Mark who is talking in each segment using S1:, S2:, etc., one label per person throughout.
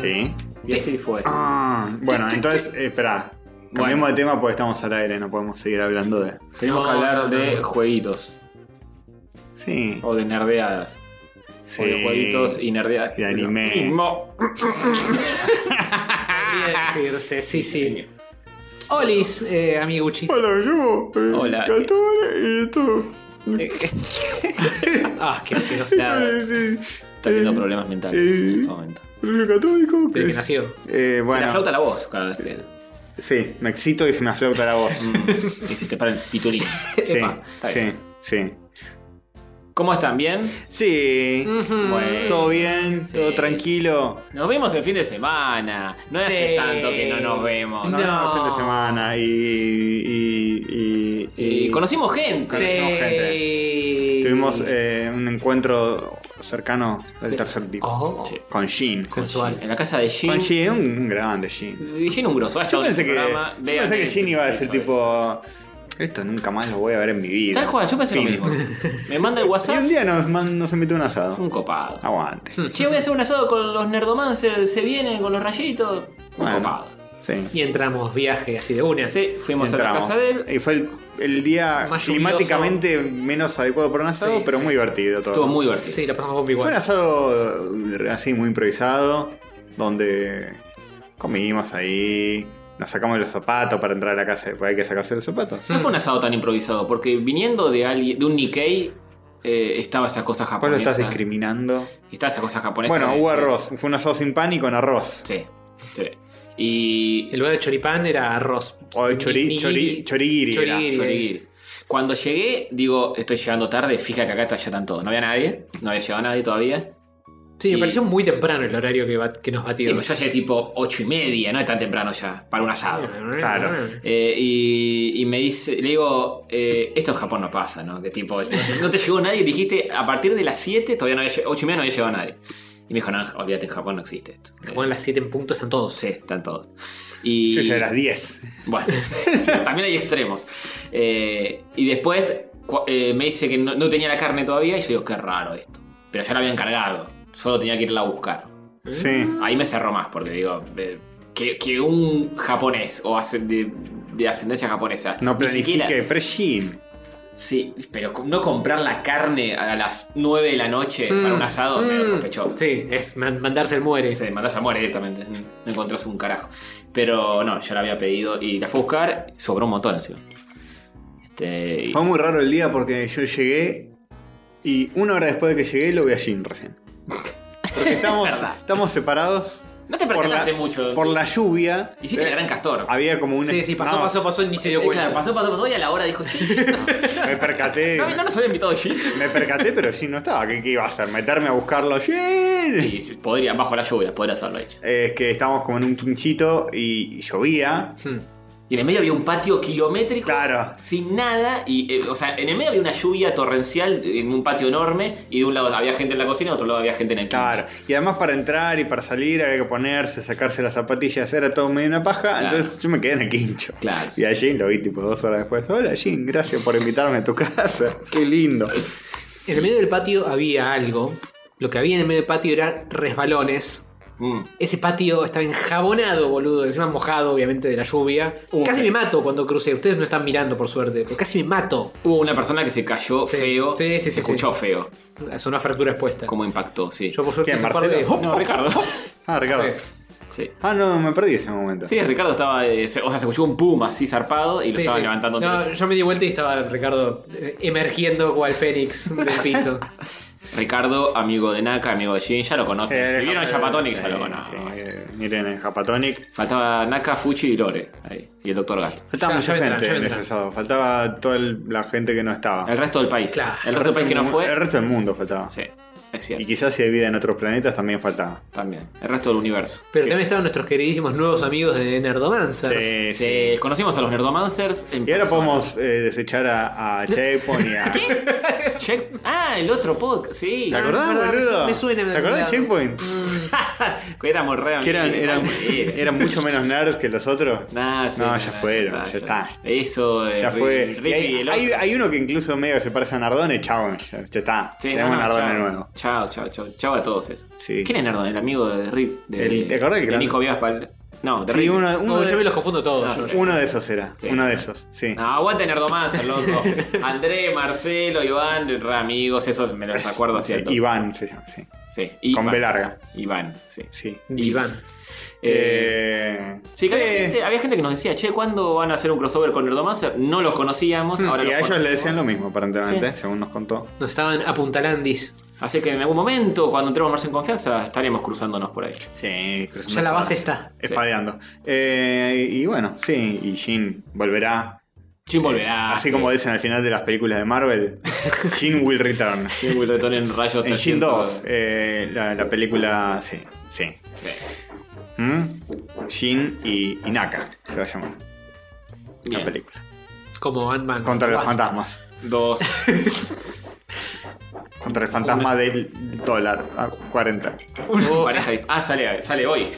S1: ¿Sí?
S2: Y así fue.
S1: Ah, bueno, entonces, eh, espera. Cambiemos de tema porque estamos al aire, no podemos seguir hablando de.
S2: Tenemos que
S3: No,
S2: hablar
S3: no,
S2: de
S3: no.
S2: jueguitos
S1: Sí.
S2: o de nerdeadas.
S1: sí.
S2: O de jueguitos y nerdeadas.
S1: Y de anime.
S2: Mismo.
S3: Podría decirse, sí, sí. Olis, eh, amiguchis.
S1: Hola, yo. eh,
S2: Hola.
S1: 14 y esto.
S3: Ah, que asquerosidad.
S1: eh,
S2: Está teniendo
S1: eh,
S2: problemas mentales
S1: eh,
S2: en este momento.
S1: rollo católico.
S3: Desde que nació.
S1: Eh,
S2: Se le
S1: bueno,
S2: flauta la voz cada vez que.
S1: sí, me excito y se me aflauta la voz. Mm,
S2: y se te para el pitulín.
S1: sí,
S3: Epa,
S2: está
S1: sí,
S2: bien.
S1: sí.
S2: ¿Cómo están? ¿Bien?
S1: Sí,
S2: Bueno.
S1: Mm. todo bien,
S2: Sí.
S1: todo tranquilo.
S2: Nos vimos el fin de semana. No hace
S3: Sí.
S2: tanto que no nos vemos.
S1: No,
S3: No.
S1: fin de semana y. y, y,
S2: Y Eh, conocimos gente.
S1: Sí.
S3: gente.
S1: Tuvimos eh, un encuentro cercano del tercer tipo.
S3: Oh,
S2: Sí.
S1: Con Jean.
S3: sensual.
S2: En la casa de Jim.
S1: Con Jean, un, un grande Jean.
S2: Jim un grosso. ha
S1: Yo
S2: estado en
S1: pensé
S2: el
S1: que,
S2: programa.
S1: yo
S2: Vean
S1: pensé que
S2: el
S1: Jean iba a decir
S2: episodio.
S1: tipo. Esto nunca más lo voy a ver en mi vida.
S2: Tal cual, yo pensé lo
S1: Fin.
S2: mismo. Me manda el
S1: Y un
S2: WhatsApp.
S1: día nos, man- nos invitó un asado.
S2: Un copado.
S1: Aguante.
S2: Che, voy a hacer un asado con los nerdomancers. Se vienen con los rayitos. Un
S1: Bueno.
S2: copado.
S1: Sí.
S3: Y entramos viaje así de una.
S2: Sí, fuimos a la
S1: Entramos.
S2: casa de él.
S1: Y fue el, el día
S3: Más lluvioso.
S1: climáticamente menos adecuado para un asado,
S3: Sí,
S1: pero
S3: sí.
S1: muy divertido todo.
S2: Estuvo muy divertido.
S3: Sí, la pasamos con mi
S1: Fue un
S3: igual.
S1: asado eh, así muy improvisado, donde comimos ahí, nos sacamos los zapatos para entrar a la casa, porque hay que sacarse los zapatos.
S2: No fue un asado tan improvisado, porque viniendo de alguien, de un Nikkei, eh, estaba esa cosa
S1: Vos lo
S2: japonesa.
S1: estás discriminando.
S2: Estaba esa cosa japonesa.
S1: Bueno,
S2: de-
S1: hubo arroz, fue un asado sin pan y con arroz.
S2: Sí, sí. Y.
S3: En lugar de choripán era arroz.
S1: O el chori-
S3: Ni-
S1: chori- chorigiri era.
S3: chorigiri.
S2: Yorigiri. Cuando llegué, digo, estoy llegando tarde, fíjate que acá está- ya están todos. No había nadie, no había llegado nadie todavía.
S3: Sí, me
S2: Y-
S3: pareció muy temprano el horario que, bat- que nos
S2: Sí,
S3: batió. Ah,
S2: pues yo llegué tipo ocho y media, no es tan temprano ya, para un asado.
S1: Claro.
S2: Eh, y, y me dice, le digo, eh, esto en Japón no pasa, ¿no? Que tipo, no te, no te llegó nadie, dijiste, a partir de las 7, todavía no había, lle- ocho y media no había llegado nadie. Y me dijo, no, olvídate, en Japón no existe esto.
S3: Como en las 7 en punto están todos.
S2: Sí, están todos. Y,
S1: Yo ya era las 10.
S2: Bueno, también hay extremos. Eh, y después cu- eh, me dice que no, no tenía la carne todavía y yo digo, qué raro esto. Pero ya la habían cargado, solo tenía que irla a buscar.
S3: Eh,
S1: Sí.
S2: Ahí me cerró más porque digo, eh, que, que un japonés o ase- de, de ascendencia japonesa...
S1: No
S2: ni siquiera-
S1: planifique, pre-Jean.
S2: Sí, pero co- no comprar la carne a las 9 de la noche
S3: Mm.
S2: para un asado me
S3: Mm.
S2: sospechó.
S3: Sí, es man- mandarse el muere.
S2: Se mandás a muerte directamente, no encontrás un carajo. Pero no, yo la había pedido y la fui a buscar, sobró un montón encima. Este, y-
S1: Fue muy raro el día porque yo llegué y una hora después de que llegué lo vi a Jean recién. Porque estamos,
S2: Verdad.
S1: estamos separados
S2: No te
S1: por la,
S2: percataste mucho.
S1: por la Eh, ah, lluvia.
S2: Hiciste el gran castor.
S1: Había como un...
S3: Sí, sí, pasó,
S1: no,
S3: pasó, pasó y ni se dio
S2: Eh,
S3: cuenta.
S2: claro, pasó, pasó, pasó y a la hora dijo, "Che,
S1: Me percaté.
S2: no, no nos había invitado Jim.
S1: Me percaté, pero Jin no estaba. ¿Qué, qué iba a hacer? ¿Meterme a buscarlo? ¡Jin!
S2: Sí, sí, podría, bajo la lluvia, podría haberlo hecho.
S1: Eh, Es que estábamos como en un quinchito y, y llovía.
S3: Hmm.
S2: Y en el medio había un patio kilométrico.
S1: Claro.
S2: Sin nada, y eh, o sea, en el medio había una lluvia torrencial en un patio enorme, y de un lado había gente en la cocina, de otro lado había gente en el quincho.
S1: Claro. Y además para entrar y para salir había que ponerse, sacarse las zapatillas, era todo medio una paja.
S2: Claro.
S1: Entonces yo me quedé en el quincho.
S2: Claro,
S1: Y a Jin lo vi tipo dos horas después. Hola Jin, gracias por invitarme a tu casa. Qué lindo.
S3: En el medio del patio había algo. Lo que había en el medio del patio era resbalones.
S2: Mm.
S3: Ese patio estaba enjabonado, boludo. Encima mojado, obviamente, de la lluvia.
S2: Uh,
S3: casi
S2: sí.
S3: me mato cuando crucé. Ustedes no están mirando, por suerte. Pero casi me mato.
S2: Hubo una persona que se cayó
S3: Sí.
S2: feo.
S3: Sí, sí, sí,
S2: se
S3: sí.
S2: escuchó feo.
S3: Es una fractura expuesta.
S2: Cómo impactó, sí.
S3: Yo, por suerte,
S1: ¿Quién,
S3: hice un par de-
S1: Marcelo? ¡Oh,
S2: No, Ricardo.
S1: Ah, Ricardo.
S2: sí.
S1: Ah, no, me perdí ese momento.
S2: Sí, Ricardo estaba. eh, se- o sea, se escuchó un pum así zarpado y lo
S3: Sí,
S2: estaban
S3: sí.
S2: levantando.
S3: No,
S2: entre-
S3: yo me di vuelta y estaba Ricardo eh, emergiendo cual Fénix del piso.
S2: Ricardo, amigo de Naka, amigo de Jin, ya lo conocen.
S1: Eh,
S2: si vieron
S1: eh,
S2: Japatonic,
S1: sí,
S2: ya lo
S1: sí,
S2: conocen.
S1: eh, miren, en Japatonic
S2: Faltaba Naka, Fuchi y Lore. Ahí. Y el doctor Gato.
S1: Faltaba
S3: Ya,
S1: mucha
S3: ya vendrán,
S1: gente
S3: ya
S1: en
S3: vendrán.
S1: ese sábado. Faltaba toda el- la gente que no estaba.
S2: El resto del país.
S3: Claro.
S2: El resto del país que no
S1: El
S2: fue.
S1: resto del mundo faltaba.
S2: Sí, es
S1: Y
S2: cierto.
S1: quizás si hay vida en otros planetas también faltaba.
S2: También. El resto del universo.
S3: Pero también estaban nuestros queridísimos nuevos amigos de Nerdomancers.
S1: Sí, sí.
S2: Sí, Eh, conocimos a los Nerdomancers. en
S1: Y ahora
S2: persona.
S1: podemos eh, desechar a, a Checkpoint y a.
S2: Check- Ah, el otro podcast, sí.
S1: ¿Te acordás,
S3: Ah, es verdad,
S1: boludo?
S3: me suena de
S1: ¿Te acordás de
S3: algún
S1: Checkpoint?
S2: Mm. Éramos re
S1: Que eran,
S2: amigos.
S1: eran, eran mucho menos nerds que los otros.
S2: Nah, sí,
S1: no,
S2: nah,
S1: ya fueron, ya está.
S2: Eso, eh,
S1: Ya
S2: Ri-
S1: fue.
S2: Ricky
S1: Y
S2: y el
S1: hay,
S2: otro.
S1: hay, hay uno que incluso medio se parece a Nardone, chabón. Ya, ya está.
S2: Sí,
S1: Tenemos
S2: no, no,
S1: Nardone
S2: ya-
S1: nuevo.
S2: Chao, chao, chao. Chao a todos esos.
S1: Sí.
S2: ¿Quién es Nerdon? El amigo de Rip. De,
S1: El- ¿te acordás que
S2: de
S1: era-
S2: Nico Viaspal. No, de
S1: Sí,
S2: Rip.
S1: uno, uno
S3: No,
S1: de, Ah,
S3: yo me los confundo todos.
S2: No,
S3: yo.
S1: uno de esos era.
S2: Sí. Ah,
S1: uno de esos, sí.
S2: No, aguante Nerdomancer, loco. André, Marcelo, Iván, re amigos, esos me los acuerdo
S1: Sí,
S2: haciendo.
S1: Iván se llama, sí.
S2: Sí,
S1: Con
S2: Iván.
S1: B larga,
S2: Iván, sí.
S1: sí.
S3: Iván.
S2: Eh,
S1: Eh,
S2: sí, que Había, gente, había gente que nos decía, che, ¿cuándo van a hacer un crossover con Nerdomancer? No los conocíamos, ahora
S1: Mm. Hmm, y
S2: los
S1: a ellos le
S2: conocemos.
S1: decían lo mismo, aparentemente, según nos contó.
S3: Nos estaban apuntalandis.
S2: Así que en algún momento, cuando entremos más en confianza, estaremos cruzándonos por ahí.
S1: Sí, cruzando
S3: Ya la
S1: espadas,
S3: base está.
S1: Espadeando. Eh, y bueno, sí, y Jin volverá.
S2: Jim volverá.
S1: Eh, Así
S2: sí.
S1: como dicen al final de las películas de Marvel, Jin will return.
S2: Jim Wilderton en rayos
S1: En Jin
S2: 300.
S1: 2, eh, la, la película, sí, sí.
S2: Sí.
S1: ¿Mm? Jin y, y Naka se va a llamar la
S2: Bien.
S1: película.
S3: Como Ant-Man.
S1: Contra los
S3: Wasp.
S1: fantasmas.
S2: Dos.
S1: Contra el fantasma del dólar a 40.
S2: Una
S3: Oh.
S2: pareja. de- Ah, sale, sale hoy.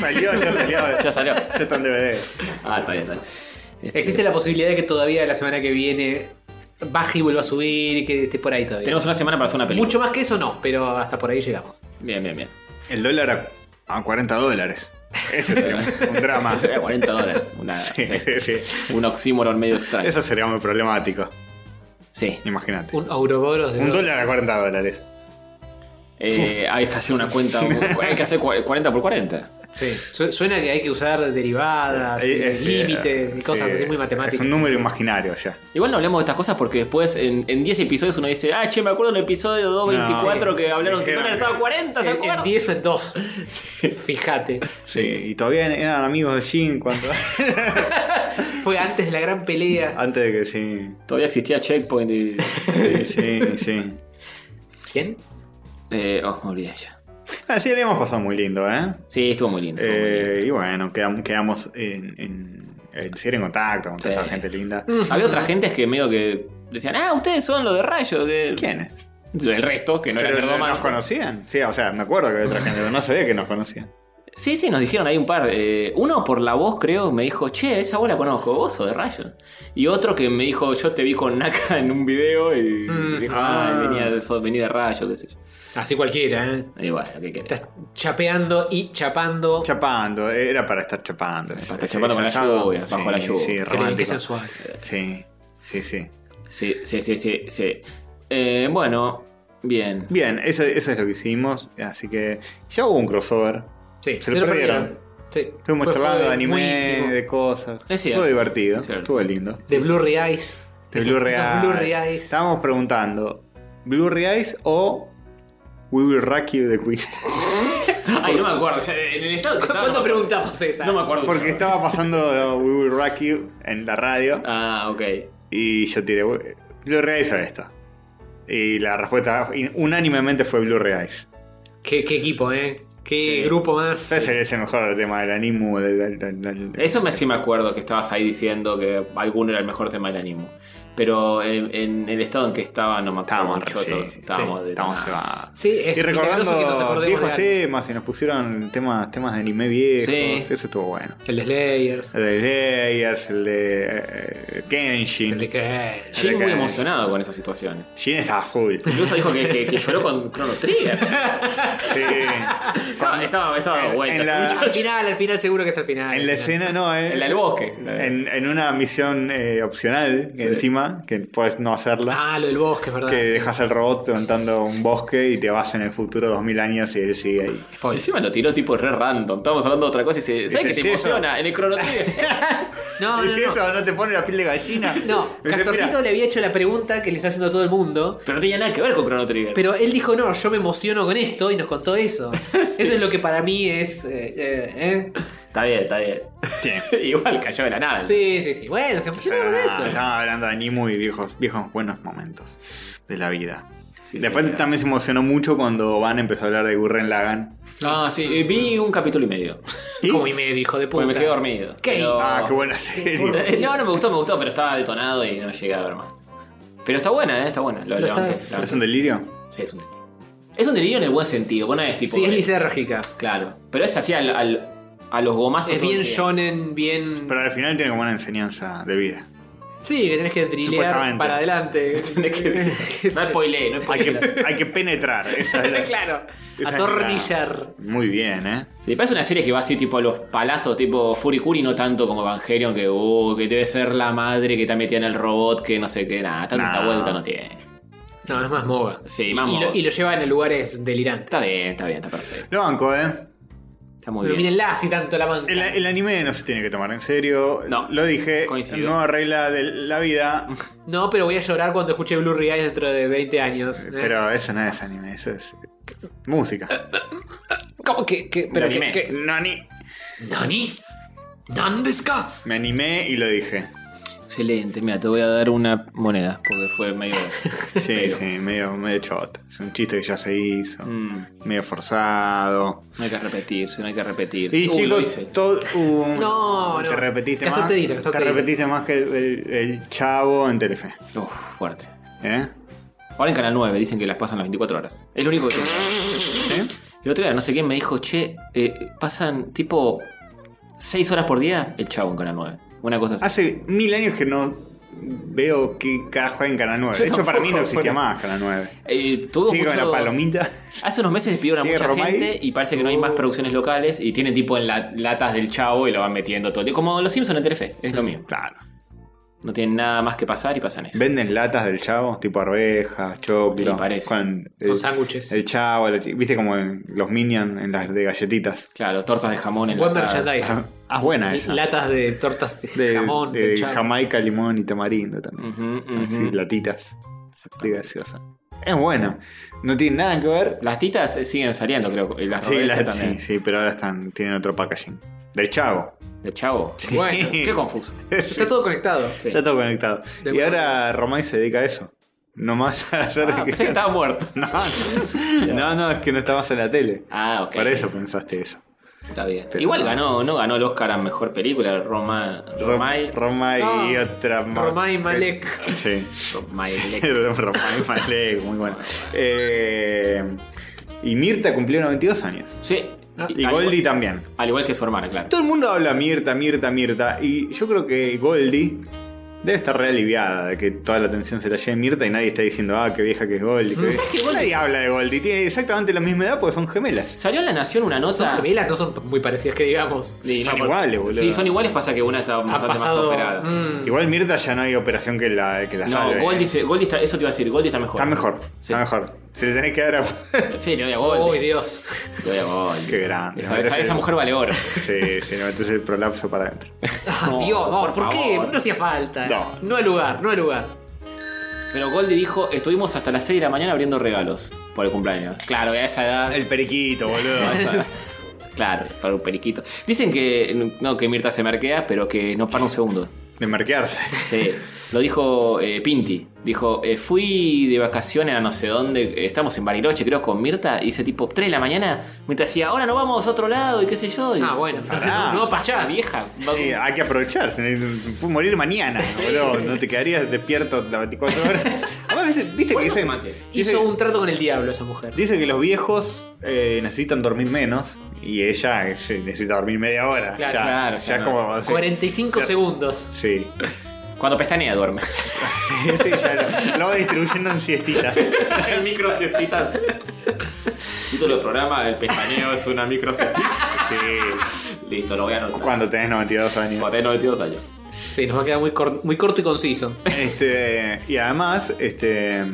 S1: salió, ya salió.
S2: Ya
S1: ya
S2: salió.
S1: está en DVD.
S2: Ah, está bien, está bien. Este,
S3: Existe la posibilidad de que todavía la semana que viene baje y vuelva a subir y que esté por ahí todavía.
S2: Tenemos una semana para hacer una película.
S3: Mucho más que eso no, pero hasta por ahí llegamos.
S2: Bien, bien, bien.
S1: El dólar a, a 40 dólares. Ese sería un- un drama.
S2: Era 40 Eh, dólares. Una,
S1: Sí,
S2: sí.
S1: sí.
S2: Un oxímoron medio extraño.
S1: Eso sería muy problemático.
S2: Sí.
S1: Imagínate.
S3: Un Ouroboros de
S1: Un
S3: dos.
S1: dólar a 40 dólares.
S2: Eh, hay que hacer una cuenta. Hay que hacer cua- 40 por 40.
S3: Sí. Su- Suena que hay que usar derivadas,
S1: Eh,
S3: y
S1: es, eh,
S3: límites y cosas
S1: sí,
S3: así muy matemáticas.
S1: Es un número imaginario ya.
S2: Igual no hablemos de estas cosas porque después en, en 10 episodios uno dice, ah, che, me acuerdo del episodio 224
S1: No,
S2: que hablaron que
S1: dijeron
S2: no dólar estaba a 40, ¿se
S3: En- en
S2: acuerdan?
S3: 10 o en 2. Fíjate.
S1: Sí, y todavía eran amigos de Jin cuando.
S3: Fue antes de la gran pelea.
S1: Antes de que sí.
S2: Todavía existía Checkpoint y.
S1: Sí, sí.
S3: ¿Quién?
S2: eh, oh, me olvidé ya.
S1: Así Ah, le hemos pasado muy lindo, ¿eh?
S2: Sí, estuvo muy lindo. estuvo muy lindo.
S1: Eh, y bueno, quedam- quedamos en, en- en seguir en contacto con toda
S2: Sí.
S1: esta gente linda.
S3: Mm.
S2: Había otra gente que medio que decían, ah, ustedes son los de Rayo. Que...
S1: ¿Quiénes?
S2: El resto, que no era
S1: Pero ¿Nos
S2: Nerdomancer.
S1: conocían? Sí, o sea, me acuerdo que había otra gente, pero no sabía que nos conocían.
S2: Sí, sí, nos dijeron ahí un par. Eh, uno por la voz, creo, me dijo, che, esa voz la conozco, vos sos de Rayo. Y otro que me dijo, yo te vi con Naka en un video y
S3: Mm.
S2: dijo,
S1: Ah.
S2: ah, venía, sos- vení de Rayo, qué sé yo.
S3: Así cualquiera, ¿eh?
S2: Igual, lo que querés.
S3: Estás chapeando y chapando.
S1: Chapando, era para estar chapando.
S2: Para estar chapando con la
S1: sábado.
S2: lluvia, bajo la lluvia.
S1: Sí,
S2: Qué
S3: Qué- Qué
S1: romántico.
S3: sensual.
S1: Sí, sí, sí.
S2: Sí, sí, sí, sí. sí. Eh, bueno, bien.
S1: Bien, eso, eso es lo que hicimos. Así que ya hubo un crossover.
S3: Sí,
S1: Se lo perdieron.
S3: Sí.
S1: Estuvimos
S3: Fue- fue
S1: charlando de
S3: muy
S1: anime,
S3: íntimo.
S1: de cosas.
S2: Es cierto,
S1: Estuvo divertido,
S2: es cierto.
S1: estuvo lindo.
S3: De Blu-ray Eyes.
S1: De
S3: Esos-
S1: Blu-ray
S3: esos
S1: Eyes.
S3: Blu-ray Eyes.
S1: Estábamos preguntando, ¿Blu-ray Eyes o We Will Rack You de Queen?
S2: Ay, no me acuerdo. ya, En el estado que estaba,
S3: ¿Cuándo
S2: no me acuerdo.
S3: preguntamos esa?
S2: No me acuerdo.
S1: Porque estaba pasando We Will Rack You en la radio
S2: Ah, ok.
S1: y yo tiré, Blu-ray Eyes o esto. Y la respuesta in- unánimemente fue Blu-ray Eyes.
S3: Qué, qué equipo, ¿eh? Qué
S2: Sí.
S3: grupo más.
S1: Ese es el mejor tema del animu. Del, del- del- del-
S2: Eso me, sí me acuerdo que estabas ahí diciendo que alguno era el mejor tema del animo. Pero en, en el estado en que estaba no me acuerdo.
S1: Estábamos,
S2: mucho
S1: sí,
S2: todo.
S1: sí,
S2: estábamos de-
S1: Estamos
S2: nah.
S1: cebados.
S3: Sí, es
S1: y
S3: milagroso que nos
S1: recordando
S3: acordemos
S1: viejos
S3: de algo.
S1: temas y nos pusieron temas, temas de anime viejos.
S2: Sí.
S1: Eso estuvo bueno.
S3: El de Slayers.
S1: El de Layers, el de eh, Kenshin.
S3: El de que.
S2: Jim muy
S1: Acá-
S2: emocionado con esas situaciones.
S1: Jin estaba full.
S2: Incluso dijo que, que- que lloró con Chrono Trigger.
S1: Sí.
S2: Estaba, estaba, estaba
S1: En-
S2: vuelta.
S1: en la-
S3: Al final, al final, seguro que es al final.
S1: En la escena, no, eh.
S2: En la del bosque.
S1: En, en una misión eh, opcional, que
S2: Sí.
S1: encima, que puedes no hacerla.
S3: Ah, lo del bosque, es verdad.
S1: que
S3: sí.
S1: dejas al robot plantando un bosque y te vas en el futuro 2000 años y él sigue ahí.
S3: Pobre.
S2: Encima lo tiró tipo re random. Estábamos hablando de otra cosa y se. ¿Sabes
S1: Dice,
S2: que te
S1: "Sí, eso".
S2: emociona? En el Chrono Trigger.
S3: No,
S1: ¿Y
S3: no, no.
S1: eso no te pone la piel de gallina?
S3: No,
S1: Me dice,
S3: Castorcito
S1: "Mira,
S3: le había hecho la pregunta que le está haciendo a todo el mundo.
S2: Pero no tenía nada que ver con Chrono Trigger.
S3: Pero él dijo, no, yo me emociono con esto y nos contó eso. Eso es lo que para mí es. eh, eh, eh.
S2: Está bien, está bien.
S1: che,
S2: Igual cayó de la nada.
S3: Sí, sí, sí. Bueno, se emocionó con
S1: nada,
S3: eso.
S1: Estaba hablando de Animu y viejos, viejos buenos momentos de la vida.
S2: Sí,
S1: Después
S2: sí, claro.
S1: también se emocionó mucho cuando Van empezó a hablar de Gurren Lagan.
S2: Ah, sí, eh, vi un capítulo y medio.
S1: ¿Y?
S3: Como y medio, hijo de
S2: Porque
S3: puta.
S2: Pues me quedé dormido.
S3: ¿Qué?
S2: Pero-
S1: Ah, qué buena serie.
S2: Eh, No, no me gustó, me gustó, pero estaba detonado y no llegué a ver más. Pero está buena, eh, está buena. Lo,
S3: Lo
S2: levanté,
S3: está-
S2: levanté.
S1: ¿Es un delirio?
S2: Sí, es un delirio. Es un delirio en el buen sentido, bueno, es tipo.
S3: Sí, es
S2: eh,
S3: lisérgica.
S2: Claro. Pero es así al, al- a los gomazos.
S3: Es
S2: todo el
S3: bien
S2: día.
S3: shonen, bien.
S1: Pero al final tiene como una enseñanza de vida.
S3: Sí, que tenés que drilear
S1: Supuestamente.
S3: para adelante.
S2: Tenés que- No spoilé, no
S1: Hay
S2: spoilé.
S1: que, hay que penetrar. esa es la-
S3: claro.
S1: esa es la-
S3: Atornillar.
S1: Muy bien, ¿eh?
S2: Sí, parece una serie que va así tipo a los palazos, tipo Furikuri, no tanto como Evangelion, que uh, que debe ser la madre que está metida en el robot, que no sé qué, nada, tanta
S1: Nah.
S2: vuelta no tiene.
S3: No, es más MOBA.
S2: Sí,
S3: y,
S2: más
S3: y
S2: MOBA.
S3: Lo, y lo llevan a lugares delirantes.
S2: Está bien, está bien, está perfecto.
S1: Lo banco, ¿eh?
S2: Está muy
S3: Pero
S2: bien.
S3: mírenla así tanto la manga.
S1: El, el anime no se tiene que tomar en serio.
S2: No,
S1: Lo dije.
S2: coincido.
S1: Nueva regla de la vida.
S3: No, pero voy a llorar cuando escuche Blue Eyes dentro de 20 años. ¿eh?
S1: Pero eso no es anime, eso es eh, música.
S3: ¿Cómo que? que- pero
S2: De
S3: que,
S2: Eh, anime.
S3: que-
S1: Nani.
S3: ¿Nani? ¿Nandeska?
S1: Me animé y lo dije.
S2: Excelente, mira, te voy a dar una moneda, porque fue medio.
S1: Sí, sí, medio, medio chot. Es un chiste que ya se hizo.
S2: Mm,
S1: Medio forzado.
S2: no hay que repetirse, no hay que repetirse.
S1: Y
S2: Uy, lo hice.
S1: chicos, todo. uh,
S3: No, no.
S1: Te repetiste
S3: Gastó
S1: más.
S3: todito, gastó
S1: Te
S3: todito.
S1: repetiste más que el, el- el chavo en Telefe.
S2: Uf, fuerte.
S1: ¿Eh?
S2: Ahora en Canal 9 dicen que las pasan las 24 horas. Es lo único que
S1: ¿Sí?
S2: El otro día no sé quién me dijo, che, eh, pasan tipo 6 horas por día el chavo en Canal 9. Una cosa así.
S1: Hace mil años que no veo qué carajo hay en Canal 9.
S2: Yo
S1: De hecho, para
S2: tampoco,
S1: mí no existía
S2: por eso.
S1: más Canal 9.
S2: Eh, tuvo
S1: Sigue con
S2: mucho-
S1: la palomita.
S2: Hace unos meses despidieron a
S1: Sigue
S2: mucha
S1: Romay. Uh.
S2: gente y parece que no hay más producciones locales y tienen tipo en la- latas del chavo y lo van metiendo todo. Como los Simpsons en Telefe, es lo mío.
S1: Claro.
S2: No tienen nada más que pasar y pasan eso.
S1: Venden latas del chavo, tipo arvejas, choclo.
S2: Me parece.
S1: Con,
S3: Con sándwiches.
S1: El chavo, la chi- viste como en los minions en las de galletitas.
S2: Claro, tortas de jamón en
S3: Buen
S2: la
S3: merchandising.
S1: Ah, buena esa.
S3: Latas de tortas de,
S1: de
S3: jamón.
S1: de
S3: de chap-
S1: Jamaica, limón y tamarindo también.
S2: Ujú, ujú.
S1: Así, latitas
S2: Exacto.
S1: de gaseosa. Es buena. No tiene nada que ver.
S2: Las titas eh, siguen saliendo, creo. y Las
S1: Sí,
S2: rodelas
S1: la-
S2: también.
S1: sí, sí, pero ahora están, tienen otro packaging. Del chavo.
S2: De chavo.
S3: Bueno,
S2: Qué confuso.
S3: está todo conectado.
S2: Sí.
S1: Está todo conectado.
S3: De
S1: y
S3: acuerdo.
S1: ahora Romay se dedica a eso. Nomás a hacer.
S2: Ah, pensé que estaba muerto.
S1: no, no, no, no, es que no está más en la tele.
S2: Ah, ok.
S1: Por eso pensaste eso.
S2: Está bien.
S1: Pero-
S2: Igual ganó, ¿no? Ganó el Oscar a mejor película. Roma, Romay.
S1: Romay y
S3: Ah,
S1: otra más.
S3: Romay Malek.
S1: Sí.
S2: Romay.
S1: Romay Malek, muy bueno. Eh, y Mirta cumplió 92 años.
S2: Sí.
S3: Ah,
S1: Y
S2: al
S1: Goldie
S2: igual-
S1: también.
S2: Al igual que su hermana, claro.
S1: Todo el mundo habla Mirta, Mirta, Mirta. Y yo creo que Goldie debe estar re aliviada de que toda la atención se la lleve Mirta y nadie está diciendo, ah, qué vieja que es Goldie. qué vieja". Nadie habla de Goldie. Tiene exactamente la misma edad porque son gemelas.
S2: Salió en La Nación una
S3: Son
S2: nota.
S3: gemelas, no son muy parecidas que digamos.
S2: Sí,
S1: Son
S2: por-
S1: iguales, boludo.
S2: Sí, son iguales, pasa que una está
S3: Ha
S2: bastante más
S3: pasado.
S2: operada.
S3: mm,
S1: Igual Mirta ya no hay operación que la, que la
S2: No,
S1: salve.
S2: Goldie, se- Goldie está, eso te iba a decir, Goldie está mejor.
S1: Está mejor,
S2: Sí.
S1: está mejor. Se le tenés que dar a...
S2: Sí, le doy a
S3: Uy,
S2: Goldie.
S3: Dios.
S2: le doy a Goldie.
S1: Qué grande.
S2: Esa, esa- esa mujer vale oro.
S1: Sí, sí, no, entonces el prolapso para adentro.
S3: Ah, Dios, no, ¿por, qué?
S2: favor.
S3: No hacía falta.
S1: No.
S3: No al lugar, no al lugar.
S2: Pero Goldie dijo, estuvimos hasta las 6 de la mañana abriendo regalos por el cumpleaños. Claro, a esa edad.
S1: El periquito, boludo.
S2: Claro, para un periquito. Dicen que no, que Mirta se marquea, pero que no para un segundo.
S1: De marquearse.
S2: Sí, lo dijo eh, Pinti. Dijo, eh, fui de vacaciones a no sé dónde, eh, estamos en Bariloche creo con Mirta, y hice tipo 3 de la mañana, mientras decía, ahora nos vamos a otro lado y qué sé yo. Y
S3: Ah, bueno.
S2: decía,
S1: pará.
S3: No, no para allá,
S2: "Ah,
S3: viejo.
S2: vieja. va-
S1: Sí, Eh, hay que aprovecharse. Puedes morir mañana, boludo. No te quedarías despierto las 24 horas. Además, viste- viste que
S2: ¿Cuántos
S1: dicen,
S2: mates?
S1: dicen,
S3: Hizo un trato con el diablo esa mujer.
S1: dicen que los viejos eh, necesitan dormir menos y ella eh, necesita dormir media hora.
S3: Claro,
S1: ya,
S2: claro,
S1: ya
S2: ya
S1: es
S2: no.
S1: como. sí.
S3: 45
S1: Ya-
S3: segundos.
S1: Sí,
S2: Cuando pestañea duerme.
S1: sí, sí, ya lo, lo va distribuyendo en siestitas.
S2: El micro siestita. Título del programa, el pestañeo es una micro siestita.
S1: Sí,
S2: Listo, lo voy a anotar.
S1: cuando tenés 92 años.
S2: Cuando tenés 92 años.
S3: Sí, nos va a quedar muy, cor- muy corto y conciso.
S1: Este, y además, este.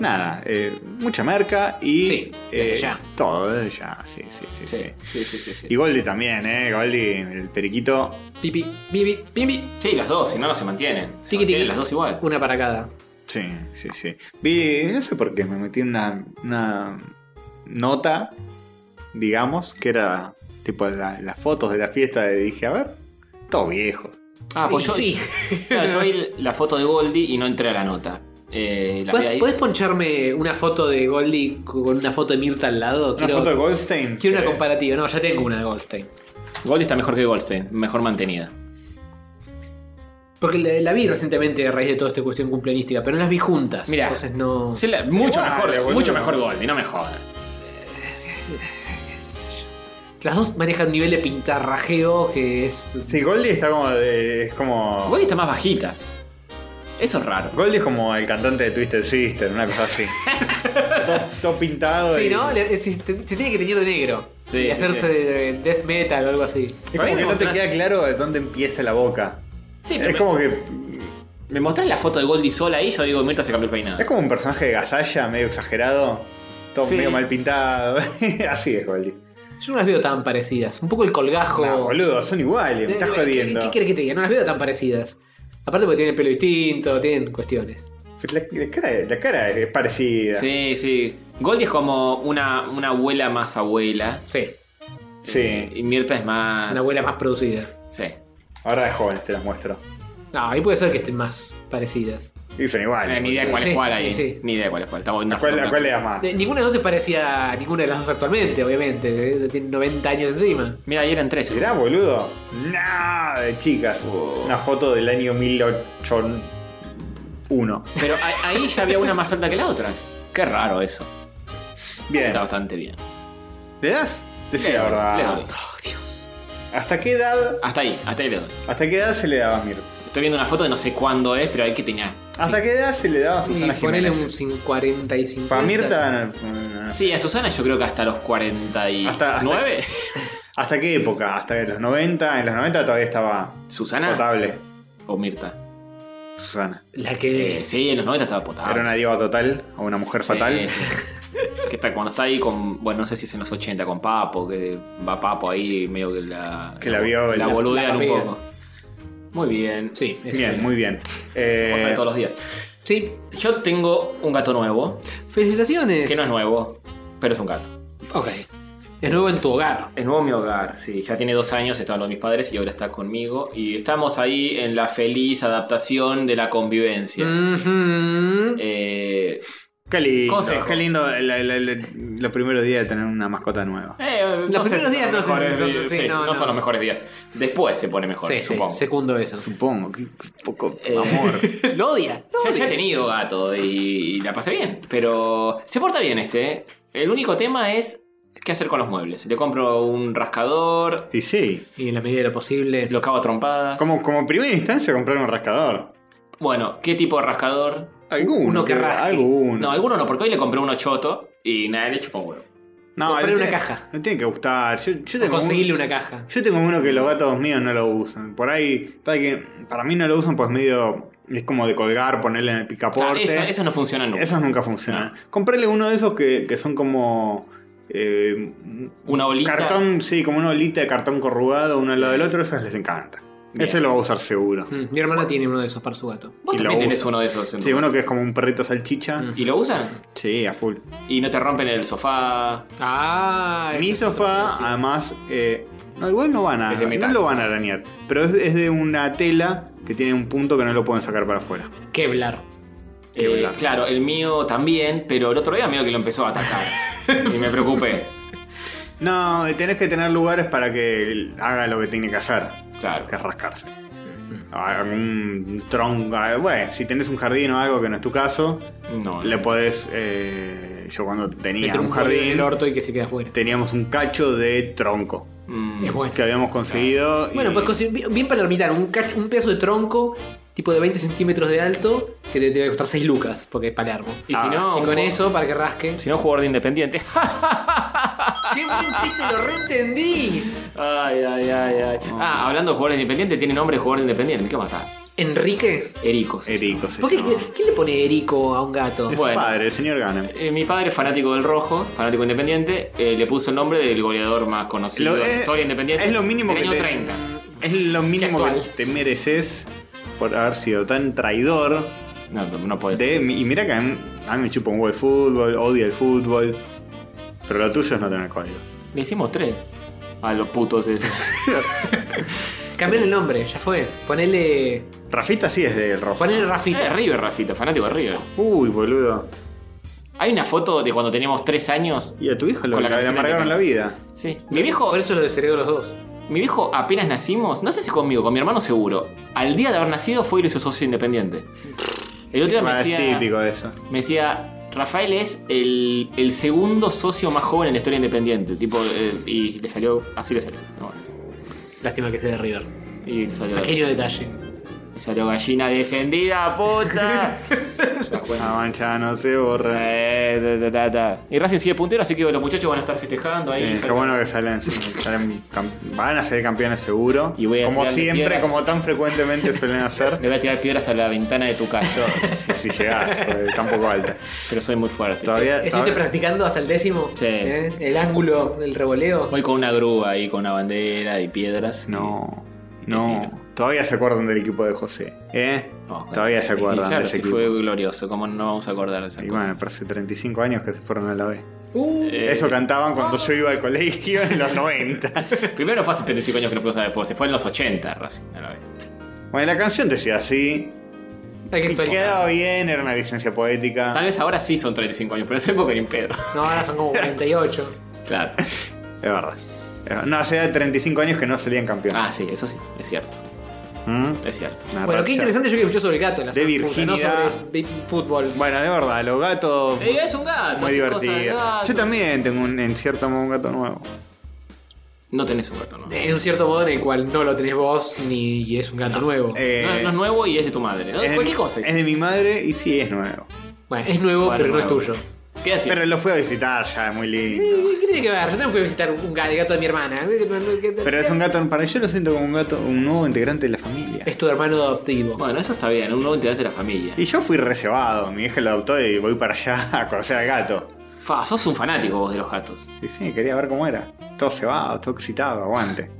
S1: Nada, eh, mucha merca y.
S3: Sí, desde
S1: eh,
S3: ya.
S1: Todo, desde ya, sí, sí, sí. sí.
S2: sí, sí, sí.
S1: Y Goldie también, ¿eh? Goldie, el periquito.
S3: Pipi, pipi, pipi.
S2: Sí, las dos, si no, no se mantienen. Se
S3: Tiqui, tiqui.
S2: mantienen las dos igual.
S3: Una para cada.
S1: Sí, sí, sí. Vi, no sé por qué, me metí en una, una nota, digamos, que era tipo la- las fotos de la fiesta. Y dije, a ver, todo viejo.
S2: Ah, pues
S3: Y
S2: yo,
S3: sí.
S2: Claro, yo vi la foto de Goldie y no entré a la nota. Eh, la vi
S3: ¿Puedes,
S2: ahí.
S3: puedes poncharme una foto de Goldie con una foto de Mirta al lado?
S1: Una foto de Goldstein.
S3: quiero una
S1: ¿querés?
S3: comparativa. No, ya tengo una de Goldstein.
S2: Goldie está mejor que Goldstein, mejor mantenida.
S3: Porque la, la vi recientemente a raíz de toda esta cuestión cumpleañística, pero no las vi juntas.
S2: Mirá.
S3: Entonces no.
S2: Sí, la- mucho,
S1: igual,
S2: mejor,
S1: boludo.
S2: mucho mejor Goldie, no me jodas.
S3: Las dos manejan un nivel de pintarrajeo que es.
S1: Sí, Goldie está como. de- es como.
S2: Goldie está más bajita. Eso es raro.
S1: Goldie es como el cantante de Twisted Sister, una cosa así. todo, todo pintado.
S3: Sí,
S1: y-
S3: ¿no? Le- Se, se tiene que teñir de negro.
S2: Sí,
S3: y
S1: sí.
S3: hacerse de, de death metal o algo así.
S1: Es
S2: Para mí
S1: como que
S2: me
S1: no te
S2: mostraste-
S1: queda claro de dónde empieza la boca.
S2: Sí, pero
S1: es
S2: me-
S1: como que.
S2: Me mostrás la foto de Goldie sola ahí, yo digo, Mirta se cambió el peinado.
S1: Es como un personaje de gasalla, medio exagerado. Todo
S2: Sí.
S1: medio mal pintado. así es Goldie.
S3: Yo no las veo tan parecidas. Un poco el colgajo.
S1: No, boludo, son iguales, me
S3: Eh,
S1: estás
S3: ¿qué-
S1: jodiendo.
S3: ¿Qué, qué querés que te diga? No las veo tan parecidas. Aparte porque tienen pelo distinto, tienen cuestiones.
S1: La, la cara, la cara es parecida.
S2: Sí, sí. Goldie es como una, una abuela más abuela. Eh,
S3: Sí,
S1: Sí.
S2: Y Mirta es más.
S3: una abuela más producida.
S2: Sí.
S1: Ahora de jóvenes te las muestro.
S3: No, ahí puede ser que estén más parecidas.
S1: Y son iguales.
S2: Eh, ni idea cuál
S3: Sí,
S2: es cuál ahí.
S3: sí.
S2: Ni idea cuál es cuál. Estamos en una
S1: ¿Cuál,
S2: foto.
S1: ¿A cuál le das más?
S3: Eh, ninguna no se parecía a ninguna de las dos actualmente, obviamente. eh, Tienen 90 años encima.
S2: Mira, ahí eran tres.
S1: Mirá, boludo. Nah, de chicas.
S2: Oh.
S1: Una foto del año 1081.
S2: Pero a- ahí ya había una más alta que la otra. Qué raro eso.
S1: Bien.
S2: Está bastante bien.
S1: ¿Le das? Decí
S2: Le
S1: la
S2: doy,
S1: verdad.
S2: le doy.
S1: ¿Hasta qué edad?
S2: Hasta ahí, hasta ahí le doy.
S1: ¿Hasta qué edad se le daba a Mirta?
S2: Estoy viendo una foto de no sé cuándo es, pero hay que tenía.
S1: ¿Hasta qué edad se le daba a Susana
S3: Y ponele
S1: Jiménez?
S3: un cin- 40 y 50.
S1: Para Mirta. mm,
S2: Sí, a Susana yo creo que hasta los 49.
S1: Hasta- hasta- ¿Hasta qué época? ¿Hasta los 90? En los 90 todavía estaba
S2: ¿Susana?
S1: potable.
S2: O Mirta.
S1: Susana.
S3: La
S2: Eh,
S3: que.
S2: sí, en los 90 estaba potable.
S1: Era una diva total o una mujer
S2: Ah. Sí,
S1: fatal.
S2: sí. Que está, cuando está ahí con. Bueno, no sé si es en los 80 con Papo, que va Papo ahí medio que la.
S1: Que la viola.
S2: La boludean
S3: La
S2: un
S3: papea.
S2: poco. Muy bien.
S3: Sí, eso.
S1: Bien, muy bien.
S2: Cosa de
S1: Eh,
S2: todos los días.
S3: Sí.
S2: Yo tengo un gato nuevo,
S3: Felicitaciones.
S2: que no es nuevo, pero es un gato.
S3: Ok. Es nuevo en tu hogar.
S2: Es nuevo en mi hogar, sí. Ya tiene dos años, estaba lo de mis padres y ahora está conmigo. Y estamos ahí en la feliz adaptación de la convivencia.
S3: Mm. Ujú.
S2: Eh,
S1: Qué lindo.
S2: Consejo.
S1: Qué lindo el- el- el- los primeros días de tener una mascota nueva.
S2: eh,
S3: Los
S2: no sé
S3: primeros
S2: si
S3: días
S2: son los
S3: no sé si
S2: mejores-
S3: son- sí,
S2: sí,
S3: no,
S2: no,
S3: no.
S2: son los mejores días. Después se pone mejor,
S3: sí, sí,
S2: supongo.
S3: secundo eso.
S1: Supongo, qué, qué poco
S2: Eh,
S1: amor.
S3: Lo odia. lo
S2: Ya,
S3: odia.
S2: ya he tenido gato y, y la pasé bien. Pero se porta bien este. ¿eh? El único tema es qué hacer con los muebles. Le compro un rascador,
S1: Y sí.
S3: Y en la medida de lo posible.
S2: lo cago a trompadas.
S1: Como, como primera instancia comprar un rascador.
S2: Bueno, ¿qué tipo de rascador?
S1: Alguno.
S3: Uno que rasque.
S1: Alguno.
S2: No, alguno no, porque hoy le compré uno choto y nada, le chupa un huevo.
S1: No,
S3: Comprarle
S1: no
S3: una
S1: tiene-
S3: caja.
S1: No tiene que gustar. Yo, yo
S3: o
S1: tengo
S3: conseguirle
S1: un-
S3: una caja.
S1: yo tengo uno que los gatos míos no lo usan. Por ahí, para, que, para mí no lo usan, pues medio. Es como de colgar, ponerle en el
S2: Ah,
S1: picaporte.
S2: eso, eso no funciona nunca.
S1: Esos nunca funcionan. Comprarle uno de esos que, que son como. eh,
S2: Una bolita.
S1: Cartón, sí, como una olita de cartón corrugado uno al lado del otro, esos les encanta.
S2: Bien.
S1: Ese lo va a usar seguro.
S3: Mm, Mi hermana tiene uno de esos para su gato.
S2: Vos
S1: y
S2: también
S1: lo
S2: tenés
S1: usa.
S2: uno de esos. en
S1: Sí,
S2: tu
S1: uno
S2: casa.
S1: que es como un perrito salchicha.
S3: Mm.
S2: ¿Y lo usan?
S1: Sí, a full.
S2: Y no te rompen el sofá.
S3: Ah,
S1: Mi
S3: ese es otro
S1: sofá,
S3: precio.
S1: además, eh, no, igual no van a.
S2: Es de
S1: No
S2: metal.
S1: lo van a arañar. Pero es, es de una tela que tiene un punto que no lo pueden sacar para afuera.
S3: Kevlar.
S1: Qué
S2: Eh,
S1: blanco.
S2: claro, el mío también, pero el otro día medio que lo empezó a atacar. y me preocupé.
S1: No, tenés que tener lugares para que haga lo que tiene que hacer,
S2: Claro.
S1: que es rascarse. Ah, Algún tronco. eh, Bueno, si tenés un jardín o algo que no es tu caso,
S2: No.
S1: le podés. eh, yo cuando tenía
S3: Meter
S1: un
S3: jodido en
S1: jardín,
S3: el orto y que se queda afuera.
S1: teníamos un cacho de tronco
S2: Mm.
S3: Es bueno.
S1: que habíamos conseguido. y-
S3: Bueno, pues consi- bien- bien para el ermitaño, un, cacho- un pedazo de tronco, tipo de 20 centímetros de alto, que te debe costar 6 lucas, porque es Palermo.
S2: Y
S1: Ah,
S2: si no.
S3: y
S2: un
S3: con
S2: ju-
S3: eso, para que rasque.
S2: Si no, jugador de independiente.
S3: ¡Qué buen chiste, lo reentendí!
S2: ay, ay, ay, ay. Ah, hablando de jugadores independientes, tiene nombre de jugador independiente. ¿Qué más está?
S3: ¿Enrique?
S2: Erico. se
S1: Erico
S2: llama.
S1: se
S3: ¿Por qué,
S1: llamaba.
S3: ¿Quién le pone Erico a un gato?
S1: Es su
S2: Bueno.
S1: padre, el señor Ganem.
S2: Eh, mi padre, fanático del rojo, fanático independiente, eh, le puso el nombre del goleador más conocido
S1: Lo-
S2: de la
S1: es-
S2: historia independiente.
S1: es lo mínimo
S2: del
S1: que
S2: año
S1: te-
S2: 30.
S1: Es lo mínimo que
S3: actual.
S1: te mereces por haber sido tan traidor.
S2: No, no, no puede
S1: De,
S2: ser.
S1: y mira que a mí, a mí me chupa un huevo el fútbol, odio el fútbol. Pero lo tuyo es no tener código.
S2: Le hicimos tres. A los putos esos.
S3: Cambiale el nombre, ya fue. Ponele.
S1: Rafita sí es del rojo.
S3: Ponele
S2: Eh,
S3: Rafita.
S2: River, Rafita, fanático de River.
S1: Uy, boludo.
S2: Hay una foto de cuando teníamos tres años.
S1: Y a tu hijo lo,
S2: Con la
S1: le
S2: camiseta
S1: amargaron
S2: que-
S1: la vida.
S2: Sí. Mi viejo,
S3: Por eso lo desheredó los dos.
S2: mi viejo apenas nacimos, no sé si conmigo, con mi hermano seguro. Al día de haber nacido fue y lo hizo socio independiente. El otro día me
S1: Más
S2: decía,
S1: Ah, típico de eso.
S2: me decía, Rafael es el, el segundo socio más joven en la historia independiente. Tipo, eh, y le salió, así le salió. No,
S3: Lástima que sea de River.
S2: y le salió.
S3: Pequeño detalle.
S2: Y salió gallina descendida, puta. La buena.
S1: La mancha no se borra.
S2: Eh, ta, ta, ta. Y Racing sigue puntero, así que los muchachos van a estar festejando ahí.
S1: Sí, Eh, qué bueno que salen, sí, salen cam- van a ser campeones seguro.
S2: Y voy a
S1: como
S2: tirarle
S1: siempre,
S2: piedras.
S1: como tan frecuentemente suelen hacer.
S2: Le voy a tirar piedras a la ventana de tu casa.
S1: si llegás, porque tampoco alta.
S2: pero soy muy fuerte.
S1: Todavía,
S3: ¿Estuviste
S1: todavía-
S3: este practicando hasta el décimo?
S2: Sí.
S3: ¿Eh? El ángulo, el revoleo.
S2: Voy con una grúa ahí, con una bandera y piedras.
S1: No,
S2: Este tiro.
S1: no. Todavía se acuerdan del equipo de José. ¿Eh?
S2: No, bueno,
S1: todavía se
S2: y
S1: acuerdan
S2: Claro,
S1: de ese
S2: sí
S1: equipo.
S2: fue glorioso, ¿cómo no vamos a acordar de esa
S1: Y
S2: cosa?
S1: bueno, pero hace 35 años que se fueron a la B.
S3: Uh,
S2: Eh,
S1: Eso cantaban cuando yo iba al colegio en los 90.
S2: Primero fue hace 35 años que no puedo saber fútbol, se fue en los 80 Racing. a la vez.
S1: Bueno, la canción decía así.
S3: hay que
S1: Y
S3: actualizar.
S1: quedaba bien, era una licencia poética.
S2: Tal vez ahora sí son 35 años, pero en esa época ni en pedo.
S3: No, ahora son como 48.
S2: Claro.
S1: Es verdad. Es verdad. No, hace 35 años que no salían campeones.
S2: Ah, sí, eso sí, es cierto.
S1: ¿Mm?
S2: Es cierto.
S1: Una
S3: Bueno,
S1: racha.
S3: qué interesante yo que escuché sobre el gato en la
S1: De
S3: zona pública,
S1: virginidad.
S3: No sobre vi- fútbol.
S1: Bueno, de verdad, los gatos.
S2: Ey, es un gato,
S1: muy
S2: hace Eh, cosas de
S1: divertido.
S2: gato.
S1: Yo también tengo un- en cierto modo un gato nuevo.
S2: No tenés un gato, ¿no? No,
S3: En un cierto modo en el cual no lo tenés vos ni y es un gato nuevo.
S1: Eh,
S2: es- no es nuevo y es de tu madre. ¿no?
S1: es de
S2: Cualquier
S1: mi-
S2: cosa.
S1: Es de mi madre y sí es nuevo.
S3: bueno, es nuevo,
S2: Bueno,
S3: pero no es
S2: nuevo.
S3: tuyo.
S2: ¿Qué edad tiene?
S1: Pero lo fui a visitar ya, es muy lindo.
S3: ¿Qué tiene que ver? Yo también fui a visitar un gato, el gato de mi hermana.
S1: Pero es un gato, para yo lo siento como un gato, un nuevo integrante de la familia.
S3: Es tu hermano adoptivo.
S2: Bueno, eso está bien, un nuevo integrante de la familia.
S1: Y yo fui reservado, mi hija lo adoptó y voy para allá a conocer al gato.
S2: Fa, sos un fanático vos de los gatos.
S1: Sí, sí, quería ver cómo era. Todo cebado, todo excitado, aguante.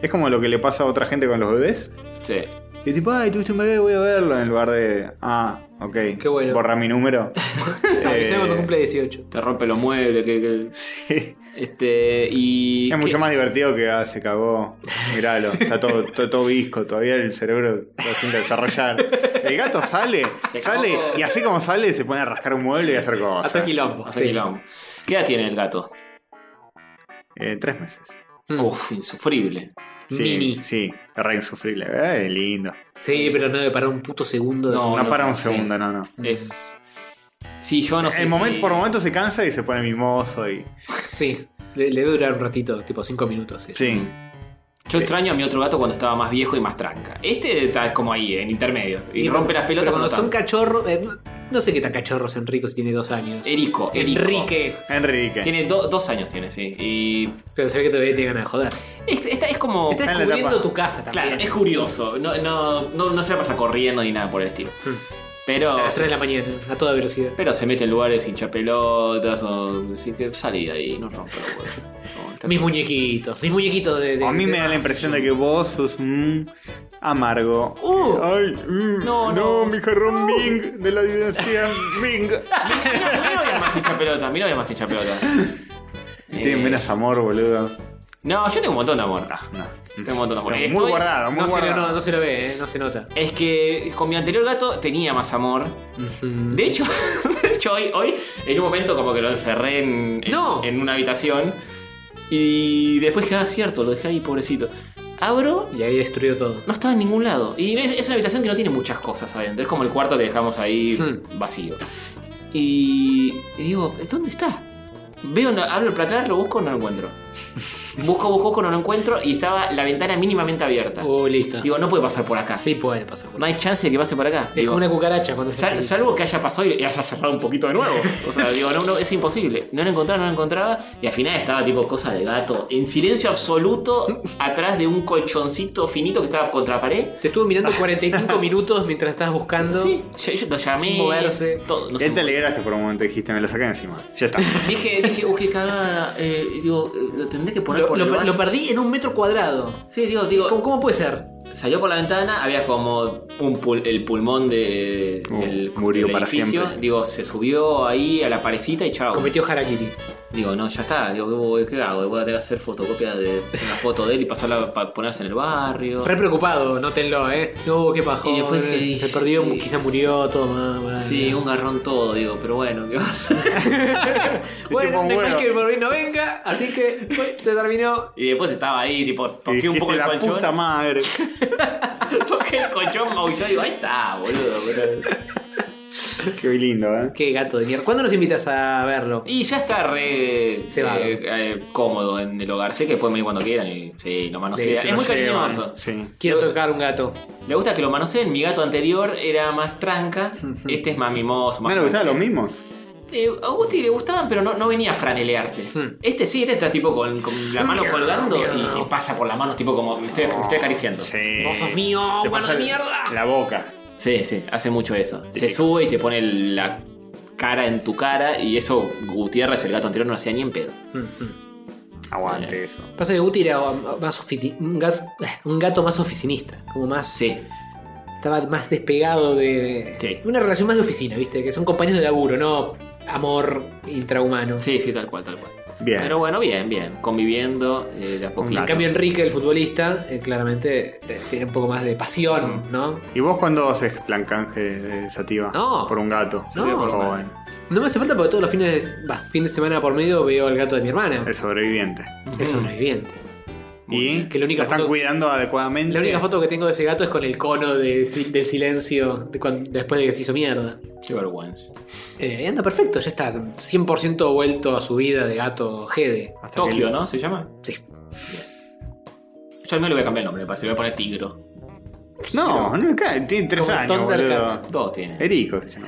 S1: Es como lo que le pasa a otra gente con los bebés.
S2: Sí.
S1: Y tipo, ay, tuviste un bebé, voy a verlo. En lugar de, ah, ok,
S3: Qué bueno.
S1: borra mi número.
S3: Avisame
S1: Eh,
S3: cuando cumple 18.
S2: Te rompe los muebles, que. que-
S1: sí.
S2: Este. Y.
S1: Es
S2: ¿qué-
S1: mucho más divertido que, ah, se cagó. Miralo, está todo, todo, todo visco, todavía el cerebro lo siente desarrollar. El gato sale,
S2: Se
S1: sale,
S2: cagó.
S1: y así como sale, se pone a rascar un mueble y a hacer cosas.
S3: Hacer quilombo.
S2: hace
S3: sí.
S2: quilombo. ¿Qué edad tiene el gato?
S1: Eh, tres meses.
S3: Mm.
S2: Uf, insufrible.
S1: Sí,
S3: Mini.
S1: sí, re insufrible. Eh, lindo.
S3: Sí, pero no debe parar un puto segundo. de
S2: No,
S1: No, para un
S2: sí.
S1: segundo, no, no.
S2: Es. Sí, yo no sé.
S1: el momento,
S2: si-
S1: Por momento se cansa y se pone mimoso y.
S3: Sí, le, le debe durar un ratito, tipo 5 minutos. eso.
S1: Sí.
S2: Yo extraño a mi otro gato cuando estaba más viejo y más tranca. Este está como ahí, en intermedio. Y, rompe las pelotas
S3: pero cuando son
S2: tanto.
S3: cachorros. eh, no sé qué tan cachorros Enrico si tiene dos años.
S2: Erico, Erico.
S3: Enrique.
S1: Enrique.
S2: Tiene do- dos años, tiene, sí. Y.
S3: Pero se ve que todavía tiene ganas de joder.
S2: Este- Esta es como.
S3: Está
S1: Está Oh, en la
S3: descubriendo
S1: etapa.
S3: tu casa también.
S2: Claro, es curioso. No, no, no, no se la pasa corriendo ni nada por el estilo.
S3: Hmm.
S2: Pero.
S3: A las 3 de la mañana, a toda velocidad.
S2: Pero se mete en lugares hincha pelotas o. Así que salí de ahí, no rompa los huevos. No, está-
S3: Mis muñequitos, mis muñequitos de. de-
S1: A mí
S3: de-
S1: me da la impresión de que vos sos un amargo.
S2: ¡Uh!
S1: Ay, mm, no,
S2: No, no. Uh.
S1: mi jarrón Bing de la dinastía Bing.
S2: Mi novia es más hincha pelota, mi novia es más hincha pelota.
S1: Tienen
S2: Eh,
S1: menos amor, boludo.
S2: No, yo tengo un montón de amor.
S1: Ah, no.
S2: Tengo un montón de amor.
S1: Muy
S2: Estoy-
S1: guardado, muy
S3: No se, le-
S1: guardado.
S3: no, no se lo ve, eh, no se nota.
S2: Es que con mi anterior gato tenía más amor. De hecho, de hecho hoy, hoy, en un momento como que lo encerré en, en-
S3: No.
S2: en una habitación. Y después quedaba cierto, lo dejé ahí, pobrecito. Abro,
S3: Y ahí destruyó todo.
S2: no estaba en ningún lado. Y es, es una habitación que no tiene muchas cosas adentro. Es como el cuarto que dejamos ahí
S3: Hmm.
S2: vacío. Y, y digo, ¿dónde está? Veo, no- abro el placar, lo busco, no lo encuentro. Busco, busco, busco, no lo encuentro. Y estaba la ventana mínimamente abierta.
S3: Oh, listo.
S2: Digo, no puede pasar por acá.
S3: sí puede pasar. por
S2: No
S3: ahí.
S2: hay chance de que pase por acá.
S3: es
S2: Digo,
S3: como una cucaracha cuando se.
S2: Sal- salvo que haya pasado y haya cerrado un poquito de nuevo. O sea, digo, no, no, es imposible. No lo encontraba, no lo encontraba. Y al final estaba tipo cosa de gato. En silencio absoluto, atrás de un colchoncito finito que estaba contra la pared.
S3: Te estuvo mirando 45 minutos mientras estabas buscando.
S2: Sí, yo, yo lo llamé.
S3: Sin moverse.
S2: Todo, no
S1: Ya
S2: sé.
S1: te alegraste por un momento, dijiste, me lo saqué encima. Ya está.
S2: Dije, dije, uy, qué cagada. Eh, digo, eh, lo tendré que poner
S3: Lo,
S2: por
S3: lo-
S2: el
S3: lo
S2: bar.
S3: perdí en un metro cuadrado.
S2: Sí, digo, digo.
S3: ¿Cómo, cómo puede ser?
S2: Salió por la ventana, había como un pul- el pulmón de,
S1: Oh,
S2: del,
S1: murió
S2: del
S1: para
S2: edificio.
S1: siempre.
S2: Digo, se subió ahí a la parecita y chao.
S3: Cometió Harakiri.
S2: Digo, no, ya está. Digo, ¿qué, qué hago? Voy a tener que hacer fotocopia de una foto de él y pasarla para ponerse en el barrio.
S3: Re preocupado, nótenlo, eh. No, qué pajón.
S2: Y después que-
S3: se perdió,
S2: y-
S3: quizá murió, todo mal, mal.
S2: Sí, un garrón todo, digo, pero bueno, ¿qué va a hacer?
S1: chupa
S3: Bueno,
S1: un
S3: no es
S1: huevo.
S3: que el Borbín no venga, así que bueno, se terminó.
S2: Y después estaba ahí, tipo,
S1: Y
S2: toqué un
S1: dijiste,
S2: poco el
S1: la
S2: colchón.
S1: puta madre.
S2: Toqué el colchón, maulló, digo, ahí está, boludo. boludo.
S1: Qué lindo, ¿eh?
S3: Qué gato de mierda. ¿Cuándo nos invitas a verlo?
S2: Y ya está re
S3: Cebado.
S2: eh, eh, cómodo en el hogar. Sé que pueden venir cuando quieran y sí, lo
S1: Sí,
S2: manosean.
S1: se
S2: Es
S1: lo
S2: muy
S1: llevan,
S2: cariñoso.
S1: Sí.
S3: Quiero
S2: Yo-
S3: tocar un gato.
S2: Le gusta que lo manoseen. Mi gato anterior era más tranca. Este es más mimoso. Más
S1: ¿No le gustaban los mismos?
S2: Eh, a Gusti le gustaban, pero no, no venía a franelearte.
S3: Hmm.
S2: Este sí, este está tipo con, con las manos colgando
S3: mierda.
S2: y pasa por las manos, tipo como me estoy, me estoy acariciando. Sí.
S1: Sí.
S3: Vos sos mío,
S1: Eh, Te
S3: mano
S1: pasa
S3: de
S1: la-
S3: mierda.
S1: La boca.
S2: sí, hace mucho eso. Se
S1: Típico.
S2: sube y te pone la cara en tu cara y eso Gutiérrez, el gato anterior, no lo hacía ni en pedo.
S1: Aguante eso.
S3: Mm, Pasa que Guti era más ofici- un, gato, un gato más oficinista, como más.
S2: Sí.
S3: Estaba más despegado de.
S2: Sí.
S3: Una relación más de oficina, ¿viste? Que son compañeros de laburo, no amor intrahumano.
S2: Sí, sí, tal cual, tal cual.
S1: Bien.
S2: Pero bueno, bien, bien. Conviviendo eh, de a poquito.
S1: Un
S3: En
S1: gato.
S3: cambio, Enrique, el futbolista, eh, claramente eh, tiene un poco más de pasión, ¿no?
S1: ¿Y vos cuándo haces plan canje de sativa?
S3: No.
S1: Por un gato.
S3: No.
S1: Por un joven.
S3: No me hace falta porque todos los fines de, bah, fin de semana por medio veo al gato de mi hermana.
S1: El sobreviviente.
S3: Es un sobreviviente.
S1: ¿Y
S3: Que la única
S1: lo están
S3: foto-
S1: cuidando adecuadamente?
S3: La única foto que tengo de ese gato es con el cono de sil- del silencio de cuan- después de que se hizo mierda.
S2: Qué vergüenza.
S3: Eh, anda perfecto, ya está 100% vuelto a su vida de gato Gede.
S1: Hasta que-
S2: Tokio, ¿no? ¿Se llama?
S3: Sí.
S2: Yo al mío le voy a cambiar el nombre, me parece. Le voy a poner Tigro.
S1: No, Ah, no, ca- tiene tres
S3: Como
S1: años,
S3: Thundercat.
S1: boludo.
S2: Todos tienen.
S1: Erico se llama.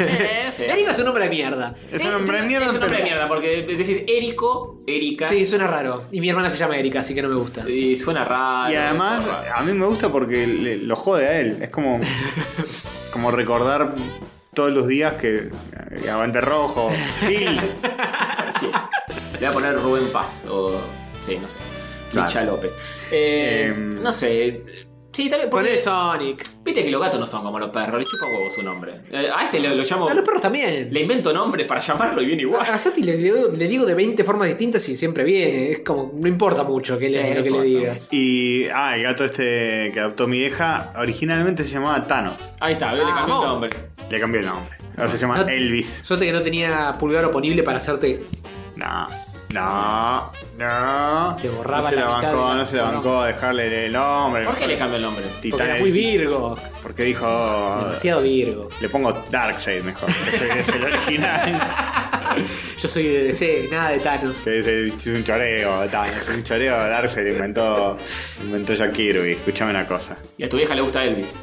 S2: Eh, sí.
S3: Eric es un hombre de mierda.
S1: Es un hombre de mierda.
S2: Es un nombre de
S1: pero-
S2: mierda, porque decís Érico, Erika.
S3: Sí, suena raro. Y mi hermana se llama Erika, así que no me gusta.
S2: Y suena raro.
S1: Y además,
S2: raro.
S1: a mí me gusta porque le- lo jode a él. Es como, como recordar todos los días que. que Avante rojo, Phil.
S2: Le voy a poner Rubén Paz o. Sí, no sé.
S1: Claro.
S2: Licha López. Eh,
S1: Eh,
S2: no sé. Sí, tal vez.
S3: Poné
S2: Porque,
S3: Sonic.
S2: Viste que los gatos no son como los perros, le chupa huevo su nombre. Eh, a este lo, lo llamo.
S3: A los perros también.
S2: Le invento nombres para llamarlo y viene igual.
S3: A Sati le, le- le digo de 20 formas distintas y siempre viene. Es como, no importa mucho que le,
S2: Sí, no
S3: lo que le
S2: importa.
S3: digas.
S1: Y. Ah, el gato este que adoptó mi vieja originalmente se llamaba Thanos.
S2: Ahí está, le cambió
S1: Ah,
S3: Vamos.
S2: el nombre.
S1: Le cambié el nombre. Ahora se llama
S3: No-
S1: Elvis.
S3: Suerte que no tenía pulgar oponible para hacerte.
S1: No. No. No.
S3: Te borraba
S1: no se
S3: la
S1: la
S3: mitad
S1: bancó,
S3: de la-
S1: no se la
S3: no, no.
S1: bancó dejarle el nombre.
S2: ¿Por qué le cambió el nombre?
S3: Porque
S1: Titán-
S3: era muy Virgo.
S1: Porque dijo.
S3: Demasiado Virgo.
S1: Le pongo Darkseid mejor. que es el original.
S3: Yo soy de DC, nada de Thanos.
S1: Que es, el- es un choreo, Thanos. Es un choreo. Darkseid inventó, inventó Jack Kirby. Escuchame una cosa.
S2: Y a tu vieja le gusta Elvis.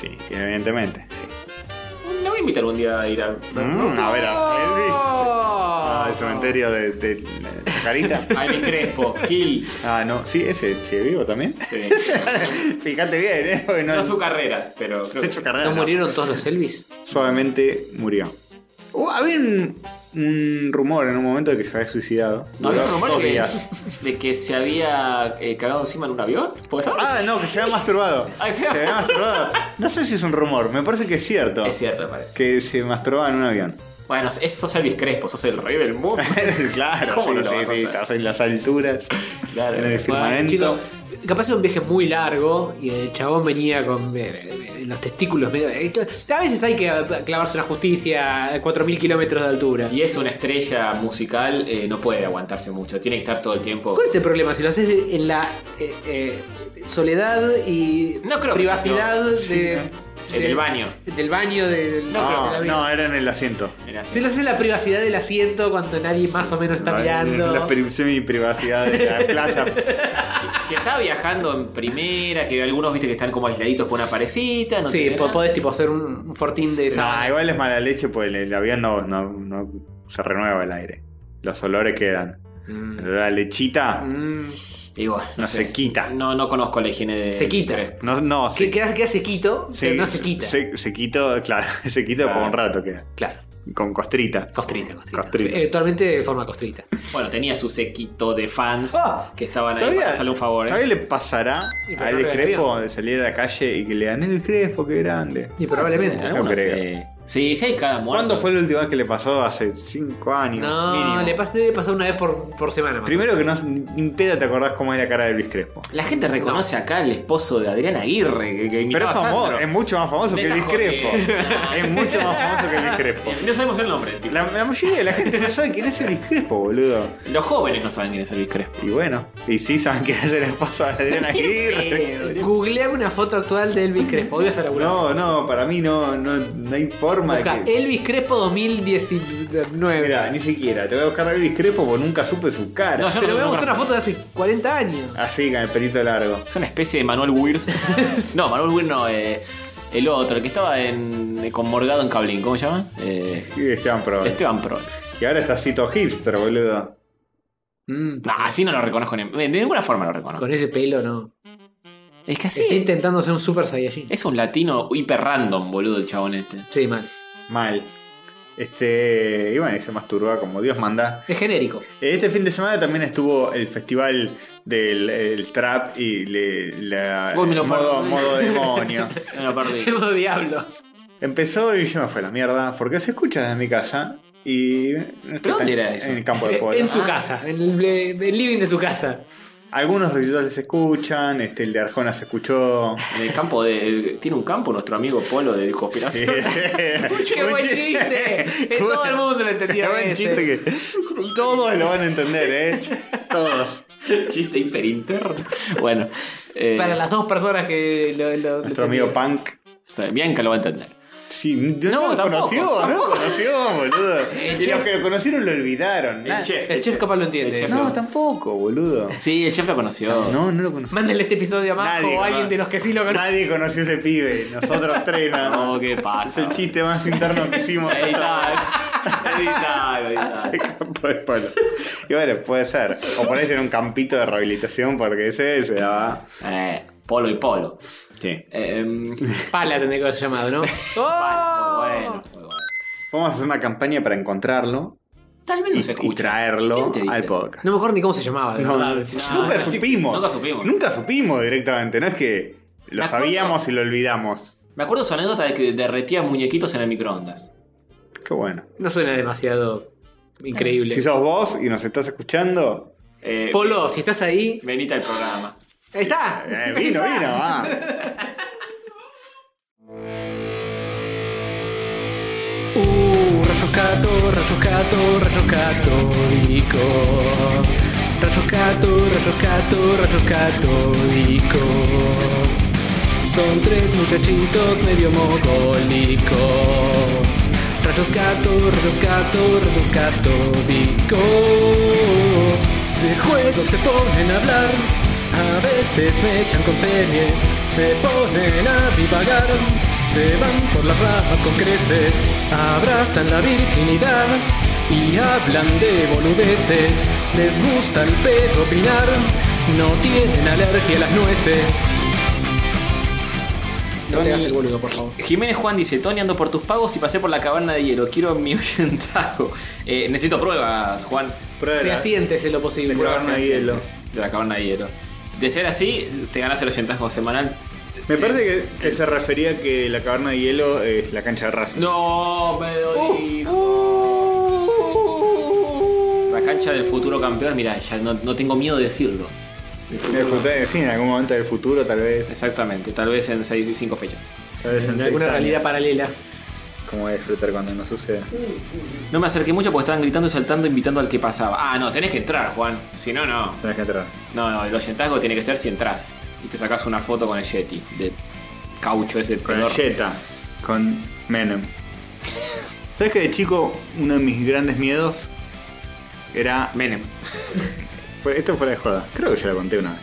S1: Sí, evidentemente. Sí.
S2: La voy a invitar un día a ir a.
S1: Mm, a ver, a Elvis.
S3: Oh.
S1: Ah, el cementerio de, de, de Chacarita.
S2: A Elvis Crespo, Gil.
S1: Ah, no. Sí, ese sigue vivo también.
S2: Sí.
S1: Fíjate bien, ¿eh? Porque no,
S2: No su carrera, pero creo que.
S1: su carrera,
S3: ¿No
S1: no.
S3: murieron todos los Elvis?
S1: Suavemente murió. Uh, había un, un rumor en un momento de que se había suicidado.
S2: ¿No había
S1: Duró
S2: un rumor
S1: dos
S2: de que,
S1: días.
S2: de que se había eh, cagado encima en un avión? ¿Puede ser?
S1: Ah, no, que se había masturbado.
S2: Ah, que se
S1: se
S2: había-
S1: había masturbado. No sé si es un rumor, me parece que es cierto.
S2: Es cierto, me parece.
S1: Que se masturbaba en un avión.
S2: Bueno, es- sos Elvis Crespo, sos el rey del mundo.
S1: claro,
S2: ¿Cómo
S1: sí,
S2: no lo
S1: sí,
S2: vas a
S1: sí,
S2: hacer?
S1: estás en las alturas,
S2: Claro.
S1: en el
S3: Bueno,
S1: firmamento.
S3: chicos, capaz era un viaje muy largo y el chabón venía con eh, eh, los testículos medio. eh, A veces hay que eh, clavarse una justicia a 4.000 kilómetros de altura.
S2: Y es una estrella musical, eh, no puede aguantarse mucho, tiene que estar todo el tiempo.
S3: ¿Cuál es el problema? Si lo haces en la eh, eh, soledad y
S2: No creo que
S3: privacidad de,
S2: En el baño.
S3: Del baño del,
S2: No,
S3: de la
S1: No,
S3: vida.
S1: no, era en el asiento.
S2: Era así.
S3: Si lo haces en la privacidad del asiento cuando nadie más o menos está
S1: La-
S3: mirando.
S1: La pri- semi-privacidad de la plaza.
S2: Ah, Si está viajando en primera, que algunos viste que están como aisladitos con una parecita, no
S3: sí,
S2: tiene
S3: po-
S2: nada.
S3: podés tipo hacer un un fortín de esa.
S1: No, Ah, igual es mala leche porque el, el avión no, no- no se renueva el aire. Los olores quedan. El olor a lechita
S3: Mm.
S2: Y bueno,
S1: no se quita.
S2: No, no conozco la higiene de.
S3: Se quita.
S2: de-
S1: No, no,
S3: Que queda, queda sequito, pero no se quita.
S1: Se, se quitó, claro, se quitó
S2: Claro.
S1: por un rato queda.
S3: Claro.
S1: Con costrita.
S3: Costrita, costrita.
S1: Costrita.
S3: Eventualmente de forma costrita.
S2: Bueno, tenía su sequito de fans
S1: Ah,
S2: que estaban ahí para
S1: Todavía,
S2: hacerle un favor. ¿eh?
S1: todavía le pasará a
S3: Y
S1: Elvis
S3: probablemente.
S1: Crespo de salir a la calle y que le dan el Crespo, qué grande.
S3: Y probablemente.
S2: Ah,
S1: no
S2: bueno,
S1: creo.
S2: Sí, sí, sí hay cada muerto.
S1: ¿Cuándo fue la última vez que le pasó? Hace 5 años.
S3: No,
S1: Mm. mínimo.
S3: le pasa, debe pasar una vez por, por semana. más.
S1: Primero que no ni ni pedo te acordás cómo es la cara de Elvis Crespo.
S2: La gente reconoce acá al esposo de Adrián Aguirre, que, que
S1: Pero es
S2: imitaba a
S1: famoso,
S2: Sandro.
S1: es mucho más famoso
S2: Me
S1: que Elvis
S2: estás
S1: Crespo.
S2: jodiendo.
S1: es mucho más famoso que Elvis Crespo.
S2: Eh, No sabemos el nombre, tipo.
S1: La, la mayoría de la gente no sabe quién es Elvis Crespo, boludo.
S2: Los jóvenes no saben quién es Elvis Crespo.
S1: Y bueno, y sí saben quién es el esposo de Adriana
S3: Eh,
S1: Aguirre.
S3: Googleame una foto actual de Elvis Crespo. Voy a hacer
S1: No, no, para mí no, no, no hay forma
S3: Busca
S1: de que.
S3: Elvis Crespo 2019.
S1: Mira, ni siquiera. Te voy a buscar a Elvis Crespo porque nunca supe su cara.
S2: No, yo
S3: Pero voy a
S2: no-
S3: mostrar una foto de hace 40 años.
S1: Así, con el pelito largo.
S2: Es una especie de Manuel Weirs. no, Manuel Weirs no, eh, el otro, el que estaba en, eh, con Morgado en Cablín, ¿cómo se llama? Eh,
S1: Y Esteban Pro.
S2: Esteban Pro.
S1: Y ahora está Cito Hipster, boludo.
S3: Mm,
S2: Nah, así no lo reconozco, ni- de ninguna forma lo reconozco.
S3: con ese pelo no.
S2: Es que así
S3: Está intentando ser un Super Saiyajin.
S2: es un latino hiper random, boludo, el chabón este.
S3: Sí, mal.
S1: Mal. Este. Y bueno, y se masturba como Dios manda.
S3: Es genérico.
S1: Este fin de semana también estuvo el festival del el trap y le- la,
S2: Uy, me lo
S1: modo,
S2: perdí.
S1: modo demonio.
S2: No lo perdí.
S3: Qué modo diablo.
S1: Empezó y yo me fui a la mierda porque se escucha desde mi casa y. no estoy
S2: ¿Dónde
S1: tan-
S2: era eso?
S1: En el campo de
S3: Eh,
S1: polo.
S3: En su
S1: Ah.
S3: casa, en el, eh, el living de su casa.
S1: Algunos recitales se escuchan, este, el de Arjona se escuchó.
S2: En el campo de. eh, ¿Tiene un campo nuestro amigo Polo de conspiración?
S3: ¡Qué buen chiste! Eh, Todo el mundo lo
S1: Qué
S3: entendió.
S1: buen
S3: ese.
S1: chiste que. Todos lo van a entender, ¿eh? Todos.
S2: Chiste hiper interno. Bueno. eh,
S3: Para las dos personas que lo, lo- lo
S1: Nuestro amigo
S3: entendieron.
S1: Punk.
S2: está bien, Bianca lo va a entender.
S1: Sí, no,
S2: No,
S1: lo
S2: tampoco,
S1: conoció, no lo
S2: tampoco.
S1: conoció, boludo. y los
S3: chef.
S1: que lo conocieron lo olvidaron. nada.
S3: El chef capaz lo entiende.
S2: El chef
S1: No,
S2: lo-
S1: tampoco, boludo.
S2: Sí, el chef lo conoció.
S1: Ah, No, no lo conoció.
S3: Mándenle este episodio a Majo
S1: Nadie
S3: o a alguien
S1: conoce.
S3: de los que sí lo conocen.
S1: Nadie conoció ese pibe, nosotros tres nada más.
S2: No, ¿qué pasa?
S1: Es el chiste más interno que hicimos.
S2: Editalo, editalo, editalo.
S1: Campo de polo. Y bueno, puede ser. O por ahí en un campito de rehabilitación porque ese se daba.
S2: Eh, Polo y Polo.
S1: Sí.
S2: Eh, em,
S3: Pala tendría que haber llamado, ¿no? ¡Oh!
S2: bueno, muy bueno.
S1: Vamos a hacer una campaña para encontrarlo
S2: Tal vez
S1: y,
S2: no se escucha.
S1: y traerlo
S2: ¿Quién te dice?
S1: al podcast.
S3: No me acuerdo ni cómo se llamaba, de
S1: No,
S3: verdad.
S1: no,
S3: Sí.
S2: no,
S1: nunca
S2: no,
S1: supimos.
S2: nunca supimos.
S1: Nunca supimos directamente. No es que lo
S2: Me acuerdo-
S1: sabíamos y lo olvidamos.
S2: Me acuerdo su anécdota de que derretía muñequitos en el microondas.
S1: Qué bueno.
S3: No suena demasiado increíble.
S1: Eh, Si sos vos y nos estás escuchando,
S2: Eh,
S3: Polo, si estás ahí.
S2: Venite al programa.
S3: ¡Ahí está!
S1: eh, vino, vino, va.
S3: Uh, rayos gato, rayos gato, rayos católicos. Rayos gato, rayos gato, rayos católicos. Son tres muchachitos medio mogólicos. Rayos gato, rayos gato, rayos católicos. De juegos se ponen a hablar. A veces me echan con series. Se ponen a divagar. Se van por las ramas con creces, abrazan la virginidad y hablan de boludeces. Les gusta el pedo opinar, no tienen alergia a las nueces. No te hagas el boludo, por favor.
S2: Jiménez Juan dice, Tony, ando por tus pagos y pasé por la caverna de hielo. Quiero mi oyentago. Eh, necesito pruebas, Juan,
S1: Prueba.
S3: Fehacientes lo posible.
S1: La caverna de hielo.
S2: de la caverna de hielo. De ser así, te ganas el oyentazgo semanal.
S1: Me parece que, que se refería que la caverna de hielo es la cancha de Racing.
S2: No,
S1: Uh,
S2: pero... La cancha del futuro campeón, mira, ya no, no tengo miedo de decirlo.
S1: Me gustaría decir, en algún momento del futuro, tal vez.
S2: Exactamente, tal vez en 6 y 5 fechas.
S1: Tal vez en
S3: En
S1: seis
S3: alguna
S1: años.
S3: realidad paralela.
S1: Como voy a disfrutar cuando no suceda.
S2: No me acerqué mucho porque estaban gritando y saltando, invitando al que pasaba. Ah, no, tenés que entrar, Juan. Si no, no.
S1: Tenés que entrar.
S2: No, no, el oyentazgo tiene que ser si entras y te sacas una foto con el Yeti de caucho ese
S1: Con el
S2: pedorro.
S1: Jetta. Con Menem. ¿Sabes que de chico uno de mis grandes miedos era
S2: Menem.
S1: Fue- esto fuera de joda. Creo que ya la conté una vez.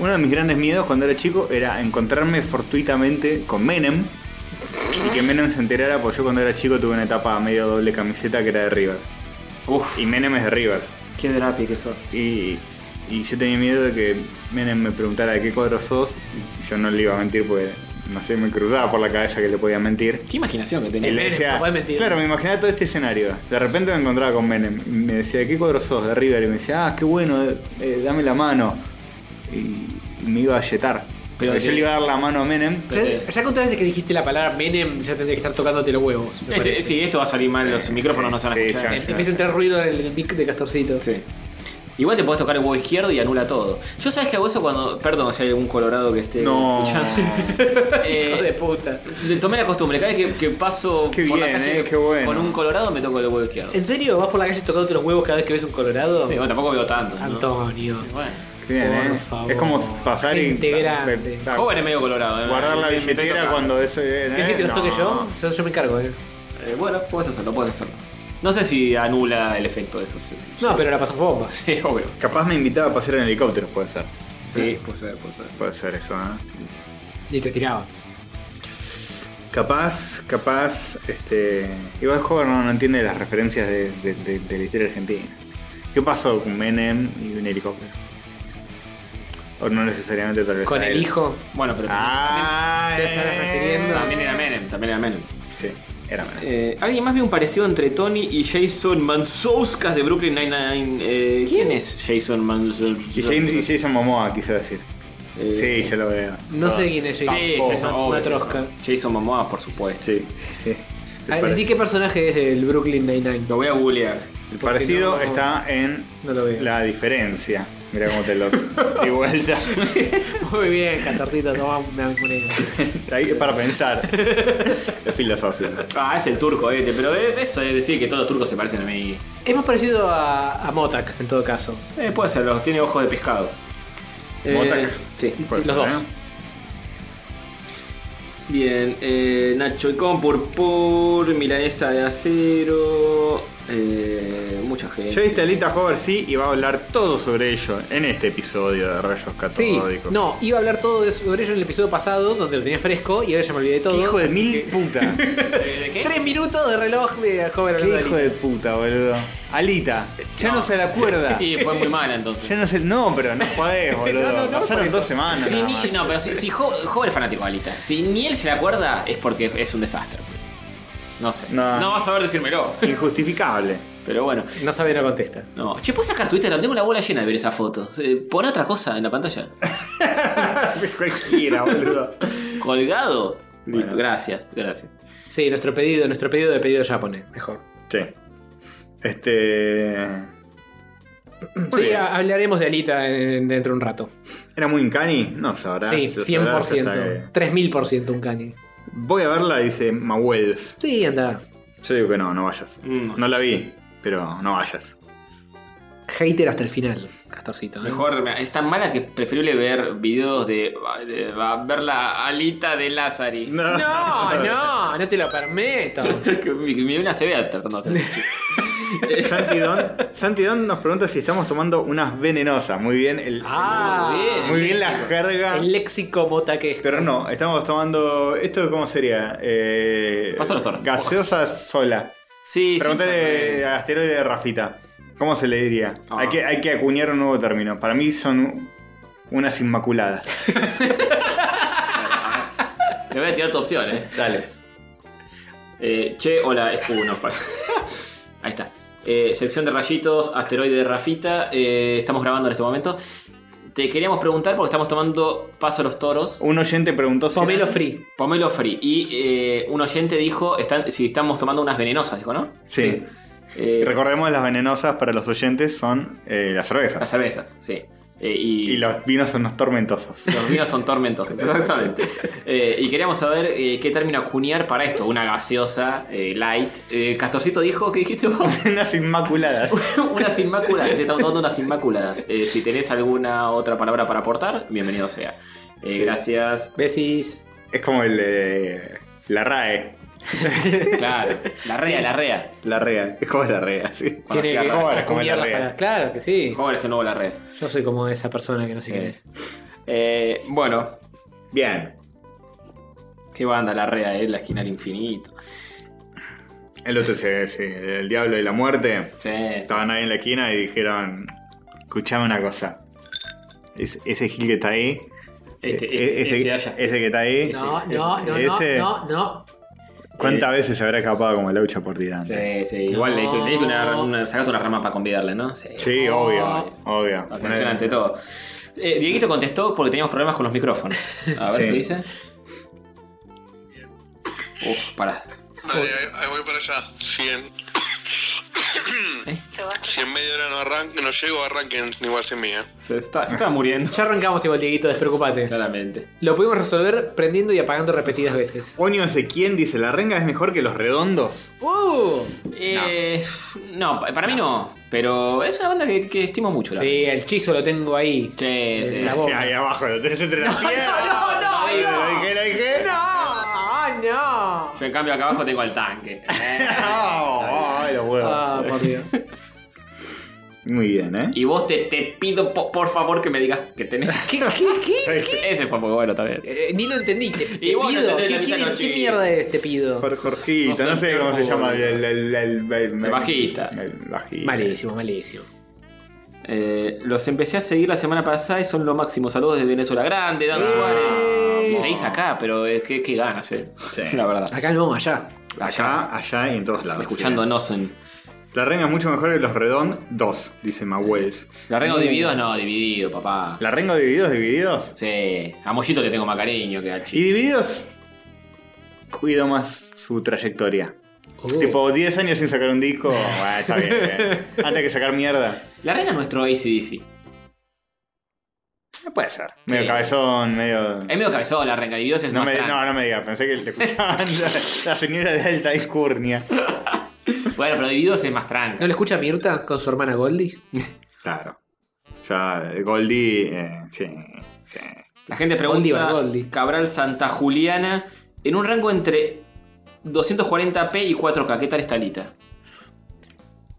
S1: Uno de mis grandes miedos cuando era chico era encontrarme fortuitamente con Menem y que Menem se enterara, porque yo cuando era chico tuve una etapa medio doble camiseta que era de River.
S2: Uf,
S1: Y Menem es de River.
S2: qué drapi que sos.
S1: Y, y yo tenía miedo de que Menem me preguntara de qué cuadro sos. y Yo no le iba a mentir porque, no sé, me cruzaba por la cabeza que le podía mentir.
S2: Qué imaginación que
S1: Y
S2: tenés.
S1: le
S3: Menem,
S1: decía,
S3: no podés mentir.
S1: claro, me imaginaba todo este escenario. De repente me encontraba con Menem. y Me decía, ¿de ¿qué cuadro sos? De River. Y me decía, ah, qué bueno, eh, dame la mano. Y me iba a yetar.
S2: Pero
S1: Pero
S2: que-
S1: yo le iba a dar la mano a Menem.
S3: Ya, ya con todas las veces que dijiste la palabra Menem, ya tendría que estar tocándote los huevos. me
S2: Este-
S3: parece.
S2: sí, esto va a salir mal, los micrófonos no se van a
S1: sí,
S2: escuchar.
S1: ya.
S3: Em- Empieza a entrar ruido en el mic de Castorcito.
S2: Sí. Igual te podés tocar el huevo izquierdo y anula todo. Yo sabes que hago eso cuando. Perdón si hay algún colorado que esté
S1: No.
S2: escuchando. Eh,
S3: Hijo de puta.
S2: le tomé la costumbre, cada vez que, que paso
S1: Qué
S2: por la
S1: bien,
S2: calle
S1: eh, qué bueno.
S2: con un colorado me toco el huevo izquierdo.
S3: ¿En serio vas por la calle tocándote los huevos cada vez que ves un colorado?
S2: Sí, bueno, tampoco veo tanto. ¿no?
S3: Antonio.
S2: Bueno.
S4: Qué bien,
S3: Por
S4: eh.
S3: favor.
S4: Es como pasar
S3: Gente
S4: y.
S3: grande.
S4: pa- pa-
S2: Joven es medio colorado. ¿eh?
S4: Guardar la
S2: Me- me
S4: billetera
S2: toca.
S4: cuando es. eh,
S3: ¿Quieres que te los
S4: no.
S3: toque yo? yo? Yo me encargo, eh.
S2: Eh, bueno, puedes hacerlo, puedes hacerlo. No sé si anula el efecto de eso. Sí,
S3: No, pero la pasó bomba.
S2: sí obvio.
S4: Capaz me invitaba a pasear en helicóptero, puede ser.
S2: Sí, puede ser, puede ser.
S4: Puede ser eso, ¿eh?
S3: Y te tiraba.
S4: Capaz, capaz, este. Igual el juego no, no entiende las referencias de, de- de- de la historia argentina. ¿Qué pasó con Menem y un helicóptero? O no necesariamente tal vez.
S3: Con
S4: a
S3: el
S4: él.
S3: hijo.
S2: Bueno, pero
S4: Ah,
S3: Te estarás
S4: eh.
S3: refiriendo
S2: también era Menem, también era Menem.
S4: Sí, era Menem.
S2: Eh, Alguien más vio un parecido entre Tony y Jason Mansouskas de Brooklyn Nine-Nine. Eh, ¿Quién? es Jason
S3: Eh,
S2: Mansouskas?
S4: Y Jason, y Jason Momoa, quiso decir.
S2: Eh,
S4: sí, yo lo veo.
S3: No sé quién es Jason.
S2: Sí,
S4: Tampoco.
S2: Jason,
S3: Ma-
S2: obvio,
S3: Matrosca.
S2: Jason. Jason Momoa, por supuesto.
S4: Sí, sí, sí.
S3: Ah,
S4: El
S3: Decí qué personaje es el Brooklyn Nine-Nine.
S2: Lo voy a googlear.
S4: El parecido
S3: porque no-
S4: está en
S3: No lo veo.
S4: la diferencia. Mira cómo te lo di vuelta.
S3: Muy bien, Catarcito, toma una moneda.
S4: Ahí es para pensar. Es filosofía.
S2: Ah, es el turco, este, pero eh, eso es decir que todos los turcos se parecen a mí.
S3: Es más parecido a, a Motak, en todo caso.
S2: Eh, puede ser, los tiene ojos de pescado. Eh,
S4: Motak.
S2: Sí.
S4: Puede
S3: Sí, los
S4: ser,
S3: dos.
S4: ¿eh?
S2: Bien, eh, Nacho y con por por, Milanesa de acero, eh, mucha gente.
S4: Yo viste a Alita Hover, sí, y va a hablar todo sobre ello en este episodio de Rayos
S3: Sí,
S4: Catódicos.
S3: no, iba a hablar todo de- sobre ello en el episodio pasado, donde lo tenía fresco, y ahora ya me olvidé de todo.
S4: Qué hijo de
S3: así
S4: mil
S3: que-
S4: puta.
S3: Tres minutos de reloj de joven
S4: Qué
S3: Alberto
S4: hijo de
S3: Alita.
S4: puta, boludo. Alita, ya no,
S2: No.
S4: se la acuerda.
S2: Y fue muy mala entonces.
S4: Ya no sé, no, pero no jodés, boludo.
S3: No, no, no,
S4: Pasaron
S3: por eso.
S4: dos semanas.
S2: Si
S4: nada
S2: ni-
S4: más.
S2: no, pero si, si Jo- Joven es fanático de Alita. Si ni él se la acuerda, es porque es un desastre. No sé.
S4: No.
S2: No vas a saber decírmelo.
S4: Injustificable.
S2: Pero bueno.
S3: No sabe y no contesta.
S2: No. Che, ¿puedes sacar tu Instagram? Tengo la bola llena de ver esa foto. Eh, pon otra cosa en la pantalla.
S4: Cualquiera, boludo.
S2: Colgado. Listo,
S4: Bueno.
S2: gracias, gracias.
S3: Sí, nuestro pedido, nuestro pedido de pedido ya pone, mejor.
S4: Sí. Este. Muy
S3: sí,
S4: bien.
S3: ha- hablaremos de Alita en- dentro de un rato.
S4: ¿Era muy incani? No sabrás.
S3: sí,
S4: sabrás
S3: 100%.
S4: hasta que-
S3: 3000% un cani.
S4: Voy a verla, dice Mawels.
S3: Sí, anda.
S4: Yo digo que no, no vayas.
S2: Mm, no
S4: no la vi, pero no vayas.
S3: Hater hasta el final, Castorcito. ¿eh?
S2: Mejor, me- es tan mala que es preferible ver videos de, de- de- ver la alita de Lazari.
S3: No, no, no te lo permito.
S2: Que mi, que mi una se vea tratando de hacer.
S4: Santi Don, Santi Don nos pregunta si estamos tomando unas venenosas. Muy bien, el,
S3: Ah,
S2: Muy bien.
S4: muy bien la jerga.
S3: El léxico mota que es.
S4: Pero no, estamos tomando. ¿Esto cómo sería? Eh,
S2: Pasó la sola.
S4: Gaseosa sola.
S2: Sí, sí.
S4: Pregúntale a asteroide de Rafita. ¿Cómo se le diría?
S2: Ah.
S4: Hay, que, hay que acuñar un nuevo término. Para mí son unas inmaculadas.
S2: Le voy a tirar tu opción, eh.
S4: Dale.
S2: Eh, che, hola, es uno. para- Ahí está. Eh, sección de rayitos, asteroide de Rafita. eh, estamos grabando en este momento. Te queríamos preguntar porque estamos tomando paso a los toros.
S4: Un oyente preguntó si.
S3: Pomelo free.
S2: Pomelo Free. Y eh, un oyente dijo están, si estamos tomando unas venenosas, dijo, ¿no?
S4: Sí.
S2: Eh,
S4: Y Recordemos las venenosas para los oyentes son eh, las
S2: las
S4: cervezas.
S2: cervezas, sí. Eh, y,
S4: Y los vinos son los tormentosos.
S2: los vinos son tormentosos, exactamente. Eh, y queríamos saber eh, qué término acuñar para esto. Una gaseosa, eh, light. Eh, Castorcito dijo, ¿qué dijiste vos?
S4: unas inmaculadas.
S2: unas inmaculadas, te estamos dando unas inmaculadas. Eh, si tenés alguna otra palabra para aportar, bienvenido sea. Eh,
S4: Sí.
S2: Gracias.
S3: Besis.
S4: Es como el de. La RAE.
S2: Claro. La rea, la rea.
S4: La REA. Es como la REA, sí.
S2: Bueno, sí, acá-
S4: Ahora, como
S3: acuñar
S4: la
S3: las
S4: rea.
S3: palabras. Claro que sí.
S2: ¿Cómo es el nuevo la rea?
S3: Yo soy como esa persona que no sé quién es.
S2: Eh, bueno,
S4: Bien.
S2: qué banda la rea, es la esquina al infinito.
S4: El otro se, se- el diablo y la muerte.
S2: Sí. Este,
S4: Estaban ahí en la esquina y dijeron: Escuchame una cosa. Es- ese Gil que está ahí.
S2: Este, este,
S4: e- ese,
S2: ese de allá.
S4: ese que está ahí.
S3: No, no, no, no,
S4: Ese-
S3: no, no.
S4: ¿Cuántas veces se habrá escapado como laucha por tirante?
S2: Sí, sí. Igual le diste, le diste una, una- sacaste una rama para convidarle, ¿no? Sí. Oh.
S4: Sí,
S3: No.
S4: obvio. Obvio.
S2: Atención
S4: Una-
S2: ante todo. Eh, Dieguito contestó porque teníamos problemas con los micrófonos. A ver
S4: Sí.
S2: qué dice. Uf, pará.
S5: Dale, ahí, ahí voy para allá. 100. Si en media hora no arranque, no llego, arranquen igual sin mí, eh.
S2: Se está, se está muriendo.
S3: Ya arrancamos igual, Dieguito, despreocupate.
S2: Claramente.
S3: Lo pudimos resolver prendiendo y apagando repetidas veces.
S4: Oño Ezequién dice, la renga es mejor que los redondos.
S3: ¡Uh!
S2: Eh, No, pa- para mí no. Pero es una banda que, que estimo mucho. La
S3: Sí, el chizo lo tengo ahí.
S2: Sí, sí.
S3: La
S4: Sí, ahí abajo, lo tenés entre las piernas.
S2: no, no,
S4: Ahí,
S2: no.
S4: Lo dije, lo dije.
S3: Ah, no!
S2: Yo en cambio acá abajo tengo al tanque. ¿eh?
S4: No, ay, los huevos.
S3: Ah, por Dios.
S4: Muy bien, ¿eh?
S2: y vos te, te pido po- por favor que me digas que tenés.
S3: ¿Qué, qué, qué?
S2: Ese fue poco bueno también.
S3: Eh, ni lo entendí. Te, te
S2: Y vos no
S3: pido.
S2: entendés
S3: ¿Qué,
S2: la mitad
S3: qué-
S2: de los
S3: qué
S2: chistes.
S3: mierda es te pido?
S4: Por Jorgito,
S2: no
S4: no
S2: sé
S4: sé cómo se
S2: cómo-
S4: llama el, el, el, el- el-
S2: El bajista.
S4: El bajista.
S3: Malísimo, malísimo.
S2: Eh, los empecé a seguir la semana pasada y son lo máximo. Saludos de Venezuela Grande,
S4: Ah,
S2: Dan Suárez. Y seguís acá, pero es que, que ganas, eh.
S4: Sí.
S2: La verdad.
S3: Acá no, allá.
S2: Allá,
S1: Ah.
S4: Acá, allá y en todos lados.
S2: escuchándonos en.
S4: sí. La renga es mucho mejor que los redón 2, dice Mahuels.
S2: La rengo divididos, no, dividido, papá.
S4: La renga divididos, divididos.
S2: Sí. A Mollito le tengo más cariño que al
S4: Y
S2: chico.
S4: divididos cuido más su trayectoria.
S3: Oh.
S4: Tipo, 10 años sin sacar un disco, ah, está bien, bien. Antes que sacar mierda.
S2: La renga es nuestro ACDC.
S4: Eh, Puede ser. Medio
S2: Sí.
S4: cabezón, medio.
S2: Es medio cabezón, la renga divididos es
S4: No
S2: más
S4: me,
S2: trans.
S4: no, no me digas, pensé que le escuchaban la, la señora de alta discurnia.
S2: Bueno, pero divididos es más
S3: ¿No
S2: tranca.
S3: le escucha Mirta con su hermana Goldie?
S4: Claro. Ya, Goldie, eh, sí, sí.
S2: La gente
S3: Goldi,
S2: pregunta
S3: Goldi.
S2: Cabral Santa Juliana en un rango entre 240p y 4K. ¿Qué tal está Lita?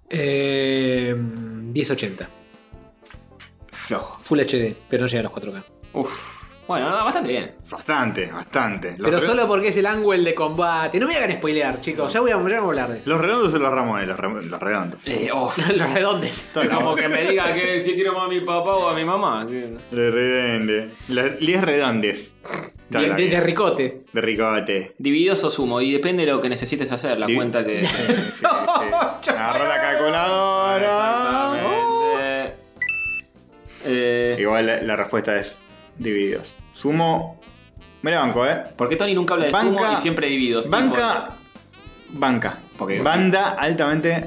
S3: Eh, 1080.
S2: Flojo.
S3: Full HD, pero no llega a los 4K.
S2: Uf. Bueno, no, bastante bien.
S4: Bastante, bastante. Los
S3: Pero
S4: re-
S3: solo porque es el ángulo de combate. No me hagan spoilear, chicos. Ya voy a, ya voy a hablar de eso.
S4: Los redondos son los Ramones, los, Ram- los redondos.
S2: Eh, uf.
S3: oh, Los redondes.
S4: Todo lo-
S2: Como que me diga que si quiero más a mi papá o a mi mamá. que-
S4: Los redondes. Los diez redondes. Todo
S3: De,
S4: lo
S3: de-
S4: que-
S3: de ricote.
S4: de ricote.
S2: Divididos o sumo, y depende de lo que necesites hacer, la
S4: Divi-
S2: cuenta que.
S4: Sí, sí, sí. Agarró la calculadora.
S2: Exactamente. Eh,
S4: Igual la, la respuesta es divididos. Sumo. Me la banco, eh.
S2: ¿Por qué Tony nunca habla de sumo y siempre divididos?
S4: Banca. Banca.
S2: Porque-
S4: Banda altamente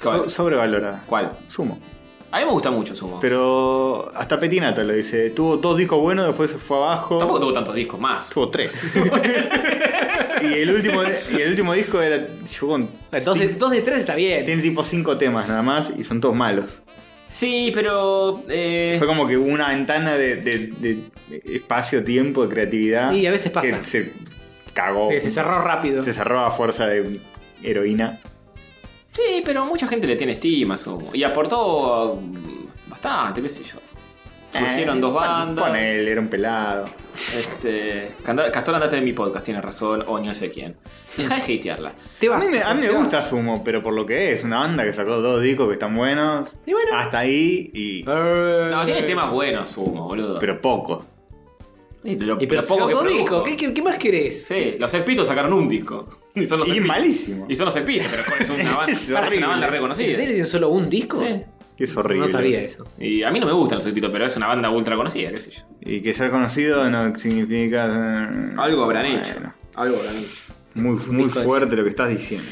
S4: so-
S2: ¿Cuál?
S4: sobrevalorada.
S2: ¿Cuál?
S4: Sumo.
S2: A mí me gusta mucho sumo.
S4: Pero hasta Petinato lo dice. Tuvo dos discos buenos, después se fue abajo.
S2: Tampoco tuvo tantos discos más.
S4: Tuvo tres. y, el último, y el último disco era. llegó con
S3: Dos de, dos de tres está bien.
S4: Tiene tipo cinco temas nada más y son todos malos.
S2: Sí, pero. eh,
S4: Fue como que hubo una ventana de, de- de espacio-tiempo, de creatividad.
S3: Y a veces pasa.
S4: Que se cagó.
S3: Sí, se cerró rápido.
S4: Se cerró a fuerza de heroína.
S2: Sí, pero mucha gente le tiene estima a sumo. Y aportó mm, bastante, qué sé yo. Surgieron
S4: Eh,
S2: dos
S4: pon-
S2: bandas.
S4: Con él, era un pelado.
S2: Este, Canda- Castor andate de mi podcast, tiene razón, o no sé quién. Deja de hatearla.
S3: Te
S4: A
S3: vas.
S4: mí, me, a mí me
S3: te vas.
S4: gusta Sumo, pero por lo que es, una banda que sacó dos discos que están buenos.
S3: Y bueno.
S4: Hasta ahí y.
S2: No, tiene temas buenos, sumo, boludo.
S4: Eh, Pero poco.
S2: Sí,
S4: Ah,
S2: lo,
S3: Y pero
S2: lo poco que
S3: sacó
S2: produjo.
S3: disco. ¿Qué, qué, qué más querés?
S2: Sí, los Expitos sacaron un disco. Y son los
S4: Y
S2: Sex Pistols.
S4: malísimo.
S2: Y son los Expitos, pero es una banda,
S4: Es
S2: es una
S4: horrible.
S2: banda
S3: ¿En
S2: reconocida.
S3: serio tiene solo un disco?
S2: Sí.
S4: Es horrible.
S3: No sabía eso.
S2: Y a mí no me gustan los Expitos, pero es una banda ultra conocida, qué sé yo.
S4: Y que ser conocido no significa. eh,
S2: Algo habrán
S4: bueno,
S2: hecho. Algo habrán hecho.
S4: Muy, muy fuerte lo que estás diciendo.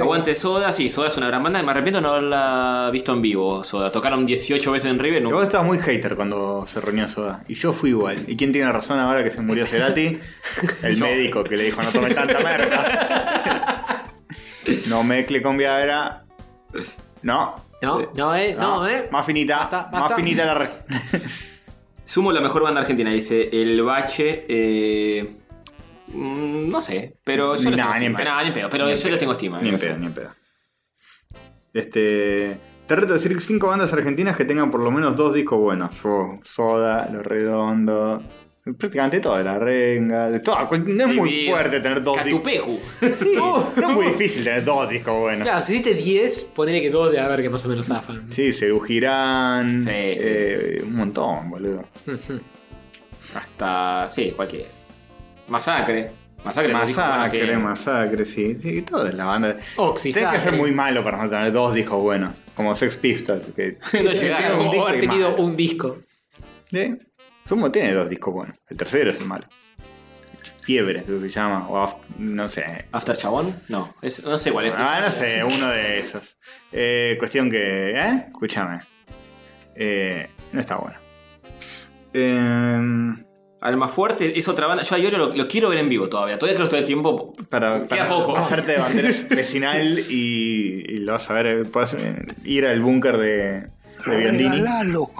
S2: Aguante Soda, sí, Soda es una gran banda. Me arrepiento de no haberla visto en vivo, Soda. Tocaron 18 veces en River.
S4: Y
S2: nunca-
S4: Vos estabas muy hater cuando se reunió Soda. Y yo fui igual. ¿Y quién tiene razón ahora que se murió Cerati? El
S2: Yo.
S4: médico que le dijo no tome tanta merda. no mezcle con Viagra. No.
S3: No, no, eh, no, eh.
S4: Más finita.
S3: Basta, basta.
S4: Más finita la red.
S2: Sumo la mejor banda argentina, dice El Bache. eh, mm, no sé, pero yo les
S4: Nah,
S2: tengo
S4: ni en
S2: estima.
S4: pedo.
S2: Nah, ni en pedo, pero
S4: Ni en
S2: yo les tengo estima.
S4: ni en
S2: o sea.
S4: pedo, ni en pedo. Este. Te reto a decir cinco bandas argentinas que tengan por lo menos dos discos buenos. Yo, Soda, Lo Redondo. Prácticamente toda la renga. de toda- no es muy
S2: Divididos.
S4: fuerte tener dos discos.
S2: Catupecu.
S3: Uh,
S4: Sí, no es muy difícil tener dos discos buenos.
S3: Claro, si hiciste 10, ponele que 2 de a ver que más o menos zafan.
S4: Sí, Serú Girán.
S2: Sí, sí.
S4: eh, un montón, boludo.
S2: Hasta. Sí, cualquier. Masacre. Masacre. los discos buenos
S4: Masacre,
S2: tienen.
S4: masacre, sí. Sí, toda la banda.
S3: Oxy,
S4: Tienes que
S3: Sacre.
S4: ser muy malo para no tener dos discos buenos. Como Sex Pistols. Que
S2: No llegaron.
S4: que tiene un
S3: O
S4: disco
S3: haber
S4: y
S3: tenido
S4: malo.
S3: un disco.
S4: ¿Sí? eh, Sumo tiene dos discos buenos. El tercero es el malo. Fiebre, creo que se llama. O Af- no sé.
S2: ¿After Chabón? No, es- no sé cuál es.
S4: Ah, no sé, uno de esos. Eh, cuestión que. ¿Eh? Escúchame. Eh, no está bueno. Eh,
S2: Almafuerte es otra banda. Yo a Iorio lo, lo quiero ver en vivo todavía. Todavía creo que estoy el tiempo.
S4: Para,
S2: Queda
S4: para
S2: poco.
S4: pasarte de bandera vecinal y, y lo vas a ver. eh, Puedes eh, ir al búnker de, de Biondini.
S6: Regalalo,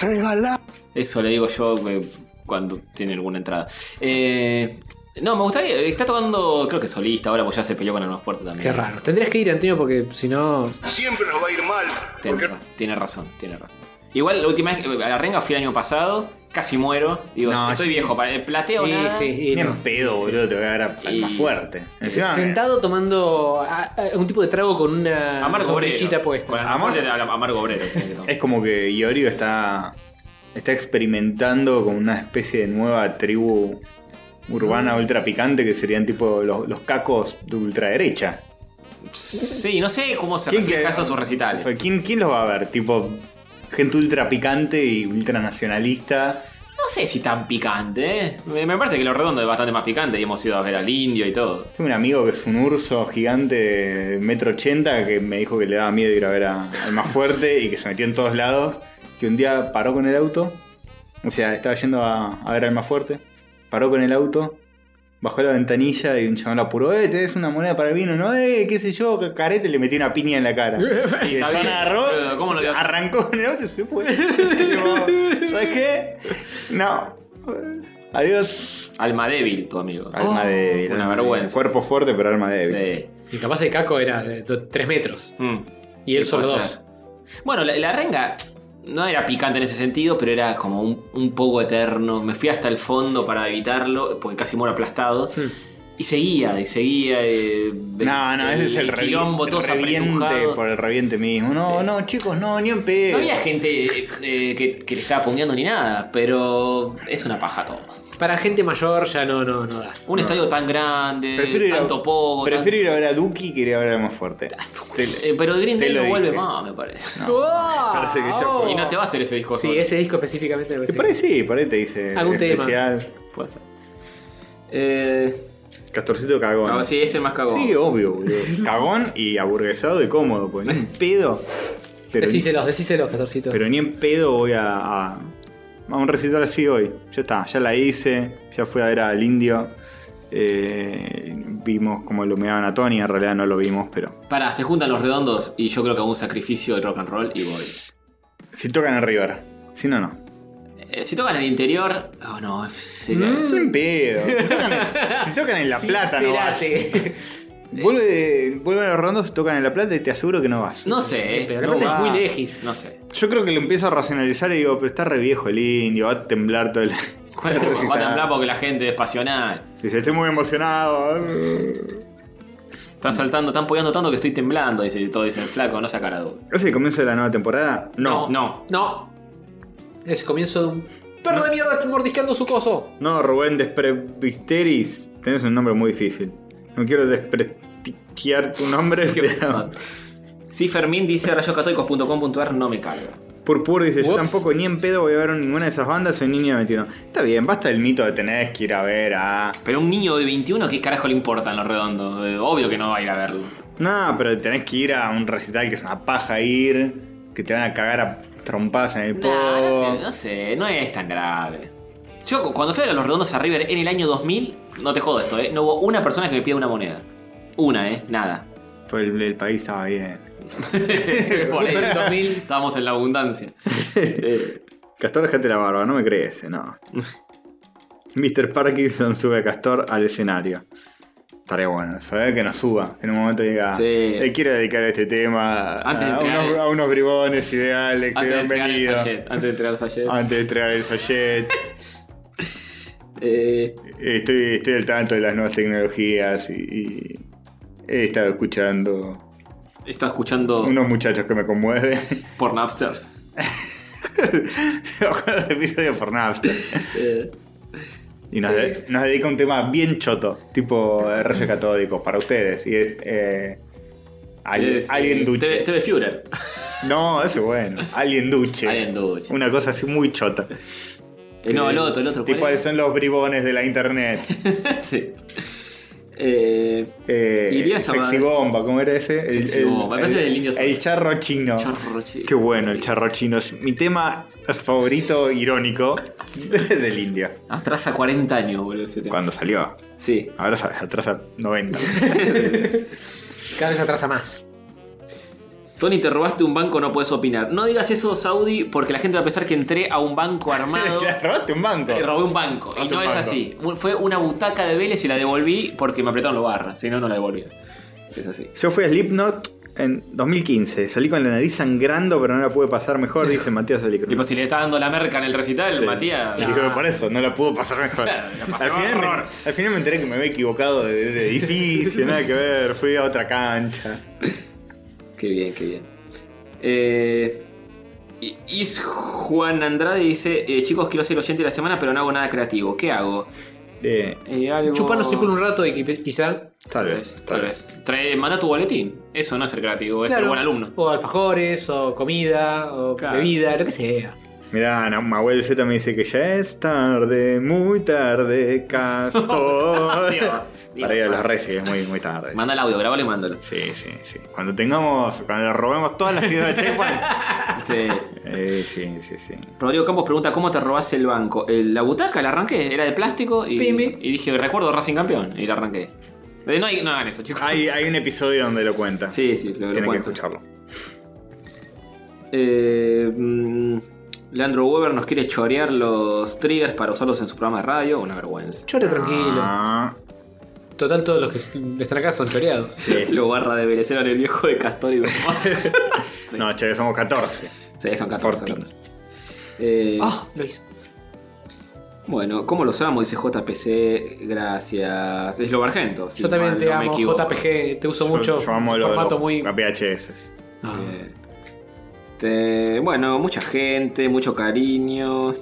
S6: regalalo.
S2: Eso le digo yo eh, cuando tiene alguna entrada. Eh, no, me gustaría. Está tocando, creo que solista ahora, porque ya se peleó con Almafuerte también.
S3: Qué raro. Tendrías que ir, Antonio, porque si no.
S5: Siempre nos va a ir mal.
S2: Tiene, ra- tiene razón, tiene razón. Igual la última vez que- a la renga fui el año pasado, casi muero. Digo,
S4: No,
S2: estoy
S4: sí.
S2: viejo, pa- eh, plateo
S3: Sí,
S2: nada.
S3: sí, y
S4: Ni
S3: no.
S4: en pedo, boludo, te voy a agarrar
S2: Y-
S4: más fuerte. Encima,
S3: Sentado tomando ah, ah, un tipo de trago con una
S2: Amargo
S3: sombrillita
S2: obrero. Con
S3: puesta.
S2: Almafuerte, al- amargo obrero. tenés que tomar.
S4: Es como que Iorio está, está experimentando con una especie de nueva tribu
S2: Mm.
S4: urbana ultra picante que serían tipo los, los cacos de ultraderecha.
S2: Sí, no sé cómo se refleja eso en sus recitales.
S4: fue- ¿quién, quién los va a ver? Tipo, gente ultra picante y ultranacionalista.
S2: No sé si tan picante, ¿eh? Me, me parece que lo redondo es bastante más picante y hemos ido a ver al indio y todo.
S4: Tengo un amigo que es un urso gigante de metro ochenta que me dijo que le daba miedo ir a ver a- al más fuerte y que se metió en todos lados. Que un día paró con el auto, o sea, estaba yendo a, a ver al más fuerte, paró con el auto, bajó la ventanilla y un chabón lo apuró: ¡Eh, tenés una moneda para el vino! ¿No? ¡Eh, qué sé yo! Carete le metió una piña en la cara. Y el
S2: Está
S4: chabón
S2: bien,
S4: agarró,
S2: pero ¿cómo no le vas a-
S4: arrancó con el auto y se fue. Tipo, ¿Sabes qué? No. Adiós.
S2: Alma débil, tu amigo.
S3: Oh,
S2: Ah,
S4: Alma débil.
S2: una
S4: alma débil.
S2: vergüenza.
S4: Cuerpo fuerte, pero alma débil.
S2: Sí.
S3: Y capaz el caco era de 3 metros.
S2: Mm.
S3: Y él
S2: Sí,
S3: solo
S2: puede
S3: dos.
S2: ser. Bueno, la, la renga no era picante en ese sentido, pero era como un, un poco eterno. Me fui hasta el fondo para evitarlo, porque casi muero aplastado.
S3: Mm.
S2: Y seguía, y seguía. eh,
S4: No, no, ese es el, revi-
S2: quilombo,
S4: el
S2: todos
S4: reviente
S2: apretujados.
S4: por el reviente mismo. No, no, chicos, no, ni en pedo.
S2: No había gente eh, eh, que, que le estaba pungueando ni nada, pero es una paja todo.
S3: Para gente mayor ya no, no, no da.
S2: Un estadio tan grande,
S4: prefiero ir a,
S2: tanto poco.
S4: prefiero ir a ver a Duki que ir a ver a más fuerte. Te-
S2: tan- Eh, pero Green
S4: te
S2: Day
S4: lo
S2: no vuelve
S4: dije.
S2: más, me parece.
S3: ¡Oh!
S4: parece que ya fue.
S2: Y no te va a hacer ese disco
S3: Sí,
S2: solo.
S3: ese disco específicamente. me
S4: Te
S3: parece
S4: por ahí sí, por ahí te dice
S3: Algún tema.
S4: especial.
S2: Puede ser. Eh,
S4: Castorcito cagón.
S2: no, sí, ese es más cagón.
S4: Sí, obvio, boludo. Cagón y aburguesado y cómodo, pues. Ni en pedo.
S3: que-
S4: Pero,
S3: Decíselos, decíselos, Castorcito.
S4: pero ni en pedo voy a, a, a un recital así hoy. Ya está, ya la hice, ya fui a ver al indio. Eh, vimos como lo meaban a Tony, en realidad no lo vimos, pero.
S2: Pará, se juntan los redondos y yo creo que hago un sacrificio de rock and roll y voy.
S4: Si tocan en River. Si no, no.
S2: Eh, si tocan en el interior. Oh no, sería-
S3: Mm.
S4: Ni en pedo. Si tocan, si tocan en La Plata, no vas.
S3: Sincerate.
S4: Vuelve, vuelve a los rondos, si tocan en La Plata y te aseguro que no vas.
S2: No sé, eh,
S3: Pero la
S2: no,
S3: plata
S2: va.
S3: es muy lejis.
S2: no sé.
S4: Yo creo que lo empiezo a racionalizar y digo, pero está re viejo el indio, va a temblar todo el.
S2: ¿Cuál va a temblar porque la gente es pasional?
S4: Dice, estoy muy emocionado.
S2: Están saltando, están apoyando tanto que estoy temblando, dice todo, dice el flaco, no saca la duda.
S4: ¿Es el comienzo de la nueva temporada? No.
S2: No.
S3: No. Es el comienzo de un perro de mierda mordisqueando su coso.
S4: No, Rubén Desprevisteris. Tenés un nombre muy difícil. No quiero desprestigiar tu nombre. pero...
S2: Si Fermín dice rayoscatoicos.com.ar no me carga.
S4: Purpur dice, yo
S3: Whoops.
S4: tampoco ni en pedo voy a ver ninguna de esas bandas, soy niño de 21. Está bien, basta el mito de tener que ir a ver a...
S2: Pero un niño de 21, ¿qué carajo le importan los redondos? Eh, obvio que no va a ir a verlo.
S4: No, pero tenés que ir a un recital que es una paja ir, que te van a cagar a trompadas en el
S2: Nah, no,
S4: pogo.
S2: te- no sé, no es tan grave. Yo cu- cuando fui a los redondos a River en el año 2000, no te jodo esto, ¿eh? No hubo una persona que me pida una moneda. Una, ¿eh? Nada.
S4: Pues el, el país estaba bien.
S2: Por
S3: Justo en el 2000.
S2: estábamos en la abundancia. Eh,
S4: Castor, dejate la barba, no me crees, no. Mr. Parkinson sube a Castor al escenario. Estaría bueno, saber que nos suba, que en un momento diga,
S2: Sí.
S4: "Eh, quiero dedicar este tema a-
S2: Antes de
S4: a,
S2: entregar
S4: unos,
S2: el-
S4: a unos bribones ideales que
S2: antes, de
S4: han
S2: entregar el
S4: venido.
S2: sachet, antes de entregar el sachet.
S4: Antes de entregar el sachet.
S2: Eh,
S4: Estoy, estoy al tanto de las nuevas tecnologías y, y he estado escuchando
S2: estaba escuchando
S4: unos muchachos que me conmueven.
S2: por Napster.
S4: Ojalá el episodio de Fortnite.
S2: Eh,
S4: Y nos, de- nos dedica un tema bien choto, tipo de Reyes Catódicos, para ustedes. Y es. eh, al-
S2: es,
S4: Alien
S2: eh,
S4: Duche.
S2: TV, TV Führer.
S4: No, ese es bueno. Alien Duche.
S2: Alien Duche.
S4: Una cosa así muy chota.
S2: Eh, no, el otro, el otro. ¿cuál
S4: Tipo,
S2: era?
S4: son los bribones de la internet.
S2: Sí. Eh,
S4: Eh,
S2: Iría a
S4: sexy
S2: saber.
S4: bomba, ¿cómo era ese? El,
S2: Sexy Bomba, me parece del Indio Solari.
S4: el charro chino.
S2: Charro Chino.
S4: Qué bueno el charro chino. Es mi tema favorito irónico del Indio.
S2: atrasa 40 años, boludo, ese tema.
S4: Cuando salió.
S2: Sí.
S4: Ahora sabes, atrás a 90.
S3: Cada vez atrasa más.
S2: Tony, te robaste un banco, no puedes opinar. No digas eso, Saudi, porque la gente va a pensar que entré a un banco armado.
S4: Te robaste un banco.
S2: Eh, Robé un banco. Y
S4: Robaste
S2: no
S4: un
S2: es
S4: banco.
S2: así. Un- Fue una butaca de Vélez y la devolví porque me apretaron los barras. Si no, no la devolví. Es así.
S4: Yo fui a Slipknot en 2015. Salí con la nariz sangrando, pero no la pude pasar mejor, dice Matías Olicro.
S2: Tipo, pues si le está dando la merca en el recital,
S4: Sí.
S2: Matías.
S4: Y Dijo que por eso, no la pudo pasar mejor.
S2: Claro, la pasó
S4: al, final eh. me,
S2: horror.
S4: al final me enteré que me había equivocado de, de edificio, nada que ver. Fui a otra cancha.
S2: Qué bien, qué bien. Eh, y- Is Juan Andrade dice: eh, Chicos, quiero ser oyente de la semana, pero no hago nada creativo. ¿Qué hago?
S4: Eh,
S2: Eh, algo...
S3: Chupar los círculos un rato y qui- quizá.
S4: tal vez, tal vez.
S2: Trae, manda tu boletín. Eso no es ser creativo, es ser
S3: Claro.
S2: buen alumno.
S3: O alfajores, o comida, o
S2: Claro.
S3: bebida, lo que sea.
S4: Mirá, no, Mahuel Z me dice que ya es tarde, muy tarde, Castor.
S2: Dios, Dios.
S4: Para ir a los reyes es muy, muy tarde.
S2: Manda el audio, grabalo y mándalo.
S4: Sí, sí, sí. Cuando tengamos, cuando robemos todas las ideas de Checkpoint.
S2: Sí.
S4: Eh, sí, sí, sí.
S2: Este, Rodrigo Campos pregunta: ¿Cómo te robás el banco? Eh, la butaca la arranqué, era de plástico y,
S3: Pim, pim.
S2: y dije: Recuerdo Racing Campeón y la arranqué. Eh, no, hay- no hagan eso, chicos.
S4: Hay, hay un episodio donde lo cuenta.
S2: Sí, sí, lo, lo
S4: Tienen que
S2: cuento.
S4: escucharlo.
S2: Eh, mm, Leandro Weber nos quiere chorear los triggers para usarlos en su programa de radio. Una vergüenza.
S3: Chore tranquilo.
S4: Ah,
S3: Total, todos los que están acá son choreados.
S4: sí.
S2: Lo barra de Venezuela el viejo de Castor y Guzmán.
S4: No, che, somos 14.
S2: Sí, son 14.
S4: Fortín.
S2: Eh,
S3: Ah, lo hizo.
S2: Bueno, ¿cómo los amo? Dice JPC. Gracias. Es lo Argento. si
S3: Yo también
S2: mal
S3: te
S2: no me
S3: amo,
S2: equivoco.
S3: JPG, te uso mucho.
S4: Yo, yo amo
S3: es un
S4: los,
S3: formato
S4: los
S3: muy.
S4: PHS.
S3: Ah.
S2: Eh, te- bueno, mucha gente, mucho cariño.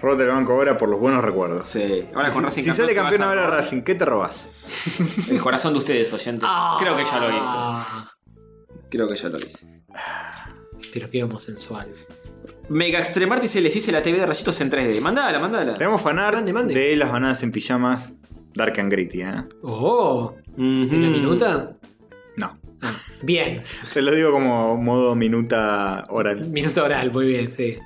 S4: Rote el banco ahora por los buenos recuerdos.
S2: Sí. Ahora con
S4: Si-
S2: Racing
S4: si sale
S2: te
S4: campeón
S2: vas a
S4: ahora
S2: robar
S4: Racing, ¿qué te robás?
S2: El corazón de ustedes, oyentes.
S3: Ah.
S2: Creo que ya lo hice. Creo que ya lo hice.
S3: Pero qué homosensual.
S2: Mega Extremar dice, les hice la TV de rayitos en 3D. Mandala, mandala.
S4: Tenemos fanart
S3: Mande, mande.
S4: de las bananas en pijamas Dark and Gritty, ¿eh?
S3: Oh,
S2: Ujú.
S3: ¿en la minuta?
S4: No.
S3: Ah, bien.
S4: Se lo digo como modo minuta oral.
S3: Minuta oral, muy bien, sí.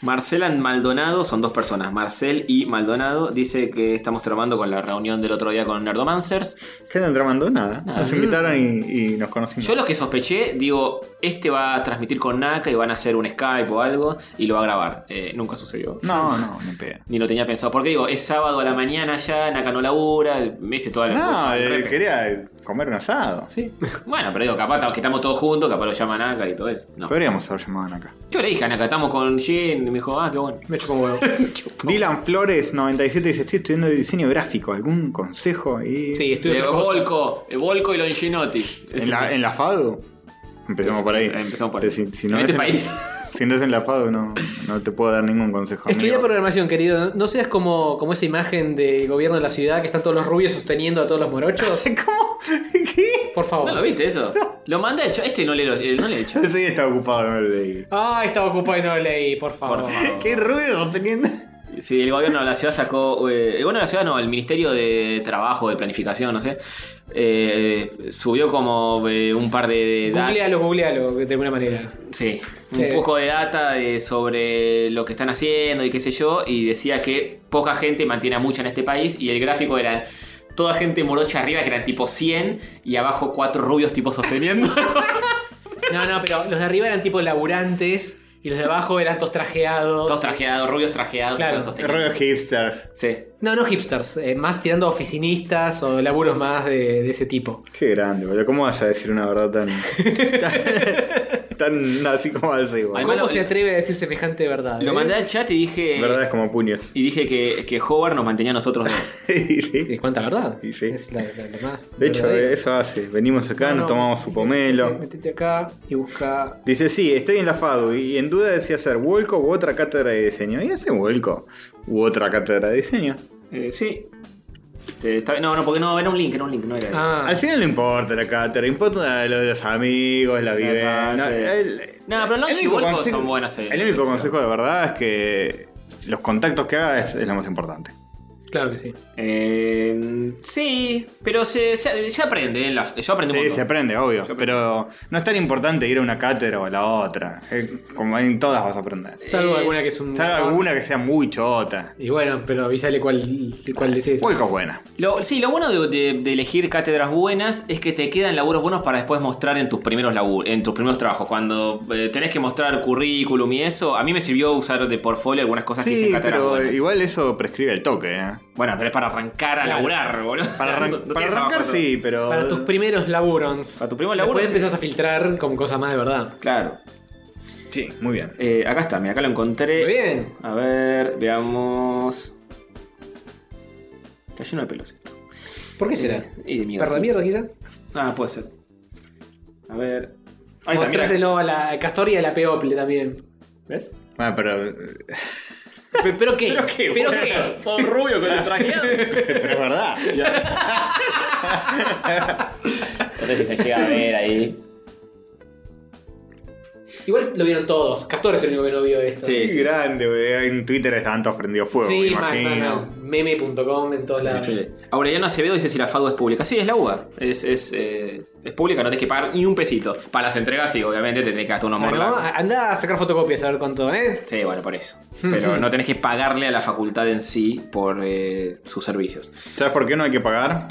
S2: Marcela Maldonado, son dos personas, Marcel y Maldonado, dice que estamos tramando con la reunión del otro día con Nerdomancers.
S4: ¿Qué no tramando? Nada. Nos invitaron y, y nos conocimos.
S2: Yo los que sospeché, digo, este va a transmitir con Naka y van a hacer un Skype o algo y lo va a grabar. Eh, nunca sucedió.
S4: No, no, ni pedo.
S2: Ni lo tenía pensado. Porque digo, es sábado a la mañana ya, Naka no labura, me hice toda la
S4: No,
S2: cosa,
S4: eh,
S2: repe.
S4: quería comer un asado.
S2: Sí. Bueno, pero digo, capaz que estamos todos juntos, capaz lo llama Naka y todo eso. No.
S4: Podríamos haber llamado acá.
S2: Yo le dije a Naka, estamos con Jin, y me dijo, ah, qué bueno.
S3: Me chocó un huevo.
S4: Dylan Flores 97 dice, estoy estudiando diseño gráfico, ¿algún consejo? Y...
S3: Sí, estudio
S2: Eh,
S3: otra cosa.
S2: Volco, eh, Volco y Longinotti.
S4: ¿En la, en la FADU? Empecemos
S2: Es-
S4: por ahí. Eh,
S2: es- empezamos por ahí.
S4: Si, si no
S2: En
S4: es
S2: este
S4: en,
S2: país.
S4: si no es en la FADU no, no te puedo dar ningún consejo.
S3: Estudia
S4: amigo.
S3: programación, querido. No seas como, como esa imagen del gobierno de la ciudad que están todos los rubios sosteniendo a todos los morochos.
S4: ¿Cómo? ¿Qué?
S3: Por favor.
S2: ¿No lo viste eso? Lo manda hecho. Este no le lo eh, no le echa.
S4: Yo sí estaba ocupado, no lo leí.
S3: Ah, estaba ocupado y no lo leí, por favor.
S2: Por favor.
S4: ¿Qué ruido teniendo?
S2: Sí, el gobierno de la ciudad sacó. eh, el gobierno de la ciudad no, el Ministerio de Trabajo, de Planificación, no sé. eh, subió como eh, un par de, de dat-
S3: Googlealo, googlealo, de alguna manera.
S2: Sí, un
S3: Sí.
S2: poco de data de- sobre lo que están haciendo y qué sé yo, y decía que poca gente mantiene a mucha en este país, y el gráfico era toda gente morocha arriba, que eran tipo 100, y abajo cuatro rubios tipo sosteniendo.
S3: Oh, No, no, pero los de arriba eran tipo laburantes y los de abajo eran todos trajeados.
S2: Todos trajeados, rubios trajeados, que
S3: Claro.
S2: están sosteniendo.
S4: Ruido hipsters.
S2: Sí.
S3: No, no hipsters, eh, más tirando a oficinistas o laburos más de, de ese tipo.
S4: Qué grande, boludo. ¿Cómo vas a decir una verdad tan... tan, tan así como así, boludo?
S2: Ay,
S3: ¿Cómo
S2: malo,
S3: se atreve a decir semejante verdad?
S2: Lo
S3: eh?
S2: mandé al chat y dije.
S4: Verdades como puños.
S2: Y dije que, que Hobart nos mantenía a nosotros dos.
S4: Sí, sí.
S3: ¿Y cuánta verdad?
S4: Y sí.
S3: Es la, la- la más
S4: De hecho, eh,
S3: verdadera.
S4: eso hace. Venimos acá, nos tomamos su pomelo.
S3: Metete acá y busca.
S4: Dice, sí, estoy en la FADU y en duda de si hacer vuelco u otra cátedra de diseño. Y hace vuelco u otra cátedra de diseño.
S2: Eh, sí. Este, está- no, no, porque no, era un link, era un link, no era.
S3: Ah,
S4: Al final no importa la cátedra, importa lo de los amigos, la vivencia.
S2: sí.
S4: el-
S2: No, pero no,
S4: el
S2: si
S4: único
S2: vuelco
S4: consejo-
S2: son buenas. eh,
S4: El único
S2: sí.
S4: consejo de verdad es que los contactos que hagas es, es lo más importante.
S3: Claro que sí.
S2: Eh, sí, pero se, se- se aprende. En la, yo aprendí un
S4: Sí,
S2: montón.
S4: se aprende, obvio. Pero no es tan importante ir a una cátedra o a la otra. Eh, Como en todas vas a aprender.
S3: Salvo
S2: Eh,
S3: alguna que es un.
S4: Salvo alguna que sea muy chota.
S3: Y bueno, pero avísale cuál, cuál decís.
S4: Hueco es buena.
S2: Lo- sí, lo bueno de, de- de elegir cátedras buenas es que te quedan laburos buenos para después mostrar en tus primeros labur- en tus primeros trabajos. Cuando eh, tenés que mostrar currículum y eso, a mí me sirvió usar de portfolio algunas cosas que hice
S4: Sí,
S2: en cátedras
S4: pero
S2: buenas.
S4: igual eso prescribe el toque, ¿eh?
S2: Bueno, pero es para arrancar a laburar, boludo.
S4: Para, arran-
S2: No- no
S4: para
S2: tienes
S4: arrancar
S2: abajo-
S4: sí, pero.
S3: Para tus primeros laburons.
S2: Para tu primer laburo,
S3: Después
S2: sí.
S3: empezás a filtrar como cosas más de verdad.
S2: Claro.
S4: Sí, muy bien.
S2: Eh, acá está, mira, acá lo encontré.
S3: Muy bien.
S2: A ver, veamos. Está lleno de pelos esto.
S3: ¿Por qué será?
S2: Y de mierda.
S3: ¿Perro de mierda quizá?
S2: Ah, puede ser. A ver. Ahí está, mira.
S3: Mostráselo a la Castor y a la People también.
S2: ¿Ves?
S4: Bueno, pero.
S3: Pe- ¿Pero qué? ¿Pero
S2: qué,
S3: ¿Pero
S2: boludo?
S3: qué?
S2: Todo rubio con el trajeado.
S4: Pero es verdad.
S2: No sé si se llega a ver ahí.
S3: Igual lo vieron todos. Castor es el único que no vio esto.
S4: Qué grande, güey. En Twitter estaban todos prendidos fuego, me
S3: Sí, mal, mal,
S4: imagino.
S3: mal. Meme.com en todos lados.
S2: Aureliano Acevedo dice si la FADU es pública. Sí, es la UBA. Es, es, eh, es pública, no tenés que pagar ni un pesito. Para las entregas, sí, obviamente te tenés que gastar unos
S3: Ah, ¿no?
S2: morlacos.
S3: Andá a sacar fotocopias a ver cuánto, ¿eh?
S2: Sí, bueno, por eso. Pero no tenés que pagarle a la facultad en sí por eh, sus servicios.
S4: ¿Sabes por qué no hay que pagar?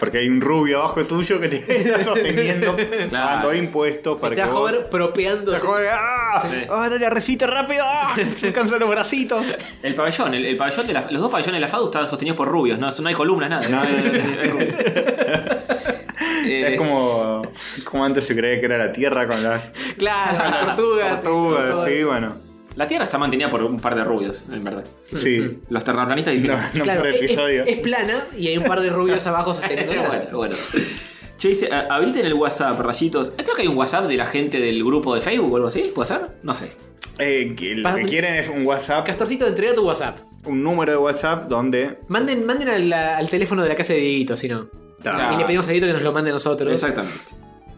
S4: Porque hay un rubio abajo tuyo que te está sosteniendo, pagando impuestos para
S3: Está
S4: que vos-
S3: Hover propeando.
S4: Está joven. ¡Ah!
S2: Sí.
S4: ¡Ah, dale arrecito rápido! ¡Ah! Se me cansan los bracitos.
S2: El pabellón, el, el pabellón de la- los dos pabellones de la FADU están sostenidos por rubios, no, no hay columnas, nada. Eh,
S4: Es como, como antes se creía que era la tierra con las
S3: Claro, las tortugas.
S4: tortugas,
S3: Todo.
S4: sí, bueno.
S2: La Tierra está mantenida por un par de rubios, en verdad.
S4: Sí.
S2: Los terraplanistas dicen
S4: No,
S2: eso.
S4: no
S3: Claro,
S4: por
S3: es,
S4: episodio.
S3: es plana y hay un par de rubios abajo sosteniendo.
S2: Pero bueno, bueno. Che, dice, a- habiliten el WhatsApp, rayitos. Eh, Creo que hay un WhatsApp de la gente del grupo de Facebook o algo así, ¿puede ser? No sé.
S4: Eh, que lo
S3: Pásame-
S4: que quieren es un WhatsApp,
S3: Castorcito, entrega tu WhatsApp.
S4: un número de WhatsApp donde.
S3: Manden, manden al, al teléfono de la casa de Dieguito, si no.
S4: Ta.
S3: Y le pedimos a Dieguito Ah. que nos lo mande a nosotros.
S2: Exactamente.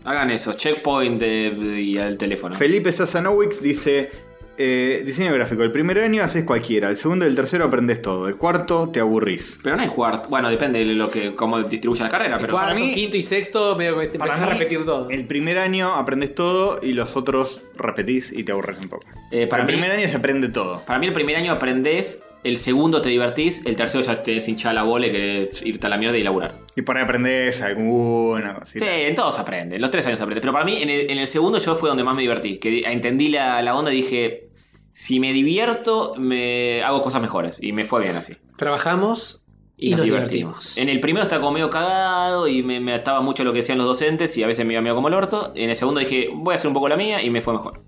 S2: Hagan eso, checkpoint eh, y al teléfono.
S4: Felipe Sasanowicz dice. eh, diseño gráfico. El primer año haces cualquiera. El segundo y el tercero aprendes todo. El cuarto te aburrís.
S2: Pero no hay cuarto. Bueno, depende de lo que cómo distribuya la carrera, pero.
S3: Cuarto,
S4: para mí-
S3: quinto y sexto, medio que te
S4: Para
S3: empezás a
S4: mí,
S3: repetir todo.
S4: El primer año aprendes todo y los otros repetís y te aburres un poco.
S2: Eh, para
S4: el
S2: mí-
S4: primer año se aprende todo.
S2: Para mí el primer año aprendés, el segundo te divertís, el tercero ya te hinchada la bola y querés irte a la mierda y laburar.
S4: Y por ahí aprendes alguna
S2: Sí,
S4: cosita.
S2: en todos aprende, los tres años aprende. Pero para mí, en el, en el segundo yo fue donde más me divertí, que di- entendí la, la onda y dije, si me divierto, me hago cosas mejores. Y me fue bien así.
S3: Trabajamos
S2: Y, nos, divertimos. En el primero estaba como medio cagado y me, me ataba mucho lo que decían los docentes y a veces me iba medio como el orto. En el segundo dije, voy a hacer un poco la mía y me fue mejor.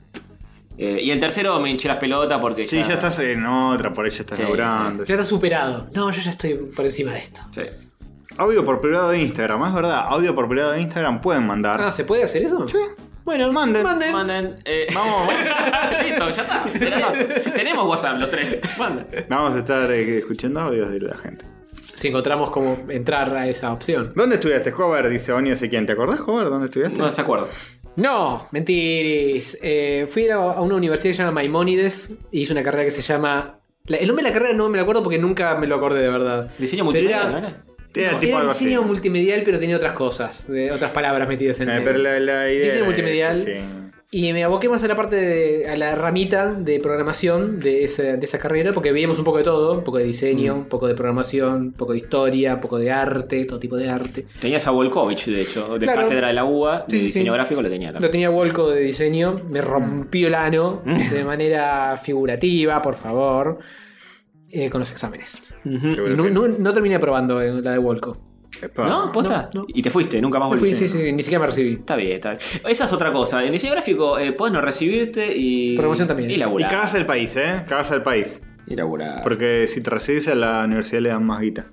S2: Eh, y el tercero me hinché las pelotas porque
S4: Sí, ya estás en otra, por ahí ya estás
S2: Sí,
S4: laburando.
S3: Ya está superado. No, yo ya estoy por encima de esto.
S2: Sí.
S4: Audio por privado de Instagram, es verdad. Audio por privado de Instagram pueden mandar.
S3: Ah, ¿se puede hacer eso? Sí. Bueno,
S4: Manden.
S3: Manden.
S2: Manden. eh,
S4: Vamos,
S2: Listo, ya está. Tenemos, tenemos WhatsApp los tres. Manden.
S4: Vamos a estar eh, escuchando audios de la gente.
S3: Si encontramos cómo entrar a esa opción.
S4: ¿Dónde estudiaste, Hover? Dice Onio quién. ¿Te acordás, Hover? ¿Dónde estudiaste?
S2: No se acuerdo.
S3: No, mentiris. Eh, fui a, a una universidad que se llama Maimónides y hice una carrera que se llama. la- el nombre de la carrera no me lo acuerdo porque nunca me lo acordé de verdad.
S2: Diseño
S3: Pero
S2: multimedia,
S3: era-
S2: ¿no era?
S4: Era
S3: No,
S4: tipo
S3: era
S4: algo así.
S3: diseño multimedial, pero tenía otras cosas, de otras palabras metidas en
S4: Eh,
S3: medio.
S4: pero la, la idea.
S3: Diseño
S4: era
S3: multimedial.
S4: esa, sí.
S3: Y me aboqué más a la parte de, a la ramita de programación de esa, de esa carrera, porque veíamos un poco de todo, un poco de
S4: Mm.
S3: diseño, un poco de programación, un poco de historia, un poco de arte, todo tipo de arte.
S2: Tenías a Volkovich, de hecho, de
S3: Claro.
S2: cátedra de la UBA,
S3: Sí,
S2: de
S3: sí,
S2: diseño
S3: sí.
S2: gráfico lo tenía
S3: Lo
S2: también.
S3: tenía Volco de diseño, me
S2: Mm.
S3: rompió el ano de manera figurativa, por favor, eh, con los exámenes.
S2: Ujú.
S4: Seguro
S3: Y no,
S4: que-
S3: no- no terminé aprobando eh, la de Volco.
S4: Epa.
S2: ¿No? ¿Posta?
S3: No, no.
S2: Y te fuiste, nunca más
S3: Me
S2: volviste.
S3: fui, sí, sí, ni siquiera me recibí.
S2: Está bien, está bien. Esa es otra cosa. En diseño gráfico eh, podés no recibirte y.
S3: Promoción también.
S2: Y
S4: Y
S2: laburar.
S4: cagas al país, ¿eh? Cagas al país.
S2: Y laburar.
S4: Porque si te recibes a la universidad le dan más guita.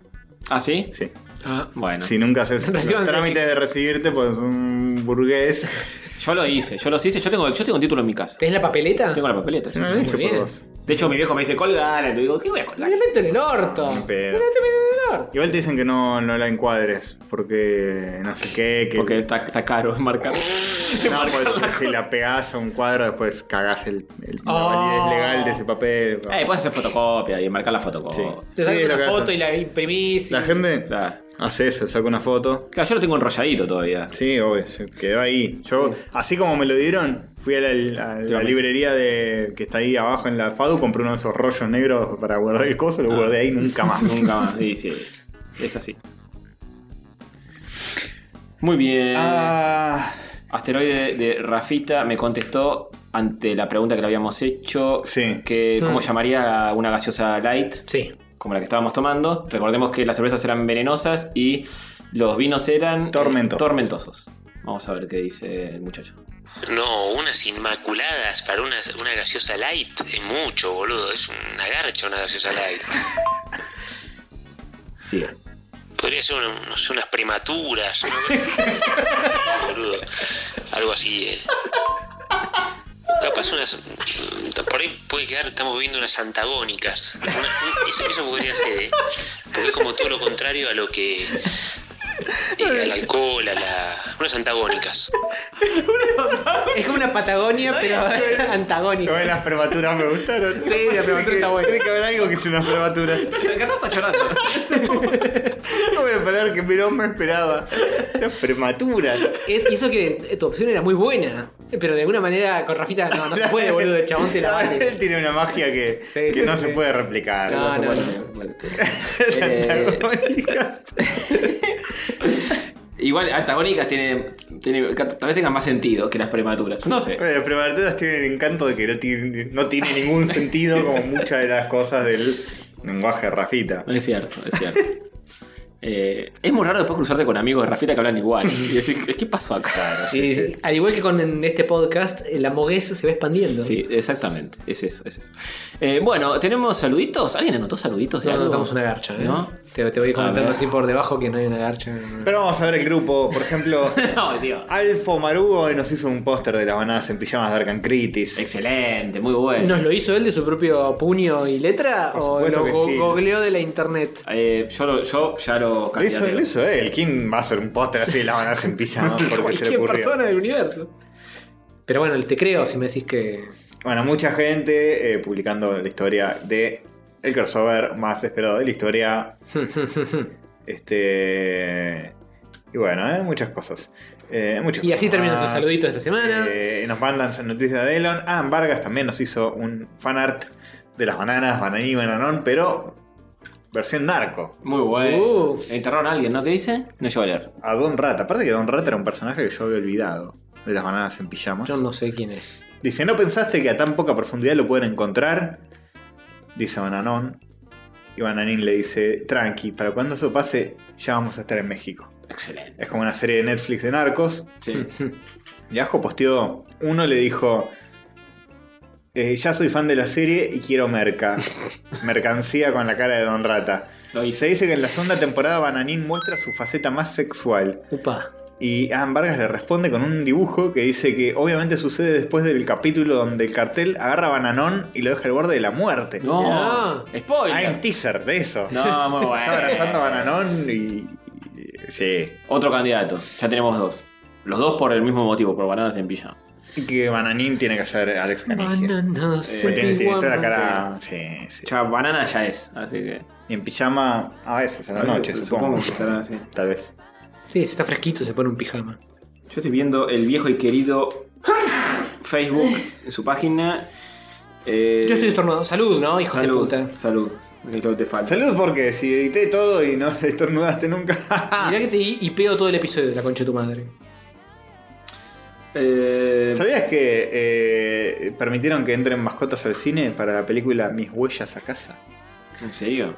S2: ¿Ah, sí?
S4: Sí.
S3: Ah,
S2: Bueno.
S4: Si nunca haces los
S3: Recíbanse,
S4: trámites de recibirte, pues un burgués.
S2: Yo lo hice, yo los hice. Yo tengo, yo tengo un título en mi casa.
S3: ¿Tenés la papeleta? Ah,
S2: Tengo la papeleta. sí,
S4: No
S2: sí.
S4: lo dije por
S3: bien.
S4: vos.
S2: De hecho, mi viejo me dice, colgala. Y te digo, ¿qué voy a colgar?
S3: Me la meto en el orto.
S4: Ni
S3: Me
S4: pedo.
S3: la meto en el peor.
S1: Igual te dicen que no, no la encuadres, porque no sé qué, que
S2: Porque está, está caro marcar.
S1: no, porque si la pegás a un cuadro después cagás el, el- la
S3: Oh.
S1: validez legal de ese papel.
S2: Eh, puedes hacer fotocopia y marcar la
S1: Sí.
S2: fotocopia.
S3: Te sacas
S1: Sí, lo
S3: una
S1: que
S3: foto
S1: hacen.
S3: y la imprimís. y-
S1: La gente
S2: Claro.
S1: hace eso, saca una foto.
S2: Claro, yo lo tengo enrolladito todavía.
S1: Sí, obvio, se quedó ahí. Yo, así como me lo dieron, fui a la, a la
S2: Tírame.
S1: librería de que está ahí abajo en la FADU, compré uno de esos rollos negros para guardar el coso,
S2: Ah.
S1: lo guardé ahí nunca más.
S2: Nunca más. Sí, sí. Es así. Muy bien.
S1: Ah,
S2: Asteroide de Rafita me contestó ante la pregunta que le habíamos hecho.
S1: Sí.
S2: Que cómo
S3: Hmm.
S2: llamaría una gaseosa light,
S3: Sí.
S2: como la que estábamos tomando. Recordemos que las cervezas eran venenosas y los vinos eran eh,
S1: Tormentosos.
S2: tormentosos. Vamos a ver qué dice el muchacho.
S5: No, unas inmaculadas para una, una gaseosa light es mucho, boludo. Es una garcha una gaseosa light.
S2: Sigue.
S5: Podría ser una- no sé, unas prematuras. ¿no? boludo. Algo así. eh. Capaz unas. Por ahí puede quedar, estamos viendo unas antagónicas. Una- eso, eso podría ser, ¿eh? Porque es como todo lo contrario a lo que. eh, al alcohol, a la. unas antagónicas.
S3: Es como una Patagonia, pero
S1: yo
S3: antagónica.
S1: de las prematuras me gustaron.
S3: Sí, la prematura
S1: Tiene que-
S3: está buena.
S1: Tiene que haber algo que sea una prematura.
S2: está llorando.
S1: No voy a parar que Perón me esperaba. Las prematuras.
S3: Es, y eso que eh, tu opción era muy buena. Pero de alguna manera con Rafita no, no se puede, boludo. El chabón te la
S1: Él
S3: vale.
S1: tiene una magia que,
S3: Sí,
S1: que
S3: sí,
S1: no
S3: sí.
S1: se puede replicar.
S2: Ah,
S3: No, no, no.
S1: Antagónica.
S2: Igual antagónicas tiene, tiene- tal vez tengan más sentido que las prematuras. No sé.
S1: Bueno, las prematuras tienen el encanto de que no tiene, no tiene ningún sentido como muchas de las cosas del lenguaje de Rafita.
S2: Es cierto, es cierto. Eh, es muy raro después cruzarte con amigos de Rafita que hablan igual. Y decir, ¿qué pasó acá?
S3: Y- y- al igual que con este podcast, la moguez se va expandiendo.
S2: Sí, exactamente. Es eso, es eso. Eh, bueno, ¿tenemos saluditos? ¿Alguien anotó saluditos de
S3: No, no
S2: algo?
S3: notamos una garcha, ¿eh?
S2: ¿No?
S3: Te, te voy
S2: A ver.
S3: comentando así por debajo que no hay una garcha.
S1: Pero vamos a ver el grupo, por ejemplo.
S2: No, tío.
S1: Alfo Marugo nos hizo un póster de las bananas en pijamas de Arkham Critis.
S2: Excelente, muy bueno.
S3: ¿Nos lo hizo él de su propio puño y letra?
S1: Por
S3: ¿O
S1: supuesto
S3: lo
S1: que
S3: go-
S1: sí.
S3: googleó de la internet?
S2: Eh, yo, lo- yo ya lo
S1: Lo hizo,
S2: candidateo.
S1: lo hizo él. ¿Quién va a hacer un póster así de las bananas en pijamas? Porque se le
S3: Cualquier
S1: ocurrió.
S3: persona del universo. Pero bueno, te creo si me decís que.
S1: Bueno, mucha gente eh, publicando la historia de el crossover más esperado de la historia. este. Y bueno, eh, muchas cosas. Eh, muchas
S3: Y así
S1: cosas
S3: terminan sus
S1: más.
S3: saluditos esta semana.
S1: Eh, nos mandan noticias de Elon. Ah, Vargas también nos hizo un fanart de las bananas, bananí, bananón, pero versión narco.
S2: Muy bueno.
S3: Uh.
S2: Enterraron a alguien, ¿no? ¿Qué dice? No llevo a leer.
S1: A Don Rata. Aparte que Don Rata era un personaje que yo había olvidado de las bananas en pijamas.
S3: Yo no sé quién es.
S1: Dice, ¿no pensaste que a tan poca profundidad lo pueden encontrar? Dice Bananón. Y Bananín le dice, tranqui, para cuando eso pase, ya vamos a estar en México.
S2: Excelente.
S1: Es como una serie de Netflix de narcos.
S3: Hmm.
S2: Sí.
S1: Y Ajo posteó, uno le dijo, "Eh, ya soy fan de la serie y quiero merca. Mercancía con la cara de Don Rata.
S2: Lo
S1: Y se
S2: hice.
S1: dice que en la segunda temporada Bananín muestra su faceta más sexual.
S3: Upa.
S1: Y Adam Vargas le responde con un dibujo que dice que obviamente sucede después del capítulo donde el cartel agarra a Bananón y lo deja al borde de la muerte.
S2: No.
S1: Hay
S3: No.
S1: un
S2: Spoiler.
S1: teaser de eso.
S2: No, muy bueno.
S1: Está abrazando a Bananón y. y- Sí.
S2: Otro candidato. Ya tenemos dos. Los dos por el mismo motivo, por bananas en pijama.
S1: Y que Bananín tiene que hacer Alex Canigia.
S3: Bananas.
S1: Sí, Eh, tiene, tiene toda la
S3: pijamas.
S1: cara. Sí, sí.
S2: Ya banana ya es, así que.
S1: Y en pijama a veces, a la noche, supongo.
S2: que será así.
S1: Tal vez.
S3: Sí, si está fresquito, se pone un pijama.
S2: Yo estoy viendo el viejo y querido Facebook en su página. Eh,
S3: Yo estoy estornudando. Salud, ¿no? Hijo de
S2: Salud,
S3: puta.
S2: salud. Es lo que te falta.
S1: Salud porque si edité todo y no estornudaste nunca.
S3: Mirá que te hi- hipeo todo el episodio de la concha de tu madre.
S2: Eh,
S1: ¿Sabías que eh, permitieron que entren mascotas al cine para la película Mis huellas a casa?
S2: ¿En serio?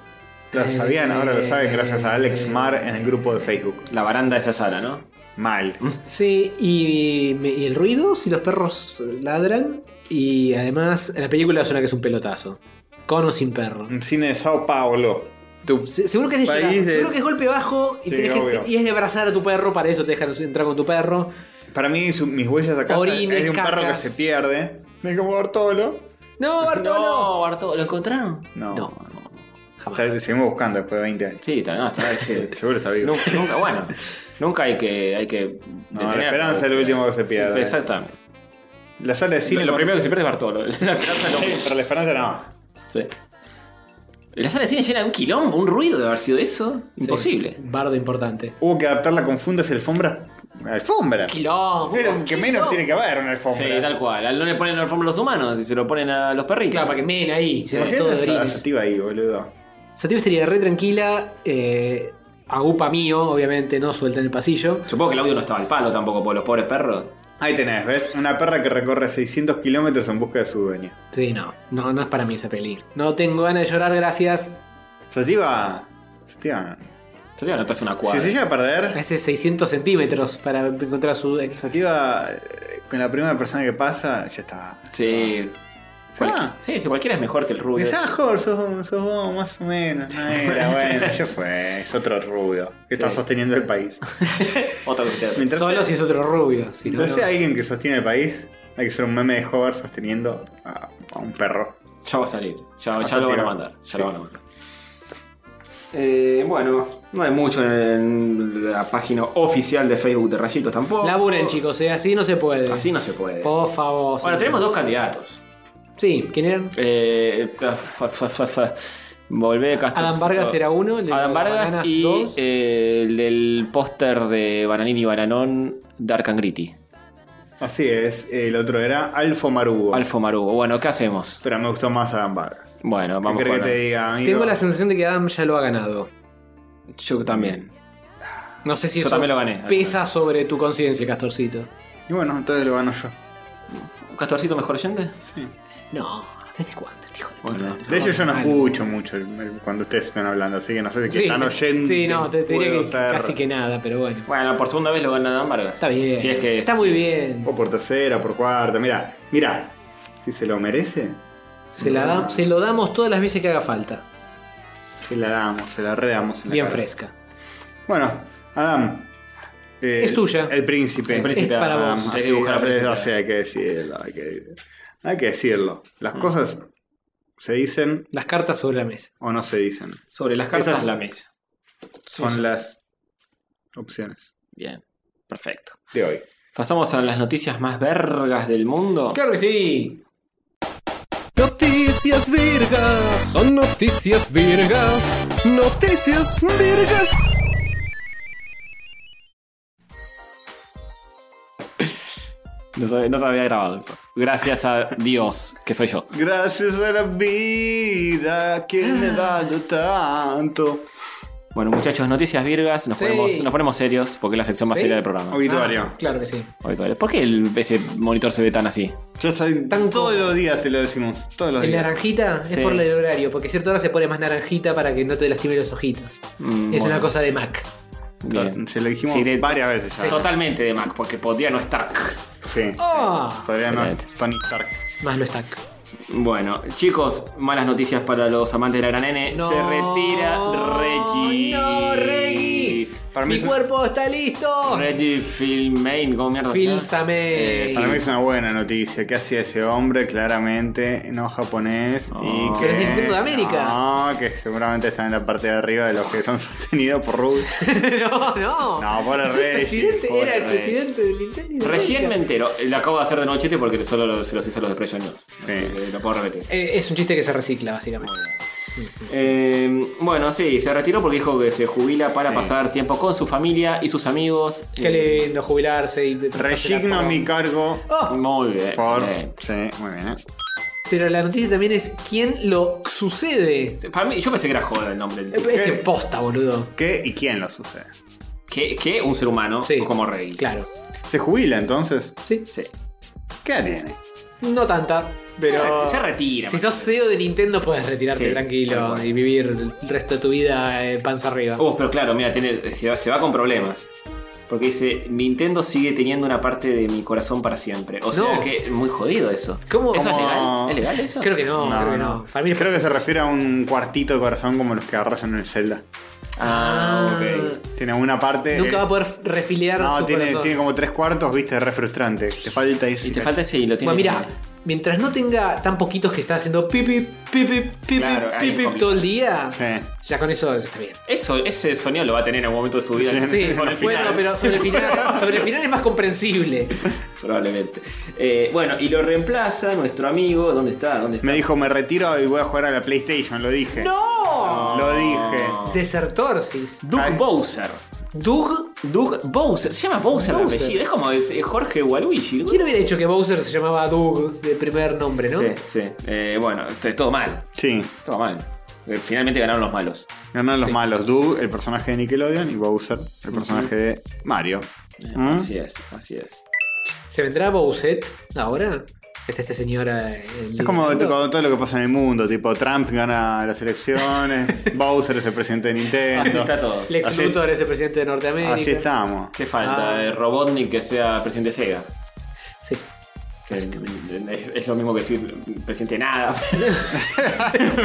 S1: Lo sabían, ahora lo saben gracias a Alex Mar en el grupo de Facebook.
S2: La baranda de esa sala, ¿no?
S1: Mal.
S3: Sí, y, me- y el ruido, si los perros ladran. Y además, la película suena que es un pelotazo. Con o sin perro.
S1: Un cine de Sao Paulo. Tu-
S3: Se- seguro que es de
S1: País
S3: llegar,
S1: de-
S3: seguro que es golpe bajo y,
S1: Sí,
S3: tenés que-
S1: obvio.
S3: y es de abrazar a tu perro, para eso te dejan entrar con tu perro.
S1: Para mí, su- mis huellas a casa
S3: Orines,
S1: es de un perro que
S3: cacas.
S1: se pierde. Es como Bartolo.
S3: ¡No, Bartolo!
S2: Bartolo, ¿lo encontraron?
S1: No.
S3: No.
S1: Tal vez seguimos buscando después de 20 años.
S2: Sí, está, no, está, sí.
S1: Seguro está vivo.
S2: nunca, nunca- bueno, nunca hay que, hay que
S1: No,
S2: detener.
S1: la esperanza es lo último que se
S2: Sí,
S1: pierde.
S2: exactamente.
S1: la sala de
S2: Lo-
S1: cine.
S2: lo
S1: con-
S2: primero que se pierde es Bartolo. La esperanza es lo
S1: Sí, pero la esperanza no.
S2: Sí. La sala de cine llena de un quilombo, un ruido de haber sido eso. Imposible.
S3: Un bardo importante.
S1: Hubo que adaptarla con fundas y alfombra. Alfombra.
S3: Quilombo.
S1: Es lo que menos tiene que haber una alfombra.
S2: Sí, tal cual. No le ponen la forma a los humanos y se lo ponen a los perritos.
S3: Claro, para que meen ahí.
S1: ¿Te
S3: todo
S1: imaginas a- a
S3: orines.
S1: Sativa ahí, boludo?
S3: Sativa estaría re tranquila. Eh, agupa mío, obviamente, no suelta en el pasillo.
S2: Supongo que el audio no estaba al palo tampoco por los pobres perros.
S1: Ahí tenés, ¿ves? Una perra que recorre 600 kilómetros en busca de su dueño.
S3: Sí, no, no, no es para mí esa peli. No tengo ganas de llorar, gracias.
S1: Sativa. Sativa.
S2: Yo te notas una
S1: Si
S2: cuadra.
S1: se llega a perder,
S3: Hace 600 centímetros para encontrar su ex.
S1: Sativa, eh, con la primera persona que pasa, ya está.
S2: Sí. Cualqui-
S1: Ah.
S2: sí, sí, cualquiera es mejor que el rubio.
S1: Pensás, "Ah, Jorge, sos, sos vos, más o menos. No era, bueno, ya fue. Es otro rubio que está
S2: Sí.
S1: sosteniendo el país.
S2: Otra cosa que-
S1: Mientras
S3: Solo
S1: sea,
S3: si es otro rubio. Si no,
S1: mientras
S3: no.
S1: sea alguien que sostiene el país, hay que ser un meme de Hover sosteniendo a, a un perro.
S2: Ya va a salir. Ya, ya
S1: Hasta
S2: lo van a
S1: tira.
S2: mandar. Ya
S1: Ah, Sí.
S2: lo van a mandar. Eh, bueno, no hay mucho en la página oficial de Facebook de Rayitos tampoco.
S3: Laburen, chicos, eh, así no se puede.
S2: Así no se puede.
S3: Por favor.
S2: Bueno,
S3: sí.
S2: tenemos dos candidatos.
S3: Sí, ¿quién eran?
S2: Eh, fa- fa- fa- fa- fa- Volvé Castro.
S3: Adam Vargas era uno, el de
S2: Adam
S3: las
S2: Vargas
S3: bananas,
S2: y
S3: dos.
S2: eh, el del póster de Bananini y Bananón, Dark and Gritty.
S1: Así es, el otro era Alfo Marugo.
S2: Alfo Marugo. Bueno, ¿qué hacemos?
S1: Pero me gustó más Adam Vargas.
S2: Bueno,
S1: ¿Qué
S2: vamos
S1: crees
S2: con.
S1: que te diga, amigo?
S3: Tengo la sensación de que Adam ya lo ha ganado.
S2: Yo también.
S3: No sé si
S2: Yo
S3: eso
S2: también lo gané.
S3: pesa sobre tu conciencia, Castorcito.
S1: Y bueno, entonces lo gano yo.
S2: ¿Castorcito mejor oyente?
S3: No, ¿desde cuándo, este hijo de puta?
S2: Bueno.
S1: De hecho, yo no
S3: Ay.
S1: escucho mucho el- el- cuando ustedes están hablando, así que no sé de qué
S3: Sí,
S1: están oyendo.
S3: sí, no, te, te diría
S1: puedo
S3: que
S1: ser.
S3: casi que nada, pero bueno.
S2: Bueno, por segunda vez lo gana Adam Vargas.
S3: Está bien.
S2: Si es que.
S3: Está muy bien.
S1: O por tercera, por cuarta, mira, mira. Si se lo merece,
S3: Se, la da- se lo damos todas las veces que haga falta.
S1: se la damos, se la redamos. en la
S3: Bien
S1: cara.
S3: fresca.
S1: Bueno, Adam. eh,
S3: Es tuya.
S1: El príncipe.
S2: El príncipe
S3: Es para
S2: Adam,
S3: vos.
S2: hay que
S1: Así,
S2: dibujar al
S1: así,
S2: príncipe.
S1: así hay que decirlo, hay que, hay que decirlo. Las cosas se dicen
S3: Las cartas sobre la mesa.
S1: o no se dicen.
S2: Sobre las cartas
S1: Esas-
S2: la mesa.
S1: Son las opciones
S2: Bien. Perfecto.
S1: de hoy.
S2: Pasamos a las noticias más vergas del mundo.
S3: Claro que sí.
S4: Noticias virgas, son noticias virgas, noticias virgas.
S2: No, sab- no se había grabado eso. Gracias a Dios, que soy yo.
S1: Gracias a la vida que me ha dado Ah. tanto.
S2: Bueno, muchachos, noticias virgas, nos,
S3: Sí.
S2: ponemos, nos ponemos serios porque es la sección más
S3: Sí.
S2: seria del programa.
S1: Obituario.
S3: Ah, claro que sí.
S2: Obituarios. ¿Por qué el, ese monitor se ve tan así?
S1: Ya saben,
S3: Tanto-
S1: todos los días te lo decimos. Todos los
S3: El
S1: días.
S3: naranjita es
S2: Sí.
S3: por el horario, porque cierta hora se pone más naranjita para que no te lastime los ojitos.
S2: Mm,
S3: es
S2: bueno,
S3: una cosa de Mac.
S2: bien.
S1: Se lo dijimos
S2: Sí, de-
S1: varias veces ya.
S2: Totalmente de Mac, porque podría no estar.
S1: Sí.
S3: ¡Ah!
S1: Podría no
S2: Excelente.
S1: Tony Stark.
S3: Más no está.
S2: Bueno, chicos, malas noticias para los amantes de la gran N.
S3: No,
S2: se retira Reggie.
S3: no, Reggie.
S1: Para mí
S3: ¡Mi
S1: es-
S3: cuerpo está listo!
S2: Reggie Filmain, ¿cómo mierda? se
S3: Phil
S2: llama? Eh,
S3: Samay.
S2: Phil-
S1: Para mí es una buena noticia. ¿Qué hacía ese hombre? Claramente no japonés. y que,
S3: Pero es Nintendo de América.
S1: No, que seguramente están en la parte de arriba de los que son sostenidos por Ruby.
S3: no, no.
S1: No, pobre
S3: Ese
S1: Reggie,
S3: presidente
S1: pobre
S3: era el
S1: Reggie.
S3: presidente del Nintendo.
S2: Recién me entero, lo acabo de hacer de noche porque solo se los hice a los de Precious News.
S1: Sí.
S2: Eh, Lo puedo repetir.
S3: Eh, Es un chiste que se recicla, básicamente.
S2: Eh, bueno, sí, se retiró porque dijo que se jubila para
S1: Sí.
S2: pasar tiempo con su familia y sus amigos.
S3: Qué
S2: Eh,
S3: lindo jubilarse y.
S1: Resigno mi cargo
S3: Oh,
S2: Muy bien.
S1: por.
S2: excelente.
S1: Sí, muy bien. ¿eh?
S3: pero la noticia también es quién lo sucede.
S2: Para mí, yo pensé que era joda el nombre. del tipo.
S3: Es que posta, boludo.
S1: ¿Qué y quién lo sucede?
S2: Que, que un ser humano
S3: Sí.
S2: como rey.
S3: Claro.
S1: ¿Se jubila entonces?
S3: Sí.
S2: Sí.
S1: ¿Qué edad tiene?
S3: No tanta, pero.
S2: Se retira.
S3: Si sos CEO de Nintendo, puedes
S2: Sí,
S3: retirarte
S2: tal
S3: tranquilo
S2: cual.
S3: y vivir el resto de tu vida eh, panza arriba.
S2: Uh, pero claro, mira, tiene- se, va, se va con problemas. Porque dice, Nintendo sigue teniendo una parte de mi corazón para siempre. O sea
S3: No.
S2: que muy jodido eso.
S3: ¿Cómo?
S2: ¿Eso es
S3: ¿Cómo?
S2: legal? ¿Es legal eso?
S3: Creo que no, creo que no. Para mí es-
S1: Creo que se refiere a un cuartito de corazón como los que agarras en el Zelda.
S2: Ah, ok.
S1: Tiene una parte.
S3: Nunca
S1: eh,
S3: va a poder refiliar.
S1: No,
S3: su
S1: tiene,
S3: corazón.
S1: tiene como tres cuartos, viste, re frustrante. Te falta
S2: Y
S1: ese.
S2: te falta ese y lo tienes.
S3: Bueno, mira,
S2: que-
S3: mientras no tenga tan poquitos que está haciendo pipi, pipi, pipi,
S2: Claro, ahí es
S3: pipi
S2: complicado.
S3: todo el día,
S1: Sí.
S3: ya con eso está bien.
S2: Eso, ese sonido lo va a tener en algún momento de su vida. sobre
S3: Sí,
S2: el
S3: bueno,
S2: final,
S3: pero sobre el final, sobre el final es más comprensible.
S2: Probablemente. Eh, bueno, y lo reemplaza nuestro amigo. ¿Dónde está? ¿Dónde está?
S1: Me dijo, me retiro y voy a jugar a la PlayStation, lo dije.
S3: ¡No!
S1: Lo dije.
S3: Desertorsis.
S2: Doug
S1: Ay.
S2: Bowser.
S3: Doug.
S2: Doug Bowser. Se llama Bowser, el
S3: Bowser.
S2: apellido. Es como es- es Jorge Waluigi.
S3: ¿Quién hubiera dicho que Bowser se llamaba Doug de primer nombre, no?
S2: Sí, sí. Eh, bueno, t- todo mal.
S1: Sí,
S2: Todo mal. Eh, Finalmente ganaron los malos.
S1: ganaron los malos. Doug, el personaje de Nickelodeon, y Bowser, el personaje de Mario. ¿Mm?
S2: Así es, así es.
S3: ¿Se vendrá Bowser ahora? Está este señor. eh, el-
S1: Es como t- con todo lo que pasa en el mundo, tipo Trump gana las elecciones, Bowser es el presidente de
S2: Así
S1: Nintendo.
S2: está todo.
S3: Lex
S1: así-
S3: Luthor es el presidente de Norteamérica.
S1: Así estamos.
S2: ¿Qué falta?
S3: Ah.
S2: Eh, Robotnik que sea presidente de Sega.
S3: Sí.
S2: Que es, es lo mismo que decir presidente de nada.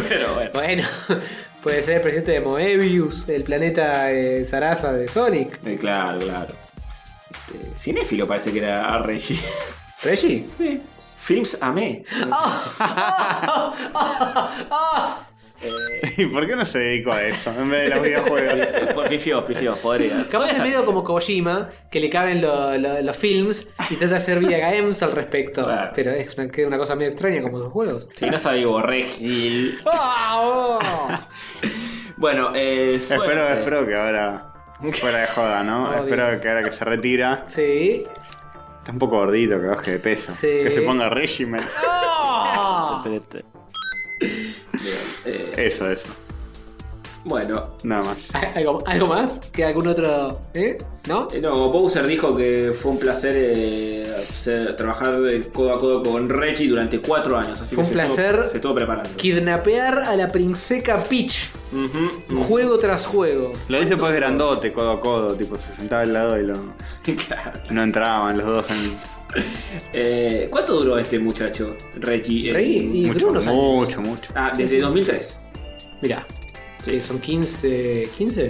S2: Pero bueno.
S3: Bueno, puede ser el presidente de Moebius, el planeta eh, Sarasa de Sonic.
S2: Eh, claro, claro. Este, cinéfilo parece que era R.G.
S3: Reggie.
S2: Sí. Films amé. eh.
S1: ¿Y por qué no se dedicó a eso en vez de los videojuegos?
S2: Por- Pifió, pifió, podría.
S3: Capaz es medio como Kojima, que le caben lo- lo- los films y trata de hacer VHMs al respecto.
S2: Claro.
S3: Pero es una, que es una cosa medio extraña como los juegos.
S2: Si no sabía Borregil.
S3: ¡Ah,
S2: Bueno, eh, suerte.
S1: Espero, espero que ahora. Fuera de joda, ¿no?
S3: No
S1: espero
S3: digas.
S1: que ahora que se retira.
S3: oh! Sí.
S1: Está un poco gordito, que baje de peso.
S3: Sí.
S1: Que se ponga régimen.
S3: ¡Ah!
S1: Eso, eso.
S2: Bueno,
S1: Nada más.
S3: ¿Algo, algo más? ¿Que algún otro? ¿Eh? ¿No?
S2: Eh, No, Bowser dijo que fue un placer eh, ser- trabajar eh, codo a codo con Reggie durante cuatro años. Así
S3: Fue
S2: que
S3: un
S2: se
S3: placer.
S2: estuvo- se estuvo preparando.
S3: Kidnapear a la princesa Peach.
S2: Ujú,
S3: Juego tras juego.
S1: Lo dice pues grandote, codo a codo, tipo, se sentaba al lado y lo,
S2: ujú. Claro.
S1: no entraban los dos en
S2: Eh, ¿Cuánto duró este muchacho, Reggie? Eh,
S3: Reggie y-
S1: mucho,
S3: duró unos años.
S1: mucho, mucho.
S2: Ah, desde 2003.
S3: Mirá. que Son 15. 15?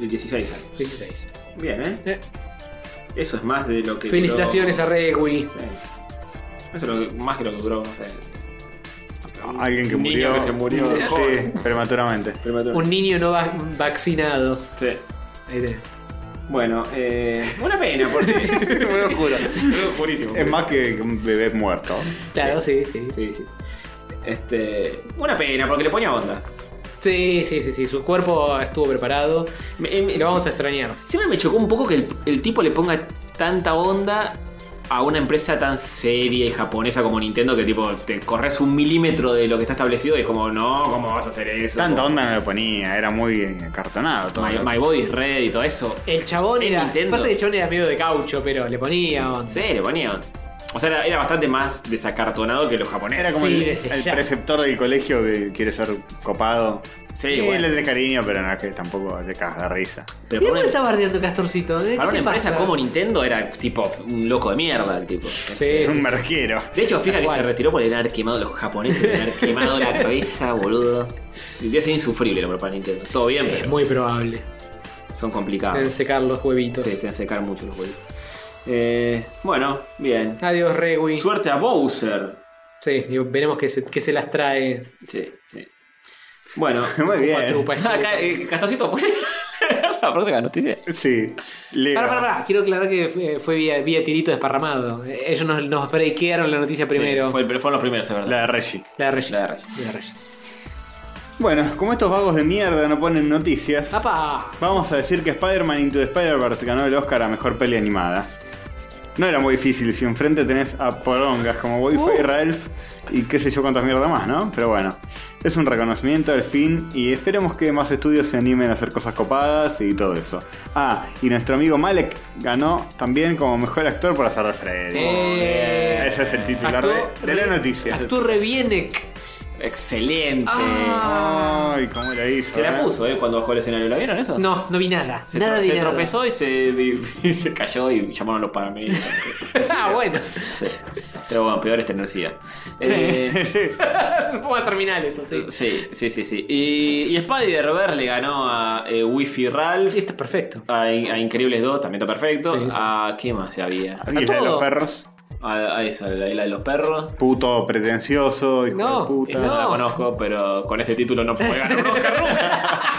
S2: de 16 años.
S3: 16.
S2: Bien, ¿eh?
S3: Eh,
S2: Eso es más de lo que.
S3: felicitaciones a Regui.
S2: duró- Sí. Eso es lo que- más que lo que duró, no sé.
S1: Alguien que
S2: Niño
S1: murió.
S2: que se murió
S1: Sí,
S2: joven.
S1: prematuramente.
S2: prematuramente.
S3: Un niño no va- vaccinado.
S2: Sí.
S3: Ahí tenés.
S2: Bueno, eh, una pena, porque.
S1: Me lo juro.
S2: Buenísimo.
S1: Es más que un bebé muerto.
S3: Claro, sí, sí.
S2: Sí, sí. Este, una pena, porque le ponía onda.
S3: Sí, sí, sí, sí. Su cuerpo estuvo preparado.
S2: Me- em,
S3: Lo vamos a extrañar.
S2: Siempre me chocó un poco que el, el tipo le ponga tanta onda a una empresa tan seria y japonesa como Nintendo que tipo te corres un milímetro de lo que está establecido y es como, no, ¿cómo vas a hacer eso?
S1: Tanta onda no lo ponía, era muy acartonado todo.
S2: My, my body is red y todo eso.
S3: El chabón
S2: En
S3: era.
S2: Nintendo.
S3: Pasa que el chabón era medio de caucho, pero le ponía. onda.
S2: Sí, le ponía onda. O sea, era, era bastante más desacartonado que los japoneses.
S1: Era como
S3: Sí,
S1: el,
S3: desde
S1: el
S3: ya.
S1: preceptor del colegio que quiere ser copado.
S2: Sí,
S1: Y
S2: bueno.
S1: le tenés cariño, pero nada, que tampoco te cagas de risa.
S2: Pero para
S3: ¿Y por
S2: una,
S3: qué está bardeando Castorcito? ¿Eh? ¿Qué
S2: para una
S3: te
S2: empresa
S3: pasa?
S2: como Nintendo era tipo un loco de mierda el tipo.
S3: Sí,
S1: Es
S3: sí,
S1: un
S3: sí.
S1: merquero.
S2: De hecho, fija que
S3: Igual.
S2: se retiró por el haber quemado los japoneses, por haber quemado la cabeza, boludo. Debe ser insufrible lo para Nintendo. Todo bien,
S3: Es
S2: pero
S3: muy probable.
S2: son
S3: Deben
S2: complicados. Ah. Sí,
S3: secar los huevitos.
S2: te van a secar mucho los juegos. Eh, bueno, bien.
S3: Adiós, Regui.
S2: Suerte a Bowser.
S3: Sí, y veremos que se, qué se las trae.
S2: Sí, sí. Bueno,
S1: Muy bien.
S3: Patrupa.
S2: acá, eh, Castorcito, ¿puedes leer la próxima noticia?
S1: Sí. Leo.
S3: Pará, pará, pará. Quiero aclarar que fue, fue vía, vía tirito desparramado. Eh, Ellos nos, nos breakearon la noticia primero.
S2: Sí, fue el- pero fueron los primeros, es verdad.
S1: La de Reggie.
S3: La de Reggie.
S2: La de Reggie.
S3: La de Reggie.
S1: Bueno, como estos vagos de mierda no ponen noticias,
S3: ¡Apa!
S1: vamos a decir que Spider-Man Into the Spider-Verse ganó el Oscar a Mejor Peli Animada. No era muy difícil, si enfrente tenés a porongas como Wi-Fi,
S3: Uh.
S1: Ralph y qué sé yo cuántas mierdas más, ¿no? Pero bueno, es un reconocimiento al fin y esperemos que más estudios se animen a hacer cosas copadas y todo eso. Ah, y nuestro amigo Malek ganó también como Mejor Actor por hacer de Freddy.
S3: Eh,
S1: Ese es el titular
S3: actuó
S1: de, de la
S3: re-
S1: noticia.
S3: Tú revienek.
S2: Excelente.
S3: Ah.
S1: Ay, cómo la hizo.
S2: Se la
S1: eh.
S2: puso, ¿eh? Cuando bajó el escenario. ¿La vieron eso?
S3: No, no vi nada.
S2: Se,
S3: nada
S2: tro-
S3: vi
S2: se
S3: nada.
S2: tropezó y se, y- y se cayó y llamaron a los paramédicos.
S3: Ah, bueno.
S2: Sí. Pero bueno, peor es tener SIDA. Eh,
S3: Es un poco terminal eso, sí.
S2: sí, sí, sí. sí. Y, y Spider-Verse le ganó a eh, Wi-Fi
S3: Sí,
S2: Ralph,
S3: está perfecto.
S2: a, In- a Increíbles 2, también está perfecto.
S3: Sí, sí.
S2: ¿A qué más se había?
S1: Y la de
S3: todo.
S1: los perros.
S2: A, a esa, la isla de los perros.
S1: Puto pretencioso, hijo
S3: No,
S1: de puta.
S2: Esa no. la
S3: No.
S2: conozco, pero con ese título no puede ganar un Oscar nunca.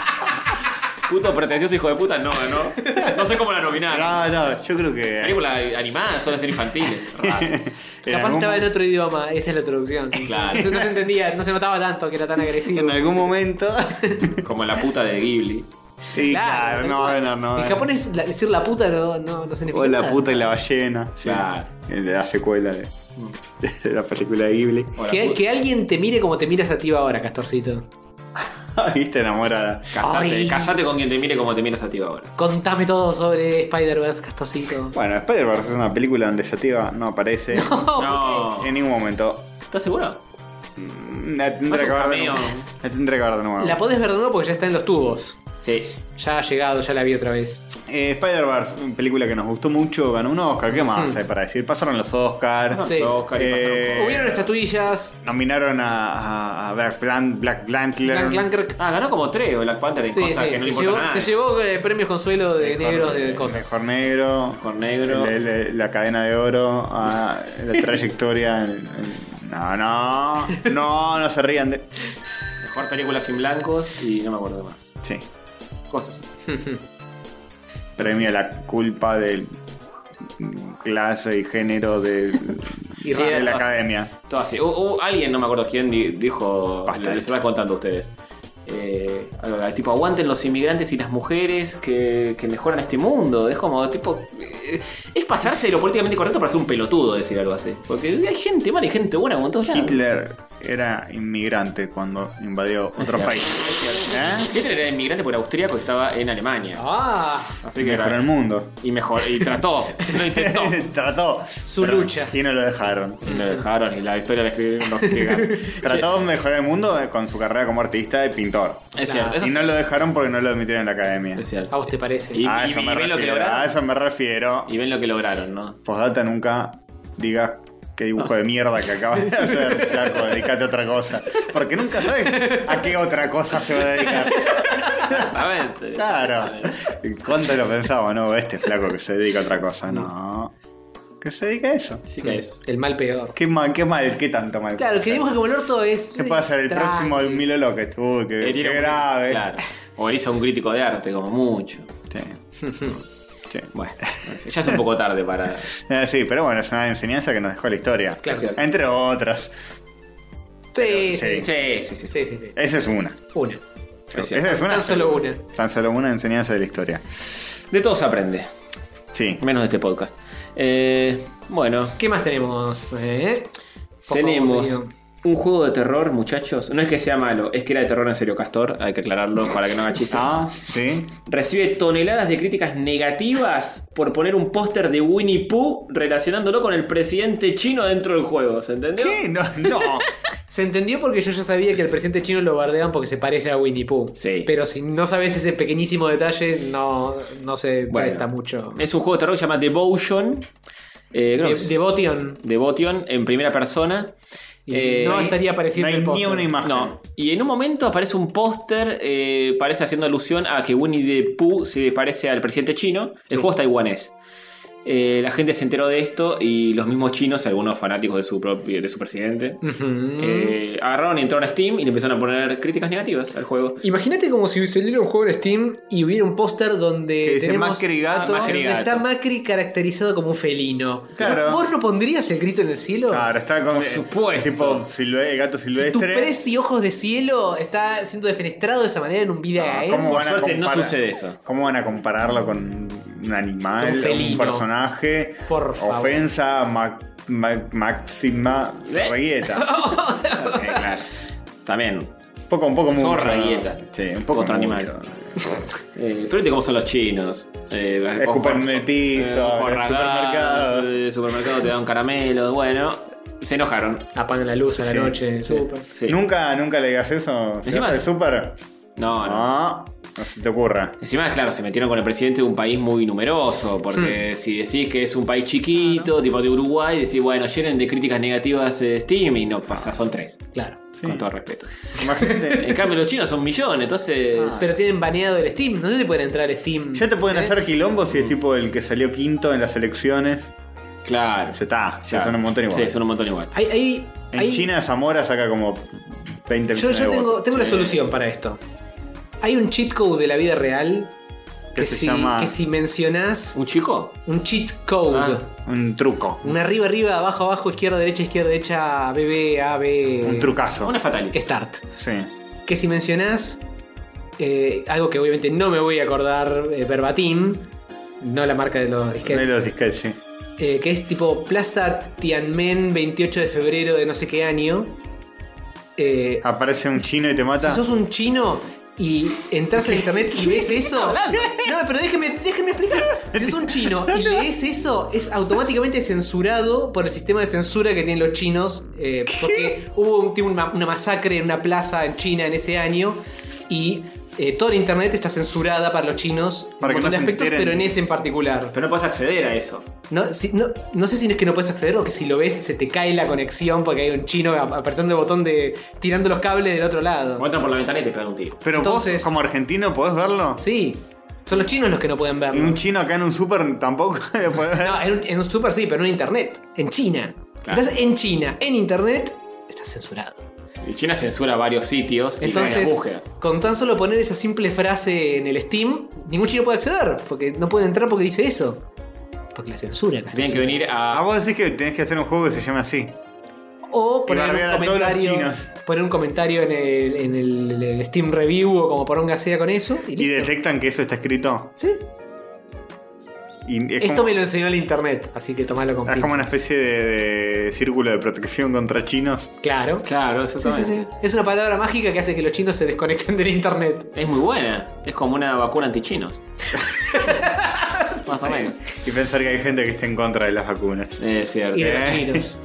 S2: Puto pretencioso hijo de puta, no, no. No sé cómo la nominar.
S1: No, no, yo creo que.
S2: Película animada suele ser infantiles. Raro.
S1: en
S3: Capaz
S1: algún-
S3: estaba en otro idioma, esa es la traducción.
S2: Claro.
S3: Eso no se entendía, no se notaba tanto que era tan agresivo.
S1: En algún momento.
S2: Como la puta de Ghibli.
S1: Y
S3: tal
S1: claro, no va a
S3: cual.
S1: ganar, no. va a
S3: En
S1: ganar.
S3: japonés, la- decir la puta no, no, no significa.
S1: O la
S3: nada.
S1: puta y la ballena. sí.
S2: Claro.
S1: El de La secuela de, de la película de Ghibli.
S2: O la
S3: Que,
S2: puta-
S3: que alguien te mire como te miras a ti ahora, Castorcito.
S1: Viste enamorada.
S2: Casate,
S3: Ay.
S2: casate con quien te mire como te miras a ti ahora.
S3: Contame todo sobre Spider-Verse, Castorcito.
S1: Bueno, Spider-Verse es una película donde Sativa no aparece
S2: No.
S1: en ningún momento.
S2: ¿Estás seguro?
S1: Mm, La tendré,
S2: Hace
S1: que
S2: un
S1: ver de
S2: cameo.
S1: nuevo. la tendré que ver de nuevo.
S3: La podés ver de nuevo porque ya está en los tubos.
S2: Sí.
S3: Ya ha llegado, ya la vi otra vez.
S1: Eh, Spider-Verse, una película que nos gustó mucho, ganó un Oscar. ¿Qué más hay para decir? Pasaron los Oscars.
S3: Hmm. Sí.
S2: Oscar y
S1: Eh,
S2: pasaron por-
S3: Hubieron estatuillas,
S1: Nominaron a, a- a Black, Plan, Black Blantler.
S3: Frank Lankirk.
S2: Ah, ganó como tres o Black Panther y
S3: Sí,
S2: cosas
S3: sí,
S2: que no le
S3: se,
S2: importan
S3: llevó,
S2: a nadie.
S3: se llevó, eh, premios consuelo de
S1: Mejor-
S3: negros de cosas.
S1: Mejor negro.
S2: Mejor negro.
S1: el- el- la cadena de oro. a la trayectoria. el- el- no, no. No, no se rían de.
S2: Mejor película sin blancos y no me acuerdo más.
S1: Sí.
S2: Cosas así.
S1: Premio a la culpa del clase y género de,
S3: Y
S1: de
S2: raza.
S1: la academia.
S2: Todo así. Hubo- hubo alguien, no me acuerdo quién, di- dijo.
S1: Basta
S2: le-
S1: de
S2: Les
S1: eso.
S2: estaba contando a ustedes. Eh, algo de- tipo, aguanten los inmigrantes y las mujeres que, que mejoran este mundo. Es como, tipo. eh, es pasarse de lo políticamente correcto para ser un pelotudo decir algo así. Porque hay gente mala y gente buena como en todos lados.
S1: Hitler era inmigrante cuando invadió
S2: Es
S1: otro
S2: cierto,
S1: país.
S2: es cierto.
S1: ¿Eh?
S2: Hitler era inmigrante por austríaco y estaba en Alemania.
S3: Ah,
S2: Así que
S1: Mejoró el mundo.
S2: Y mejor, y trató, lo intentó.
S1: Trató.
S3: Su
S1: pero-
S3: lucha.
S1: Y no lo dejaron.
S2: Y lo dejaron y la historia la escribieron los que ganan.
S1: Trató de mejorar el mundo con su carrera como artista y pintor.
S2: Es cierto, eso
S1: Y no
S2: sí.
S1: lo dejaron porque no lo admitieron en la academia.
S2: Es cierto.
S3: a vos te parece.
S2: Y-
S1: a, Ah, eso me
S2: ven lo que
S1: refiero,
S2: lograron.
S1: a eso me refiero.
S2: Y ven lo que lograron, ¿no?
S1: Postdata nunca digas qué dibujo de mierda que acabas de hacer, flaco, dedícate a otra cosa. Porque nunca sabes a qué otra cosa se va a dedicar.
S2: Exactamente.
S1: Claro. ¿Cuánto lo pensamos? No, este flaco que se dedica a otra cosa. No. Que se dedica a eso.
S2: Así que es.
S3: El mal peor.
S1: Qué mal, qué mal, qué tanto mal.
S3: Claro, el que dibuja como el orto es.
S1: ¿Qué puede hacer el
S3: Tranqui.
S1: próximo el Milo Lockett? Uy, qué,
S2: Herir a
S1: qué
S2: un-
S1: grave.
S2: Claro. O eriza a un crítico de arte, como mucho.
S1: Sí. Sí.
S2: Bueno, ya es un poco tarde para.
S1: Eh, sí, pero bueno, es una enseñanza que nos dejó la historia.
S3: Claro.
S1: Entre otras.
S3: Sí,
S1: Sí.
S2: Sí, sí,
S3: sí,
S2: sí. sí.
S3: sí, sí, sí.
S1: Esa es una.
S3: Una.
S2: Es cierto.
S1: Esa es una.
S3: Tan solo una.
S1: Tan solo una enseñanza de la historia.
S2: De todo se aprende,
S1: Sí.
S2: menos de este podcast. Eh, bueno,
S3: ¿Qué más tenemos? eh? Por favor,
S2: tenemos.
S3: señor.
S2: Un juego de terror, muchachos. No es que sea malo, es que era de terror en serio, Castor. Hay que aclararlo para que no haga chistes.
S1: Ah, sí.
S2: Recibe toneladas de críticas negativas por poner un póster de Winnie Pooh relacionándolo con el presidente chino dentro del juego, ¿se entendió?
S1: ¿Qué? No, no.
S3: Se entendió porque yo ya sabía que el presidente chino lo bardeaban porque se parece a Winnie Pooh.
S2: Sí.
S3: Pero si no sabes ese pequeñísimo detalle, no, no se
S2: Bueno.
S3: presta mucho.
S2: Es un juego de terror que se llama Devotion. Eh, creo que
S3: De-
S2: es
S3: Devotion.
S2: Devotion en primera persona.
S3: Y
S2: Eh,
S3: no
S2: ahí-
S3: estaría
S1: No
S3: apareciendo
S1: hay
S3: el
S1: ni
S3: póster.
S1: una imagen.
S2: No, y en un momento aparece un póster, eh, parece haciendo alusión a que Winnie the Pooh se parece al presidente chino. El juego es taiwanés. Eh, la gente se enteró de esto y los mismos chinos, algunos fanáticos de su, propio, de su presidente,
S3: Ujú.
S2: Eh, agarraron y entraron a Steam y le empezaron a poner críticas negativas al juego.
S3: Imagínate como si saliera un juego en Steam y hubiera un póster donde
S1: Que dice
S3: tenemos
S1: Macri gato.
S3: Ah, Macri
S2: Macri
S3: está
S2: gato.
S3: Macri caracterizado como un felino.
S1: Claro.
S3: ¿Vos no pondrías el grito en el cielo?
S1: Claro, está con.
S2: Por supuesto.
S1: Tipo silve- gato
S3: Si tu
S1: silvestre.
S3: presi ojos de cielo está siendo defenestrado de esa manera en un video
S1: Ah,
S3: game.
S1: ¿cómo
S2: Por
S1: van a
S2: suerte no
S1: comparar-
S2: sucede eso.
S1: ¿Cómo van a compararlo con un animal,
S3: Con un
S1: un
S3: felino.
S1: personaje?
S3: Por favor.
S1: Ofensa ma- ma- máxima
S2: ¿Eh?
S1: regueta.
S2: Eh, claro. También.
S1: Poco, un poco mucho.
S2: Zorra
S1: ¿no?
S2: guieta.
S1: Sí, un poco
S2: Otro
S1: mucho.
S2: animal. Eh, pero viste cómo son los chinos. Eh,
S1: Escupen en el piso, en el
S2: supermercado.
S1: supermercado.
S2: El supermercado te da un caramelo. Bueno, se enojaron.
S3: Apagan la luz a la
S1: Sí,
S3: noche.
S2: Sí,
S3: súper.
S2: sí.
S1: Nunca, nunca le digas eso. Si
S2: Encima
S1: vas al
S2: es-
S1: súper.
S2: No, no.
S1: No, no se te ocurra.
S2: Encima, claro, se metieron con el presidente de un país muy numeroso, porque si decís que es un país chiquito, tipo de Uruguay, decís, bueno, llenen de críticas negativas eh, Steam y no pasa, son tres,
S3: Claro.
S2: con todo respeto. En
S1: Imagínate.
S2: cambio, los chinos son millones, entonces...
S1: Ah.
S3: Pero tienen baneado el Steam. No sé si pueden entrar Steam. ¿Eh?
S2: ¿Eh?
S1: ya te pueden hacer quilombo si es tipo el que salió quinto en las elecciones.
S2: Claro.
S1: Ya está, ya
S2: claro.
S1: son un montón igual.
S2: Sí, son un montón igual.
S3: Hay, hay,
S1: En
S3: hay-
S1: China Zamora saca como 20
S3: Yo,
S1: millones
S3: yo
S1: de
S3: tengo,
S1: votos.
S3: tengo la solución para esto. Hay un cheat code de la vida real
S1: Que
S3: que,
S1: se
S3: si,
S1: llama-
S3: que si mencionás
S2: ¿Un chico?
S3: un cheat code,
S2: Ah.
S1: Un truco.
S3: un arriba, arriba, abajo, abajo, izquierda, derecha, izquierda, derecha, BB, AB.
S1: Un trucazo.
S2: Una fatality.
S3: Start.
S1: Sí.
S3: Que si mencionás eh, algo que obviamente no me voy a acordar eh, verbatim, no la marca de los
S1: No hay
S3: disquetes,
S1: los disquetes, sí.
S3: eh, que es tipo Plaza Tianmen 28 de febrero de no sé qué año. Eh,
S1: Aparece un chino y te
S3: Si
S1: mata.
S3: sos un chino y entras al internet y ves eso. No, pero déjeme, déjeme explicar. Si sos un chino y lees eso, es automáticamente censurado por el sistema de censura que tienen los chinos. eh, porque hubo un- tipo una, una masacre en una plaza en China en ese año. Y eh, todo el internet está censurada para los chinos en
S1: Para que
S3: un montón
S1: no
S3: de
S1: se
S3: aspectos,
S1: enteren.
S3: pero en ese en particular.
S2: Pero no puedes acceder a eso.
S3: No, si- no, no sé si es que no puedes acceder o que si lo ves se te cae la conexión porque hay un chino ap- apretando el botón de. tirando los cables del otro lado.
S2: O entran por la ventana y te pegan un tiro.
S1: Pero
S3: Entonces-
S1: vos, como argentino, podés verlo.
S3: Sí. Son los chinos los que no pueden
S1: Y
S3: verlo.
S1: un chino acá en un super tampoco lo podés ver.
S3: No, en un, en un super sí, pero no en internet. En China. Estás en China, en internet, estás censurado.
S2: Y China censura varios sitios y
S3: Entonces,
S2: las búsquedas.
S3: con tan solo poner esa simple frase en el Steam, ningún chino puede acceder. Porque no puede entrar porque dice eso. Porque la censura.
S2: Se tienen que venir
S1: Ah,
S2: a.
S1: vos decís que tenés que hacer un juego que se llame así.
S3: O poner
S1: bardear
S3: un
S1: a todos los
S3: comentario.
S1: chinos.
S3: Poner un comentario en el, en el- el Steam Review o como poronga sea con eso. Y,
S1: Y
S3: listo.
S1: detectan que eso está escrito.
S3: Sí.
S1: Y es
S3: Esto
S1: como, Ah,
S3: me lo enseñó el internet, así que tomalo con
S1: es como una
S3: pinzas.
S1: especie de, de círculo de protección contra chinos.
S3: Claro.
S2: Claro,
S3: Sí, sí,
S2: exactamente.
S3: sí. Es una palabra mágica que hace que los chinos se desconecten del internet.
S2: Es muy buena. Es como una vacuna antichinos. Más o menos.
S1: Y pensar que hay gente que está en contra de las vacunas.
S2: Es cierto.
S3: Y de los
S1: Eh.
S3: chinos.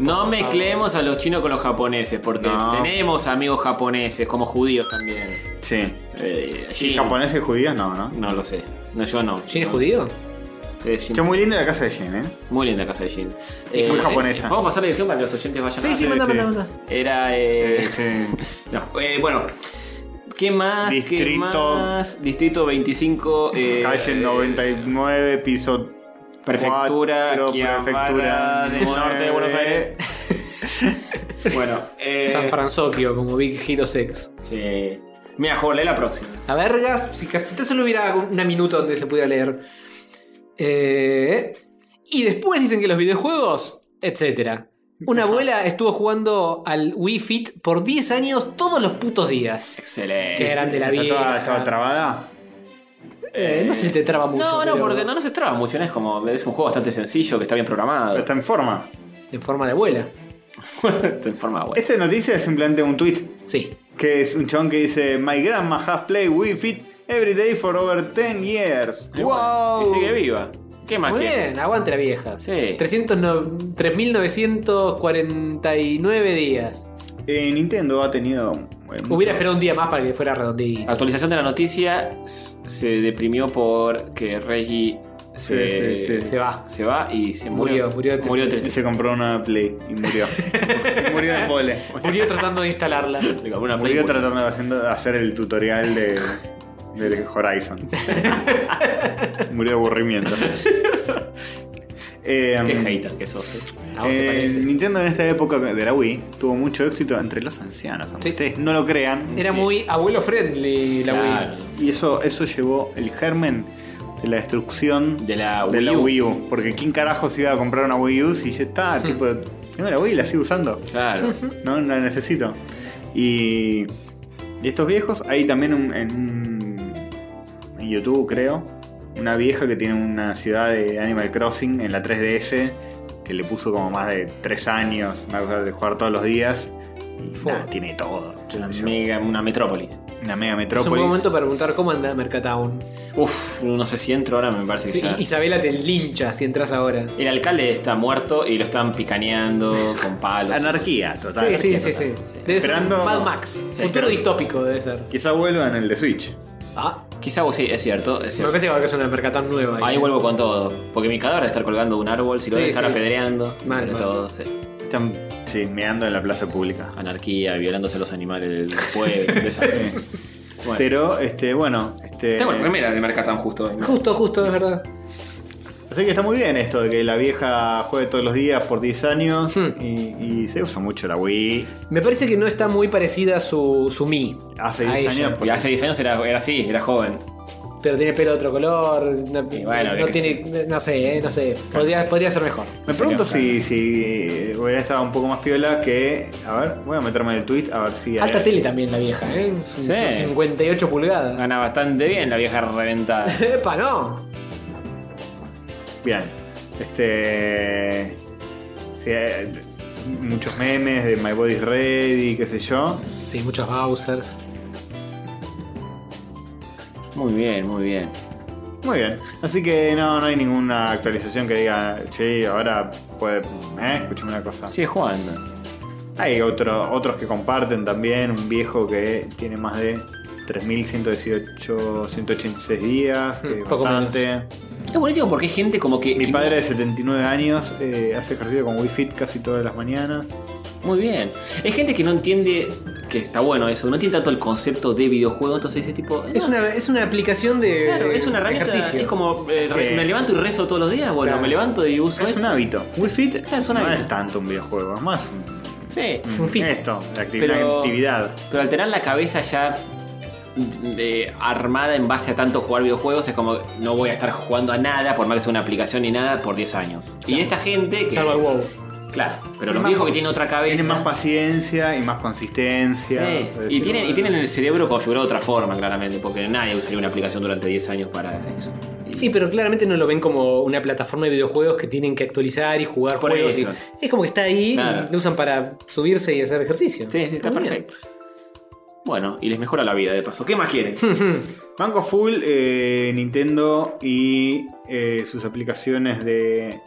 S2: No mezclemos a los chinos con los japoneses, porque
S1: No.
S2: tenemos amigos japoneses, como judíos también.
S1: Sí.
S2: Eh,
S1: Y
S2: Jin-
S1: japoneses y judíos no, ¿no?
S2: No lo sé. No, yo no.
S3: ¿Chino es
S2: No.
S3: judío?
S2: Eh, Jin-
S1: Está muy linda la casa de Jin, ¿eh?
S2: Muy linda casa de Jin.
S1: muy japonesa.
S2: Vamos a pasar la dirección para que los oyentes vayan
S3: Sí,
S2: a
S3: Ah, sí,
S1: sí,
S3: manda,
S1: sí.
S3: manda, manda.
S2: Era. eh,
S1: Sí.
S2: no, eh, bueno. ¿Qué más? ¿Qué
S1: Distrito-
S2: más? Distrito 25. eh,
S1: Calle 99, piso.
S2: Prefectura,
S1: cuatro,
S2: prefectura del norte de Buenos Aires. bueno, eh,
S3: San Francisco como Big Hero 6.
S2: sí. Mira, Jorge, lee la próxima.
S3: A vergas, si ca- si tan solo hubiera una minuto donde se pudiera leer. Eh, y después dicen que los videojuegos, etcétera. Una abuela estuvo jugando al Wii Fit por 10 años todos los putos días.
S2: Excelente.
S3: Qué grande la
S1: ¿Está toda,
S3: vida.
S1: estaba trabada?
S3: Eh, no sé si te traba mucho.
S2: No, no,
S3: pero
S2: porque no nos traba mucho, no es como. Es un juego bastante sencillo que está bien programado.
S1: Pero está en forma.
S3: En forma de abuela.
S2: Está en forma buena.
S1: Esta Este noticia es simplemente un tweet.
S3: Sí.
S1: Que es un chabón que dice: My grandma has played Wii Fit every day for over 10 years.
S2: Y bueno,
S1: ¡Wow!
S2: Y sigue viva. ¿Qué más
S3: Muy
S2: quiere?
S3: bien, aguante la vieja.
S2: Sí.
S3: 309 3.949 días.
S1: Eh, Nintendo ha tenido. eh, mucho-
S3: Hubiera esperado un día más para que fuera redondito.
S2: Actualización de la noticia s- se deprimió por que Reggie se,
S1: Sí, sí, sí.
S3: Se va.
S2: se va y se murió.
S3: Murió, murió de
S2: murió de
S1: Y
S2: tristeza.
S1: se compró una Play y murió. Y murió de pole.
S3: Murió tratando de instalarla.
S2: Le compró una
S1: Murió
S2: Play.
S1: tratando de haciendo- de hacer el tutorial de, del Horizon. murió de aburrimiento. Eh,
S2: Qué hater que sos. eh.
S3: ¿A vos te
S1: eh,
S3: parece?
S1: Nintendo en esta época de la Wii tuvo mucho éxito entre los ancianos. Aunque
S3: Sí.
S1: ustedes no lo crean.
S3: Era muy abuelo friendly la
S2: Claro.
S3: Wii.
S1: Y eso, eso llevó el germen de la destrucción
S2: De la
S1: de
S2: Wii
S1: la
S2: U.
S1: Wii U. Hmm. Porque ¿quién carajo se iba a comprar una Wii U si ya está? Tipo, tengo la Wii y la sigo usando.
S2: Claro.
S1: No, no la necesito. Y, y estos viejos, hay también un- en, un- en YouTube, creo, una vieja que tiene una ciudad de Animal Crossing en la 3DS que le puso como más de 3 años, una cosa de jugar todos los días. Y
S3: Fua.
S1: nada, tiene todo.
S2: Una, mega, una metrópolis.
S1: Una mega
S3: Es un buen
S1: metrópolis.
S3: momento para preguntar cómo anda Mercatown.
S2: Uf, no sé si entro ahora, me parece que
S3: Sí,
S2: ya.
S3: y- Isabela te lincha si entras ahora.
S2: El alcalde está muerto y lo están picaneando con palos.
S1: Anarquía, total.
S3: Sí, sí,
S1: Anarquía
S3: sí, sí.
S1: total.
S3: Debe ser un
S1: Esperando-
S3: Mad Max. Futuro
S1: esperando.
S3: distópico debe ser.
S1: Quizá vuelvan el de Switch.
S3: Ah,
S2: Quizá vos sí, es cierto, es
S3: me
S2: cierto.
S3: parece que va a haber una Mercatown nueva.
S2: Ahí vuelvo con todo. Porque mi cadáver va a estar colgando de un árbol, si lo
S3: Sí,
S2: voy a estar
S3: sí.
S2: apedreando.
S3: Mal,
S2: entre
S3: mal.
S2: todos, sí.
S1: Están sí, meando en la plaza pública.
S2: anarquía, violándose a los animales del pueblo. de esa- Bueno.
S1: Pero, este, bueno, este.
S2: ¿eh? Tengo la primera de Mercatán justo hoy. ¿no?
S3: Justo, justo, es verdad.
S1: O Así que está muy bien esto de que la vieja juegue todos los días por 10 años
S3: Hmm.
S1: y, y se usa mucho la Wii.
S3: Me parece que no está muy parecida a su, su Mi.
S1: Hace
S3: A
S1: 10
S3: ella.
S1: años.
S2: Y hace 10 años era, era así, era joven.
S3: Pero tiene pelo de otro color. No,
S2: Y bueno,
S3: no
S2: que
S3: tiene. No sé, eh, no sé. Podría, podría ser mejor.
S1: Me pregunto si, si hubiera estado un poco más piola que. A ver, voy a meterme en el tweet a ver si. hay-
S3: Alta tele también la vieja, ¿eh? Son,
S2: Sí. Ah,
S3: son 58 pulgadas.
S2: Gana bastante bien la vieja reventada.
S3: ¡Epa, no!
S1: Bien. Este. sí, hay muchos memes de My Body's Ready, qué sé yo.
S3: Sí, muchos Bowsers.
S2: Muy bien, muy bien.
S1: Muy bien. Así que no, no hay ninguna actualización que diga, che, ahora puede. Eh, escúchame una cosa.
S2: Sigue jugando.
S1: Hay otro, otros que comparten también, un viejo que tiene más de 3.118, 186 días, que
S3: Mm,
S1: es
S3: poco
S1: bastante.
S2: Es buenísimo porque hay gente como que.
S1: Mi
S2: que-
S1: padre de 79 años eh, hace ejercicio con Wii Fit casi todas las mañanas.
S2: Muy bien. Hay gente que no entiende. Que está bueno eso, no entiende tanto el concepto de videojuego, entonces ese tipo.
S3: Es
S2: no,
S3: una, es una aplicación de.
S2: Claro, es una herramienta.
S3: ejercicio.
S2: Es como. eh, re-
S1: eh, Sí.
S2: Me levanto y rezo todos los días. Bueno,
S3: Claro.
S2: me levanto y uso
S1: Es
S2: esto.
S1: un hábito.
S2: Wii Fit, claro, es un
S1: No
S2: hábito.
S1: es tanto un videojuego, es más un,
S2: Sí.
S1: Mm.
S3: Un fit.
S1: esto, la acti-
S2: Pero-
S1: una actividad.
S2: Pero al tener la cabeza ya eh, armada en base a tanto jugar videojuegos, es como no voy a estar jugando a nada, por más que sea una aplicación ni nada, por 10 años. Y esta gente que.
S3: Salvo el WoW.
S2: Claro, pero
S1: Es
S2: los
S1: más
S2: viejos
S1: con-
S2: que tienen otra cabeza.
S1: Tienen más paciencia y más
S2: Sí,
S1: consistencia. Es
S2: Y,
S1: decir,
S2: tienen, y
S1: bueno,
S2: tienen el cerebro configurado de otra forma, claramente, porque nadie usaría una aplicación durante 10 años para eso.
S3: Y pero claramente no lo ven como una plataforma de videojuegos que tienen que actualizar y jugar
S2: Por
S3: juegos. y-
S2: eso.
S3: es como que está ahí
S2: Claro.
S3: y lo usan para subirse y hacer ejercicio.
S2: Sí, sí, está
S3: Muy bien.
S2: perfecto. Bueno, y les mejora la vida, de paso. ¿Qué más quieren?
S1: Hmm. Banco Full, eh, Nintendo y eh, sus aplicaciones de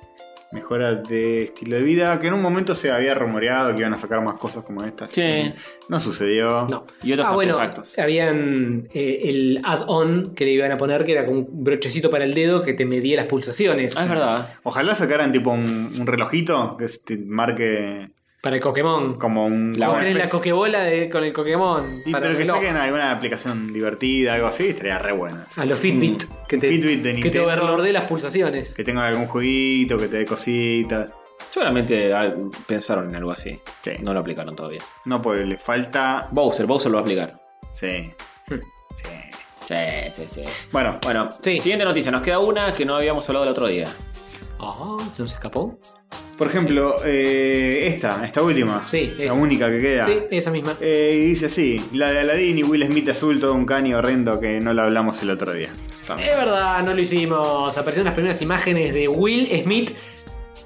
S1: mejora de estilo de vida, que en un momento se había rumoreado que iban a sacar más cosas como estas.
S2: Sí.
S1: No sucedió.
S3: No.
S2: Y otros
S3: ah, bueno,
S2: artefactos.
S3: habían eh, el add-on que le iban a poner, que era con un brochecito para el dedo que te medía las pulsaciones.
S2: Ah, es verdad.
S1: Ojalá sacaran tipo un, un relojito que te marque
S3: Para el Pokémon.
S1: como un...
S3: La,
S1: como
S3: la,
S1: especie-
S3: Pokébola de- con el Pokémon.
S1: Sí,
S3: para
S1: pero
S3: el
S1: que
S3: reloj.
S1: saquen alguna aplicación divertida, algo así, estaría re bueno.
S3: A los Fitbit. que te,
S1: Fitbit de
S3: que te
S1: Nintendo.
S3: overlordee las pulsaciones.
S1: Que tenga algún jueguito, que te dé cositas.
S2: Seguramente ah, pensaron en algo así.
S1: Sí.
S2: No lo aplicaron todavía.
S1: No, porque le falta...
S2: Bowser, Bowser lo va a aplicar.
S1: Sí. Sí.
S2: Sí, sí, sí.
S1: Bueno,
S2: Bueno,
S3: Sí.
S2: siguiente noticia. Nos queda una que no habíamos hablado el otro día.
S3: Ah, ¿se nos escapó?
S1: Por ejemplo, eh, esta, esta última.
S3: Sí,
S1: La
S3: esa.
S1: única que queda.
S3: Sí, esa misma.
S1: Eh, y dice así, la de Aladdin y Will Smith azul, todo un cani horrendo que no lo hablamos el otro día.
S3: Es verdad, no lo hicimos. Aparecieron las primeras imágenes de Will Smith,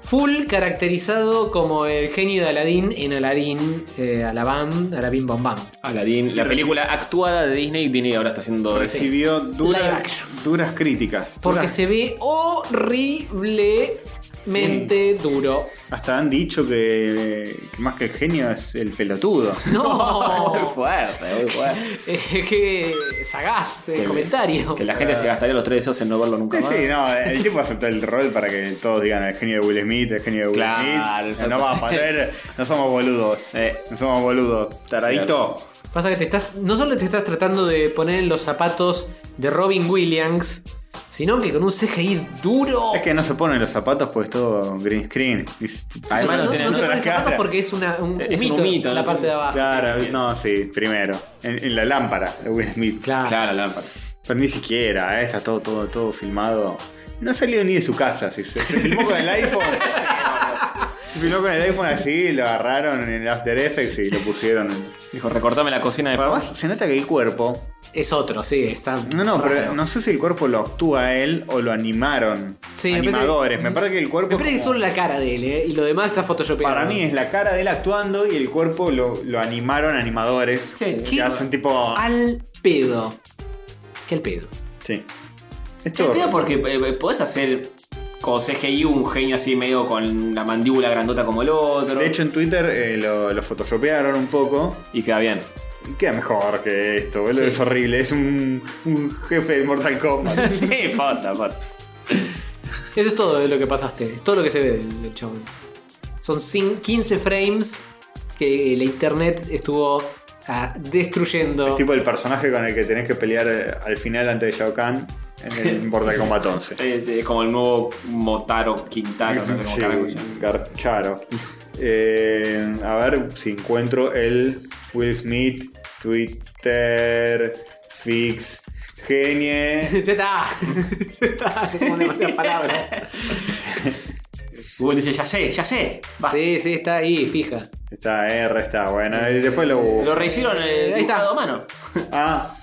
S3: full caracterizado como el genio de Aladdin en Aladdin, eh, Alabam, Alabim Bombam.
S2: Aladdin, la película actuada de Disney. Disney ahora está haciendo.
S1: Recibió
S3: Live
S1: duras,
S3: action.
S1: duras críticas.
S3: Porque
S1: Duras-
S3: se ve horriblemente duro.
S1: Hasta han dicho que, que más que el genio es el pelotudo.
S2: Muy
S3: ¡No!
S2: fuerte, muy fuerte.
S3: Eh, ¡Qué sagaz el comentario!
S2: Que la gente se gastaría los tres deseos en no verlo nunca
S1: Ah. Sí,
S2: más.
S1: sí, no, el tipo aceptó el rol para que todos digan el genio de Will Smith, el genio de Will
S2: Claro,
S1: Smith. No va a pasar, no somos boludos.
S2: Eh.
S1: No somos boludos. Taradito.
S3: Pasa que te estás. No solo te estás tratando de poner en los zapatos de Robin Williams, sino que con un CGI duro.
S1: Es que no se ponen los zapatos pues todo green screen. Y-
S2: Además, no
S3: no, no,
S2: tienen
S3: no se
S1: la
S3: ponen zapatos
S1: cara.
S3: porque es una, un,
S2: Es un
S3: humito,
S2: humito,
S3: la
S2: ¿no?
S3: parte de abajo.
S1: Claro, no, sí, primero. En, en la lámpara de Will Smith.
S3: Claro.
S2: Claro, la lámpara.
S1: Pero ni siquiera, eh, está todo, todo, todo filmado. No salió ni de su casa, sí, se, se filmó con el iPhone. Se filmó con el iPhone así, lo agarraron en el After Effects y lo pusieron.
S2: Dijo, recortame la cocina de
S1: Además, se nota que el cuerpo.
S3: Es otro, sí, está.
S1: No, no, pero
S3: raro.
S1: no sé si el cuerpo lo actúa él o lo animaron.
S3: Sí, me parece-
S1: Animadores. Me parece que el cuerpo.
S3: Me
S1: es
S3: parece que
S1: como-
S3: solo la cara de él, ¿eh? Y lo demás está photoshopeado.
S1: Para mí es la cara de él actuando y el cuerpo lo, lo animaron animadores.
S2: Sí.
S1: que hacen tipo.
S3: Al pedo. ¿Qué al pedo?
S1: Sí. Es
S2: Te
S1: todo.
S2: pido porque eh, eh, podés hacer con CGI un genio así medio con la mandíbula grandota como el otro.
S1: De hecho, en Twitter eh, lo, lo photoshopearon un poco.
S2: Y queda bien.
S1: Y Queda mejor que esto, boludo.
S3: Sí.
S1: Es horrible. Es un, un jefe de Mortal Kombat.
S2: sí, pata, pata.
S3: Eso es todo de lo que pasaste. Es todo lo que se ve del, del chabón. Son cin- 15 frames que la internet estuvo ah, destruyendo.
S1: es tipo el personaje con el que tenés que pelear eh, al final ante Shao Kahn. en el Mortal Kombat 11.
S2: Es, es como el nuevo Motaro Quintaro. no sé cómo
S1: Sí,
S2: carajo se llama.
S1: garcharo. Eh, a ver si encuentro el Will Smith, Twitter, Fix, Genie.
S3: Ya está. Ya está. Ya son demasiadas palabras.
S2: Google dice, ya sé, ya sé. Va.
S3: Sí, sí, está ahí, fija.
S1: Está R, está bueno. y después lo busco.
S2: Lo rehicieron eh,
S3: Ahí está.
S2: dibujado a mano.
S1: Ah,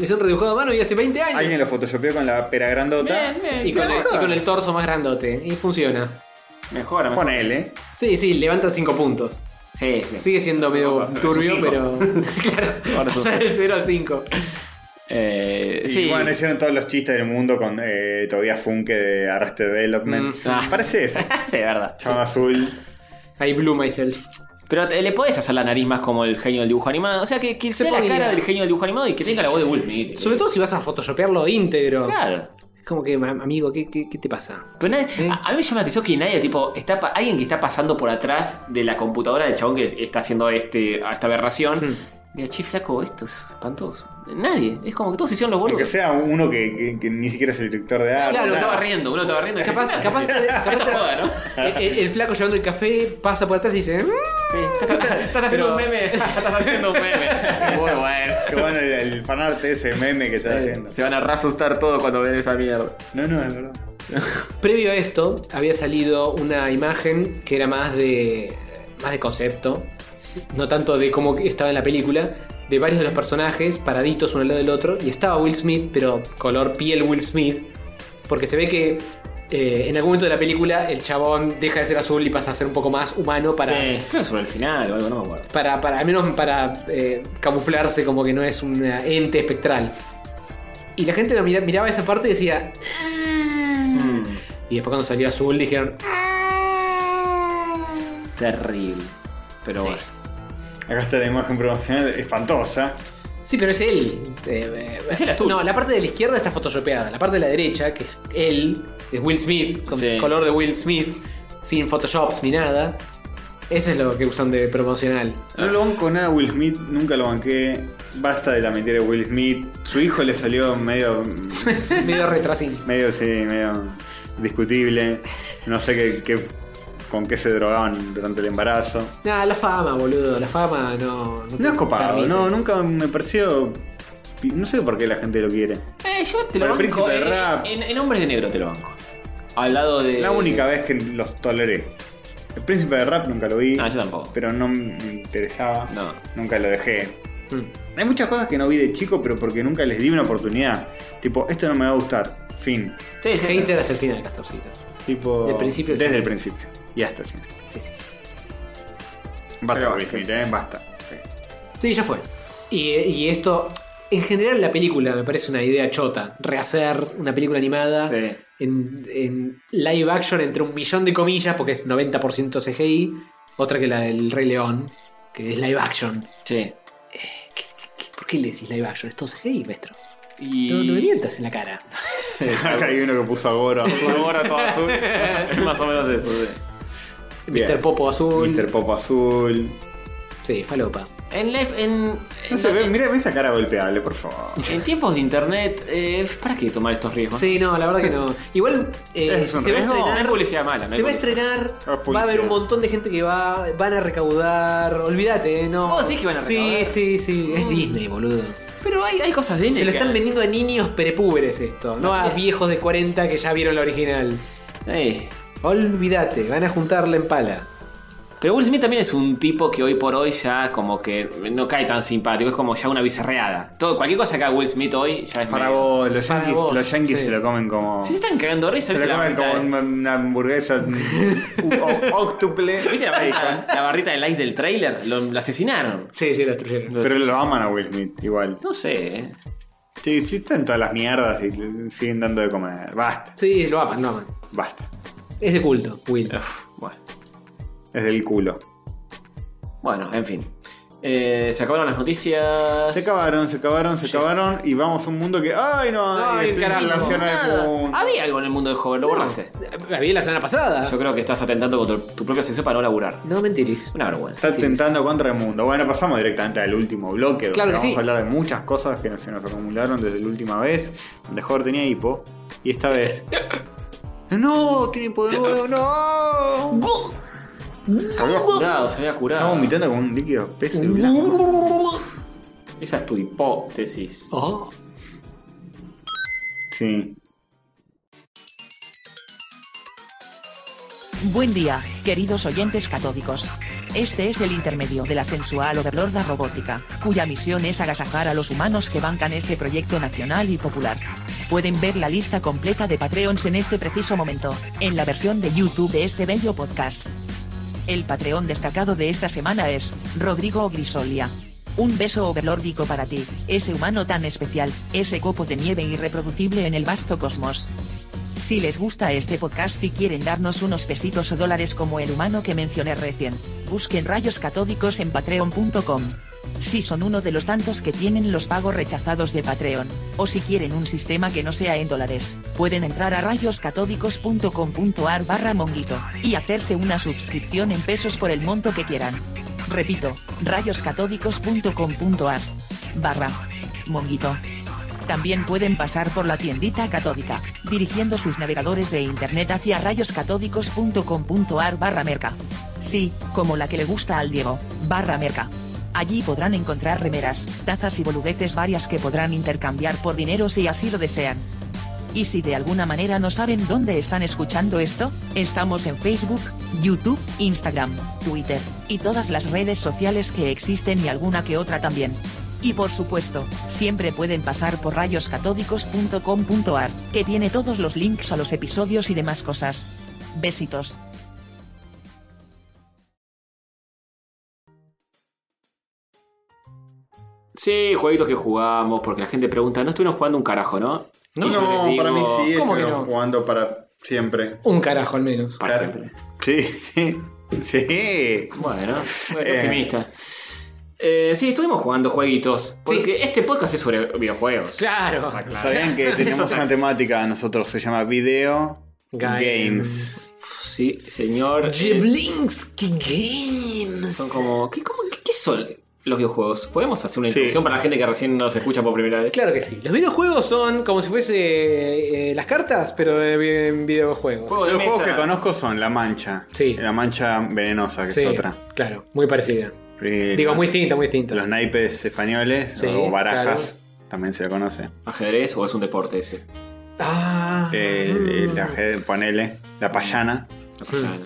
S3: Es un redibujado a mano y hace 20 años.
S1: alguien lo photoshopeó con la pera grandota.
S3: Y con, el, y con el torso más grandote. Y funciona.
S2: Mejora, mejor.
S1: Con él, ¿eh?
S3: Sí, sí, levanta 5 puntos.
S2: Sí, sí.
S3: Sigue siendo medio
S2: Vamos a hacer
S3: turbio,
S2: un
S3: pero.
S2: cinco.
S3: claro.
S2: Ahora es un
S3: Pasa del 0 al 5.
S2: Eh,
S1: Y
S2: sí.
S1: bueno, hicieron todos los chistes del mundo con eh, Tobias Funke de Arrested Development.
S3: Mm,
S2: ah.
S1: Parece eso.
S2: Sí, de verdad.
S1: Chama azul.
S3: I blew myself.
S2: Pero te- le podés hacer la nariz más como el genio del dibujo animado. O sea, que, que sea la
S3: podía.
S2: cara del genio del dibujo animado y que tenga la voz de Will Smith. eh.
S3: Sobre todo si vas a photoshopearlo íntegro.
S2: Claro.
S3: Es como que, ma- amigo, ¿qué, qué, qué te pasa?
S2: Pero nadie-
S3: ¿Eh?
S2: a, a mí me llama la atención que nadie, tipo, está pa- alguien que está pasando por atrás de la computadora del chabón que está haciendo este, a esta aberración.
S3: Hmm.
S2: Mira, che, flaco, esto es espantoso. Nadie. Es como que todos hicieron los boludos.
S1: Aunque sea uno que, que- que ni siquiera es el director de arte.
S2: Claro, uno
S1: nada.
S2: estaba riendo, uno estaba riendo. y decía,
S3: Capaz,
S2: "Ah,
S3: capaz,
S2: Esto es
S3: capaz
S2: joda, ¿no?
S3: el, Eh, el- el flaco llevando el café pasa por atrás y dice. "Mm".
S2: Sí, estás, estás haciendo un meme. Estás haciendo un meme. Muy bueno.
S1: Qué bueno el, el fanarte ese meme que está haciendo.
S2: Se van a rasustar todo cuando ven esa mierda.
S1: No, no, es verdad.
S3: Previo a esto, había salido una imagen que era más de. más de concepto. No tanto de cómo estaba en la película. De varios de los personajes paraditos uno al lado del otro. Y estaba Will Smith, pero color piel Will Smith. Porque se ve que. eh, en algún momento de la película el chabón deja de ser azul y pasa a ser un poco más humano para,
S2: Sí, creo que sobre el final o algo, no me acuerdo.
S3: para, para al menos para eh, camuflarse como que no es un ente espectral. Y la gente lo mira- miraba esa parte y decía.
S2: Mm.
S3: "Ah". Y después cuando salió azul dijeron.
S2: Terrible. Pero bueno.
S1: Acá está la imagen promocional espantosa.
S2: Ah.
S3: Sí, pero es él. Eh, eh,
S2: Es el azul.
S3: No, la parte de la izquierda está photoshopeada. La parte de la derecha, que es él, es Will Smith, con
S2: Sí.
S3: el color de Will Smith, sin photoshops ni nada. Eso es lo que usan de promocional.
S1: No lo banco nada a Will Smith, nunca lo banqué. Basta de la mentira de Will Smith. Su hijo le salió medio.
S3: Medio retrasín.
S1: medio, sí, medio discutible. No sé qué, qué- con qué se drogaban durante el embarazo.
S3: Nada, la fama, boludo. La fama no.
S1: No es copado,
S3: permite.
S1: no, nunca me pareció. No sé por qué la gente lo quiere.
S2: Eh, yo
S1: Para
S2: te lo
S1: el
S2: banco.
S1: príncipe del
S2: eh,
S1: rap.
S2: En, en Hombres de Negro te lo banco. Al lado de.
S1: La única vez que los toleré. El príncipe de rap nunca lo vi.
S2: No, Ah, yo tampoco.
S1: Pero no me interesaba.
S2: No.
S1: Nunca lo dejé.
S3: Mm.
S1: Hay muchas cosas que no vi de chico, pero porque nunca les di una oportunidad. Tipo, esto no me va a gustar. Fin.
S2: Sí, sí,
S3: Hater hasta el final, Castorcito.
S1: Tipo.
S3: Del principio al
S1: Desde
S3: fin.
S1: el principio. Y hasta el final.
S3: Sí, sí, sí.
S1: Basta,
S2: Pero
S1: Will
S2: basta,
S1: Smith,
S2: sí.
S1: ¿eh? Basta.
S3: Sí, ya fue. Y, y esto, en general, la película me parece una idea chota. Rehacer una película animada
S2: Sí.
S3: en, en live action entre un millón de comillas, porque es 90% CGI. Otra que la del Rey León, que es live action.
S2: Sí.
S3: ¿Qué- qué- qué- por qué le decís live action? Esto es CGI, maestro.
S2: Y.
S3: No, no me mientas en la cara.
S1: Acá hay uno que puso a Goro.
S2: La gorra toda azul. es más o menos eso, sí.
S1: Bien.
S3: Mr. Popo Azul.
S1: Mr. Pop Azul.
S3: Sí, falopa.
S2: En, la- en,
S1: No
S2: en-
S1: se ve, mira esa cara golpeable, por favor.
S2: en tiempos de internet, eh, ¿para qué tomar estos riesgos?
S3: Sí, no, la verdad que no. Igual eh,
S1: Es un
S3: se va a
S1: riesgo.
S2: No,
S3: estrenar
S2: hay publicidad mala. no hay
S3: Se va a
S2: publicidad.
S3: estrenar,
S1: Ah, publicidad.
S3: va a haber un montón de gente que va, van a recaudar, olvídate, ¿eh? no.
S2: ¿Vos decís que van a recaudar?
S3: Sí, sí, sí, es
S2: Mm.
S3: Disney, boludo.
S2: Pero hay, hay cosas de
S3: Se lo
S2: Disney
S3: están
S2: que-
S3: vendiendo a niños perepúberes esto, no a viejos de 40 que ya vieron la original.
S2: Eh,
S3: Olvídate, van a juntarla en pala.
S2: Pero Will Smith también es un tipo que hoy por hoy ya como que no cae tan simpático, es como ya una bizarreada. Todo, cualquier cosa que haga Will Smith hoy ya es
S1: Para
S2: medio-
S1: vos, los
S3: Para
S1: yankees,
S3: vos,
S1: los yankees
S3: sí.
S1: se lo comen como.
S2: Si se están cagando de risa,
S1: Se
S2: ¿viste
S1: lo
S2: la,
S1: comen
S2: barrita
S1: como
S2: de-
S1: una, una hamburguesa o- octuple.
S2: ¿viste la barrita, la barrita de likes del trailer? Lo, lo asesinaron.
S3: Sí, sí, la destruyeron.
S1: Pero lo aman a Will Smith, igual.
S2: No sé. eh.
S1: Sí, sí están todas las mierdas y le siguen dando de comer. Basta,
S3: Sí, lo aman, lo aman.
S1: basta.
S3: Es de culto, Will.
S2: Uf, bueno.
S1: Es del culo.
S2: Bueno, en fin. Eh, se acabaron las noticias.
S1: Se acabaron, se acabaron, se acabaron. Y vamos a un mundo que. ah, ¡Ay, no! eh,
S3: Ay,
S1: hay
S3: carajo,
S1: explicación al
S2: Nada.
S1: mundo.
S2: Había algo en el mundo de Hover, lo borraste.
S3: La vi la semana pasada.
S2: Yo creo que estás atentando contra tu propia sección para no laburar.
S3: No mentirís.
S2: Una vergüenza.
S1: Está tentando contra el mundo. Bueno, pasamos directamente al último bloque. Donde
S3: Claro que
S1: vamos
S3: sí.
S1: a hablar de muchas cosas que se nos acumularon desde la última vez. Donde Jorge tenía hipo. Y esta vez. ¡No! Tiene hipo de nuevo, no.
S2: Se había curado, se había
S1: Estaba
S2: curado.
S1: vomitando con un líquido espeso y
S3: Uh.
S1: blanco.
S2: Esa es tu hipótesis.
S3: Oh.
S1: Sí.
S7: Buen día, queridos oyentes catódicos. Este es el intermedio de la sensual overlorda robótica, cuya misión es agasajar a los humanos que bancan este proyecto nacional y popular. Pueden ver la lista completa de Patreons en este preciso momento, en la versión de YouTube de este bello podcast. El Patreon destacado de esta semana es, Rodrigo Grisolia. Un beso overlórdico para ti, ese humano tan especial, ese copo de nieve irreproducible en el vasto cosmos. Si les gusta este podcast y quieren darnos unos pesitos o dólares como el humano que mencioné recién, busquen rayos catódicos en patreon.com. Si son uno de los tantos que tienen los pagos rechazados de Patreon, o si quieren un sistema que no sea en dólares, pueden entrar a rayoscatódicos.com.ar barra monguito, y hacerse una suscripción en pesos por el monto que quieran. Repito, rayoscatódicos.com.ar barra monguito. También pueden pasar por la tiendita catódica, dirigiendo sus navegadores de internet hacia rayoscatódicos.com.ar barra merca. Sí, como la que le gusta al Diego, barra merca. Allí podrán encontrar remeras, tazas y boludeces varias que podrán intercambiar por dinero si así lo desean. Y si de alguna manera no saben dónde están escuchando esto, estamos en Facebook, YouTube, Instagram, Twitter, y todas las redes sociales que existen y alguna que otra también. Y por supuesto, siempre pueden pasar por rayoscatódicos.com.ar, que tiene todos los links a los episodios y demás cosas. Besitos.
S2: Sí, jueguitos que jugamos, porque la gente pregunta, no estuvieron jugando un carajo, ¿no?
S3: No,
S2: Y yo les digo,
S1: para mí sí,
S3: ¿cómo que
S1: estuvieron
S3: no?
S1: jugando para siempre.
S3: Un carajo al menos.
S2: Para siempre.
S1: Sí, sí. Sí.
S2: Bueno, bueno,
S1: Eh.
S2: optimista. Eh, sí, estuvimos jugando jueguitos. Porque este podcast es sobre videojuegos.
S3: Claro.
S1: Sabían que tenemos una temática, nosotros se llama video games.
S2: Sí, señor. es-
S3: Jablinski Games.
S2: son como. ¿qué, cómo- qué- qué son los videojuegos? ¿Podemos hacer una
S1: Sí.
S2: introducción para la gente que recién nos escucha por primera vez?
S3: Claro que sí. Los videojuegos son como si fuese eh, las cartas, pero de vi- en videojuegos.
S2: Juego de
S1: Los juegos
S2: mesa.
S1: que conozco son La Mancha.
S3: Sí.
S1: La Mancha Venenosa, que
S3: Sí,
S1: es otra.
S3: claro, muy parecida.
S1: Eh,
S3: Digo,
S1: la-
S3: muy distinta, muy distinta.
S1: Los naipes españoles
S3: Sí,
S1: o barajas también se la conoce.
S2: ¿Ajedrez o es un deporte ese?
S3: Ah.
S1: Eh, El, el ajedrez, ponele. La payana.
S2: La, payana.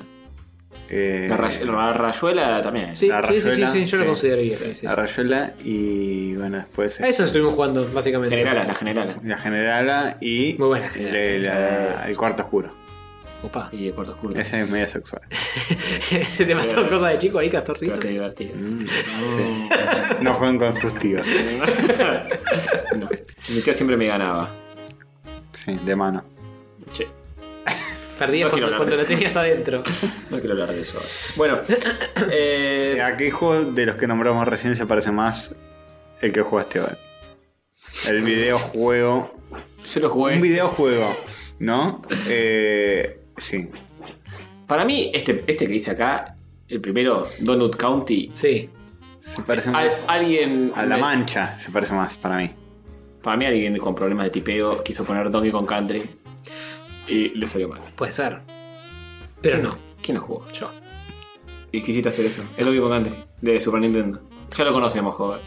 S1: eh,
S2: La ray- la rayuela también.
S3: Sí,
S1: la
S3: sí, sí, sí,
S1: rayuela,
S3: sí, yo lo
S1: sí.
S3: consideraría. sí, sí.
S1: La rayuela y bueno, después
S3: A eso estuvimos jugando, básicamente.
S2: Generala, la generala.
S1: la generala y
S3: Muy buena
S1: el,
S3: generala.
S1: la- el cuarto oscuro.
S3: Opa.
S2: Y de corto oscuro.
S1: Ese es medio sexual.
S3: ¿Te pasaron cosas de chico ahí, Castorcito?
S2: Pero qué divertido.
S3: Mm.
S1: No juegan con sus tíos.
S2: No, Mi tío siempre me ganaba.
S1: Sí, de mano.
S2: Che,
S3: Perdías
S2: No quiero
S3: cuando,
S2: hablar
S3: cuando
S2: de
S3: lo
S2: eso.
S3: tenías adentro.
S2: no quiero hablar de eso. ahora. Bueno, eh,
S1: ¿A qué juego de los que nombramos recién se parece más el que jugaste hoy? El videojuego.
S2: yo lo
S3: Pues
S1: Un
S2: jugué.
S1: videojuego, ¿no? Eh, sí.
S2: Para mí, este, este que hice acá, el primero, Donut County,
S3: Sí.
S1: Se
S3: Ah,
S1: parece
S2: al-
S1: más.
S2: alguien.
S1: A la mancha se parece más para mí.
S2: Para mí, alguien con problemas de tipeo quiso poner Donkey Kong Country y le salió mal.
S3: Puede ser. Pero no.
S2: ¿Quién lo jugó?
S3: Yo.
S2: Y quisiste hacer eso. El Donkey Kong Country de Super Nintendo. Ya lo conocemos, joder.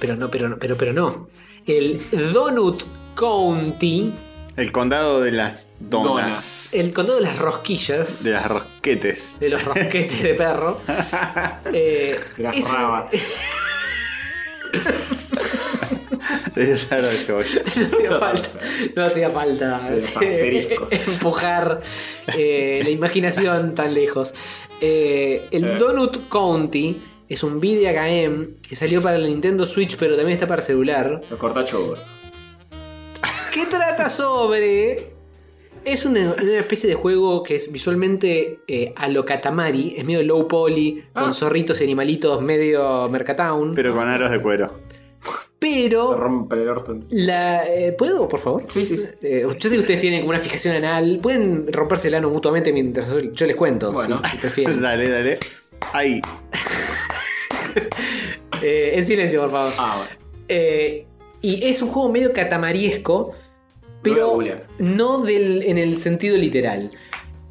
S3: Pero no, pero no, pero, pero no. El Donut County,
S1: El condado de las donas.
S3: el condado de las rosquillas,
S1: De
S3: de,
S1: las rosquetes.
S3: los rosquetes de perro, eh,
S2: De las
S3: es-
S2: rabas.
S1: De los aros de cebolla.
S3: no hacía falta, no hacía falta
S2: De los asteriscos.
S3: empujar eh, la imaginación tan lejos. Eh, el
S2: Eh.
S3: Donut County es un video game que salió para la Nintendo Switch, pero también está para celular.
S2: Lo cortacho.
S3: que trata sobre Es una, una especie de juego que es visualmente eh, a lo Katamari, es medio low poly,
S2: Ah.
S3: con zorritos y animalitos medio Mercatown. Pero,
S1: Pero con aros de cuero.
S3: Oh.
S2: Te rompe el orto.
S3: la, eh, ¿puedo, por favor?
S2: Sí, sí, sí.
S3: Eh, yo sé que ustedes tienen como una fijación anal. Pueden romperse el ano mutuamente mientras yo- yo les cuento.
S2: Bueno.
S3: si- si prefieren.
S1: Dale, dale. Ahí.
S3: Eh, en silencio, por favor.
S2: Ah, bueno.
S3: Eh, y es un juego medio catamariesco,
S2: Lo voy a
S3: pero
S2: googlear.
S3: no del, en el sentido literal.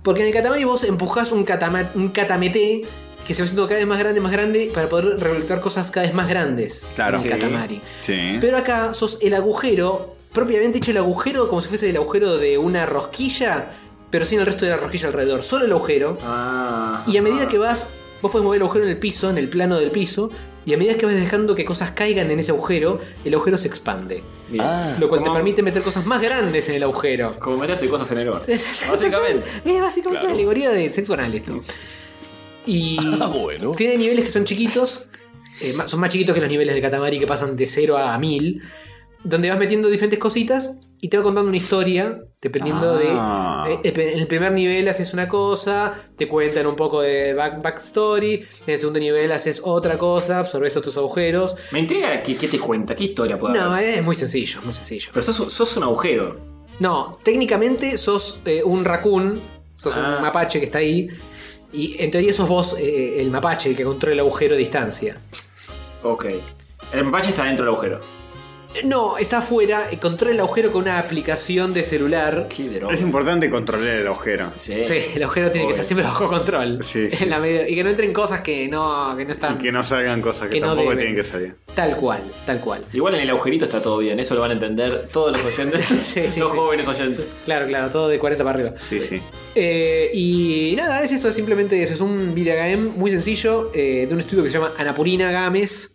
S3: Porque en el catamari vos empujás un, catama- un catameté que se va haciendo cada vez más grande, más grande, para poder recolectar cosas cada vez más grandes.
S1: Claro.
S3: En
S1: Sí.
S3: el catamari.
S1: Sí.
S3: Pero acá sos el agujero, propiamente hecho el agujero, como si fuese el agujero de una rosquilla, pero sin el resto de la rosquilla alrededor, solo el agujero.
S2: Ah.
S3: Y a medida que vas, vos podés mover el agujero en el piso, en el plano del piso, y a medida que vas dejando que cosas caigan en ese agujero, el agujero se expande.
S2: Bien.
S8: Ah.
S3: Lo cual te
S2: Como-
S3: permite meter cosas más grandes en el agujero.
S2: Como meterse cosas en el orto. Básicamente.
S3: Es básicamente una alegoría de sexo anal esto. Y
S8: Ah, bueno.
S3: tiene niveles que son chiquitos, eh, más- son más chiquitos que los niveles de Katamari que pasan de 0 a 1000, donde vas metiendo diferentes cositas y te va contando una historia, dependiendo
S1: Ah.
S3: de... eh, el pe- en el primer nivel haces una cosa, te cuentan un poco de back, backstory, en el segundo nivel haces otra cosa, absorbes otros agujeros.
S2: Me intriga qué, qué te cuenta, qué historia puede
S3: No, eh.
S2: haber.
S3: es muy sencillo, muy sencillo.
S2: Pero sos, sos un agujero.
S3: No, técnicamente sos eh, un raccoon, sos
S2: Ah.
S3: un mapache que está ahí. Y en teoría sos vos eh, el mapache, el que controla el agujero a distancia.
S2: Ok. El mapache está dentro del agujero.
S3: No, está afuera, eh, controla el agujero con una aplicación de celular.
S2: Qué droga.
S1: Es importante controlar el agujero.
S2: Sí.
S3: Sí, el agujero tiene que
S2: Obvio.
S3: estar siempre bajo control.
S1: Sí.
S3: En la medida- y que no entren cosas que no, que no
S1: Y
S3: están.
S1: que no salgan cosas que,
S3: Que no
S1: tampoco
S3: deben.
S1: tienen que salir.
S3: Tal cual, tal cual.
S2: Igual en el agujerito está todo bien, eso lo van a entender todos los oyentes,
S3: Sí, sí,
S2: los
S3: sí.
S2: jóvenes oyentes.
S3: Claro, claro, todo de 40 para arriba.
S1: Sí, sí.
S3: Eh, y nada, es eso, es simplemente eso. Es un videogame muy sencillo eh, de un estudio que se llama Anapurina Games.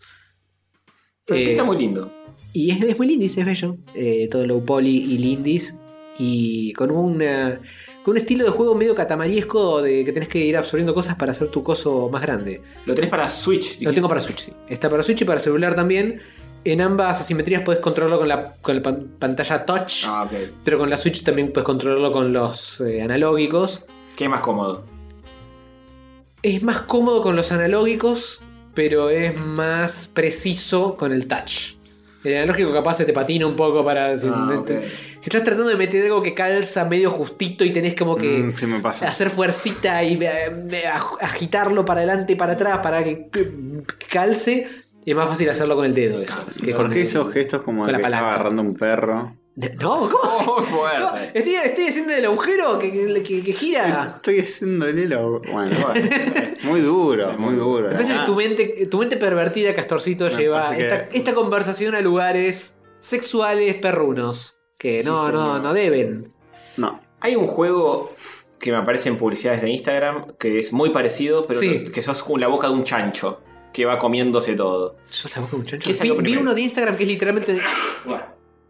S2: Pero
S3: Eh,
S2: pinta muy lindo.
S3: Y es, es muy lindis, es bello. Eh, todo low poly y lindis. Y con una. Con un estilo de juego medio catamariesco de que tenés que ir absorbiendo cosas para hacer tu coso más grande.
S2: Lo tenés para Switch.
S3: Lo tengo para Switch, sí. Está para Switch y para celular también. En ambas asimetrías podés controlarlo con la, con la pan- pantalla touch.
S2: Ah, ok.
S3: Pero con la Switch también puedes controlarlo con los eh, analógicos.
S2: Qué más cómodo.
S3: Es más cómodo con los analógicos, pero es más preciso con el touch. El analógico capaz se te patina un poco para... si-
S2: Ah, ok.
S3: Si estás tratando de meter algo que calza medio justito y tenés como que
S1: Mm, sí me pasa.
S3: hacer fuercita y eh, aj- agitarlo para adelante y para atrás para que que calce, es más fácil hacerlo con el dedo. eso, que
S1: ¿Por
S3: con
S1: qué
S3: el-
S1: esos gestos como
S3: con
S1: el
S3: la
S1: que estaba
S3: palanca.
S1: agarrando un perro?
S3: No, ¿cómo?
S2: Muy
S3: No,
S2: fuerte.
S3: estoy, estoy haciendo el agujero que, que- que- que gira.
S1: Estoy haciendo el hilo. Bueno, bueno. muy duro, muy duro.
S3: Me parece que tu mente, tu mente pervertida, Castorcito,
S1: Me
S3: lleva
S1: parece Ah, pues que-
S3: esta, esta conversación a lugares sexuales perrunos. Que
S2: Sí,
S3: no, no,
S2: señor.
S3: no deben.
S1: No.
S2: Hay un juego que me aparece en publicidades de Instagram que es muy parecido, pero
S3: Sí.
S2: que- que sos con la boca de un chancho que va comiéndose todo.
S3: Sos la boca de un chancho.
S2: ¿Qué salió
S3: Vi, vi
S2: primero?
S3: uno de Instagram que es literalmente.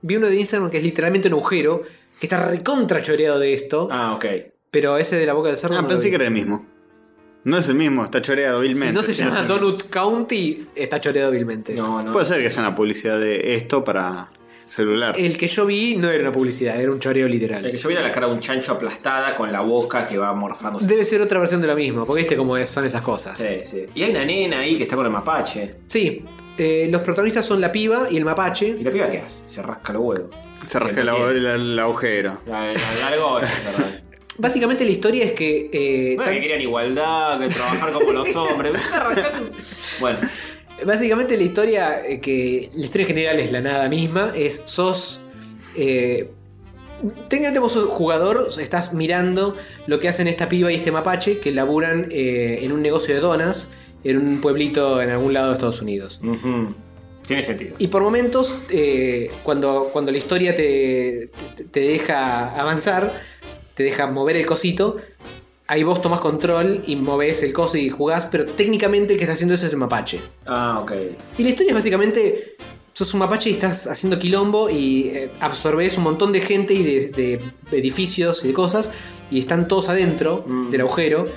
S3: Vi uno de Instagram que es literalmente un agujero. Que está recontra choreado de esto.
S2: Ah, ok.
S3: Pero ese de la boca del cerdo.
S1: Ah,
S3: no lo
S1: pensé
S3: vi.
S1: que era el mismo. No es el mismo, está choreado vilmente.
S3: Si no se
S1: sí,
S3: llama
S1: es el mismo.
S3: Donut County, está choreado vilmente.
S2: No, no.
S1: Puede ser que sea una publicidad de esto para celular.
S3: El que yo vi no era una publicidad, era un choreo
S2: El que
S3: literal.
S2: yo viera la cara de un chancho aplastada con la boca que va morfándose.
S3: Debe ser otra versión de lo mismo, porque viste cómo es- son esas cosas.
S2: Sí, sí. Y hay una nena ahí que está con el mapache.
S3: Sí, eh, los protagonistas son la piba y el mapache.
S2: ¿Y la piba qué hace? Se rasca los huevos.
S1: se rasca
S2: que
S1: el,
S2: no tiene.
S1: el- el agujero.
S2: La, la largó, esa cerrada.
S3: Básicamente la historia es que. eh,
S2: Bueno,
S3: tan-
S2: que querían igualdad, que trabajar como los hombres. bueno,
S3: Básicamente la historia eh, que. La historia general es la nada misma. Es sos. Eh, técnicamente vos sos jugador, estás mirando lo que hacen esta piba y este mapache que laburan eh, en un negocio de donas en un pueblito en algún lado de Estados Unidos.
S2: ujú. tiene sentido.
S3: Y por momentos, eh, cuando, cuando la historia te, te- te deja avanzar, te deja mover el cosito, ahí vos tomás control y movés el coso y jugás, pero técnicamente el que está haciendo eso es el mapache.
S2: Ah, ok.
S3: Y la historia es básicamente. Sos un mapache y estás haciendo quilombo y eh, absorbes un montón de gente y de, de edificios y de cosas. Y están todos adentro
S2: Mm.
S3: del agujero.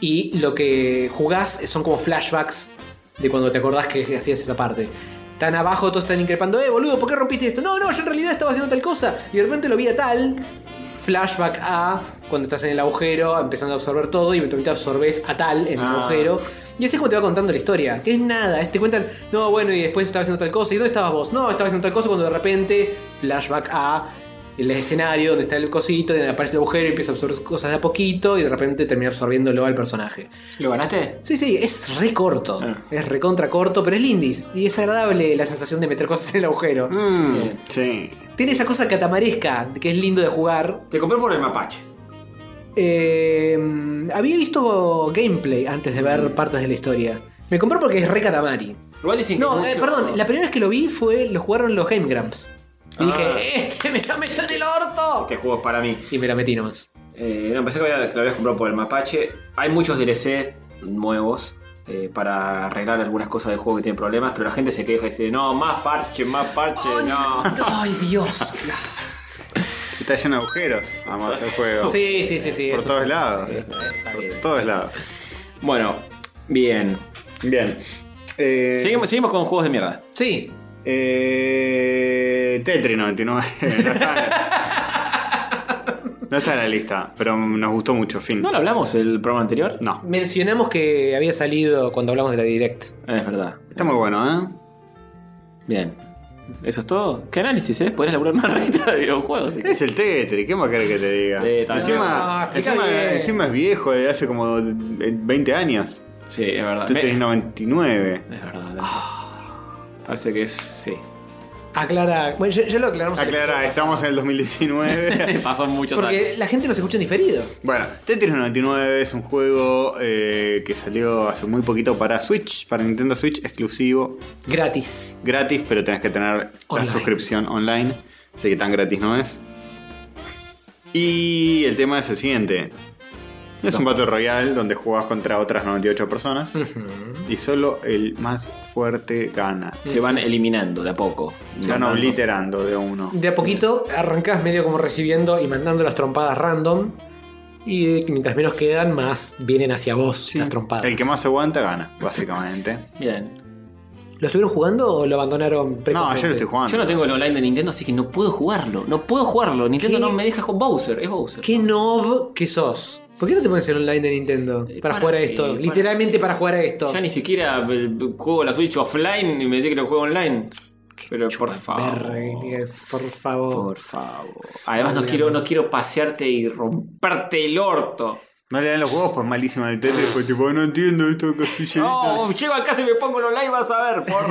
S3: Y lo que jugás son como flashbacks de cuando te acordás que hacías esa parte. Están abajo, todos están increpando, eh, boludo, ¿por qué rompiste esto? No, no, yo en realidad estaba haciendo tal cosa. Y de repente lo vi a tal. flashback a cuando estás en el agujero, empezando a absorber todo y eventualmente absorbes a tal en el
S2: Ah.
S3: agujero. Y así es como te va contando la historia, que es nada, es- te cuentan, no, bueno, y después estabas haciendo tal cosa, ¿y dónde estabas vos? No, estabas haciendo tal cosa cuando de repente, flashback a el escenario donde está el cosito, donde aparece el agujero y empieza a absorber cosas de a poquito y de repente termina absorbiéndolo al personaje.
S2: ¿Lo ganaste?
S3: Sí, sí, es re corto. Es recontra corto, pero es lindis. Y es agradable la sensación de meter cosas en el agujero.
S1: Mm, sí.
S3: Tiene esa cosa catamaresca, que es lindo de jugar.
S2: Te compré por el mapache.
S3: Eh, había visto gameplay antes de ver partes de la historia. Me compró porque es re catamari.
S2: Igual dicen que.
S3: No, eh,
S2: mucho-
S3: perdón, la primera vez que lo vi fue lo jugaron los Game Grumps.
S2: Ah.
S3: Y dije, este me la metió en el orto.
S2: Este juego es para mí.
S3: Y me la metí nomás.
S2: Eh, no, pensé que había- que lo habías comprado por el mapache. Hay muchos DLC nuevos. eh, para arreglar algunas cosas del juego que tienen problemas, pero la gente se queja y dice, no, más parche, más parche, no.
S3: Ay, Dios.
S1: Está lleno de agujeros, además el juego.
S3: Sí, sí, sí, sí.
S1: Por
S3: eso
S1: todos
S3: sí.
S1: lados. Por todos lados.
S2: Bueno, bien.
S1: Bien. Eh,
S2: Seguimos, seguimos con juegos de mierda.
S3: Sí,
S1: Eh, Tetri 99. No está, no está en la lista, pero nos gustó mucho, fin.
S2: ¿No lo hablamos el programa anterior?
S1: No.
S3: mencionamos que había salido cuando hablamos de la Direct.
S2: Es verdad.
S1: Está muy bueno, ¿eh?
S2: Bien. ¿Eso es todo? ¿Qué análisis, eh? Podrías laburar más revista de videojuegos. así
S1: ¿eh?
S2: que-
S1: Es el Tetri, ¿qué más querés que te diga?
S2: Sí, está
S1: encima,
S3: bien.
S1: encima,
S3: Ah, explica bien.
S1: encima es viejo, de hace como eh, 20 años.
S2: Sí, es verdad.
S1: Tetris
S2: Ah, Me-
S1: 99.
S2: Es verdad. tenés razón. Parece que es... Sí.
S3: Aclara. Bueno, ya, ya lo aclaramos. en el
S1: Aclara, estamos en el 2019.
S2: Pasó mucho
S3: Porque la gente nos escucha en diferido.
S1: Bueno, Tetris 99 es un juego eh, que salió hace muy poquito para Switch, para Nintendo Switch, exclusivo,
S3: Gratis.
S1: gratis, pero tenés que tener la
S3: Online.
S1: suscripción online, así que tan gratis no es. Y el tema es el siguiente. Es un Battle Royale donde jugás contra otras 98 personas y solo el más fuerte gana.
S2: Se van eliminando de a poco.
S1: Se van
S2: Mandándose.
S1: obliterando de a uno.
S3: De a poquito arrancás medio como recibiendo y mandando las trompadas random. Y eh, mientras menos quedan, más vienen hacia vos las trompadas.
S1: El que más aguanta gana, básicamente.
S2: Bien.
S3: ¿Lo estuvieron jugando o lo abandonaron
S1: no, yo lo estoy
S2: Yo no
S1: jugando.
S2: tengo el online de Nintendo, así que no puedo jugarlo. No puedo jugarlo. Nintendo
S3: ¿Qué?
S2: no me deja con Bowser. Es Bowser.
S3: Qué noob que sos. ¿Por qué no te pones el online de Nintendo?
S2: Eh,
S3: Para,
S2: para
S3: jugar a
S2: qué,
S3: esto.
S2: para
S3: Literalmente para jugar a esto.
S2: Ya ni siquiera eh, juego la Switch offline y me dice que lo juego online. Pero por favor.
S3: Vergas, por favor.
S2: Por favor. Además, no quiero, no quiero pasearte y romperte el orto.
S1: No le dan los juegos, pues malísima el Tetris. Fue tipo, no entiendo esto casillero.
S2: No, llego acá si me pongo el online, vas a ver. Por...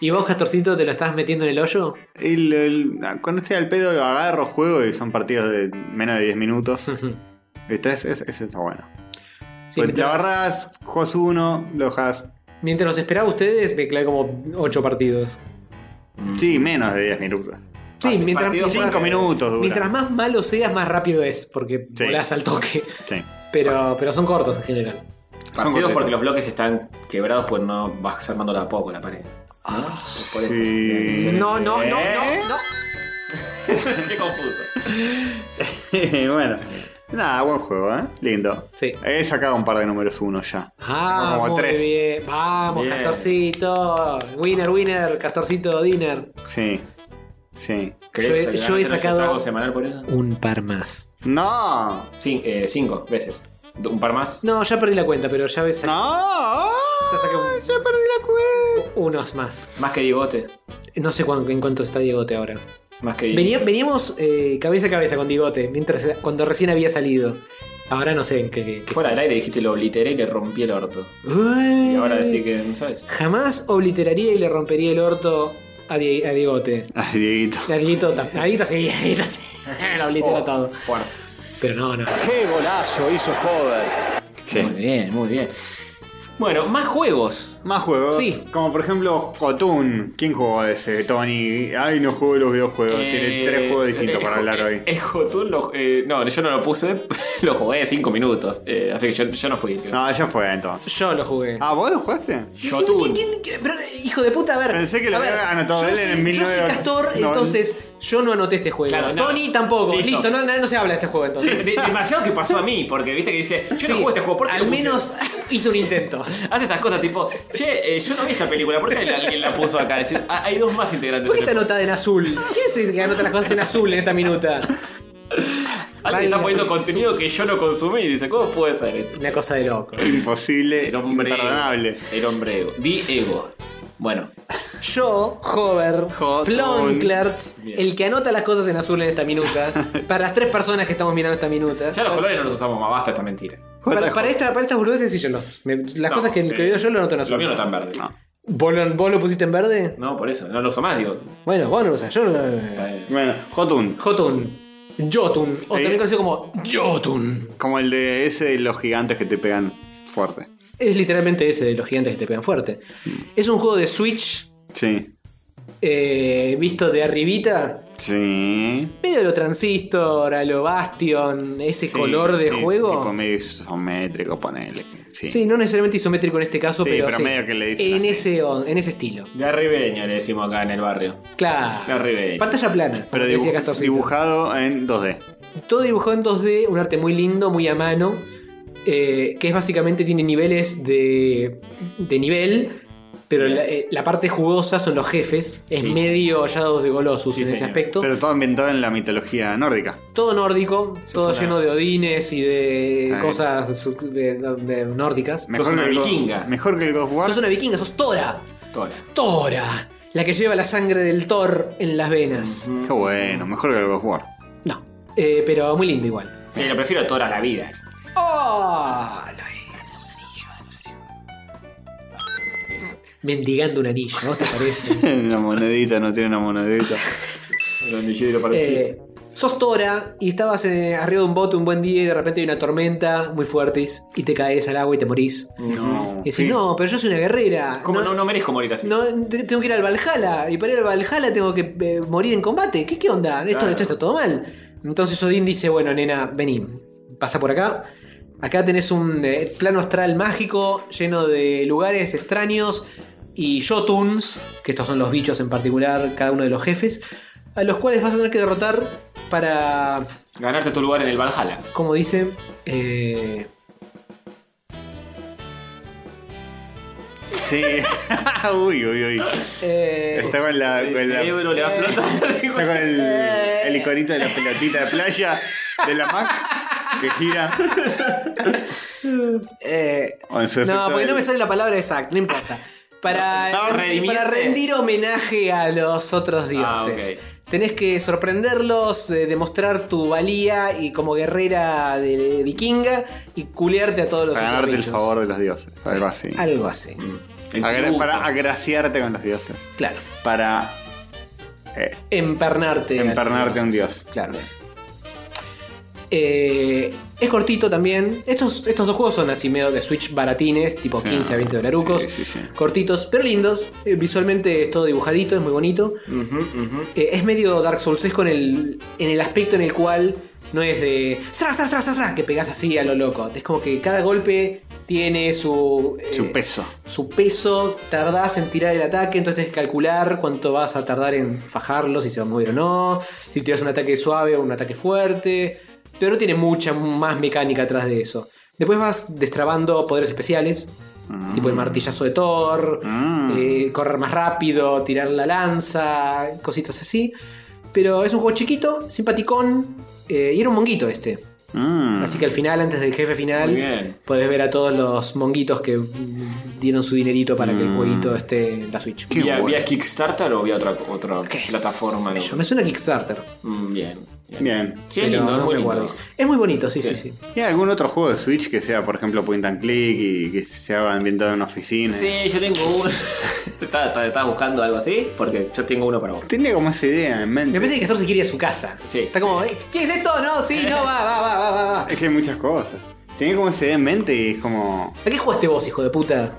S3: ¿Y vos, Castorcito, te lo estás metiendo en el hoyo?
S1: El, el- ah, cuando estoy al pedo agarro juego y son partidos de menos de 10 minutos. Este es, es- ese está bueno. Pues
S3: Sí,
S1: te
S3: mientras-
S1: agarras, juegas uno, lo dejas.
S3: Mientras los esperaba a ustedes, me clavé como 8 partidos.
S1: Sí, menos de 10 minutos.
S3: Sí,
S2: Part-
S3: mientras,
S2: partidos
S3: mientras-
S1: Cinco minutos dura.
S3: mientras más malo seas, más rápido es, porque
S1: Sí.
S3: volás al toque.
S1: Sí.
S3: Pero, pero son cortos en general.
S2: Partidos
S1: cortitos.
S2: porque los bloques están quebrados, pues no vas armándola a poco la pared. ¿No? Es por eso.
S1: Ah, Sí. ¿Eh?
S3: No, no, no, no, no.
S2: Qué confuso.
S1: bueno, nada, buen juego, ¿eh? Lindo.
S3: Sí.
S1: He sacado un par de números uno ya.
S3: Ah,
S1: Como
S3: muy
S1: tres.
S3: bien. Vamos,
S2: Bien.
S3: Castorcito. Winner, winner, Castorcito, dinner.
S1: Sí. Sí.
S2: ¿Querés
S3: Yo he-
S2: que
S3: yo he
S2: ganas
S3: sacado-
S2: un trago semanal por eso?
S3: Un par más.
S1: ¡No!
S2: Sí, eh, cinco veces. Un par más.
S3: No, ya perdí la cuenta, pero ya ves.
S1: ¡No!
S3: Ya saqué un-
S1: ¡Ya perdí la cuenta!
S3: Unos más.
S2: Más que Digote.
S3: No sé cuán- en cuánto está Diegote ahora.
S2: Más que Digote.
S3: Venía- veníamos eh, cabeza a cabeza con Digote mientras, cuando recién había salido. Ahora no sé en qué. qué- qué-
S2: Fuera del aire dijiste lo obliteré y le rompí el orto. Y ahora decir que no sabes.
S3: Jamás obliteraría y le rompería el orto a, Die- a Diegote.
S1: Ay, Dieguito.
S3: A Dieguito, tam- a Dieguito sí, a Dieguito sí. Lo
S1: Oh,
S3: oblitera todo.
S2: Fuerte.
S3: Pero no, no.
S8: ¡Qué golazo hizo Hover!
S1: Sí.
S2: Muy bien, muy bien. Bueno, más juegos.
S1: Más juegos.
S3: Sí.
S1: Como por ejemplo Jotun. ¿Quién jugó ese? Tony. Ay, no juego los videojuegos. Tiene
S2: Eh,
S1: tres juegos distintos
S2: eh,
S1: para hablar
S2: eh,
S1: hoy.
S2: eh, Jotun lo- eh, no, yo no lo puse, lo jugué 5 minutos. eh, así que yo, yo no fui. creo.
S1: No, ya fue entonces.
S3: Yo lo jugué.
S1: Ah, ¿vos lo jugaste?
S2: Jotun.
S3: ¿Quién- quién- quién- pero, hijo de puta, a ver.
S1: Pensé que lo
S3: a ver,
S1: había anotado
S3: yo
S1: él
S3: soy-
S1: en el
S3: Yo soy
S1: 1990.
S3: Castor, entonces Yo no anoté este juego.
S2: Claro, no.
S3: Tony tampoco.
S2: Listo.
S3: Listo, no, no- no se habla de este juego
S2: De-
S3: entonces.
S2: de- demasiado que pasó a mí, porque viste que dice, yo no
S3: Sí,
S2: juego este juego, ¿por qué
S3: Al
S2: lo puse?
S3: menos hizo un intento.
S2: Hace estas cosas tipo, che, eh, yo no vi esta película, ¿por qué alguien la puso acá? Es decir, ah, hay dos más integrantes. este
S3: ¿Por qué
S2: del
S3: está anotada en azul? ¿Quién es el que anota las cosas en azul en esta minuta?
S2: Alguien está
S3: Vale.
S2: poniendo contenido que yo no consumí. Dice, ¿cómo puede ser esto?
S3: Una cosa de loco.
S1: Imposible,
S2: El hombre
S1: imperdonable.
S2: El hombre ego. Di ego. Bueno,
S3: Yo, Hover,
S1: Jotón.
S3: Plonklertz,
S2: Bien.
S3: el que anota las cosas en azul en esta minuta, para las tres personas que estamos mirando esta minuta.
S2: ya los colores no los usamos más, basta esta mentira.
S3: Para,
S1: JJ.
S3: para esta, para estas boludeces sí yo no. Me- las
S2: No,
S3: cosas que,
S2: eh,
S3: que veo yo lo anoto en azul.
S2: Lo mío no está en verde. No,
S3: ¿Vos, lo, vos lo pusiste en verde?
S2: por eso, no lo uso más, digo. eh,
S3: Bueno, vos no lo sabés, yo no lo...
S2: Está bien.
S1: Bueno, Jotun,
S3: Jotun. Jotun. O
S1: Eh.
S3: también conocido como Jotun.
S1: como el de ese de los gigantes que te pegan fuerte.
S3: Es literalmente ese de los gigantes que te pegan fuerte. Es un juego de Switch
S1: Sí,
S3: eh, visto de arribita.
S1: sí.
S3: Medio a lo transistor, a lo bastion, ese
S1: Sí,
S3: ¿Este color de
S1: sí,
S3: juego.
S1: Tipo medio isométrico, ponele. Sí.
S3: Sí. no necesariamente isométrico en este caso,
S1: Sí,
S3: pero,
S1: pero
S3: sí,
S1: medio que le dicen
S3: en
S1: así.
S3: ese on- en ese estilo.
S2: De arribeño le decimos acá en el barrio. De
S3: Claro.
S2: arribeño.
S3: Pantalla plana, como
S1: Pero
S3: decía
S1: dibu-
S3: Castorcito.
S1: dibujado en 2D.
S3: Todo dibujado en 2D, un arte muy lindo, muy a mano, eh, que es básicamente tiene niveles de, de nivel, pero la, eh, la parte jugosa son los jefes. Es
S2: Sí.
S3: medio hallados de Golosus
S2: Sí,
S3: en ese
S2: señor.
S3: aspecto.
S1: Pero todo ambientado en la mitología nórdica.
S3: todo nórdico, todo
S1: una-
S3: lleno de odines y de
S1: Ay.
S3: cosas sus- de- de nórdicas.
S1: Mejor
S2: una
S1: que el Go-
S2: vikinga.
S1: Mejor que el Ghost War.
S3: Sos una vikinga, sos Tora.
S2: Tola.
S3: Tora, la que lleva la sangre del Thor en las venas.
S1: Qué bueno, mejor que el Ghost War.
S3: No, eh, pero muy lindo igual.
S2: Sí, lo prefiero toda la vida.
S3: ¡Oh! Lo es. Mendigando un anillo, ¿no te parece?
S1: una monedita, no tiene una monedita.
S3: Eh, sos Tora y estabas eh, arriba de un bote un buen día y de repente hay una tormenta muy fuertes y te caes al agua y te morís.
S1: No.
S3: Y decís,
S1: sí.
S3: no, pero yo soy una guerrera.
S2: Mm. ¿Cómo no, no merezco morir así?
S3: No, te- tengo que ir al Valhalla. Y para ir al Valhalla tengo que eh, morir en combate. ¿Qué, qué onda? Esto,
S2: Claro.
S3: esto está todo mal. Entonces Odín dice, bueno, nena, vení. Pasa por acá. Acá tenés un eh, plano astral mágico lleno de lugares extraños y Jotuns, que estos son los bichos en particular, cada uno de los jefes, a los cuales vas a tener que derrotar para,
S2: Ganarte tu lugar en el Valhalla.
S3: como dice, eh,
S1: Sí. uy, uy, uy.
S3: eh,
S1: Está con la.
S2: El
S1: con la-
S2: cerebro le va a
S1: Está
S2: flotar.
S1: con el, el iconito de la pelotita de playa de la Mac que gira.
S3: eh,
S1: O en su
S3: No,
S1: Ah, efecto
S3: porque no me
S1: del-
S3: sale la palabra exacta, no importa. Para,
S2: No, redimirte.
S3: para rendir homenaje a los otros dioses.
S2: Ah,
S3: Tenés que sorprenderlos, eh, demostrar tu valía y como guerrera de vikinga y culearte a todos los
S1: Para
S3: otros
S1: ganarte el
S3: bichos.
S1: favor de los dioses. Algo así.
S3: Algo así,
S2: El
S1: Agra-
S2: tributo.
S1: para agraciarte con los dioses.
S3: claro.
S1: Para eh,
S3: Empernarte. a los
S1: Empernarte a un
S3: dioses.
S1: dios.
S3: Claro. eso. Eh, es cortito también. Estos, estos dos juegos son así medio de Switch baratines, tipo
S1: Sí,
S3: 15 a 20 dolarucos.
S1: sí, sí, sí.
S3: Cortitos, pero lindos. Eh, visualmente es todo dibujadito, es muy bonito. Eh, es medio Dark Souls, es con el, en el aspecto en el cual no es de... ¡Sra, sra, sra, sra, sra! Que pegas así a lo loco. Es como que cada golpe tiene su... eh,
S1: su peso.
S3: su peso, tardás en tirar el ataque, entonces tenés que calcular cuánto vas a tardar en fajarlo, si se va a mover o no, si tiras un ataque suave o un ataque fuerte, pero no tiene mucha más mecánica atrás de eso. Después vas destrabando poderes especiales, tipo el martillazo de Thor,
S1: Mm.
S3: eh, correr más rápido, tirar la lanza, cositas así. Pero es un juego chiquito, simpaticón, eh, y era un monguito este.
S1: Mm.
S3: Así que al final, antes del jefe
S2: Muy
S3: final,
S2: bien.
S3: podés ver a todos los monguitos que mm, dieron su dinerito para que el
S1: Mm.
S3: jueguito esté en la Switch.
S1: Qué
S2: ¿Vía,
S1: bueno.
S2: vía Kickstarter o vía otra, otra
S3: ¿Qué es?
S2: plataforma? no?
S3: Yo, Me suena a Kickstarter.
S2: Mm, bien. Bien.
S1: Bien.
S2: Qué
S3: pero
S2: lindo,
S3: no
S2: es muy
S3: me
S2: lindo.
S3: acuerdo. Es muy bonito, sí, sí, sí.
S2: Sí.
S1: ¿Y algún otro juego de Switch que sea, por ejemplo, point and click y que sea ambientado en una oficina?
S2: Sí, yo tengo uno. ¿Estás estás buscando algo así? Porque yo tengo uno para vos.
S1: Tenía como esa idea en
S3: Me
S1: mente.
S3: parece que Castor se quiere ir a su casa.
S2: Sí.
S3: Está como, "Eh, ¿qué es esto? No, sí, no, va, va, va, va, va, va.
S1: Es que hay muchas cosas. Tenía como esa idea en mente y es como.
S3: ¿A qué jugaste vos, hijo de puta?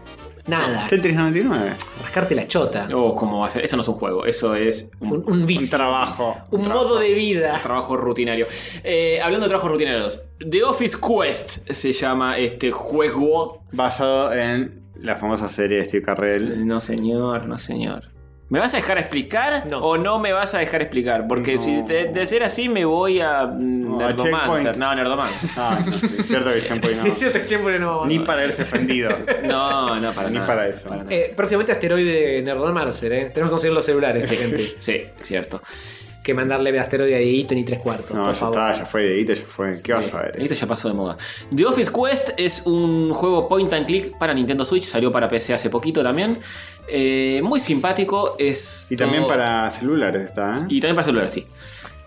S3: Nada.
S1: Tetris 99.
S3: Rascarte la chota.
S2: Oh, ¿cómo va a ser? Eso no es un juego, eso es un,
S3: Un, un
S1: Un
S3: vicio.
S1: trabajo.
S3: Un modo de vida.
S2: trabajo rutinario. Eh, hablando de trabajos rutinarios, The Office Quest se llama este juego.
S1: Basado en la famosa serie de Steve Carrell.
S2: No, señor, no, señor. ¿Me vas a dejar explicar
S3: No.
S2: o no me vas a dejar explicar? Porque si te, de ser así me voy a mm,
S1: No, a
S2: Nerdomancer.
S1: Checkpoint.
S2: No, Nerdomancer.
S1: Ah, no, sí, es cierto que Champoy no.
S3: Sí, sí, te eché por el nuevo.
S1: Ni para haberse ofendido.
S2: No, no, para
S1: Ni
S2: nada.
S1: para eso.
S2: nada.
S3: Eh, próximamente asteroide Nerdon Marcer, ¿eh? Tenemos que conseguir los celulares, gente.
S2: Sí, cierto.
S3: Que mandarle asteroide a Dieguito ni tres cuartos.
S1: No,
S3: por
S1: ya
S3: favor.
S1: está, ya fue, Deito, ya fue. ¿Qué vas a ver?
S2: Esto ya pasó de moda. The Office Quest es un juego point and click para Nintendo Switch. Salió para PC hace poquito también. Eh, muy simpático. Es
S1: Y también
S2: todo-
S1: para celulares está, ¿eh?
S2: Y también para celular, sí.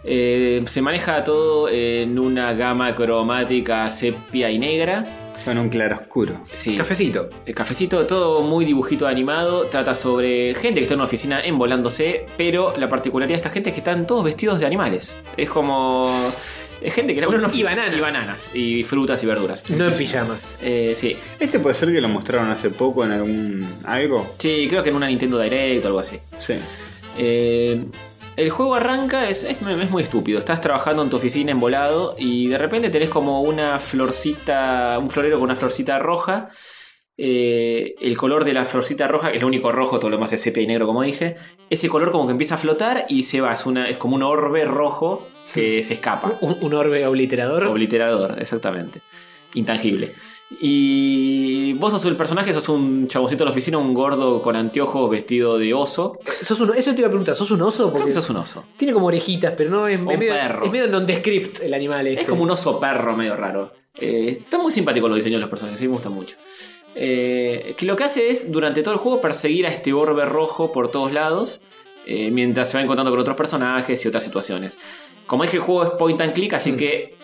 S2: Eh, se maneja todo en una gama cromática sepia y negra.
S1: Con un claroscuro.
S2: Sí.
S3: Cafecito.
S2: Eh, Cafecito, todo muy dibujito animado. Trata sobre gente que está en una oficina envolándose, pero la particularidad de esta gente es que están todos vestidos de animales. Es como. Es gente que labura en una
S3: Y
S2: oficina-
S3: bananas.
S2: Y bananas. Y frutas y verduras.
S3: No en pijamas.
S2: Eh, sí.
S1: Este puede ser que lo mostraron hace poco en algún. algo.
S2: Sí, creo que en una Nintendo Direct o algo así.
S1: Sí.
S2: Eh, el juego arranca, es, es- es muy estúpido. Estás trabajando en tu oficina en volado y de repente tenés como una florcita, un florero con una florcita roja. Eh, el color de la florcita roja, que es lo único rojo, todo lo demás es sepia y negro, como dije. Ese color como que empieza a flotar y se va. Es, una, es como un orbe rojo que se escapa.
S3: Hmm. Un, un orbe obliterador.
S2: Obliterador, exactamente. Intangible. Y vos sos el personaje, sos un chaboncito de la oficina, un gordo con anteojos vestido de oso.
S3: ¿Sos un, eso te iba a preguntar, ¿sos un oso?
S2: Creo
S3: Porque
S2: que sos un oso.
S3: tiene como orejitas, pero no es,
S2: Un
S3: es medio,
S2: perro.
S3: es medio nondescript el animal este.
S2: Es como un oso perro medio raro. Eh, está muy simpático los diseños de los personajes, sí, me gusta mucho. Eh, que lo que hace es, durante todo el juego, perseguir a este orbe rojo por todos lados, eh, mientras se va encontrando con otros personajes y otras situaciones. Como dije, el juego es point and click,
S3: Mm.
S2: así que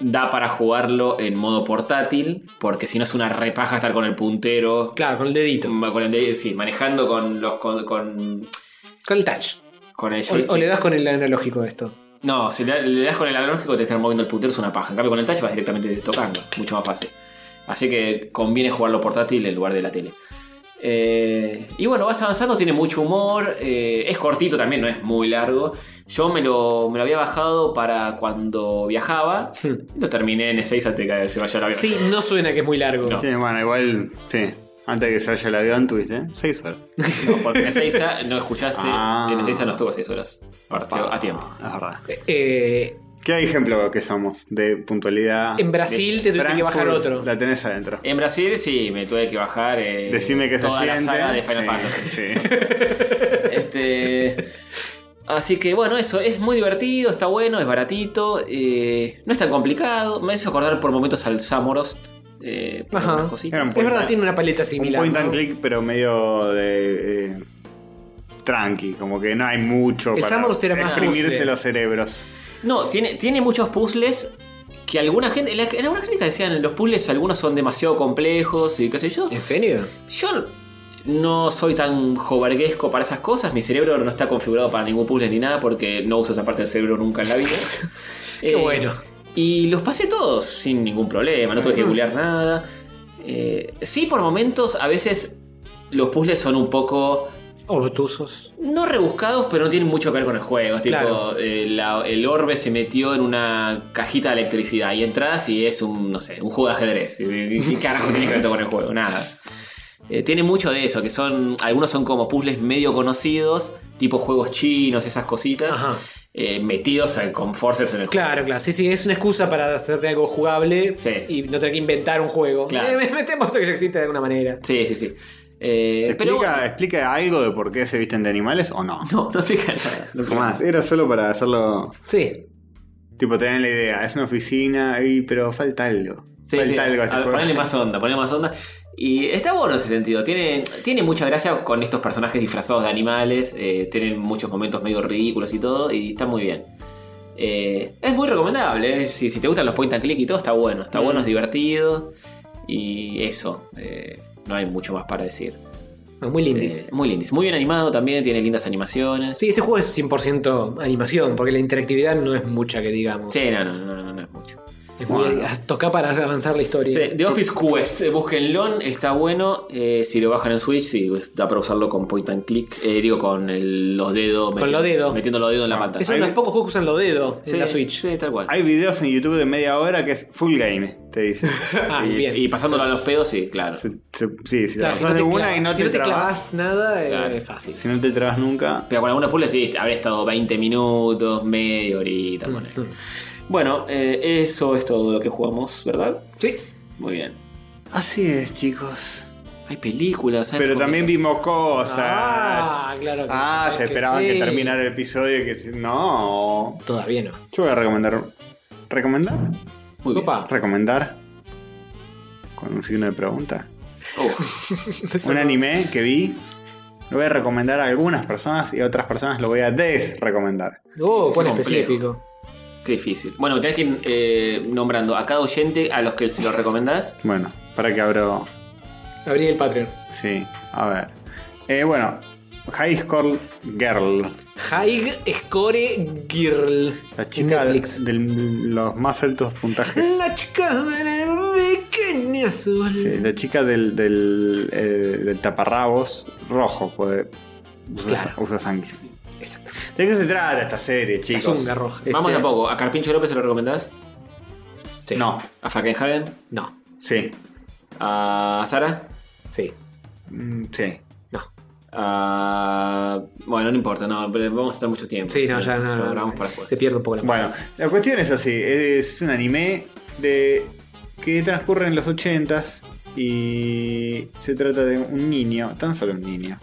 S2: da para jugarlo en modo portátil, porque si no es una repaja estar con el puntero,
S3: Claro, con el dedito.
S1: Mm.
S2: con el de- sí, manejando con los con, con,
S3: Con el touch.
S2: con el
S3: O, o
S2: joystick.
S3: le das con el analógico a esto.
S2: No, si le, le das con el analógico te estás moviendo el puntero es una paja. En cambio con el touch vas directamente tocando, mucho más fácil. Así que conviene jugarlo portátil en lugar de la tele. Eh, y bueno, vas avanzando, tiene mucho humor, eh, es cortito también, no es muy largo. Yo me lo, me lo había bajado para cuando viajaba,
S1: Hmm.
S2: lo terminé en 6 hasta que se vaya la avión.
S3: Sí, no suena que es muy largo.
S2: No.
S1: Sí, bueno, igual. Sí. Antes de que se vaya el avión, tuviste, ¿eh? Seis horas.
S2: No, porque en Ezeiza no escuchaste,
S1: Ah.
S2: en Ezeiza no estuvo 6 horas. Ahora, a tiempo.
S1: Es verdad.
S3: Eh,
S1: ¿Qué ejemplo que somos de puntualidad?
S3: en Brasil te tuviste que bajar
S1: Ah, Frankfurt,
S3: otro.
S1: La tenés adentro.
S2: En Brasil sí, me tuve que bajar eh,
S1: Decime que se
S2: toda la
S1: siente.
S2: saga de Final
S1: Sí,
S2: Fantasy.
S1: sí.
S2: Este. Así que bueno, eso es muy divertido, está bueno, es baratito, eh, no es tan complicado. Me hizo acordar por momentos al Samorost. Eh, por
S3: Ajá.
S2: algunas cositas.
S1: Era un
S3: Es
S1: point
S3: verdad,
S1: and-
S3: tiene una paleta
S1: Un
S3: similar.
S1: point and
S3: ¿no?
S1: click, pero medio de. eh, tranqui, como que no hay mucho
S3: El
S1: para
S3: Samus era más
S1: exprimirse
S3: puzzle.
S1: los cerebros.
S2: No, tiene, tiene muchos puzzles que alguna gente. En, la- en algunas críticas decían los puzzles algunos son demasiado complejos y qué sé yo.
S3: ¿En serio?
S2: Yo no soy tan joverguesco para esas cosas. Mi cerebro no está configurado para ningún puzzle ni nada porque no uso esa parte del cerebro nunca en la vida. Eh,
S3: Qué bueno.
S2: Y los pasé todos sin ningún problema, no tuve que googlear nada. Eh, sí, por momentos, a veces los puzzles son un poco.
S3: Obtusos.
S2: No rebuscados, pero no tienen mucho que ver con el juego. Tipo,
S3: Claro.
S2: eh, la- el orbe se metió en una cajita de electricidad y entras y es un, no sé, un juego de ajedrez. ¿Qué qué carajo tiene que ver con el juego? Nada. Eh, tiene mucho de eso, que son. Algunos son como puzzles medio conocidos, tipo juegos chinos, esas cositas,
S3: Ajá.
S2: eh, metidos en- con forceps en el juego.
S3: Claro, claro. Sí, sí, es una excusa para hacerte algo jugable
S2: Sí.
S3: y no tener que inventar un juego.
S2: Claro.
S3: Eh, metemos esto que ya existe de alguna manera.
S2: Sí, sí, sí. Eh,
S1: ¿Te
S2: pero
S1: explica,
S2: bueno,
S1: explica algo de por qué se visten de animales o no?
S2: no, no explica nada. No explica
S1: Más, era solo para hacerlo.
S3: Sí.
S1: Tipo, tenían la idea, es una oficina, y, pero falta algo.
S2: Sí,
S1: falta
S2: sí,
S1: algo a este
S2: a ver,
S1: juego.
S2: ponele más onda, ponele más onda. Y está bueno en ese sentido. Tiene, tiene mucha gracia con estos personajes disfrazados de animales. eh, tienen muchos momentos medio ridículos y todo. Y está muy bien. Eh, es muy recomendable. eh, Si, si te gustan los point and click y todo, está bueno. Está bueno,
S1: Mm.
S2: es divertido. Y eso. eh, no hay mucho más para decir.
S3: Ah, Muy lindis.
S2: Eh, muy lindis. Muy bien animado también. Tiene lindas animaciones.
S3: Sí, este juego es 100% animación, porque la interactividad no es mucha que digamos.
S2: Sí, no, no, no, no, no es mucho.
S3: Es muy,
S1: Bueno.
S3: toca para avanzar la historia.
S2: Sí, The Office Quest, eh, búsquenlo, está bueno. eh, si lo bajan en Switch, sí, pues, da para usarlo con point and click. eh, digo, con el- los dedos.
S3: Con los dedos.
S2: Metiendo los dedos en la pantalla.
S3: Es uno de los pocos juegos que usan los dedos
S2: Sí,
S3: en la Switch.
S2: Sí, tal cual.
S1: Hay videos en YouTube de media hora que es full game. te dice.
S3: Ah,
S2: y,
S3: bien.
S2: y pasándolo a los pedos, sí, claro.
S1: Se- se- sí, si la
S3: Claro,
S1: pasas
S3: si no te
S1: de una
S3: clavas-
S1: y no
S3: si
S1: te,
S3: no te
S1: trabas,
S3: clavas nada, eh,
S2: Claro.
S3: es fácil.
S1: si no te trabas nunca,
S2: Pero con algunos puzzles sí, habría estado 20 minutos, media horita.
S3: Mm,
S2: ponele. Bueno, eh, eso es todo lo que jugamos, ¿verdad?
S3: Sí.
S2: Muy bien.
S1: así es, chicos.
S2: Hay películas, hay
S1: Pero también
S2: películas.
S1: vimos cosas.
S3: Ah, claro que
S1: Ah,
S3: sí,
S1: se
S3: es que
S1: esperaban que
S3: sí.
S1: terminara el episodio y que si- no.
S3: Todavía no.
S1: Yo voy a recomendar. ¿Recomendar?
S2: Muy bien.
S3: Opa.
S1: ¿Recomendar? Con un signo de pregunta.
S2: Oh,
S1: Un anime que vi. Lo voy a recomendar a algunas personas y a otras personas lo voy a desrecomendar.
S3: Oh, pone
S2: Complejo.
S3: específico.
S2: qué difícil. Bueno, tenés que ir eh, nombrando a cada oyente a los que se lo recomendás.
S1: Bueno, para que abro.
S3: Abrí el Patreon.
S1: Sí, a ver. Eh, bueno, High School Girl.
S3: High Score Girl.
S1: La chica de
S3: Netflix.
S1: los más altos puntajes.
S3: La chica de la pequeña azul.
S1: Sí, la chica del, del, eh, del taparrabos rojo. Pues, usa,
S3: Claro.
S1: usa sangre.
S3: Exacto.
S1: ¿De qué se trata esta serie, chicos?
S3: zunga roja.
S1: Este,
S2: Vamos de a poco. ¿A Carpincho López se lo recomendás?
S3: Sí.
S1: No,
S2: ¿A Falkenhagen?
S3: No.
S1: sí.
S2: ¿A Sara?
S3: Sí.
S1: Mm, Sí.
S3: No.
S2: ¿A... Bueno, no importa, no, pero vamos a estar mucho tiempo.
S3: Sí, no,
S2: Se-
S3: ya
S2: se
S3: no.
S2: lo
S3: no,
S2: grabamos
S3: no.
S2: para después.
S3: Se pierde un poco la
S1: Bueno, la cuestión es así. Es un anime de que transcurre en los 80s y se trata de un niño, tan solo un niño,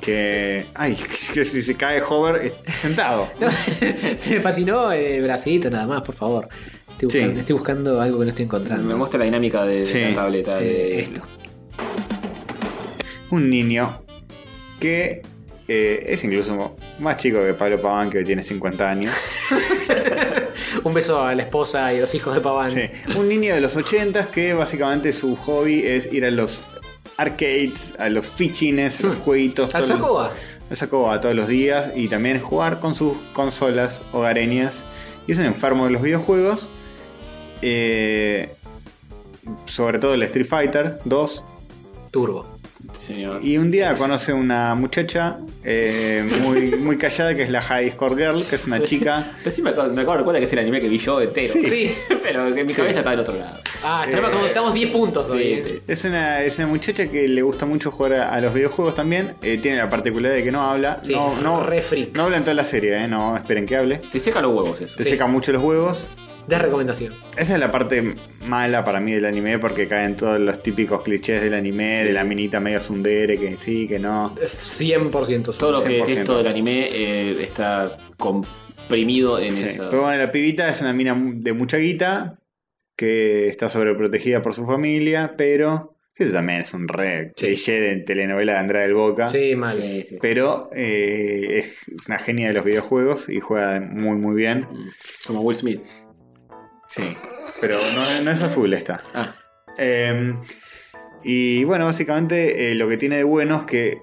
S1: que... Ay, que si se cae Hover es sentado.
S3: Se me patinó el bracito nada más, por favor. Estoy
S1: Sí.
S3: buscando, estoy buscando algo que no estoy encontrando.
S2: Me muestra la dinámica de
S1: Sí.
S2: la tableta.
S3: Eh,
S2: De...
S3: esto.
S1: un niño que eh, es incluso más chico que Pablo Paván, que hoy tiene 50 años.
S3: Un beso a la esposa y los hijos de Paván.
S1: Sí, un niño de los 80 que básicamente su hobby es ir a los arcades, a los fichines, a los
S3: Hmm.
S1: jueguitos.
S3: ¿Al
S1: todos los-
S3: Sacoba?
S1: Al Sacoba todos los días y también jugar con sus consolas hogareñas. Y es un enfermo de los videojuegos. eh, sobre todo el Street Fighter 2.
S3: Turbo.
S2: este Señor.
S1: Y un día conoce una muchacha eh, muy, muy callada que es la High Score Girl, que es una chica
S2: Recién me acabo, me acabo de dar cuenta que es el anime que vi yo entero.
S1: Sí.
S3: Sí.
S2: Pero que en mi
S1: Sí.
S2: cabeza está del otro lado.
S3: Ah, estamos, como- estamos 10 puntos hoy.
S2: Eh, Sí,
S3: eh.
S1: Es una, es una muchacha que le gusta mucho jugar a, a los videojuegos también. Eh, tiene la particularidad de que no habla.
S3: Sí,
S1: no, no,
S3: re freak.
S1: no habla en toda la serie, eh, no esperen que hable.
S2: Te seca los huevos eso.
S1: Te
S3: Sí.
S1: seca mucho los huevos.
S3: Da recomendación.
S1: Esa es la parte mala para mí del anime porque caen todos los típicos clichés del anime, de la minita medio sundere, que sí, que no.
S3: 100%
S2: Todo lo que
S1: 100%.
S2: detesto del anime eh, está comprimido en
S1: Sí.
S2: eso.
S1: Pero bueno, la pibita es una mina mu- de mucha guita que está sobreprotegida por su familia, pero... Ese también es un re
S3: Sí.
S1: cliché de telenovela de Andrade del Boca.
S3: Sí, mal.
S2: Sí, sí.
S1: Pero eh, es una genia de los videojuegos y juega muy muy bien.
S2: Como Will Smith.
S1: Sí. Pero no, no es azul esta.
S2: Ah,
S1: Eh, y bueno, básicamente eh, lo que tiene de bueno es que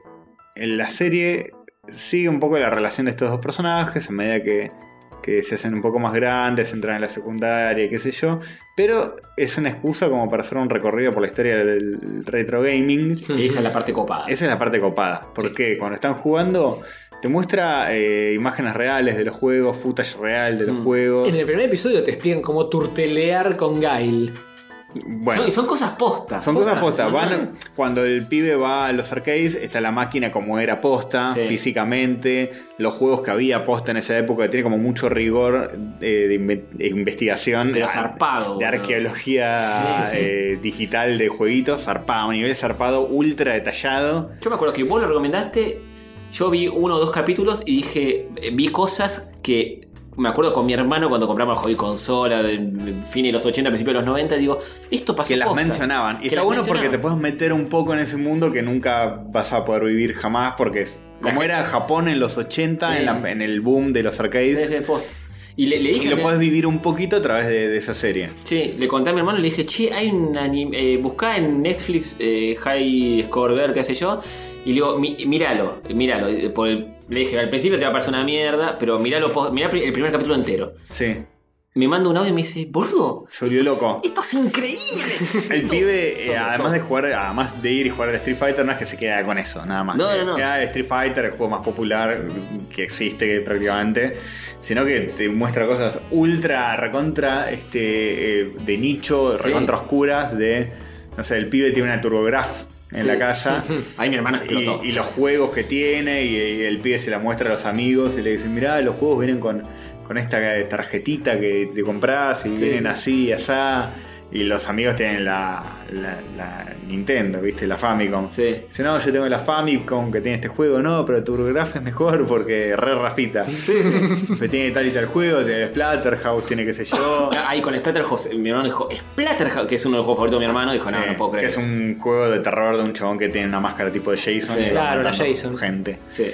S1: en la serie sigue un poco la relación de estos dos personajes a medida que, que se hacen un poco más grandes, entran en la secundaria, y qué sé yo. Pero es una excusa como para hacer un recorrido por la historia del retro gaming.
S2: esa es la parte copada.
S1: Esa es la parte copada, porque cuando están jugando te muestra eh, imágenes reales de los juegos, footage real de los
S2: Mm.
S1: juegos.
S3: En el primer episodio te explican cómo turtelear con Gail.
S1: Bueno,
S2: Son, son cosas postas.
S1: son cosas
S2: postas.
S1: postas. Van, cuando el pibe va a los arcades, está la máquina como era posta,
S2: Sí.
S1: físicamente, los juegos que había posta en esa época, tiene como mucho rigor eh, de, inve- de investigación.
S2: Pero
S1: ah,
S2: zarpado,
S1: De
S2: boludo.
S1: arqueología
S2: Sí, sí.
S1: eh, digital de jueguitos, zarpado, un nivel zarpado, ultra detallado.
S2: Yo me acuerdo que vos lo recomendaste. Yo vi uno o dos capítulos y dije, eh, vi cosas que me acuerdo con mi hermano cuando compramos el hobby consola de de fines de los 80, principios de los 90. Digo, esto pasó.
S1: Que las
S2: posta.
S1: mencionaban. Y
S2: Que
S1: está
S2: las
S1: bueno porque te
S2: mencionaban.
S1: puedes meter un poco en ese mundo que nunca vas a poder vivir jamás. Porque es
S2: La
S1: como
S2: gente-
S1: era Japón en los 80,
S2: Sí.
S1: en, la- en el boom de los arcades.
S2: Sí, sí, posta. Y le, le dije.
S1: y lo
S2: a mi-
S1: puedes vivir un poquito a través de, de esa serie.
S2: Sí, le conté a mi hermano y le dije, che, hay un anime. eh, buscá en Netflix eh, High Score Girl, qué sé yo. Y le digo, "Mi- míralo, míralo. Eh, por el- le dije, al principio te va a parecer una mierda, pero míralo, pos- mirá pri- el primer capítulo entero.
S1: Sí.
S2: me manda un audio y me dice, boludo,
S1: Se volvió loco.
S2: esto es increíble.
S1: El pibe, eh, además de jugar, además de ir y jugar al Street Fighter, no es que se queda con eso, nada más.
S2: No, no, no.
S1: Queda el Street Fighter, el juego más popular que existe prácticamente, sino que te muestra cosas ultra, recontra, este, eh, de nicho,
S2: Sí.
S1: recontra oscuras, de, no sé, el pibe tiene una turbograf en
S2: Sí.
S1: la casa.
S2: Ahí mi hermano
S1: Y,
S2: explotó.
S1: y los juegos que tiene, y, y el pibe se la muestra a los amigos y le dicen, mirá, los juegos vienen con, con esta tarjetita que te compras y vienen así y asá. Y los amigos tienen la, la- la Nintendo, ¿viste? La Famicom.
S2: Sí.
S1: Dice, no, yo tengo la Famicom que tiene este juego, no, pero tu Graph es mejor porque re rafita. Pero tiene tal y tal juego, tiene Splatterhouse, tiene qué sé yo.
S2: Ahí con Splatterhouse, mi hermano dijo, Splatterhouse, que es uno de los juegos favoritos de mi hermano, dijo, no,
S1: Sí,
S2: no puedo creer.
S1: que es un juego de terror de un chabón que tiene una máscara tipo de Jason
S2: Sí.
S1: y va
S3: Claro, la
S1: matando
S3: Jason.
S1: gente.
S2: Sí.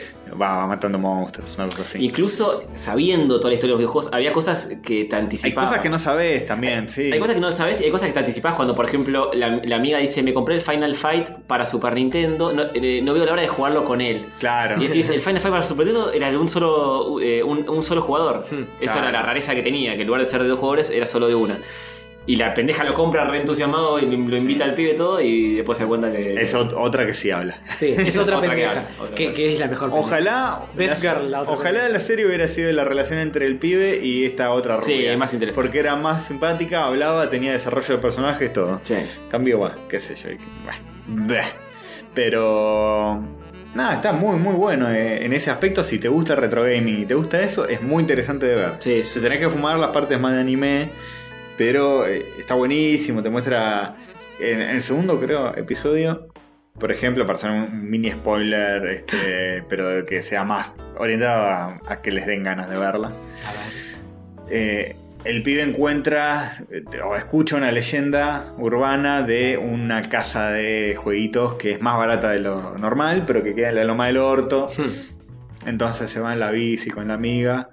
S1: Va matando monstruos, una cosa así.
S2: Incluso sabiendo toda la historia de los videojuegos, había cosas que te
S1: Hay
S2: anticipabas.
S1: cosas que no sabes también, sí.
S2: Hay cosas que no sabes y hay cosas que te anticipás cuando, por ejemplo, la, la amiga dice, me compré el Final Fight para Super Nintendo, no, eh, no veo la hora de jugarlo con él.
S1: Claro.
S2: Y decís, el Final Fight para Super Nintendo era de un solo, eh, un, un solo jugador. Esa
S1: Hmm, claro.
S2: era la rareza que tenía, que en lugar de ser de dos jugadores era solo de una. Y la pendeja lo compra re entusiasmado y lo invita al pibe todo y después se da cuenta que...
S1: Es ot- otra que sí habla.
S3: Sí, es otra,
S2: Otra que
S3: pendeja.
S2: habla, otra
S3: Que,
S2: pendeja.
S3: que es la mejor pendeja.
S1: Ojalá,
S3: Best
S1: la,
S3: Girl, la otra
S1: ojalá
S3: película.
S1: la serie hubiera sido la relación entre el pibe y esta otra
S2: Sí,
S1: rubia.
S2: más interesante.
S1: Porque era más simpática, hablaba, tenía desarrollo de personajes, todo.
S2: Sí.
S1: Cambio, va, qué sé yo. y- bah, bah. Pero... Nada, está muy muy bueno eh, en ese aspecto. Si te gusta el retro gaming y te gusta eso, es muy interesante de ver.
S2: Sí,
S1: Se tenés que fumar las partes más de anime, pero eh, está buenísimo, te muestra en, en el segundo, creo, episodio, por ejemplo, para hacer un mini spoiler, este, pero que sea más orientado a, a que les den ganas de verla. Eh, el pibe encuentra eh, o escucha una leyenda urbana de una casa de jueguitos que es más barata de lo normal, pero que queda en la loma del orto.
S3: Hmm.
S1: Entonces se va en la bici con la amiga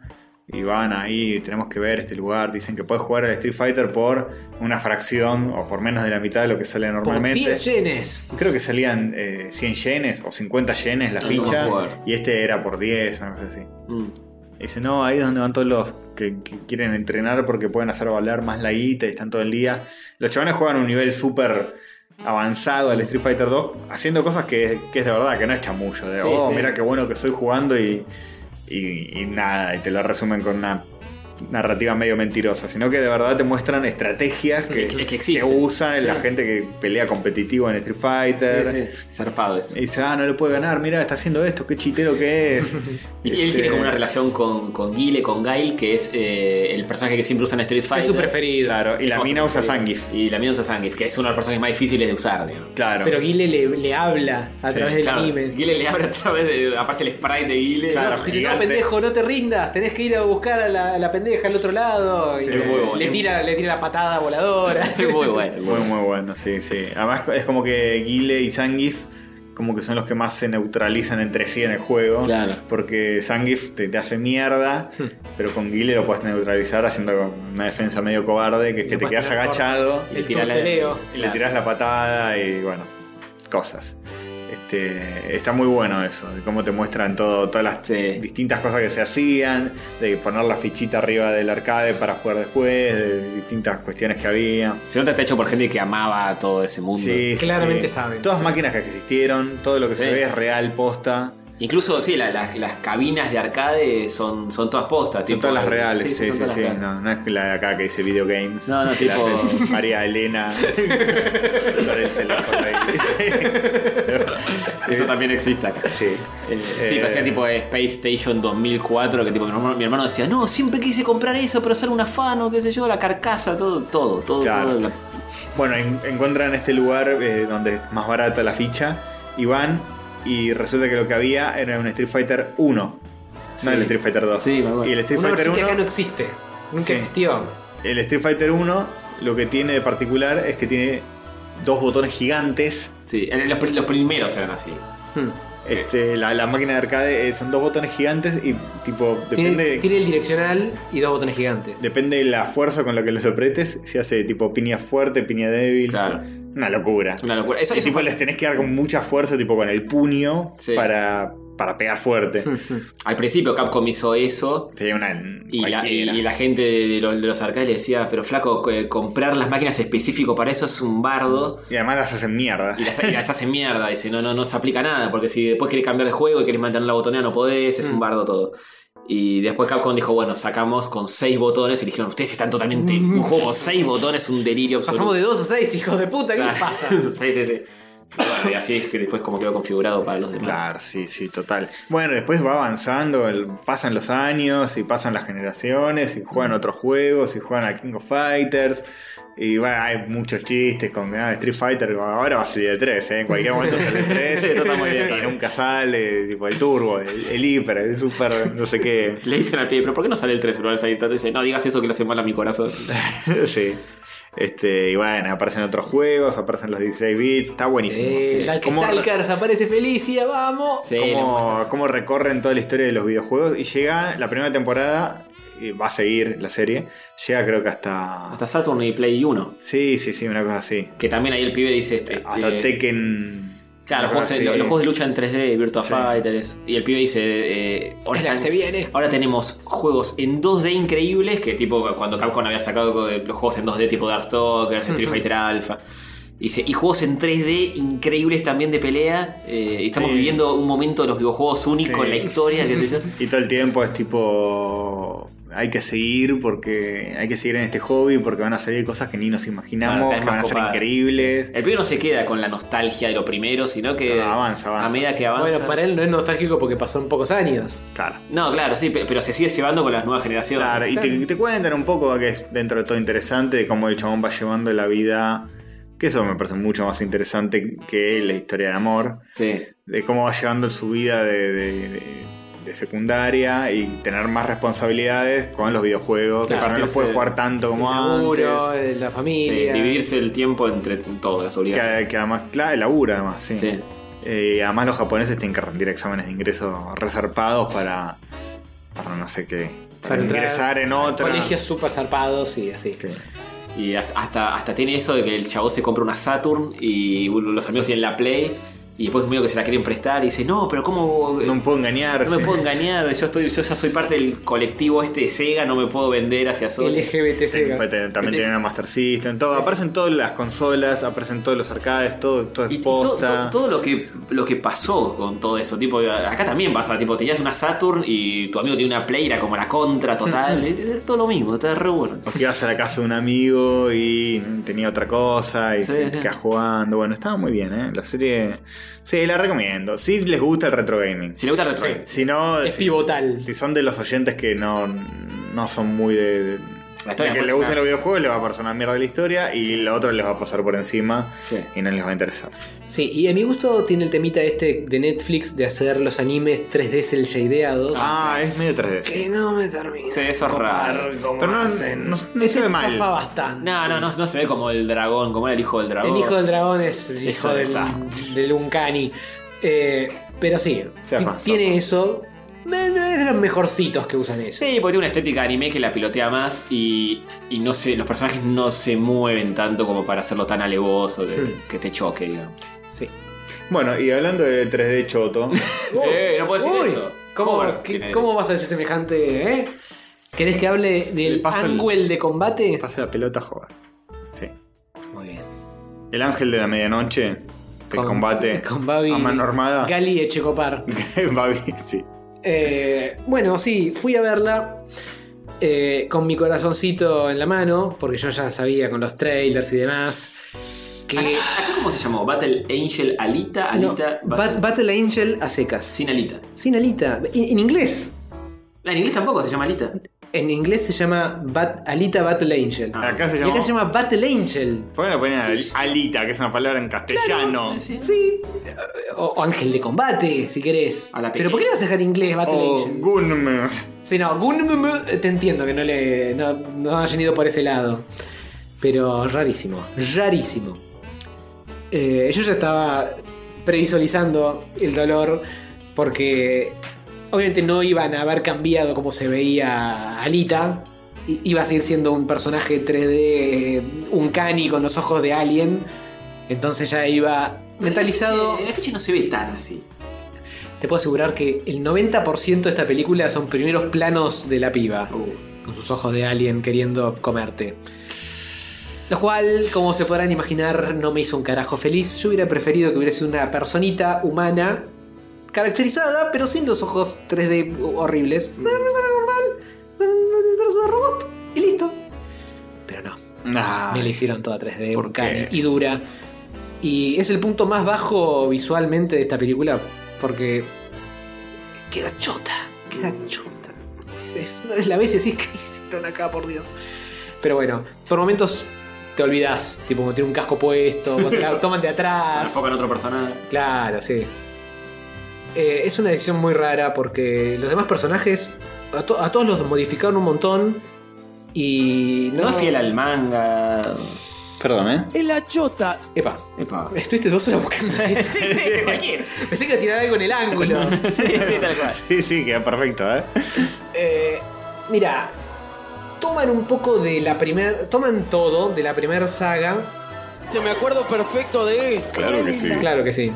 S1: y van ahí, tenemos que ver este lugar. Dicen que puedes jugar al Street Fighter por una fracción o por menos de la mitad de lo que sale
S3: Por
S1: normalmente.
S3: 10 yenes.
S1: Creo que salían eh, 100 yenes o 50 yenes la
S2: No,
S1: ficha
S2: no puedo jugar.
S1: y este era por 10 o no sé así.
S2: Mm.
S1: Y Dice, no, ahí es donde van todos los que, que quieren entrenar porque pueden hacer valer más la guita y están todo el día. Los chavales juegan un nivel súper avanzado al Street Fighter 2 haciendo cosas que, que es de verdad, que no es chamullo. De,
S2: Sí,
S1: oh,
S2: sí.
S1: mira qué bueno que soy jugando y, y- y nada, y te lo resumen con una narrativa medio mentirosa, sino que de verdad te muestran estrategias que,
S2: Es que existen.
S1: usan la
S2: Sí.
S1: gente que pelea competitivo en Street Fighter.
S2: Sí, sí. Zarpado eso.
S1: Y dice, ah, no le puede ganar, mira, está haciendo esto, qué chitero que es.
S2: Y él
S1: Este,
S2: tiene como una relación con, con Guile, con Gail, que es eh, el personaje que siempre usa en Street Fighter.
S3: Es su preferido.
S1: Claro, y la mina usa Zangief.
S2: Y la mina usa Zangief, que es uno de los personajes más difíciles de usar, digamos.
S1: Claro.
S3: Pero Guile le, le habla a
S1: Sí,
S3: través del
S2: Claro,
S3: anime.
S2: Guile le abre a través de. aparece el sprite de Guile.
S1: Claro.
S3: Dice, no,
S1: gigante.
S3: pendejo, no te rindas, tenés que ir a buscar a la, a la pendeja al otro lado. y
S1: Sí,
S3: le,
S1: muy
S2: bueno.
S3: le tira, le tira la patada voladora.
S2: Es muy bueno.
S1: muy, muy bueno, sí, sí. Además es como que Guile y Zangief como que son los que más se neutralizan entre sí en el juego.
S2: Claro.
S1: Porque Zangief te, te hace mierda,
S3: Hmm.
S1: pero con Guile lo puedes neutralizar haciendo una defensa medio cobarde, que es que
S3: lo
S1: te
S3: puedes
S1: quedas
S3: tirar por-
S1: agachado.
S2: Y le
S3: el
S2: tira la-
S3: torteleo.
S1: Y le tirás la patada y bueno, cosas. Este, está muy bueno eso, de cómo te muestran todo, todas las
S2: Sí.
S1: distintas cosas que se hacían, de poner la fichita arriba del arcade para jugar después, de distintas cuestiones que había.
S2: Se nota que está hecho por gente que amaba todo ese mundo.
S1: Sí, sí,
S3: Claramente
S1: sí.
S3: saben.
S1: Todas máquinas que existieron, todo lo que se
S2: Sí.
S1: ve es real, posta.
S2: Incluso, sí, la- las, las cabinas de arcade son, son todas postas.
S1: Son
S2: tipo-
S1: todas las reales, sí,
S2: son
S1: sí,
S2: todas
S1: sí.
S2: las reales.
S1: No, no es la de acá que dice video games.
S2: No, no,
S1: Que la
S2: tipo-
S1: hace María Elena. con el teléfono ahí.
S2: Eso también existe acá.
S1: Sí.
S2: Eh, sí,
S1: Eh,
S2: parecía tipo de Space Station 2004, que tipo mi hermano, mi hermano decía, no, siempre quise comprar eso, pero ser un afano, qué sé yo, la carcasa, todo, todo, todo.
S1: Claro.
S2: todo la-
S1: Bueno, en- encuentran este lugar eh, donde es más barata la ficha y van y resulta que lo que había era un Street Fighter 1.
S2: Sí.
S1: No el Street Fighter 2.
S2: Sí, me acuerdo.
S1: y el Street
S3: Una
S1: Fighter
S3: versión que
S1: 1,
S3: acá no existe. Nunca
S1: Sí.
S3: existió.
S1: el Street Fighter 1 lo que tiene de particular es que tiene dos botones gigantes.
S2: Sí, eran los, pri- los primeros eran así.
S3: Hmm.
S1: Este, la, la máquina de arcade eh, son dos botones gigantes y tipo depende
S3: Tiene, tiene el direccional y dos botones gigantes.
S1: depende de la fuerza con la que los apretes, si hace tipo piña fuerte, piña débil.
S2: Claro.
S1: Una locura.
S2: Una locura. Eso,
S1: Y
S2: eso
S1: tipo,
S2: fue-
S1: les tenés que dar con mucha fuerza, tipo con el puño,
S2: Sí. Hmm.
S1: para para pegar fuerte.
S2: Al principio Capcom hizo eso.
S1: Sería una
S2: Y la,
S1: cualquiera.
S2: y la gente de los, de los arcades le decía, pero flaco, eh, comprar las máquinas específico para eso es un bardo.
S1: Y además las hacen mierda.
S2: Y las, y las hace mierda, dice, no, no, no se aplica nada, porque si después querés cambiar de juego y querés mantener la botonera no podés,
S3: Mm.
S2: es un bardo todo. Y después Capcom dijo, bueno, sacamos con seis botones y dijeron, ustedes están totalmente... Un juego con seis botones, un delirio absoluto.
S3: Pasamos de 2 a 6, hijos de puta, ¿qué les pasa?
S2: sí, sí, sí. Pero bueno, y así es que después como quedó configurado para los demás.
S1: Claro, sí, sí, total. Bueno, después va avanzando, el- pasan los años y pasan las generaciones y juegan
S2: Hmm.
S1: otros juegos y juegan a King of Fighters. Y va, hay muchos chistes con ah, Street Fighter. Ahora va a salir el 3, ¿eh? en cualquier momento sale el 3.
S2: Sí, esto está muy bien.
S1: y nunca sale, tipo el turbo, el, el hiper, el super, no sé qué.
S2: Le dicen al pibe, pero ¿por qué no sale el 3 en lugar de salir el 3? Dice, no digas eso que le hace mal a mi corazón.
S1: sí. Este, y bueno, aparecen otros juegos, aparecen los 16 bits, está buenísimo.
S3: Eh,
S1: Sí.
S3: Dark
S1: ¿Cómo-
S3: Stalkers, aparece Felicia, vamos.
S2: Sí, le muestra.
S1: cómo, cómo recorren toda la historia de los videojuegos. Y llega la primera temporada, y va a seguir la serie. Llega creo que hasta.
S2: Hasta Saturn y Play 1.
S1: Sí, sí, sí, una cosa así.
S2: Que también ahí el pibe dice... Este,
S1: Hasta
S2: este,
S1: Tekken.
S2: Claro, los
S1: una
S2: juegos,
S1: cosa
S2: los-
S1: así.
S2: los juegos de lucha en 3D, Virtua
S1: Sí.
S2: Fighter, eso. Y el pibe dice, eh, ahora,
S3: Es la que
S2: estamos-
S3: se viene.
S2: ahora tenemos juegos en 2D increíbles, que tipo cuando Capcom había sacado eh, los juegos en 2D tipo Darkstalkers, Street Fighter Alpha. Dice, y juegos en 3D increíbles también de pelea. eh, y estamos
S1: Sí.
S2: viviendo un momento de los videojuegos único
S1: Sí.
S2: en la historia. qué sé yo.
S1: Y todo el tiempo es tipo. Hay que seguir porque. Hay que seguir en este hobby porque van a salir cosas que ni nos
S2: Claro,
S1: imaginamos,
S2: cada vez
S1: que van a
S2: más
S1: ser
S2: copada.
S1: increíbles.
S2: El pibe no se queda con la nostalgia de lo primero, sino que
S1: No, avanza, avanza.
S2: a medida que avanza.
S3: Bueno, para él no es nostálgico porque pasó en pocos años.
S1: Claro.
S2: No, claro, sí, pe- pero se sigue llevando con las nuevas generaciones.
S1: Claro, y te, te cuentan un poco que es dentro de todo interesante de cómo el chabón va llevando la vida. Que eso me parece mucho más interesante que la historia de amor.
S2: Sí.
S1: De cómo va llevando su vida de, de- de- de secundaria y tener más responsabilidades con los videojuegos.
S2: Claro,
S1: que para no los puede
S2: sentirse
S1: jugar tanto como
S3: el laburo,
S1: antes.
S3: eh, la
S2: Sí,
S3: familia.
S2: dividirse el tiempo entre todas las obligaciones.
S1: Que, que además, claro, el laburo además, sí.
S2: Sí.
S1: Eh, además los japoneses tienen que rendir exámenes de ingreso reservados para, para no sé qué. Para
S3: Para entrar
S1: ingresar en otra.
S3: Colegios súper zarpados y así.
S1: Sí.
S2: Y hasta, hasta, hasta tiene eso de que el chavo se compra una Saturn y uno- los amigos tienen la Play y después medio que se la quieren prestar y dice, no, pero ¿cómo?
S1: No me
S2: No,
S1: puedo engañar.
S2: me
S1: sí.
S2: puedo engañar, yo estoy yo ya soy parte del colectivo este de Sega, no me puedo vender hacia Sony.
S3: LGBT
S1: Sí,
S3: Sega.
S1: fue- te- también tiene una Master System, todo. Aparecen todas las consolas, aparecen todos los arcades, todo, todo es
S2: Y, y to-
S1: posta.
S2: to- todo lo que, lo que pasó con todo eso, tipo, acá también pasa, tipo, tenías una Saturn y tu amigo tiene una Play, era como la contra total, eh, todo lo mismo, está re bueno.
S1: Porque ibas a la casa de un amigo y tenía otra cosa y
S2: Sí,
S1: se
S2: sí.
S1: te quedas jugando. Bueno, estaba muy bien, ¿eh? La serie. Sí, la recomiendo. Si les gusta el retro gaming.
S2: Si le gusta el retro,
S1: Si no.
S3: Es
S1: si,
S3: pivotal.
S1: si son de los oyentes que no, no son muy de. de-
S2: La historia
S1: de que
S2: es
S1: les gustan
S2: una-
S1: los videojuegos, les va a pasar una mierda la historia y lo otro les va a pasar por encima
S2: Sí.
S1: y no les va a interesar.
S3: Sí, y a mi gusto tiene el temita este de Netflix de hacer los animes 3D cel shadeados.
S1: Ah, es medio 3D. sí.
S3: Que no me termina.
S2: Sí, eso es
S3: de copar
S2: raro.
S3: cómo
S1: Pero no-
S3: hacen.
S1: no- no
S3: este
S1: se ve mal.
S3: zafa bastante.
S2: No, no, no, no se ve como el dragón, como era el hijo del dragón.
S3: El hijo del dragón es el
S2: Es
S3: hijo
S2: un
S3: del,
S2: desastre.
S3: del Uncanny. Eh, pero sí,
S1: Zafa,
S3: ti-
S1: zafa.
S3: tiene eso. Me- me- Es de los mejorcitos que usan eso.
S2: Sí, porque tiene una estética anime que la pilotea más y, y no se, los personajes no se mueven tanto como para hacerlo tan alevoso, de-
S3: Sí.
S2: que te choque, digamos.
S3: Sí.
S1: Bueno, y hablando de 3D Choto.
S2: Eh, no puedo decir
S3: Oh, Uy,
S2: eso.
S3: ¿Cómo,
S2: Hover
S3: qué-
S2: tiene
S3: cómo vas a decir semejante? eh? ¿Querés que hable del
S1: paso el-
S3: ángulo de combate?
S1: Pasa la pelota a jugar. Sí.
S3: Muy bien.
S1: El ángel de la medianoche. El
S3: Con-
S1: combate.
S3: Con Babi.
S1: A mano armada.
S3: Gali Echecopar.
S1: Babi, sí.
S3: Eh, bueno, sí, fui a verla eh, con mi corazoncito en la mano, porque yo ya sabía con los trailers y demás. Que
S2: derecho. ¿Acá, acá cómo se llamó? ¿Battle Angel Alita?
S3: No,
S2: ¿Alita?
S3: Bat-
S2: Battle-
S3: Battle Angel a secas.
S2: Sin Alita.
S3: Sin alita. En, en inglés.
S2: La en inglés tampoco se llama Alita.
S3: En inglés se llama Bat- Alita Battle Angel.
S2: Ah,
S1: Acá se
S3: y
S1: llama.
S3: acá se llama Battle Angel.
S1: ¿Por qué no ponían al- alita, que es una palabra en castellano?
S3: Sí. O, o Ángel de Combate, si querés.
S2: A la
S3: Pero ¿por qué le vas a dejar inglés Battle
S1: o
S3: Angel?
S1: Gunm.
S3: Sí, no, Gunm- te entiendo que no le no, no hayan ido por ese lado. Pero rarísimo, rarísimo. Eh, yo ya estaba previsualizando el dolor porque obviamente no iban a haber cambiado como se veía Alita. I- Iba a seguir siendo un personaje 3D, un cani con los ojos de alien. Entonces ya iba mentalizado.
S2: En la ficha no se ve tan así.
S3: te puedo asegurar que el 90% de esta película son primeros planos de la piba. Con sus ojos de alien queriendo comerte. Lo cual, como se podrán imaginar, no me hizo un carajo feliz. Yo hubiera preferido que hubiera sido una personita humana, caracterizada, pero sin los ojos 3D horribles. Una persona normal, con un brazo de robot, y listo. Pero no.
S1: Nah.
S3: Me la hicieron toda 3D,
S1: ¿Por
S3: Urcani,
S1: qué?
S3: y dura. Y es el punto más bajo visualmente de esta película, porque queda chota, queda
S2: Mm.
S3: chota. Es- es- La vez decís que hicieron acá, por Dios. Pero bueno, por momentos te olvidas, tipo, como tiene un casco puesto, vos te la- toman de atrás.
S2: Enfoca Ah, en otro personaje.
S3: Claro, sí. Eh, es una decisión muy rara porque los demás personajes, a, to- a todos los modificaron un montón y
S2: No es fiel al manga.
S1: Perdón, ¿eh?
S3: Epa,
S2: Epa.
S3: estuviste dos horas buscando eso. Pensé que iba a tirar algo en el ángulo.
S1: Sí, sí, queda perfecto, ¿eh?
S3: Eh, mira, toman un poco de la primer, toman todo de la primera saga,
S8: Yo me acuerdo perfecto de esto.
S1: Claro que sí.
S3: claro que sí,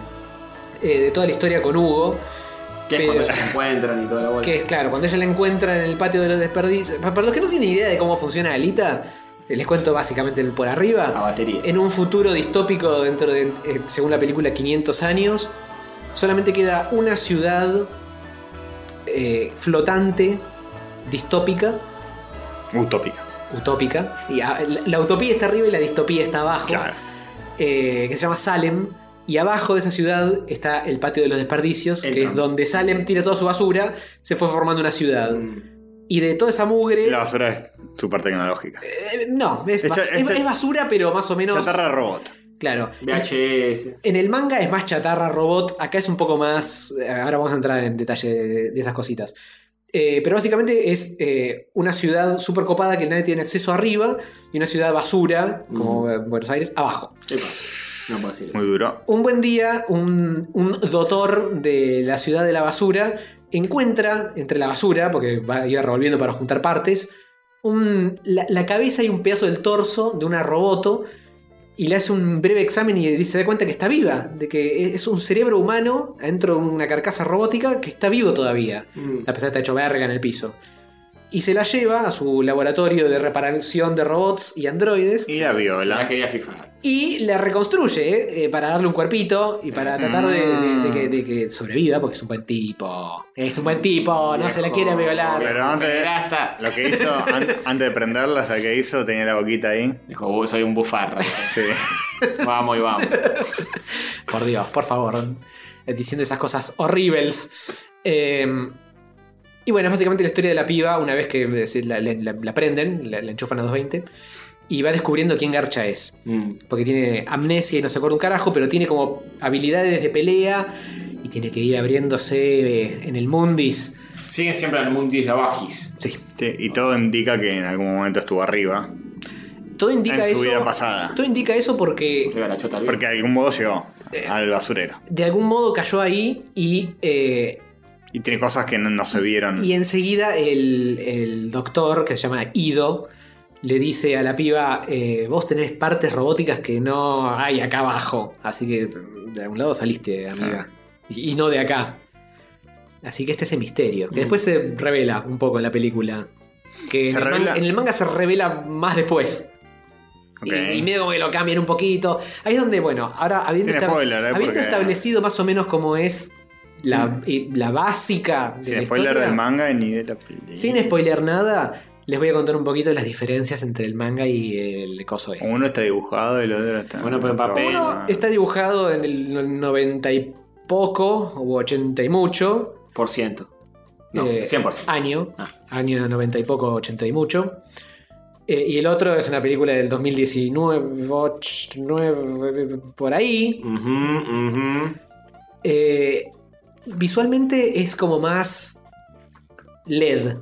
S3: eh, de toda la historia con Hugo,
S2: Que es cuando
S3: Pero-
S2: ellos se encuentran y toda la bola.
S3: que es claro, cuando ella la encuentra en el patio de los desperdicios, pa- para los que no tienen idea de cómo funciona Alita, les cuento básicamente el por arriba.
S2: La batería.
S3: En un futuro distópico dentro de, eh, según la película, 500 años, solamente queda una ciudad eh, flotante, distópica,
S1: Utópica.
S3: utópica. Y a- la, la utopía está arriba y la distopía está abajo.
S1: Claro.
S3: eh, que se llama Salem. Y abajo de esa ciudad está el patio de los desperdicios, que
S2: Entran.
S3: es donde Salem tira toda su basura, se fue formando una ciudad.
S2: Mm.
S3: Y de toda esa mugre...
S1: La basura es súper tecnológica.
S3: eh, no, es,
S1: Echa-
S3: bas- es-
S1: echa-
S3: es basura, pero más o menos...
S1: Chatarra robot.
S3: Claro.
S2: VHS.
S3: En el manga es más chatarra robot, acá es un poco más. eh, Ahora vamos a entrar en detalle de, de esas cositas. Eh, pero básicamente es eh, una ciudad súper copada que nadie tiene acceso arriba y una ciudad basura, como eh, Buenos Aires, abajo.
S2: Epa. No puedo decir
S1: Muy duro.
S3: Un buen día, un, un doctor de la ciudad de la basura encuentra entre la basura, porque va, iba revolviendo para juntar partes, un- la, la cabeza y un pedazo del torso de una roboto y le hace un breve examen y dice- se da cuenta que está viva, de que e, es- es un cerebro humano dentro de una carcasa robótica que está vivo todavía,
S2: Mm.
S3: a pesar de estar hecho verga en el piso. Y se la lleva a su laboratorio de reparación de robots y androides.
S1: Y la
S2: La
S1: viola.
S2: quería FIFA.
S3: Y la reconstruye eh, para darle un cuerpito y para tratar de, de- de que, de que sobreviva, porque es un buen tipo. Es un buen tipo, no se la quiere violar.
S1: Pero antes,
S2: Pederasta.
S1: lo que hizo, an- antes de prenderla, ¿sabes qué hizo? Tenía la boquita ahí.
S2: Dijo, "Uy, soy un bufarra.
S1: Sí.
S2: vamos y vamos.
S3: Por Dios, por favor. eh, Diciendo esas cosas horribles. Eh, y bueno, es básicamente la historia de la piba, una vez que eh, se la, la- la- la prenden, la, la enchufan a 220, y va descubriendo quién Garcha es.
S2: Mm.
S3: porque tiene amnesia y no se acuerda un carajo, pero tiene como habilidades de pelea y tiene que ir abriéndose eh, en el mundis.
S2: Siguen siempre al Mundis de Abajis.
S3: Sí.
S1: Sí, Y todo indica que en algún momento estuvo arriba.
S3: Todo indica
S1: En
S3: eso.
S1: su vida pasada.
S3: Todo indica eso porque
S2: Arriba la chota.
S1: Porque de algún modo llegó
S3: Eh.
S1: al basurero.
S3: de algún modo cayó ahí y, eh,
S1: Y tiene cosas que no, no se vieron.
S3: y enseguida el, el doctor, que se llama Ido, le dice a la piba, eh, vos tenés partes robóticas que no hay acá abajo. Así que de algún lado saliste, amiga. Y, y no de acá. Así que este es el misterio. Que después se revela un poco en la película.
S1: Mm. ¿Se
S3: Que en, el man-
S1: revela?
S3: en el manga se revela más después.
S1: Ok.
S3: Y, y medio como que lo cambian un poquito. Ahí es donde, bueno, ahora habiendo,
S1: Sin
S3: estab-
S1: spoiler, ¿eh?
S3: habiendo
S1: Porque-
S3: establecido más o menos cómo es la, eh, la básica de la
S1: Sin spoiler
S3: historia,
S1: del manga ni de la película.
S3: Sin spoiler nada, les voy a contar un poquito las diferencias entre el manga y el coso este.
S1: Uno está dibujado y el otro está.
S2: Uno pone papel.
S1: Uno
S3: Uno está dibujado en el 90 y poco, o 80 y mucho.
S2: Por ciento. No,
S3: eh,
S2: 100%.
S3: Año.
S2: Ah.
S3: Año 90 y poco, 80 y mucho. Eh, y el otro es una película del 2019, och- nueve, por ahí.
S2: Ujú, ujú.
S3: Eh, visualmente es como más LED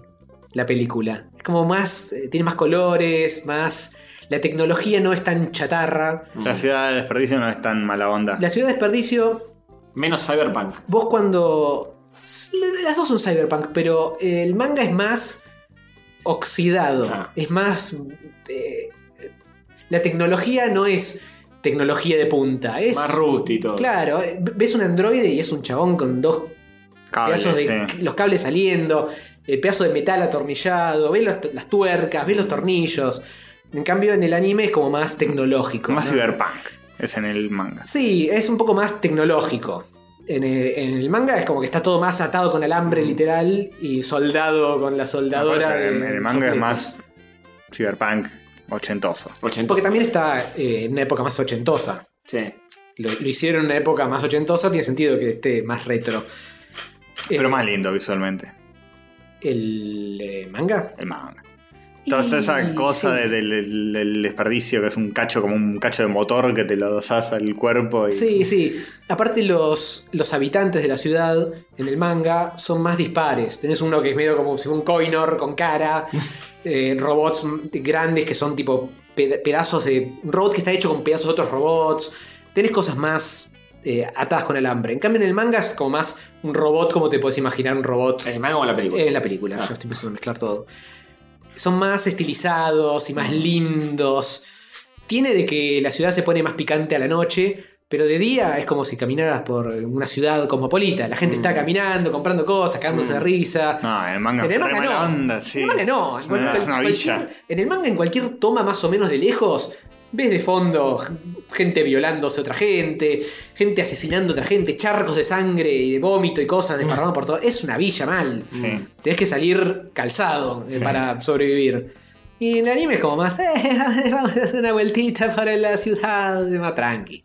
S3: la película. Es como más. eh, tiene más colores, más. La tecnología no es tan chatarra.
S1: La ciudad de desperdicio no es tan mala
S2: Ah.
S1: onda.
S3: La ciudad de desperdicio
S2: Menos Cyberpunk.
S3: Vos cuando. Las dos son cyberpunk, pero eh, el manga es más oxidado.
S2: Ah.
S3: Es más. eh, la tecnología no es tecnología de punta. Es. eh,
S2: Más rústico.
S3: claro, ves un androide y es un chabón con dos
S1: Cables,
S3: pedazos de
S1: sí.
S3: los cables saliendo, el pedazo de metal atornillado, ves los- las tuercas, ves los tornillos. En cambio, en el anime es como más tecnológico.
S1: Más
S3: ¿no?
S1: cyberpunk. Es en el manga.
S3: Sí, es un poco más tecnológico. En el, en el manga es como que está todo más atado con alambre literal y soldado con la soldadora.
S1: Aparte, pues, en
S3: de-
S1: en el manga es
S3: soplete.
S1: más cyberpunk ochentoso.
S3: Porque también está eh, en una época más ochentosa.
S2: Sí.
S3: Lo, lo hicieron en una época más ochentosa, tiene sentido que esté más retro. Eh,
S1: Pero más lindo visualmente.
S3: ¿El eh, manga?
S1: El manga. Toda esa
S3: Y-
S1: cosa
S3: sí.
S1: de- del, del- del desperdicio que es un cacho como un cacho de motor que te lo dosas al cuerpo y
S3: Sí, sí. Aparte, los, los habitantes de la ciudad en el manga son más dispares. Tenés uno que es medio como si fuera un coinor con cara, eh, robots m- grandes que son tipo ped- pedazos de. Un robot que está hecho con pedazos de otros robots. Tenés cosas más eh, atadas con alambre. En cambio, en el manga es como más un robot, como te puedes imaginar un robot.
S2: ¿En el manga o en la película?
S3: En Eh, la película,
S2: Ah.
S3: yo estoy empezando a mezclar todo. Son más estilizados y
S2: Mm.
S3: más lindos. Tiene de que la ciudad se pone más picante a la noche, pero de día es como si caminaras por una ciudad cosmopolita. La gente
S2: Mm.
S3: está caminando, comprando cosas, cagándose de risa.
S1: No, en el manga
S3: En el
S1: es
S3: manga
S1: re
S3: no.
S1: mala onda, sí.
S3: En el manga no. En,
S1: Es una,
S3: cual-
S1: es una
S3: cualquier-
S1: villa.
S3: en el manga, en cualquier toma más o menos de lejos, ves de fondo gente violándose a otra gente, gente asesinando a otra gente, charcos de sangre y de vómito y cosas desparramadas por todo. Es una villa mal.
S1: Sí.
S3: Tenés que salir calzado eh, para sobrevivir. Y en el anime es como más, eh, vamos a hacer una vueltita para la ciudad, más tranqui.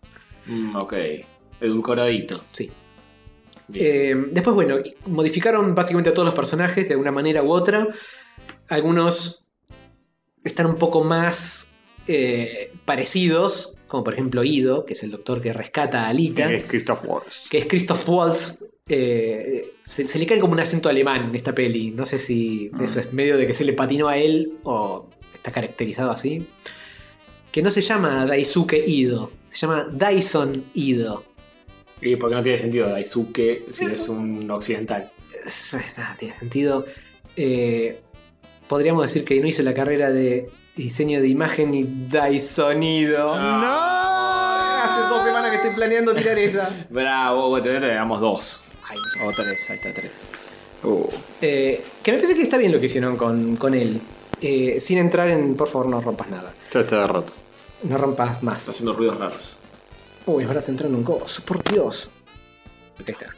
S2: Mm, ok. Edulcoradito.
S3: Sí.
S2: Bien.
S3: Eh, después, bueno, modificaron básicamente a todos los personajes de alguna manera u otra. Algunos están un poco más eh, parecidos, como por ejemplo Ido, que es el doctor que rescata a Alita,
S1: Que Es Christoph Waltz.
S3: que es Christoph Waltz. Eh, se, se le cae como un acento alemán en esta peli. No sé si eso es medio de que se le patinó a él o está caracterizado así. Que no se llama Daisuke Ido, se llama Dyson Ido.
S2: Y porque no tiene sentido Daisuke si es un occidental.
S3: es- nada tiene sentido. Eh, podríamos decir que no hizo la carrera de diseño de imagen y dai sonido.
S2: Ah,
S3: ¡No! Hace dos semanas que estoy planeando tirar esa.
S2: Bravo, bueno, te damos dos. O tres, ahí está, tres.
S3: Eh, que me parece que está bien lo que hicieron con, con él. Eh, sin entrar en, por favor, no rompas nada.
S1: Yo estaba roto.
S3: No rompas
S2: Está
S3: más.
S2: haciendo ruidos raros.
S3: Uy, ahora está entrando un coso, por Dios. Ahí está.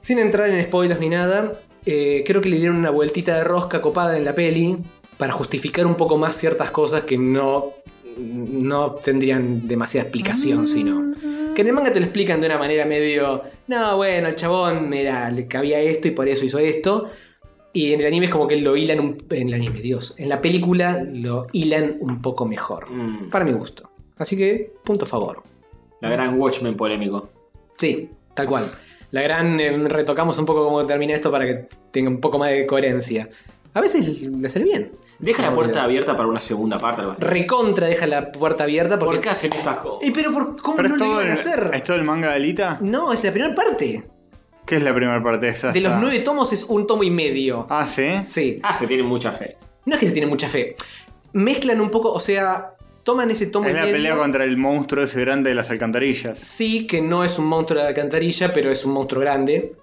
S3: Sin entrar en spoilers ni nada, eh, creo que le dieron una vueltita de rosca copada en la peli para justificar un poco más ciertas cosas que no, no tendrían demasiada explicación, sino... Que en el manga te lo explican de una manera medio... No, bueno, el chabón, mira, le cabía esto y por eso hizo esto. Y en el anime es como que lo hilan un... En el anime, Dios. En la película lo hilan un poco mejor.
S2: Mm.
S3: Para mi gusto. Así que, punto a favor.
S2: La gran Watchmen polémico.
S3: Sí, tal cual. La gran eh, retocamos un poco cómo termina esto para que tenga un poco más de coherencia. A veces le sale bien.
S2: Deja la
S3: No,
S2: puerta
S3: mira.
S2: abierta para una segunda parte. algo así.
S3: Recontra deja la puerta abierta porque.
S2: ¿Por qué hacen estas cosas?
S3: Eh, pero por, ¿cómo
S1: Pero
S3: no
S1: es,
S3: lo
S1: todo
S3: iban
S1: el,
S3: a hacer?
S1: es todo el manga de Alita.
S3: No, es la primera parte.
S1: ¿Qué es la primera parte de esa?
S3: De los
S1: Está-
S3: nueve tomos es un tomo y medio.
S1: Ah, sí.
S3: Sí.
S2: Ah, se tiene mucha fe.
S3: No es que se tiene mucha fe. Mezclan un poco, o sea, toman ese tomo
S1: Es
S3: y
S1: la
S3: medio.
S1: pelea contra el monstruo ese grande de las alcantarillas.
S3: Sí, que no es un monstruo de alcantarilla, pero es un monstruo grande.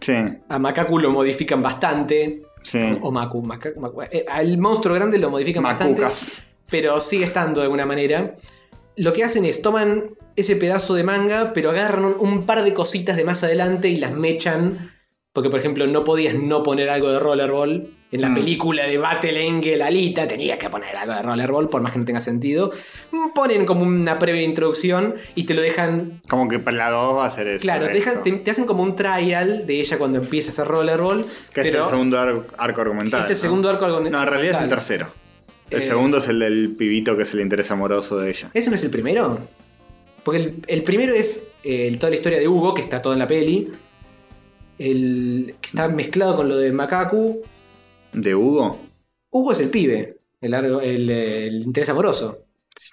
S1: Sí,
S3: A Macacu lo modifican bastante.
S1: sí.
S3: O Macu. Maca- Macu- eh, al monstruo grande lo modifican bastante.
S1: Mm. Macucas.
S3: Pero sigue estando de alguna manera. Lo que hacen es toman ese pedazo de manga, pero agarran un, un par de cositas de más adelante y las mechan. Porque, por ejemplo, no podías no poner algo de rollerball. En la
S1: Mm.
S3: película de Battle Angel Alita tenía que poner algo de rollerball, por más que no tenga sentido. Mm, Ponen como una previa introducción y te lo dejan
S1: Como que para la 2 va a ser eso.
S3: Claro, te, dejan-
S1: eso.
S3: te- te hacen como un trial de ella cuando empieza a hacer rollerball.
S1: Que es
S3: pero
S1: el segundo ar- arco, argumental.
S3: es el
S1: ¿no?
S3: segundo arco algo-
S1: No, en realidad es el
S3: tal.
S1: tercero. El
S3: Eh,
S1: segundo es el del pibito que es el interés amoroso de ella.
S3: ¿Ese no es el primero? Porque el, el primero es eh, toda la historia de Hugo, que está toda en la peli. El que está mezclado con lo de Macacu.
S1: ¿De Hugo?
S3: Hugo es el pibe, el, argo- el, eh, el interés amoroso.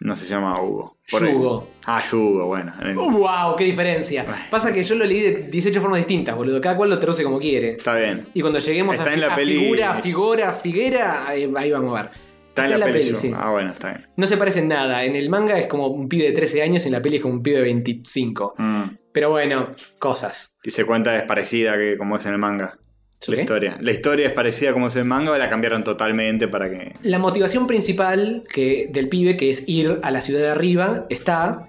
S1: No se llama Hugo. ahí.
S3: Yugo.
S1: Ah, Yugo, bueno. En-
S3: ¡Wow! Uh, ¡Qué diferencia! Pasa que yo lo leí de 18 formas distintas, boludo. Cada cual lo traduce como quiere.
S1: Está bien.
S3: Y cuando lleguemos
S1: Está
S3: a,
S1: en la
S3: a
S1: peli-
S3: figura, figura, figuera, ahí, ahí vamos a ver.
S1: Está en la, peli. Yugo.
S3: sí.
S1: Ah, bueno, está bien.
S3: No se parecen nada. En el manga es como un pibe de 13 años y en la peli es como un pibe de 25.
S1: Mm.
S3: Pero bueno, cosas.
S1: Y se cuenta es parecida que como es en el manga.
S3: ¿Su
S1: La
S3: qué?
S1: historia. La historia es parecida como es en el manga o la cambiaron totalmente para que.
S3: La motivación principal que, del pibe, que es ir a la ciudad de arriba, está.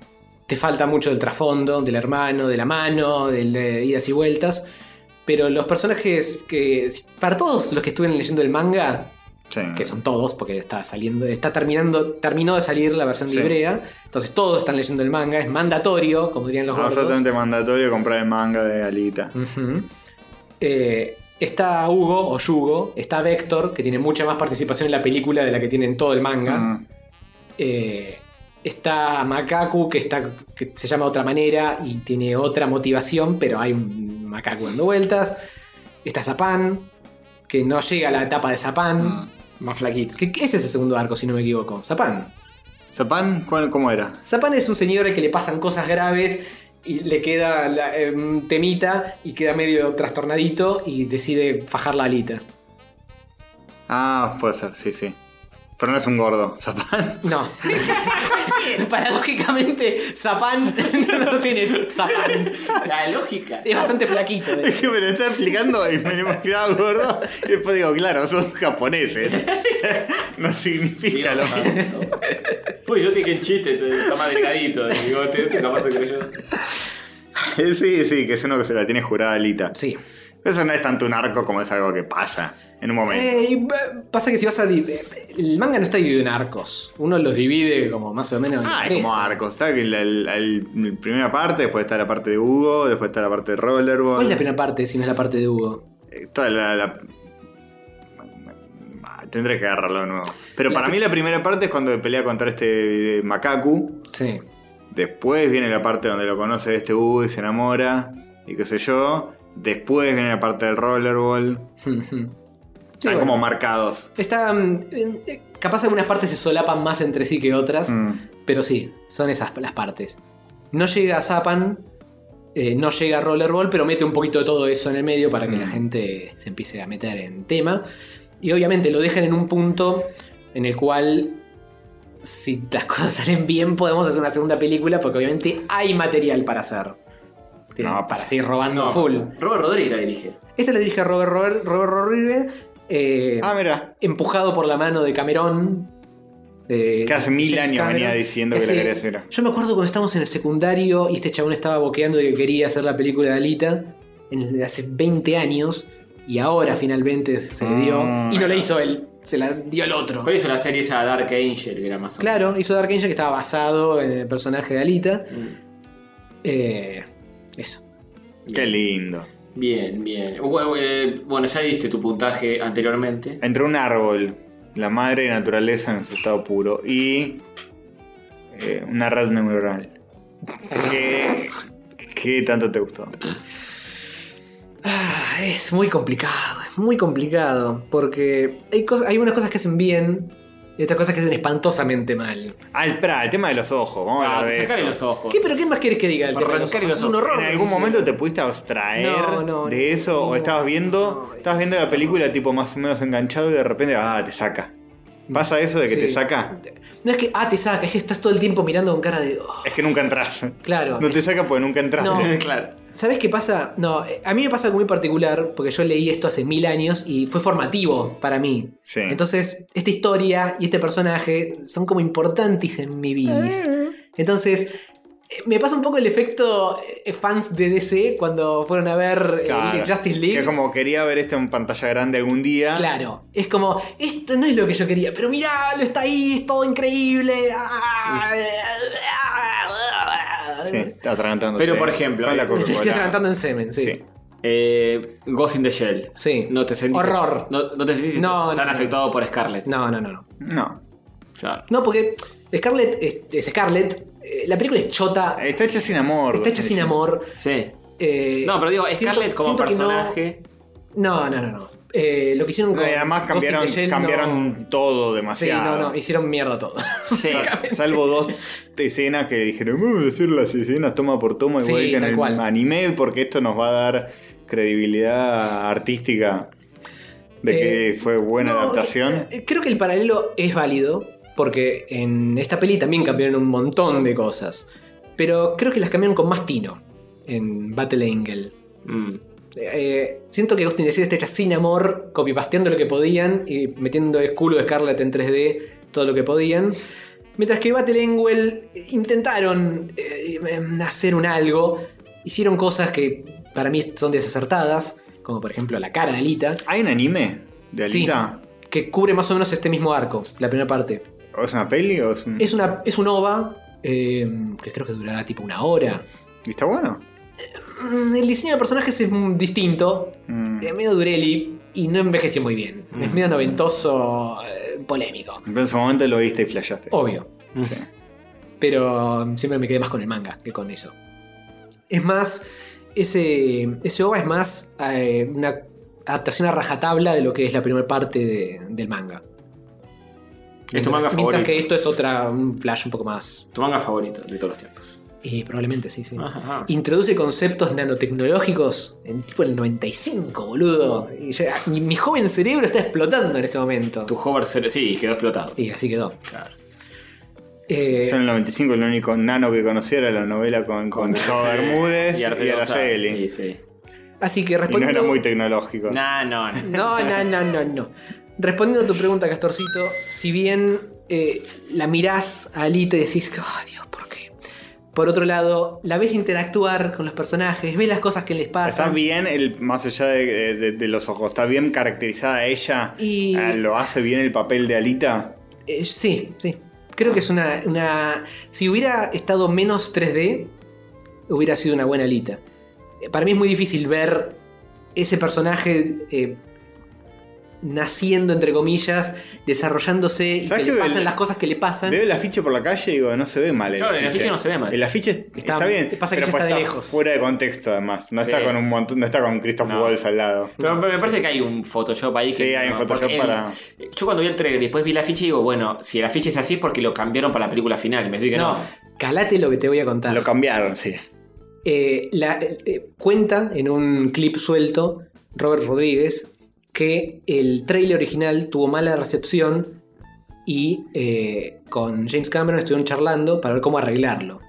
S3: Te falta mucho del trasfondo, del hermano, de la mano, del de idas y vueltas. Pero los personajes que. Para todos los que estuvieron leyendo el manga,
S1: Sí.
S3: que son todos, porque está saliendo, está terminando, terminó de salir la versión de
S1: Sí.
S3: Ibrea. Entonces todos están leyendo el manga, es mandatorio, como dirían
S1: Ah,
S3: los gordos.
S1: Absolutamente mandatorio comprar el manga de Alita.
S3: Ujú. Eh, está Hugo o Yugo, está Vector, que tiene mucha más participación en la película de la que tiene en todo el manga.
S1: Mm.
S3: Eh, está Macaco, que, está, que se llama de otra manera y tiene otra motivación, pero hay un macaco dando vueltas. Está Zapán, que no llega a la etapa de Zapán, más flaquito. Que, que ese es el segundo arco, si no me equivoco. Zapán.
S1: ¿Zapán? ¿Cuál- ¿Cómo era?
S3: Zapán es un señor al que le pasan cosas graves y le queda la, eh, un temita y queda medio trastornadito y decide fajar la alita.
S1: Ah, puede ser, sí, sí. Pero no es un gordo, Zapán.
S3: No. Paradójicamente, Zapán no tiene Zapán.
S9: La lógica.
S3: Es bastante flaquito.
S1: Es
S3: de hecho.
S1: que me lo está explicando y me lo imaginaba gordo. Y después digo, claro, son japoneses. No significa lo mismo.
S2: Pues yo te dije el chiste, te- está más delgadito. Y digo, te, te capaz se creyó.
S1: Sí, sí, que es uno que se la tiene jurada Alita.
S3: Sí.
S1: Eso no es tanto un arco como es algo que pasa en un momento.
S3: Eh, y pa- pasa que si vas a. di- El manga no está dividido en arcos. Uno los divide como más o menos. en
S1: Ah, es
S3: tres.
S1: como arcos. Está que la, la- la primera parte, después está la parte de Hugo, después está la parte de Rollerball.
S3: ¿Cuál es la primera parte si no es la parte de Hugo?
S1: Eh, Toda la, la- Ah, Tendré que agarrarlo de nuevo. Pero
S3: La
S1: para
S3: pri-
S1: mí la primera parte es cuando pelea contra este eh, Makaku.
S3: Sí.
S1: Después viene la parte donde lo conoce este Hugo y se enamora. Y qué sé yo. Después viene la parte del rollerball. Están
S3: bueno.
S1: como marcados.
S3: Está. mm, eh, Capaz algunas partes se solapan más entre sí que otras.
S1: Mm.
S3: Pero sí, son esas las partes. No llega Zapan. eh, no llega Rollerball, pero mete un poquito de todo eso en el medio para que la
S1: Mm.
S3: gente se empiece a meter en tema. Y obviamente lo dejan en un punto en el cual, si las cosas salen bien, podemos hacer una segunda película, porque obviamente hay material para hacer. Tienen-
S1: No pues va a
S3: para
S1: pasar.
S3: seguir robando a full.
S2: Robert Rodríguez la dirige.
S3: Esta la dirige Robert, Robert, Robert Rodríguez, eh,
S1: Ah, mira.
S3: empujado por la mano de Cameron. de-
S1: Que hace
S3: de
S1: mil
S3: James
S1: años venía diciendo que la
S3: hace-
S1: quería hacer.
S3: Yo me acuerdo cuando estábamos en el secundario y este chabón estaba boqueando de que quería hacer la película de Alita en- hace 20 años y ahora finalmente se le dio.
S1: Mm.
S3: y no la hizo él, se la dio el otro.
S2: ¿Cuál hizo la serie esa Dark Angel que era más o menos?
S3: Claro, hizo Dark Angel que estaba basado en el personaje de Alita.
S2: Mm.
S3: Eh, eso.
S1: Qué lindo.
S2: Bien, bien. Bueno, eh, bueno, ya diste tu puntaje anteriormente.
S1: Entre un árbol, la madre de naturaleza en su estado puro, y eh, una red neuronal. ¿Qué, qué tanto te gustó?
S3: Ah, es muy complicado, es muy complicado. Porque hay, cosas, hay unas cosas que hacen bien y otras cosas que hacen espantosamente mal.
S1: Ah, espera, el tema de los ojos. Vamos a
S2: Ah,
S1: hablar de
S2: sacale
S1: eso.
S2: los ojos.
S3: ¿Qué, ¿Pero qué más quieres que diga? El
S2: Para
S3: tema de los
S2: arrancar y
S3: ojos?
S2: los
S3: Es un
S2: ojos.
S3: horror.
S1: ¿En
S3: lo que
S1: algún
S3: hicieron.
S1: momento te pudiste abstraer
S3: No, no,
S1: de
S3: no,
S1: eso?
S3: no,
S1: ¿O estabas viendo,
S3: no,
S1: estabas viendo la película tipo más o menos enganchado y de repente, ah, te saca? ¿Pasa eso de que
S3: Sí.
S1: te saca?
S3: No es que, ah, te saca, es que estás todo el tiempo mirando con cara de. oh,
S1: Es que nunca entras.
S3: claro.
S1: No te saca porque nunca entras.
S3: No.
S2: claro.
S3: ¿Sabes qué pasa? No, eh, a mí me pasa algo muy particular, porque yo leí esto hace mil años y fue formativo para mí.
S1: Sí.
S3: Entonces, esta historia y este personaje son como importantes en mi vida.
S1: Ah.
S3: Entonces, eh, me pasa un poco el efecto eh, fans de DC cuando fueron a ver eh,
S1: Claro.
S3: Justice League.
S1: Que como quería ver esto en pantalla grande algún día.
S3: Claro, es como, esto no es lo que yo quería, pero mirá, lo está ahí, es todo increíble. Ah, ah, ah.
S1: Sí, está atragantando.
S2: Pero, por ejemplo,
S1: Con la
S2: eh,
S3: Me estoy,
S1: Coca-Cola.
S3: estoy atragantando en semen, sí.
S1: Sí.
S2: Eh, Ghost in the Shell.
S3: Sí.
S2: No te sentiste.
S3: Horror.
S2: No, no te sentiste
S3: No,
S2: tan
S3: no.
S2: afectado por Scarlett.
S3: No, no, no, no.
S1: No.
S2: Claro.
S3: No, porque Scarlett es, es Scarlett, eh, la película es chota,
S1: Está hecha sin amor.
S3: está hecha sin amor.
S2: Sí.
S3: eh,
S2: No, pero digo,
S3: siento-
S2: Scarlett como
S3: siento que no-
S2: personaje.
S3: No, no, no, no. Eh, lo que hicieron
S1: No,
S3: con.
S1: y además
S3: Ghost in the
S1: cambiaron,
S3: Shell no-
S1: cambiaron todo
S3: Sí,
S1: demasiado.
S3: no, no, hicieron mierda todo.
S2: Sí.
S1: Sa- Salvo dos escenas que dijeron, vamos a hacer las escenas toma por toma,
S3: Sí,
S1: igual que en
S3: tal
S1: el
S3: cual.
S1: anime, porque esto nos va a dar credibilidad artística de que
S3: Eh,
S1: fue buena
S3: No,
S1: adaptación.
S3: eh, eh, Creo que el paralelo es válido, porque en esta peli también cambiaron un montón de cosas. Pero creo que las cambiaron con más tino. en Battle Angel.
S2: Mm.
S3: Eh, siento que Ghost in the Shell está hecha sin amor, copypasteando lo que podían y metiendo el culo de Scarlett en 3D todo lo que podían. Mientras que Battle Angel intentaron eh, hacer un algo, hicieron cosas que para mí son desacertadas, como por ejemplo la cara de Alita,
S1: ¿Hay un anime de Alita?
S3: que cubre más o menos este mismo arco, la primera parte.
S1: ¿O es una peli o
S4: Mm.
S1: es un...
S3: Es, una, es un OVA eh, que creo que durará tipo una hora.
S1: ¿Y está bueno?
S3: Mm, El diseño de personajes es mm, distinto,
S1: Mm.
S3: Es medio Durelli y no envejeció muy bien. Es medio noventoso, eh, polémico.
S1: En su momento lo viste y flasheaste.
S3: Obvio. Pero mm, siempre me quedé más con el manga que con eso. Es más, ese, ese OVA es más eh, una adaptación a rajatabla de lo que es la primera parte de- del manga.
S2: Es tu manga
S3: Mientras mientras
S2: favorito.
S3: que esto es otra, un flash un poco más.
S2: Tu manga favorito de todos los tiempos.
S3: Y probablemente, sí, sí.
S2: Ajá, ajá.
S3: Introduce conceptos nanotecnológicos en tipo el 95, boludo. Y ya- y mi joven cerebro está explotando en ese momento.
S2: Tu hover cere- sí, quedó explotado.
S3: Y así quedó.
S2: Claro.
S3: Eh,
S1: Yo en el 95 el único nano que conocía era la novela con, con, Chava Bermúdez y Araceli.
S2: Sí, sí.
S3: así que
S1: Y no
S3: respondiendo.
S1: era muy tecnológico.
S2: No, no, no.
S3: No, no, no, no, no. Respondiendo a tu pregunta, Castorcito, si bien eh, la mirás a Alita y decís, que, oh Dios, ¿por qué? Por otro lado, la ves interactuar con los personajes, ves las cosas que les
S1: Está
S3: pasan.
S1: bien, el, más allá de, de- de los ojos, está bien caracterizada ella.
S3: Y-
S1: Ah, ¿Lo hace bien el papel de Alita?
S3: Eh, sí, sí. Creo que es una, una- Si hubiera estado menos 3D, hubiera sido una buena alita. Eh, Para mí es muy difícil ver ese personaje eh, naciendo, entre comillas, desarrollándose y que
S1: ¿Sabes
S3: le
S1: qué?
S3: pasan
S1: El-
S3: las cosas que le pasan.
S1: Veo el afiche por la calle y digo, no se ve mal.
S2: Claro, el afiche no se ve mal.
S1: El afiche está,
S3: Está-
S1: bien.
S3: pasa que
S1: pero
S3: ya está de
S1: está
S3: lejos.
S1: fuera de contexto, además. No
S2: Sí.
S1: está con un montón, no está con Christoph
S2: No.
S1: Waltz al lado.
S2: Pero me parece que hay un Photoshop ahí.
S1: Sí,
S2: que
S1: hay un Photoshop
S2: porque el-
S1: para-
S2: Yo cuando vi el trailer y después vi la ficha digo, bueno, si el afiche es así es porque lo cambiaron para la película final. Y me decís que no.
S3: No, calate lo que te voy a contar.
S1: Lo cambiaron, sí.
S3: Eh, la- eh, cuenta en un clip suelto Robert Rodríguez que el trailer original tuvo mala recepción y eh, con James Cameron estuvieron charlando para ver cómo arreglarlo.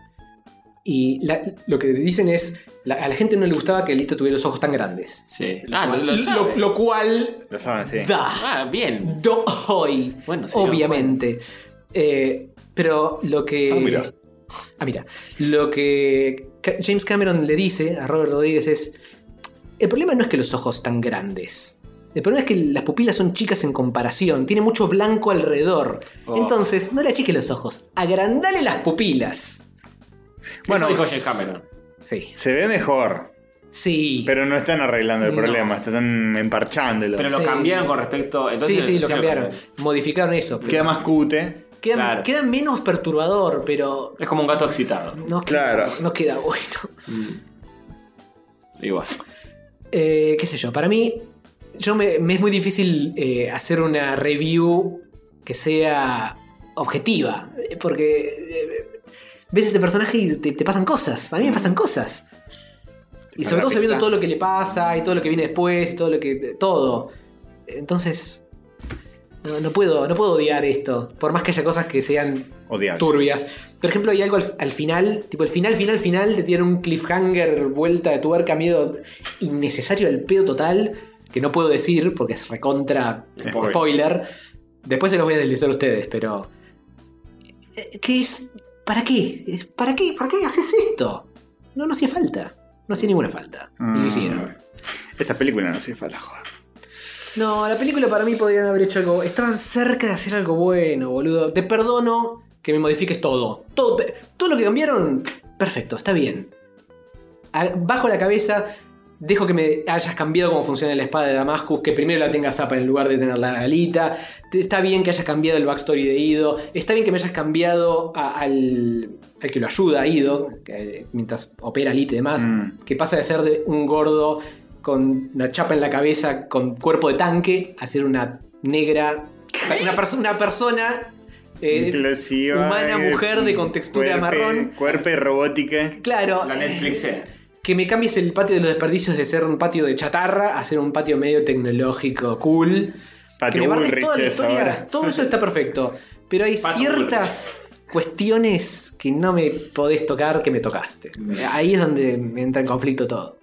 S3: Y la- lo que dicen es, la- a la gente no le gustaba que Alito tuviera los ojos tan grandes.
S2: Sí. Ah, lo, lo
S3: Lo-
S2: sabe.
S3: lo cual
S1: Lo saben, sí.
S3: da.
S2: Ah, bien.
S3: Do hoy.
S2: Bueno, sí,
S3: obviamente. Eh, pero lo que.
S1: Ah, mira.
S3: Ah, mira. Lo que Ca- James Cameron le dice a Robert Rodríguez es. El problema no es que los ojos están grandes. El problema es que las pupilas son chicas en comparación. Tiene mucho blanco alrededor.
S2: Oh.
S3: Entonces, no le achiques los ojos. Agrandale las pupilas.
S2: Bueno,
S1: Bueno,
S2: dijo James Cameron.
S3: Sí.
S1: se ve mejor,
S3: Sí.
S1: pero no están arreglando el
S3: No.
S1: problema, están emparchándolo.
S2: Pero lo
S3: Sí.
S2: cambiaron con respecto.
S3: sí,
S2: Entonces,
S3: sí, lo cambiaron. Modificaron eso. pero
S1: Queda más cute.
S3: queda-
S2: claro.
S3: queda menos perturbador, pero.
S2: Es como un gato excitado.
S3: No queda-
S1: Claro.
S3: no queda bueno.
S2: Digo,
S3: Eh, qué sé yo, para mí yo me, me es muy difícil eh, hacer una review que sea objetiva, eh, porque eh, ves este personaje y te, te pasan cosas, a mí me pasan cosas. Y
S1: Te
S3: sobre
S1: pagan
S3: todo
S1: la
S3: sabiendo
S1: pista.
S3: todo lo que le pasa y todo lo que viene después y todo lo que... todo. Entonces... No, no puedo, no puedo odiar esto, por más que haya cosas que sean
S1: Odiable.
S3: turbias. Por ejemplo, hay algo al, al final, tipo el final, final, final, te tiene un cliffhanger, vuelta de tuerca, miedo innecesario al pedo total, que no puedo decir porque es recontra
S1: Spoiler.
S3: spoiler. Después se los voy a deslizar a ustedes, pero. eh, ¿Qué es? ¿Para qué? ¿Para qué? ¿Para qué haces esto? No, no hacía falta. No hacía ninguna falta. Y
S1: Mm.
S3: lo hicieron.
S1: Esta película no hace falta joder.
S3: No, la película para mí podrían haber hecho algo. Estaban cerca de hacer algo bueno, boludo. Te perdono que me modifiques todo. Todo, pe- todo lo que cambiaron, perfecto, está bien. A- Bajo la cabeza, dejo que me hayas cambiado cómo funciona la espada de Damascus, que primero la tengas Zappa en lugar de tener la alita. Te- Está bien que hayas cambiado el backstory de Ido. Está bien que me hayas cambiado a- al, al que lo ayuda a Ido, que- mientras opera Alita y demás,
S1: Mm.
S3: que pasa de ser de un gordo con una chapa en la cabeza, con cuerpo de tanque, a ser una negra, una, perso- una persona eh,
S1: Inclusiva,
S3: humana
S1: eh,
S3: mujer de contextura
S1: cuerpe-
S3: marrón.
S1: Cuerpe robótica.
S3: Claro,
S2: La Netflix. eh.
S3: que me cambies el patio de los desperdicios de ser un patio de chatarra a ser un patio medio tecnológico, cool.
S1: Patio
S3: que me barres
S1: Bullrich
S3: toda la
S1: es
S3: historia,
S1: ahora.
S3: todo eso está perfecto. Pero hay
S2: Patio
S3: ciertas cuestiones que no me podés tocar que me tocaste. Ahí es donde me entra en conflicto todo.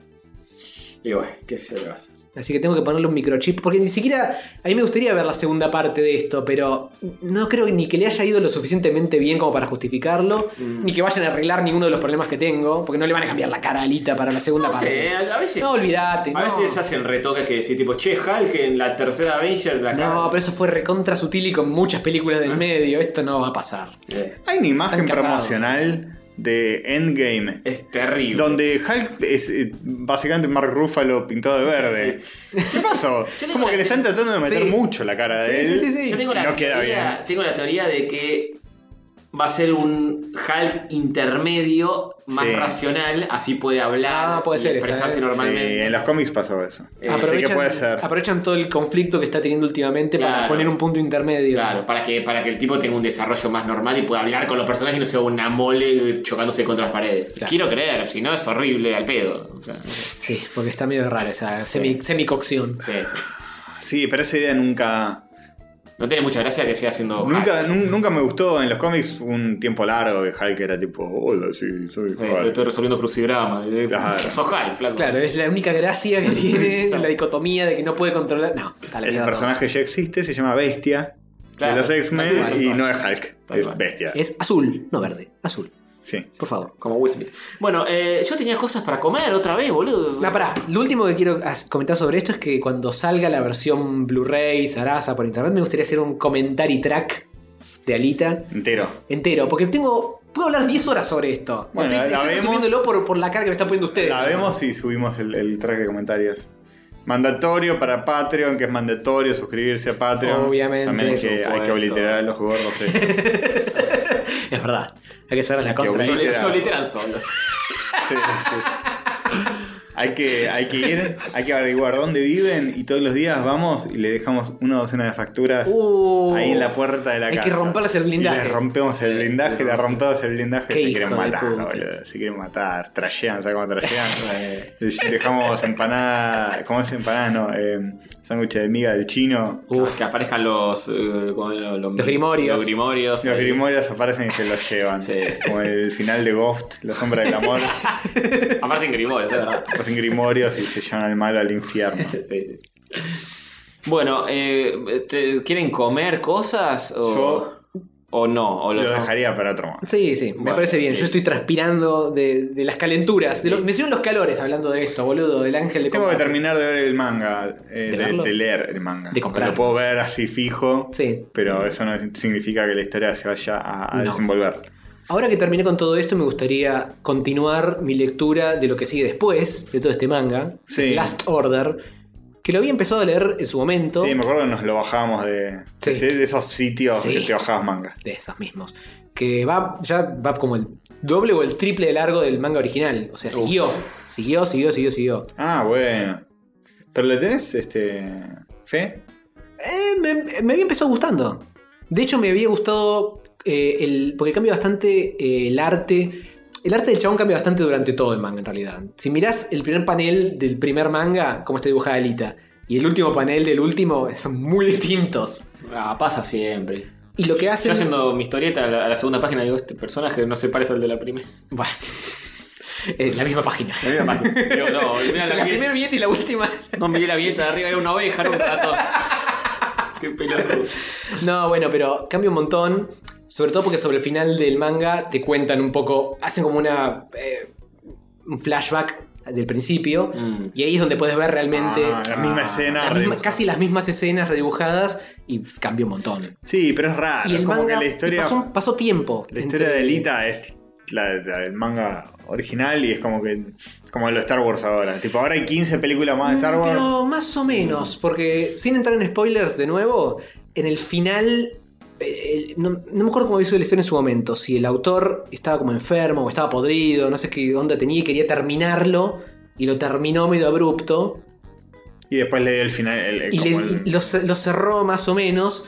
S2: Y bueno, ¿qué se le va a hacer?
S3: Así que tengo que ponerle un microchip. Porque ni siquiera. A mí me gustaría ver la segunda parte de esto, pero no creo ni que le haya ido lo suficientemente bien como para justificarlo.
S2: Mm.
S3: Ni que vayan a arreglar ninguno de los problemas que tengo. Porque no le van a cambiar la cara a Alita para la segunda
S2: No
S3: parte.
S2: sé, eh, a veces.
S3: No, olvídate.
S2: a
S3: no.
S2: veces hacen retoques que decís, tipo, che, Hulk en la tercera Avenger la
S3: No, pero eso fue recontra sutil y con muchas películas del medio. Esto no va a pasar.
S2: pero...
S1: Hay una imagen
S3: Están casados.
S1: promocional de Endgame.
S2: Es terrible.
S1: Donde Hulk es eh, básicamente Mark Ruffalo pintado de verde. ¿Qué pasó?
S9: Yo tengo
S1: Como
S9: la-
S1: que le están tratando de meter
S3: Sí.
S1: mucho la cara de
S3: Sí,
S1: él.
S3: sí, sí, sí.
S9: Yo tengo la,
S1: no queda
S9: teoría,
S1: bien.
S9: tengo la teoría de que va a ser un Hulk intermedio más
S1: Sí.
S9: racional, así puede hablar
S3: Ah, puede
S9: y
S3: ser esa,
S9: expresarse
S3: ¿eh?
S9: normalmente. Eh,
S1: Sí, en los cómics pasó eso. Así que
S3: Aprovechan,
S1: puede ser.
S3: aprovechan todo el conflicto que está teniendo últimamente para
S9: Claro.
S3: poner un punto intermedio.
S9: Claro, para que, para que el tipo tenga un desarrollo más normal y pueda hablar con los personajes y no sea una mole chocándose contra las paredes.
S3: Claro.
S9: Quiero creer, si no es horrible al pedo. O sea, no sé.
S3: Sí, porque está medio rara esa semi, semicocción.
S9: Sí, sí.
S1: Sí, pero esa idea nunca.
S9: No tiene mucha gracia que siga siendo. Hulk.
S1: Nunca, nun- nunca me gustó en los cómics un tiempo largo que Hulk era tipo, hola, sí, soy
S9: Sí, estoy,
S1: Hulk.
S9: estoy resolviendo crucigrama.
S1: Claro.
S9: Sos Hulk, flaco.
S3: Claro, es la única gracia que tiene la dicotomía de que no puede controlar. No, está la
S1: Ese
S3: mierda.
S1: personaje ya existe, se llama Bestia
S9: Claro,
S1: de los
S9: tal cual,
S1: X-Men
S9: tal
S1: y
S9: cual.
S1: no es Hulk,
S9: Tal
S1: es
S9: cual.
S1: Bestia.
S3: Es azul, no verde. Azul,
S1: Sí.
S3: por favor.
S9: Como Will Smith. Bueno, eh, yo tenía cosas para comer otra vez, boludo.
S3: No, pará. Lo último que quiero as- comentar sobre esto es que cuando salga la versión Blu-ray, Sarasa por internet, me gustaría hacer un comentario track de Alita
S1: Entero.
S3: entero. Porque tengo. Puedo hablar 10 horas sobre esto.
S1: Bueno,
S3: Estoy-
S1: la
S3: estoy
S1: vemos.
S3: consumiéndolo por, por la cara que me están poniendo ustedes.
S1: La vemos y subimos el, el track de comentarios. Mandatorio para Patreon, que es mandatorio suscribirse a Patreon.
S3: Obviamente,
S1: También hay
S3: por
S1: que, hay que
S3: supuesto.
S1: obliterar a los gordos. eh. sí.
S3: Es verdad. Hay que cerrar la
S1: que
S3: contra.
S1: obliga-
S2: Eso literal son.
S1: Sí, sí. Hay que, hay que ir, hay que averiguar dónde viven y todos los días vamos y le dejamos una docena de facturas
S3: Uh,
S1: ahí en la puerta de la
S3: hay
S1: casa.
S3: que romperles el blindaje.
S1: Y le rompemos el blindaje, le rompemos el blindaje,
S3: Qué
S1: se
S3: hijo
S1: quieren
S3: de
S1: matar,
S3: puta.
S1: boludo. Se quieren matar, trashean, ¿sabes cómo trashean? Eh, Dejamos empanada, ¿cómo es empanada? No, eh, sándwich de miga del chino.
S2: Uf, que aparezcan los, eh, como los,
S3: Los grimorios.
S2: Los grimorios. eh,
S1: Los
S2: ahí.
S1: grimorios aparecen y se los llevan.
S2: Sí.
S1: Como el final de Ghost, la sombra del amor.
S2: Aparte en grimorios, de verdad.
S1: Aparecen grimorios y se llevan al mal al infierno.
S2: Sí, sí. Bueno, eh, ¿te- ¿quieren comer cosas? O,
S1: Yo-
S2: o no. O
S1: Lo
S2: los-
S1: dejaría para otro momento.
S3: Sí, sí, me
S2: Bueno,
S3: parece bien. Yo
S2: eh.
S3: estoy transpirando de, de las calenturas. de lo- me hicieron los calores hablando de esto, boludo, del ángel de
S1: Tengo que
S3: combate.
S1: terminar de ver el manga, eh,
S3: ¿De
S1: de,
S3: verlo?
S1: de leer el manga.
S3: De comprarlo.
S1: Lo puedo ver así fijo,
S3: Sí.
S1: pero eso no significa que la historia se vaya a, a
S3: Mm. No.
S1: desenvolver.
S3: Ahora que terminé con todo esto, me gustaría continuar mi lectura de lo que sigue después de todo este manga.
S1: Sí.
S3: Last Order. Que lo había empezado a leer en su momento.
S1: Sí, me acuerdo que nos lo bajábamos de,
S3: Sí.
S1: de- de esos sitios
S3: Sí.
S1: que te bajabas manga.
S3: de esos mismos. Que va, ya va como el doble o el triple de largo del manga original. O sea, siguió. Siguió, siguió, siguió, siguió.
S1: Ah, bueno. ¿Pero le tenés este fe?
S3: Eh, me, me había empezado gustando. De hecho, me había gustado. eh, el, porque cambia bastante eh, el arte. El arte del chabón cambia bastante durante todo el manga, en realidad. Si mirás el primer panel del primer manga, cómo está dibujada Alita, y el último panel del último, son muy distintos.
S2: Ah, pasa siempre.
S3: Y lo que
S2: Yo
S3: hacen.
S2: haciendo mi historieta a la, a la segunda página digo, este personaje no se parece al de la primera.
S3: Bueno, es la misma página.
S2: La misma página. Digo, no, mira,
S3: Entre
S2: la,
S3: la primera viñeta y la última.
S2: No miré la viñeta de arriba, era una oveja, era un ratón. Qué pelotudo.
S3: No, bueno, pero cambia un montón. Sobre todo porque sobre el final del manga te cuentan un poco. Hacen como una. eh, un flashback del principio.
S2: Mm.
S3: Y ahí es donde puedes ver realmente.
S1: Ah, la misma escena.
S3: la misma-
S1: redibujada.
S3: casi las mismas escenas redibujadas. Y f- cambia un montón.
S1: Sí, pero es raro.
S3: y el
S1: Ah, como
S3: manga.
S1: que la
S3: y
S1: historia,
S3: pasó, un- pasó tiempo.
S1: la historia
S3: entre-
S1: de Elita es la, la del manga original y es como que como lo Star Wars ahora. Tipo, ahora hay 15 películas más de Star Wars.
S3: Mm, Pero más o menos, porque sin entrar en spoilers de nuevo, en el final. eh, el- no, no me acuerdo cómo había sido la historia en su momento. Si el autor estaba como enfermo o estaba podrido, no sé qué onda tenía y quería terminarlo. Y lo terminó medio abrupto.
S1: Y después le dio el final. el- el-
S3: Y, le-
S1: como el-
S3: y lo, ce- lo cerró más o menos.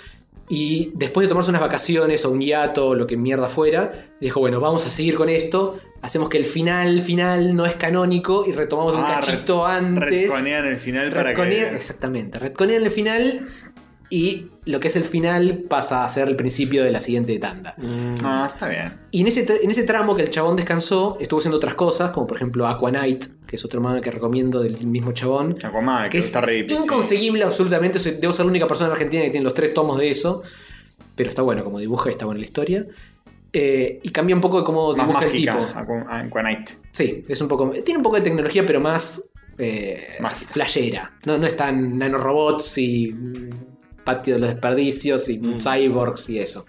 S3: Y después de tomarse unas vacaciones o un hiato o lo que mierda fuera, dijo, bueno, vamos a seguir con esto. Hacemos que el final, final no es canónico y retomamos de un
S1: Ah, re-
S3: cachito antes.
S1: Retconean el final para
S3: Retconean-
S1: que.
S3: Exactamente, retconean el final Y lo que es el final pasa a ser el principio de la siguiente tanda.
S1: Ah, está bien.
S3: Y en ese, tra- en ese tramo que el chabón descansó, estuvo haciendo otras cosas, como por ejemplo Aquanite, que es otro manga que recomiendo del mismo chabón.
S1: Aquaman,
S3: que
S1: que
S3: es
S1: está re difícil.
S3: inconseguible absolutamente. Soy- Debo ser la única persona en Argentina que tiene los tres tomos de eso. Pero está bueno como dibuja y está buena la historia. Eh, y cambia un poco de cómo
S1: Más
S3: dibuja
S1: mágica,
S3: el tipo.
S1: Aqua- Aquanite.
S3: Sí, es un poco. Tiene un poco de tecnología, pero más. Eh,
S1: Mágica.
S3: flashera. No, no es tan nanorobots y. mm, patio de los desperdicios y
S2: Mm.
S3: cyborgs y eso.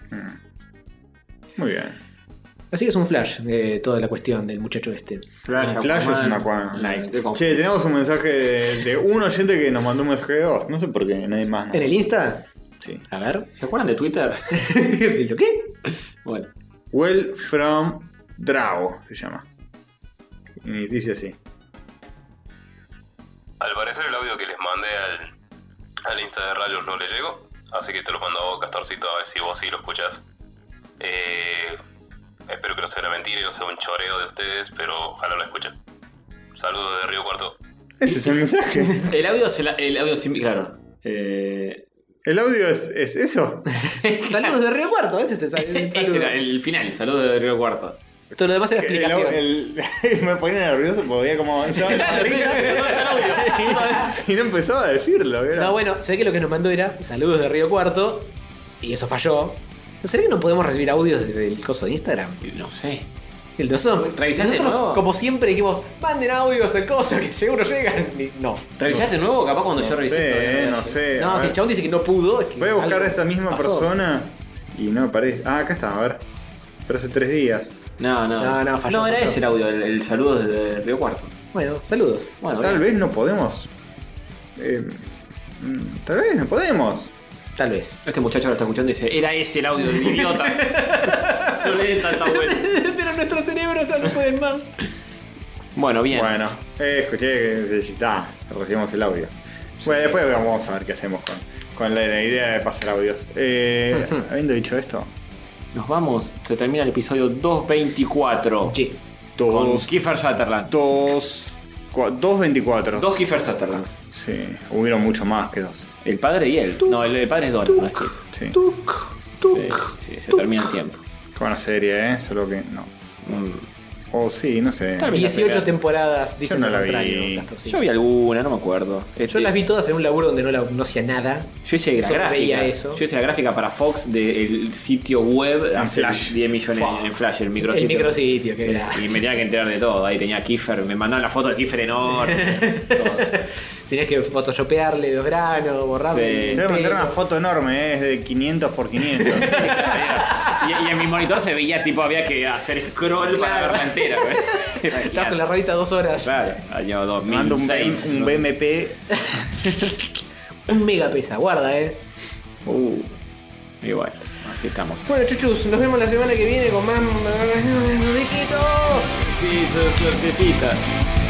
S1: Muy bien.
S3: Así que es un flash eh, toda la cuestión del muchacho este.
S1: Flash, Flash es
S2: Aquaman.
S1: una Aquanite.
S2: Eh, como-
S1: Che, tenemos un mensaje de, de un oyente que nos mandó un mensaje de voz. No sé por qué, nadie más. ¿no?
S3: ¿En el Insta?
S1: Sí.
S3: A ver.
S2: Ah. ¿Se acuerdan de Twitter?
S3: ¿De lo qué?
S2: bueno.
S1: Well from Drago se llama. Y dice así.
S10: Al parecer el audio que les mandé al, al Insta de Rayos no le llegó, así que te lo mando a vos, Castorcito, a ver si vos sí lo escuchás. Eh, espero que no sea una mentira y no sea un choreo de ustedes, pero ojalá lo escuchen. Saludos de Río Cuarto.
S1: Ese es el mensaje.
S2: El audio, se la- el audio sin. Claro. Eh,
S1: El audio es, es eso.
S3: Saludos de Río Cuarto, ese es el, sal- el
S2: ese
S3: saludo.
S2: era el final, saludo de Río Cuarto.
S3: Todo lo demás era
S1: El-
S3: explicación.
S1: el- me ponía nervioso porque veía cómo avanzaba la barriga. y no empezaba a decirlo. era-
S3: No, bueno, se ve que lo que nos mandó era saludos de Río Cuarto y eso falló. ¿No será que no podemos recibir audios desde el coso de Instagram?
S2: No sé.
S3: El de nosotros.
S2: ¿Revisaste de
S3: Nosotros,
S2: nuevo?
S3: como siempre, dijimos, manden audios al coso, que seguro llegan. Y no.
S2: ¿Revisás de nuevo? Capaz cuando yo ¿eh?
S1: no
S2: revisé. todavía
S1: sé,
S2: era
S1: no
S2: así.
S1: sé.
S3: No,
S1: Eh, a
S3: si el
S1: ver.
S3: chabón dice que no pudo, es que
S1: Voy a buscar
S3: algo
S1: a esa misma
S3: pasó.
S1: persona y no aparece. Ah, acá está, a ver. Pero hace tres días.
S2: No, no.
S3: No, no, falló,
S2: era
S3: falló.
S2: ese el audio, el, el saludo de Río Cuarto.
S3: Bueno, saludos.
S2: Bueno,
S1: Tal
S2: bien.
S1: vez no podemos. eh, mm, tal vez no podemos.
S3: Tal vez.
S2: Este muchacho lo está escuchando y dice: Era ese el audio de mi idiota. no le den tanta vuelta.
S3: Pero nuestros cerebros ya no pueden más.
S2: Bueno, bien.
S1: Bueno, eh, escuché que necesitaba. Recibimos el audio. Bueno, después vamos a ver qué hacemos con, con la, la idea de pasar audios. Eh, habiendo dicho esto,
S2: Nos vamos. Se termina el episodio 224.
S3: Che,
S2: Con
S1: dos,
S2: Kiefer Sutherland.
S1: dos, cua- dos 24.
S2: Dos Kiefer Sutherland.
S1: Sí, hubieron mucho más que dos.
S2: El padre y él. No, el, el padre es Donald, no es Kiefer.
S1: Sí.
S2: Eh, sí, se termina el tiempo.
S1: Qué buena serie, ¿eh? Solo que no.
S2: Mm.
S1: O sí, no sé.
S2: Tal vez.
S3: 18 temporadas, dicen
S1: no
S3: lo
S1: la vi.
S3: contrario. Castorcito.
S2: Yo vi alguna, no me acuerdo.
S3: Yo
S2: Este,
S3: las vi todas en un laburo donde no, la- no hacía nada.
S2: Yo hice la
S3: Yo veía
S2: gráfica.
S3: eso.
S2: Yo hice la gráfica para Fox del sitio web hace
S1: Flash.
S2: 10 millones
S3: Fuck.
S2: en Flash, el micrositio.
S3: El micrositio, que
S2: Sí,
S3: era.
S2: Y me tenía que enterar de todo. Ahí tenía a Kiefer, me mandaban la foto de Kiefer enorme.
S3: Tenías que photoshopearle los granos, borrarle.
S2: Sí.
S1: Te
S3: el
S1: voy a mandar
S3: pelo.
S1: una foto enorme, ¿eh? es de 500 por 500.
S2: y, y en mi monitor se veía tipo, había que hacer scroll para
S3: Claro.
S2: verla entera. güey.
S3: Estabas con la rodita dos horas.
S2: Claro, año
S1: Te Mando un,
S2: 2006.
S1: BM- un
S2: ¿no?
S1: BMP.
S3: Un mega pesa, guarda, eh.
S2: Uh, y bueno, así estamos.
S3: Bueno, chuchus, nos vemos la semana que viene con más. ¡Dediquitos!
S2: Sí, su suertecita.